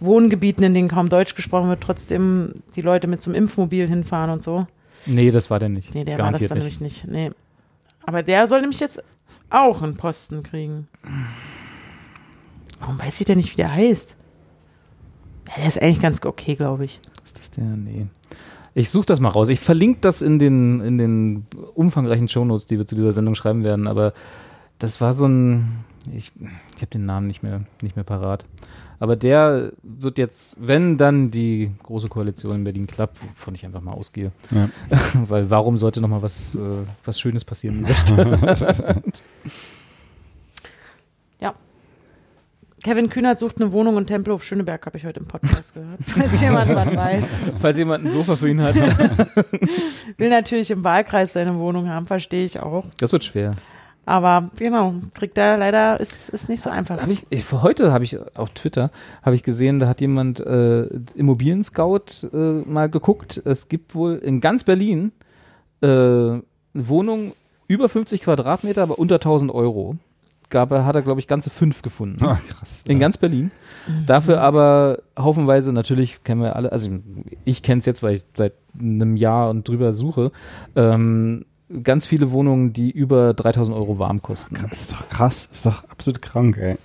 C: Wohngebieten, in denen kaum Deutsch gesprochen wird, trotzdem die Leute mit zum Impfmobil hinfahren und so.
B: Nee, das war der nicht.
C: Nee, der
B: Garantiert
C: war das dann
B: nicht.
C: nämlich nicht. Nee. Aber der soll nämlich jetzt auch einen Posten kriegen. Warum weiß ich denn nicht, wie der heißt? Ja, der ist eigentlich ganz okay, glaube ich.
B: Ist das der? Nee. Ich suche das mal raus. Ich verlinke das in den, in den umfangreichen Shownotes, die wir zu dieser Sendung schreiben werden. Aber das war so ein. Ich, ich habe den Namen nicht mehr, nicht mehr parat. Aber der wird jetzt, wenn dann die große Koalition in Berlin klappt, wovon ich einfach mal ausgehe.
E: Ja.
B: Weil warum sollte nochmal was, äh, was Schönes passieren? an dieser Stelle?
C: Kevin Kühnert sucht eine Wohnung in Tempelhof Schöneberg, habe ich heute im Podcast gehört. Falls jemand was weiß.
B: Falls jemand ein Sofa für ihn hat.
C: Will natürlich im Wahlkreis seine Wohnung haben, verstehe ich auch.
B: Das wird schwer.
C: Aber genau, kriegt er leider, ist, ist nicht so einfach.
B: Hab ich, ich, für heute habe ich auf Twitter habe ich gesehen, da hat jemand äh, Immobilien Scout äh, mal geguckt. Es gibt wohl in ganz Berlin äh, eine Wohnung über 50 Quadratmeter, aber unter 1000 Euro. Gab, er- hat er, glaube ich, ganze fünf gefunden.
E: Ah, krass.
B: In ganz Berlin. Dafür aber haufenweise, natürlich kennen wir alle, also ich kenne es jetzt, weil ich seit einem Jahr und drüber suche, ähm, ganz viele Wohnungen, die über 3000 Euro warm kosten.
E: Ist doch krass, ist doch absolut krank, ey.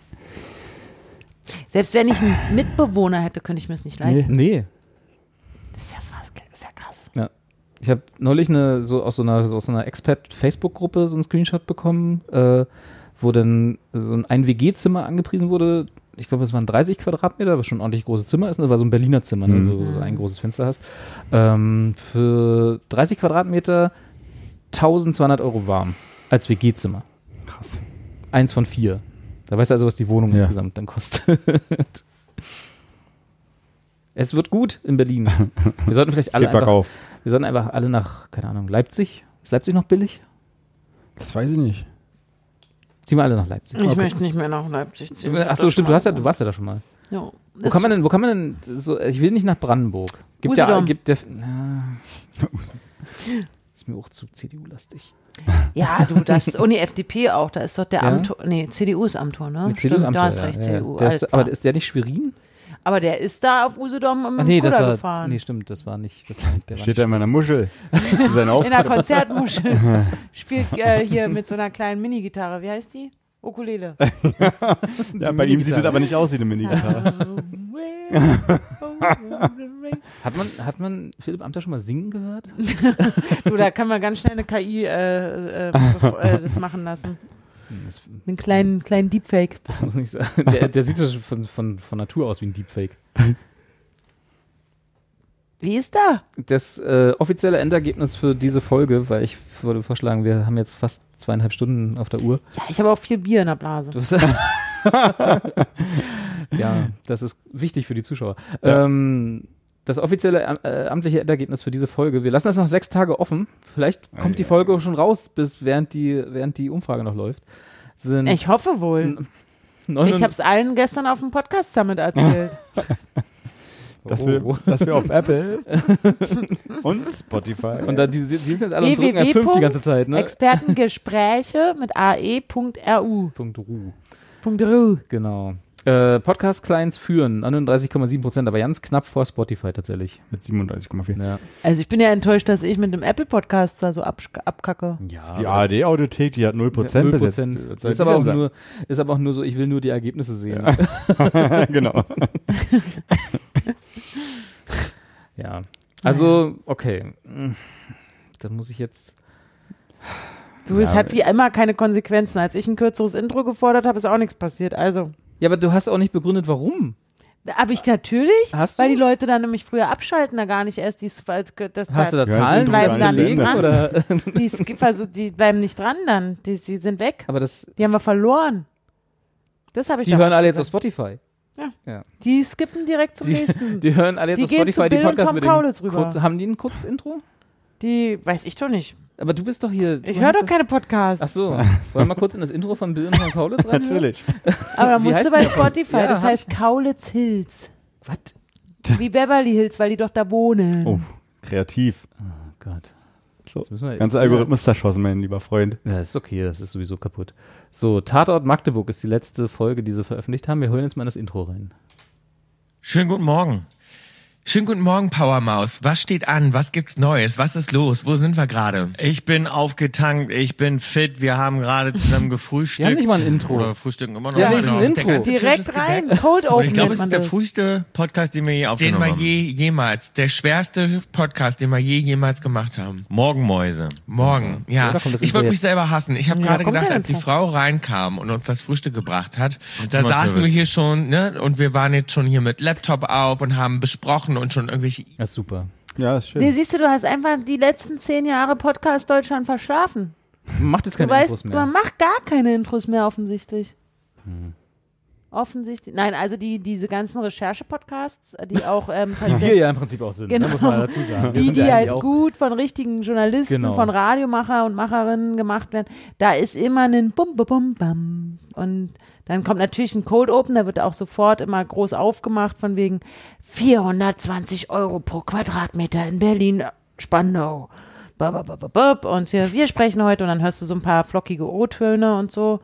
C: Selbst wenn ich einen Mitbewohner hätte, könnte ich mir es nicht leisten.
B: Nee,
C: Das ist ja, fast, das ist ja krass.
B: Ich habe neulich eine, so aus so einer, so aus so einer Expat-Facebook-Gruppe so einen Screenshot bekommen, äh, wo dann so ein, ein WG-Zimmer angepriesen wurde. Ich glaube, es waren 30 Quadratmeter, was schon ein ordentlich großes Zimmer ist. Ne? War so ein Berliner Zimmer,
E: Mhm.
B: ne? wo du so ein großes Fenster hast. Ähm, für 30 Quadratmeter 1200 Euro warm als WG-Zimmer.
E: Krass.
B: Eins von vier. Da weißt du also, was die Wohnung
E: Ja.
B: insgesamt dann kostet. Es wird gut in Berlin. Wir sollten vielleicht alle
E: geht
B: einfach,
E: bergauf.
B: wir sollten einfach alle nach, keine Ahnung, Leipzig. Ist Leipzig noch billig?
E: Das weiß ich nicht.
B: Ziehen wir alle nach Leipzig.
C: Ich möchte nicht mehr nach Leipzig ziehen.
B: Achso, stimmt, du, hast ja, du warst ja da schon mal.
C: Ja.
B: Wo kann man denn, wo kann man denn, so, ich will nicht nach Brandenburg. Gibt ja,
C: Usedom.
B: gibt der, na, ist mir auch zu CDU-lastig.
C: Ja, du, das oh ist die FDP auch, da ist doch der
B: Ja?
C: Amtor, nee, CDU ist Amtor, ne?
B: Mit CDU ist
C: Stimmt,
B: Amt,
C: da hast
B: ja,
C: recht,
B: ja,
C: CDU.
B: Der ist,
C: alles
B: aber
C: klar.
B: ist der nicht Schwerin?
C: aber der ist da auf Usedom im
B: Ach nee, das
C: Kuder
B: war,
C: gefahren.
B: nee, stimmt, das war nicht, das war nicht der war
E: Steht
B: nicht.
E: da in meiner Muschel. Sein Auf
C: In der Konzertmuschel. Spielt äh, hier mit so einer kleinen Minigitarre. Wie heißt die? Ukulele.
E: ja, bei ihm sieht es aber nicht aus wie eine mini
B: Hat man, hat man Philipp Amter schon mal singen gehört?
C: du, da kann man ganz schnell eine KI äh, äh, bevor- äh, das machen lassen.
B: Das,
C: Einen kleinen, kleinen Deepfake.
B: das muss nicht sein. Der, der sieht so von, von, von Natur aus wie ein Deepfake.
C: Wie ist da?
B: Das äh, offizielle Endergebnis für diese Folge, weil ich würde vorschlagen, wir haben jetzt fast zweieinhalb Stunden auf der Uhr.
C: Ja, ich habe auch viel Bier in der Blase.
B: Du bist ja, das ist wichtig für die Zuschauer. Ähm, das offizielle am- äh, amtliche Endergebnis für diese Folge. Wir lassen das noch sechs Tage offen. Vielleicht kommt die Folge schon raus, bis während die, während die Umfrage noch läuft. Sind
C: Ich hoffe wohl. Ich habe es allen gestern auf dem Podcast Summit erzählt.
E: Dass wir,
B: Oh.
E: dass wir auf Apple und Spotify.
B: Und da, die, die sind jetzt alle und drücken
C: www.
B: F5 die ganze Zeit, ne?
C: Expertengespräche mit E ae.ru.
B: Punkt Ru.
C: Punkt .ru.
B: Genau. Äh, Podcast-Clients führen 39,7 Prozent, aber ganz knapp vor Spotify tatsächlich.
E: mit 37,4.
B: Ja,
C: Also ich bin ja enttäuscht, dass ich mit dem Apple Podcast da so absch- abkacke.
E: Die ARD-Audiothek, die hat 0% besetzt. Das
B: Prozent.
E: soll
B: Ist
E: die
B: aber auch
E: dann
B: nur, ist aber auch nur so, ich will nur die Ergebnisse sehen.
E: sagen. genau.
B: Ja. Also, okay. Dann muss ich jetzt.
C: Du, es hat wie immer keine Konsequenzen. Als ich ein kürzeres Intro gefordert habe, ist auch nichts passiert. Also,
B: Ja, aber du hast auch nicht begründet, warum.
C: habe ich natürlich,
B: Hast
C: weil
B: du?
C: die Leute dann nämlich früher abschalten, da gar nicht erst die, Sp- äh, das,
B: Hast du da
E: Ja, das
B: Zahlen
E: Intro
C: bleiben dann nicht
B: gelesen,
C: dran.
B: oder?
C: Die, skip- also, die bleiben nicht dran dann, die, die sind weg.
B: Aber das,
C: Die haben wir verloren. Das habe ich
B: die
C: damals
B: hören alle jetzt auf
C: gesagt.
B: Spotify.
C: Die skippen direkt zum
B: Die,
C: nächsten.
B: die hören alle jetzt
C: Die
B: auf
C: gehen zu
B: Spotify die
C: Bill und
B: Podcasts
C: Tom
B: mit dem
C: Kaulitz rüber.
B: kurz, Haben die ein kurzes Intro?
C: Die weiß ich doch nicht.
B: Aber du bist doch hier. du
C: Ich höre
B: hast
C: doch
B: das-
C: keine Podcasts.
B: Ach so, wollen wir mal kurz in das Intro von Bill und Tom Kaulitz reinhören?
E: Natürlich.
C: Aber da
B: Wie
C: musst
B: heißt
C: du bei
B: der?
C: Spotify.
B: Ja,
C: das
B: hab
C: heißt Kaulitz Hills.
B: Was?
C: Wie Beverly Hills, weil die doch da wohnen.
E: Oh, kreativ.
B: Oh Gott.
E: So,
B: Jetzt müssen wir-
E: Ganzer Algorithmus zerschossen, mein lieber Freund.
B: Ja, ist okay, das ist sowieso kaputt. So, Tatort Magdeburg ist die letzte Folge, die sie veröffentlicht haben. Wir hören jetzt mal in das Intro rein.
F: Schönen guten Morgen. Schönen guten Morgen, Powermaus. Was steht an? Was gibt's Neues? Was ist los? Wo sind wir gerade?
G: Ich bin aufgetankt, ich bin fit. Wir haben gerade zusammen
B: Die
G: gefrühstückt.
B: haben nicht mal ein Intro.
G: Oder frühstücken immer noch.
B: Ja,
G: Immer
B: nicht ein
G: noch.
B: Intro.
G: Der ganze Tisch ist
C: Direkt
G: gedeckt.
C: rein. Cold Open.
G: Und ich glaube,
C: nennt
G: es
C: man
G: ist der
C: das.
G: früheste Podcast, den wir je
F: Den
G: aufgenommen
F: wir
G: haben.
F: je jemals, der schwerste Podcast, den wir je jemals gemacht haben.
G: Morgenmäuse.
F: Morgen, ja.
B: da kommt das
F: Ich würde
B: Intro
F: mich selber hassen. Ich habe
C: Ja,
F: gerade
C: kommt
F: gedacht,
C: der
F: als die
C: Intro.
F: Frau reinkam und uns das Frühstück gebracht hat, da
G: Zimmerservice.
F: saßen wir hier schon, ne, und wir waren jetzt schon hier mit Laptop auf und haben besprochen und schon irgendwelche
B: Ja, super.
E: Ja, ist
C: Nee,
E: schön.
C: siehst du, du hast einfach die letzten zehn Jahre Podcast Deutschland verschlafen.
B: Macht jetzt
C: Du
B: keine Infos
C: weißt,
B: mehr. Hm.
C: man macht gar keine Intros mehr offensichtlich. Offensichtlich. Nein, also die, diese ganzen Recherche-Podcasts, die auch ähm,
B: Die
C: tatsächlich
B: wir ja im Prinzip auch sind,
C: Genau.
B: ne, muss man dazu sagen. Wir
C: die,
B: sind
C: die
B: ja
C: halt
B: eigentlich auch-
C: gut von richtigen Journalisten,
B: Genau.
C: von Radiomacher und Macherinnen gemacht werden, da ist immer ein Bum, Bum, Bum, Bam. Und dann kommt natürlich ein Code Open, da wird auch sofort immer groß aufgemacht von wegen 420 Euro pro Quadratmeter in Berlin, Spandau. Ba, ba, ba, ba, ba. Und hier, wir sprechen heute und dann hörst du so ein paar flockige O-Töne und so.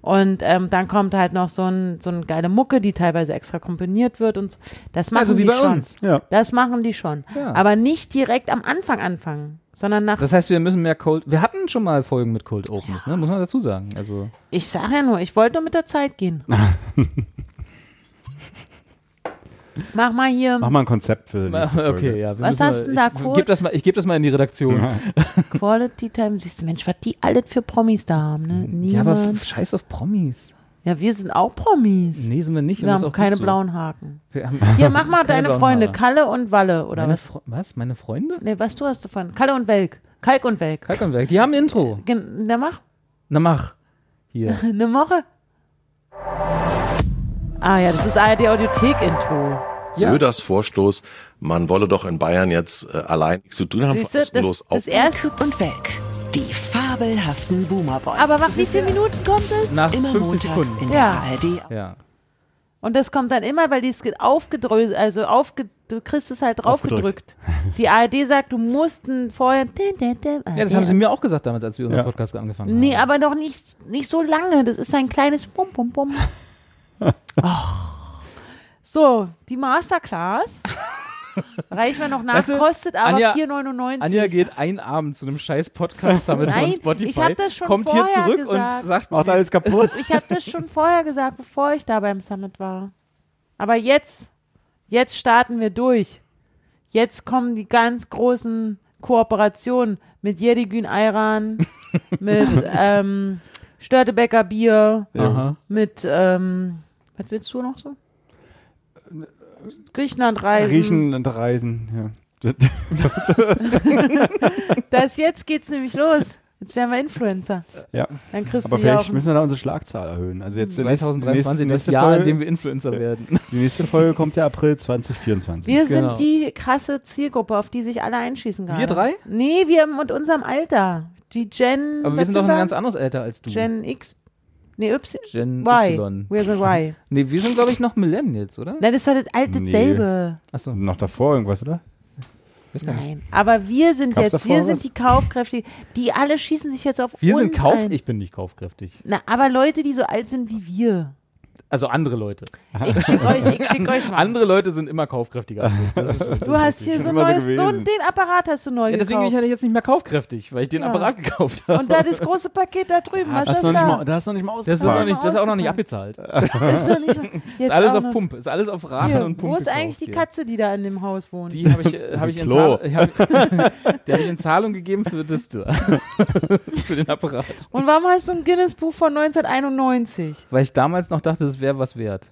C: Und ähm, dann kommt halt noch so, ein, so eine geile Mucke, die teilweise extra komponiert wird und so. Das machen
B: Also wie
C: die
B: bei
C: schon.
B: uns.
E: Ja.
C: Das machen die schon.
B: Ja.
C: Aber nicht direkt am Anfang anfangen, sondern nach.
B: Das heißt, wir müssen mehr Cold. Wir hatten schon mal Folgen mit Cold Opens, ne? Muss man dazu sagen. Also
C: ich sag ja nur, ich wollte nur mit der Zeit gehen. Mach mal hier
E: Mach mal ein Konzept für die nächste Folge.
B: okay, ja. wir
C: Was
B: müssen
C: hast
B: mal-
C: denn da
B: ich,
C: kurz?
B: Gib das mal, ich gebe das mal in die Redaktion.
C: Quality Time. Siehst du, Mensch, was die alles für Promis da haben, ne?
B: Ja, aber
C: Niemand.
B: f- scheiß auf Promis.
C: Ja, wir sind auch Promis.
B: Nee, sind wir nicht. und
C: Wir
B: das ist
C: haben
B: auch
C: keine
B: gut so.
C: blauen Haken.
B: Wir haben
C: Hier, mach mal
B: Keine
C: deine
B: blauen
C: Freunde,
B: Haare.
C: Kalle und Walle, oder
B: Meine
C: was?
B: Fre was? Meine Freunde?
C: Nee, was du hast davon? Kalle und Welk. Kalk und Welk.
B: Kalkonberg, die haben ein Intro.
C: Gen- Na, mach.
B: Na mach. Hier.
C: Eine Woche. Ah ja, das ist ARD Audiothek Intro.
B: Ja.
H: Söders Vorstoß, man wolle doch in Bayern jetzt äh, allein nichts zu tun haben,
C: Siehst du, das,
H: kostenlos
C: das
H: auf-
C: erste.
I: und Welk. Die fabelhaften Boomer Boys.
C: Aber wach, wie viele Minuten kommt es?
B: Nach
I: Immer
B: 50
I: montags
B: Sekunden.
I: in der
C: Ja.
I: ARD.
B: Ja.
C: Und das kommt dann immer, weil die es aufgedröselt, also aufge, du kriegst es halt draufgedrückt. Die ARD sagt, du musst ein vorher.
B: Ja, das haben sie mir auch gesagt damals, als wir unseren
E: Ja.
B: Podcast angefangen haben.
C: Nee, aber doch nicht, nicht so lange. Das ist ein kleines Bum, Bum, Bum. Ach. So, die Masterclass. Reichen wir noch nach,
B: Weißt du,
C: kostet aber
B: Anja-
C: 4,99.
B: Anja geht einen Abend zu einem scheiß Podcast damit
C: Nein,
B: von
C: ich
B: Spotify,
C: hab das schon
B: kommt hier
C: vorher
B: zurück
C: gesagt.
B: und sagt,
E: Macht alles kaputt.
C: Ich habe das schon vorher gesagt, bevor ich da beim Summit war. Aber jetzt, jetzt starten wir durch. Jetzt kommen die ganz großen Kooperationen mit Jedigün Ayran, mit ähm, Störtebecker Bier,
B: aha.
C: mit, ähm, was willst du noch so? Griechenland reisen.
E: Riechen und reisen, ja.
C: Das, jetzt geht's nämlich los. Jetzt werden wir Influencer.
E: ja.
C: Dann kriegst
E: Aber
C: du ja
E: vielleicht
C: auch
E: müssen wir da unsere Schlagzahl erhöhen. Also jetzt die nächste-
B: 2023, das
E: nächste
B: Hm. Jahr, in
E: Folge,
B: dem wir Influencer werden.
E: die nächste Folge kommt ja April 2024.
C: Wir
B: Genau.
C: sind die krasse Zielgruppe, auf die sich alle einschießen gerade.
B: Wir drei?
C: Nee, wir mit unserem Alter. Die Gen.
B: Aber wir
C: was
B: sind doch ein
C: wir?
B: ganz anderes älter als du.
C: Gen X. Nee, Y.
B: Gen
C: Y.
B: Y.
C: We're the Y.
B: Nee, wir sind, glaube ich, noch Millennials, oder?
C: Nein, das ist halt das alte
E: Nee.
C: dasselbe.
B: Achso,
E: Noch davor irgendwas, oder?
B: weiß gar nicht.
C: Nein. Aber wir sind
E: Gab's
C: jetzt,
E: davor
C: wir
E: was?
C: sind die Kaufkräftig. Die alle schießen sich jetzt auf
B: Wir
C: uns
B: sind kauf,
C: ein.
B: ich bin nicht kaufkräftig.
C: Na, aber Leute, die so alt sind wie wir.
B: Also andere Leute.
C: Ich schick euch, ich schick euch mal.
B: Andere Leute sind immer kaufkräftiger als ich. Das ist schon-
C: du hast hier so
E: immer so
C: neues, so,
E: gewesen.
C: den Apparat hast du neu
B: ja, deswegen bin ich halt-
C: gekauft.
B: ja jetzt nicht mehr kaufkräftig, weil ich den
C: Ja.
B: Apparat gekauft habe.
C: Und da das große Paket da drüben,
B: Ah,
C: was ist
E: noch
C: das
E: nicht
C: da?
E: mal, da hast du noch nicht mal
B: das ist, noch
E: ausgepackt.
B: nicht, das ist auch noch nicht abgezahlt. Ist
C: Das ist doch nicht mal- Jetzt
B: alles
C: auch
B: auf
C: noch-
B: Pump. Ist alles auf Raten
C: Hier,
B: und Pump.
C: wo ist
B: gekauft
C: eigentlich die
B: hier.
C: Katze, die da in dem Haus wohnt?
B: Die habe ich, äh, hab ich, in
E: Klo.
B: Zahl- ich hab, die hab ich in Zahlung gegeben für das da. für den Apparat.
C: Und warum hast du ein Guinness-Buch von 1991?
B: Weil ich damals noch dachte, es wäre was wert.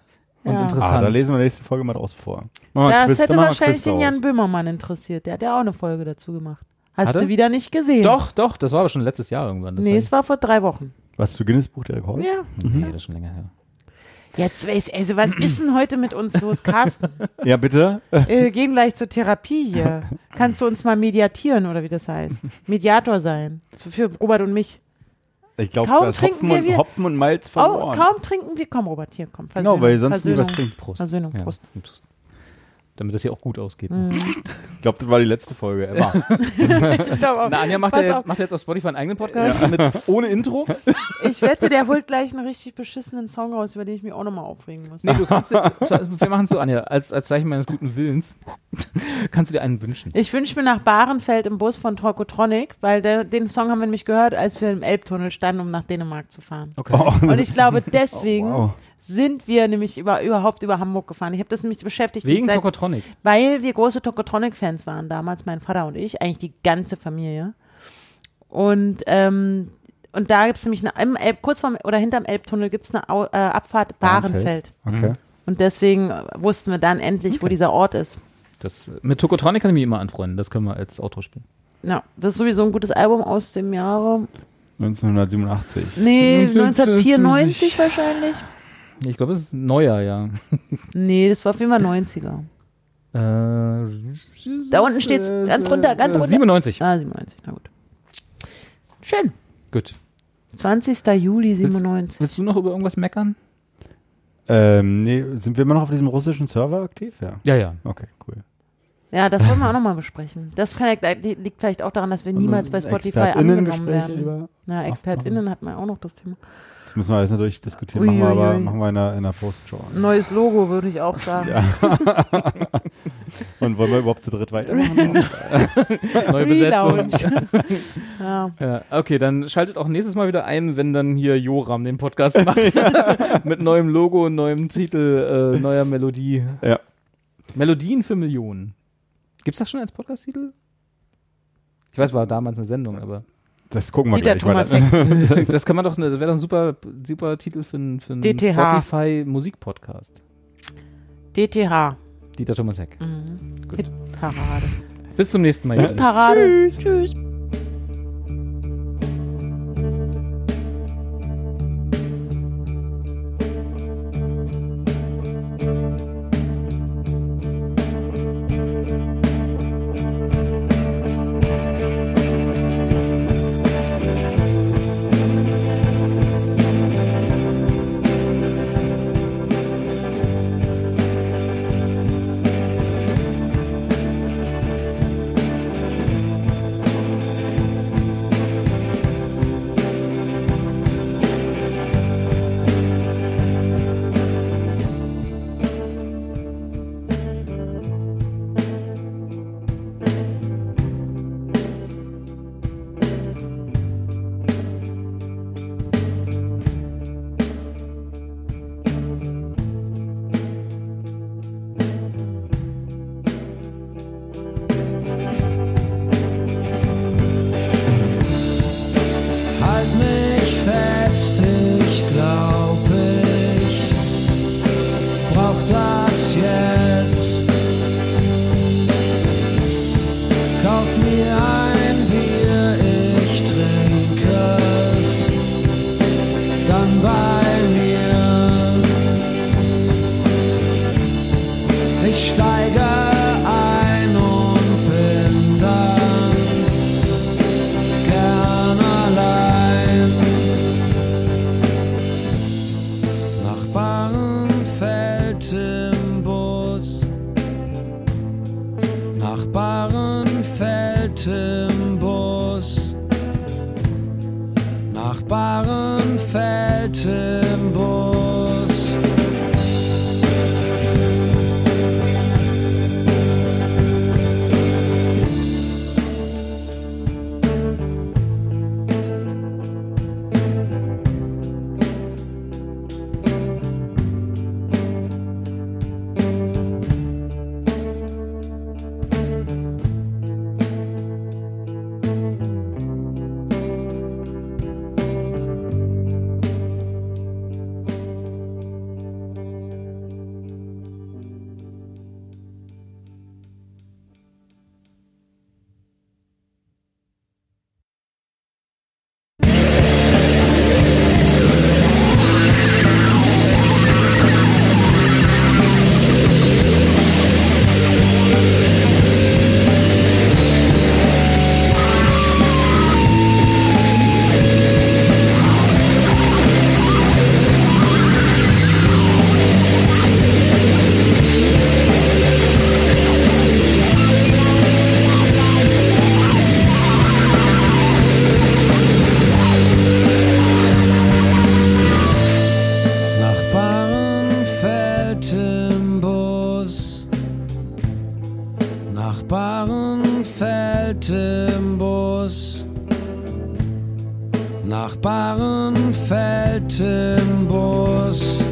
B: Und
C: Ja.
B: interessant.
E: Ah, da lesen wir nächste Folge mal draus vor. Mach mal
C: Das
E: Quiz,
C: hätte
E: dann machen wir
C: wahrscheinlich
E: Quiz
C: den
E: draus.
C: Jan Böhmermann interessiert. Der hat ja auch eine Folge dazu gemacht. Hast
B: Hat er?
C: du wieder nicht gesehen?
B: doch, doch, das war aber schon letztes Jahr irgendwann. Das
C: Nee,
B: war-
C: es war vor drei Wochen.
E: Was zu Guinness Buch der Rekorde?
C: Ja.
B: nee, das ist schon länger her.
C: Jetzt weiß, also was ist denn heute mit uns los, Carsten?
E: Ja, bitte.
C: Äh, Wir gehen gleich zur Therapie hier. Kannst du uns mal mediatieren oder wie das heißt? Mediator sein. So Für Robert und mich.
E: Ich glaube,
C: Kaum
E: da ist Hopfen,
C: trinken wir
E: und,
C: wir-
E: Hopfen und Malz
C: Oh,
E: verloren.
C: kaum trinken wir. Komm, Robert, hier, komm.
E: Genau, weil sonst nie
C: Versöhnung.
E: was trinkt.
B: Prost.
C: Versöhnung,
B: Ja.
C: Also Prost. Mhm.
B: Prost. Damit das hier auch gut ausgeht.
E: Ich glaube, das war die letzte Folge ever.
C: Ich glaub auch.
B: Na, Anja macht ja,
C: Pass
B: jetzt,
C: auf.
B: macht ja jetzt auf Spotify einen eigenen Podcast mit, ohne Intro.
C: Ich wette, der holt gleich einen richtig beschissenen Song raus, über den ich mich auch nochmal aufregen muss.
B: Nee, du kannst dir, wir machen es so, Anja, als, als Zeichen meines guten Willens kannst du dir einen wünschen.
C: Ich wünsche mir nach Bahrenfeld im Bus von Torkotronic, weil der, den Song haben wir nämlich gehört, als wir im Elbtunnel standen, um nach Dänemark zu fahren.
B: Okay.
C: Und ich glaube, deswegen
E: Oh, wow.
C: sind wir nämlich über, überhaupt über Hamburg gefahren. Ich habe das nämlich beschäftigt,
B: Wegen
C: seit,
B: Tokotronic.
C: weil wir große Tokotronic-Fans waren damals, mein Vater und ich, eigentlich die ganze Familie. Und, ähm, und da gibt es nämlich eine, im Elb, kurz vorm oder hinterm Elbtunnel gibt es eine Au, äh, Abfahrt Bahrenfeld.
E: Okay.
C: Und deswegen wussten wir dann endlich, wo dieser Ort ist.
B: Das, mit Tokotronic kann ich mich immer anfreunden. Das können wir als Outro spielen.
C: Ja, das ist sowieso ein gutes Album aus dem Jahre
E: 1987.
C: Nee,
B: 1994
C: 1994 wahrscheinlich.
B: Ich glaube, es ist neuer, ja.
C: Nee, das war auf jeden Fall 90er.
B: Äh,
C: Da unten steht's ganz runter, ganz runter.
B: 97.
C: Ah, 97, na gut. Schön.
B: Gut.
C: 20. Juli 97.
B: Willst du noch über irgendwas meckern?
E: Ähm, nee, sind wir immer noch auf diesem russischen Server aktiv? Ja.
B: Ja, ja.
E: Okay, cool.
C: Ja, das wollen wir auch nochmal besprechen. Das kann ja, gleich- liegt vielleicht auch daran,
B: Also
C: dass wir niemals bei Spotify angenommen
E: Expertinnengespräche
C: werden.
E: lieber.
C: Na, ExpertInnen hatten wir auch noch das Thema.
E: Das müssen wir alles natürlich diskutieren,
C: Ui,
E: machen wir
C: ui,
E: aber
C: ui.
E: machen wir in der, in der Post-Show.
C: Neues Logo, würde ich auch sagen.
E: Und wollen wir überhaupt zu dritt weitermachen?
B: Neue Besetzung.
C: Relaunch. ja.
B: Ja, okay, dann schaltet auch nächstes Mal wieder ein, wenn dann hier Joram den Podcast macht. Mit neuem Logo, neuem Titel, äh, neuer Melodie.
E: Ja.
B: Melodien für Millionen. Gibt's das schon als Podcast-Titel? Ich weiß, war damals eine Sendung, aber
E: Das gucken wir
C: Dieter
E: gleich mal.
C: Thomas Heck.
B: das kann man doch, ne- das wäre doch ein super, super Titel für einen für einen
C: DTH.
B: Spotify Musikpodcast.
C: DTH.
B: Dieter Thomas Heck.
C: Parade.
B: Bis zum nächsten Mal. ihr alle.
C: Parade. Tschüss. Tschüss.
B: fällt im Bus. Nachbarn fällt im Bus. Nachbarn fällt im Bus. Nachbarn fällt im Bus.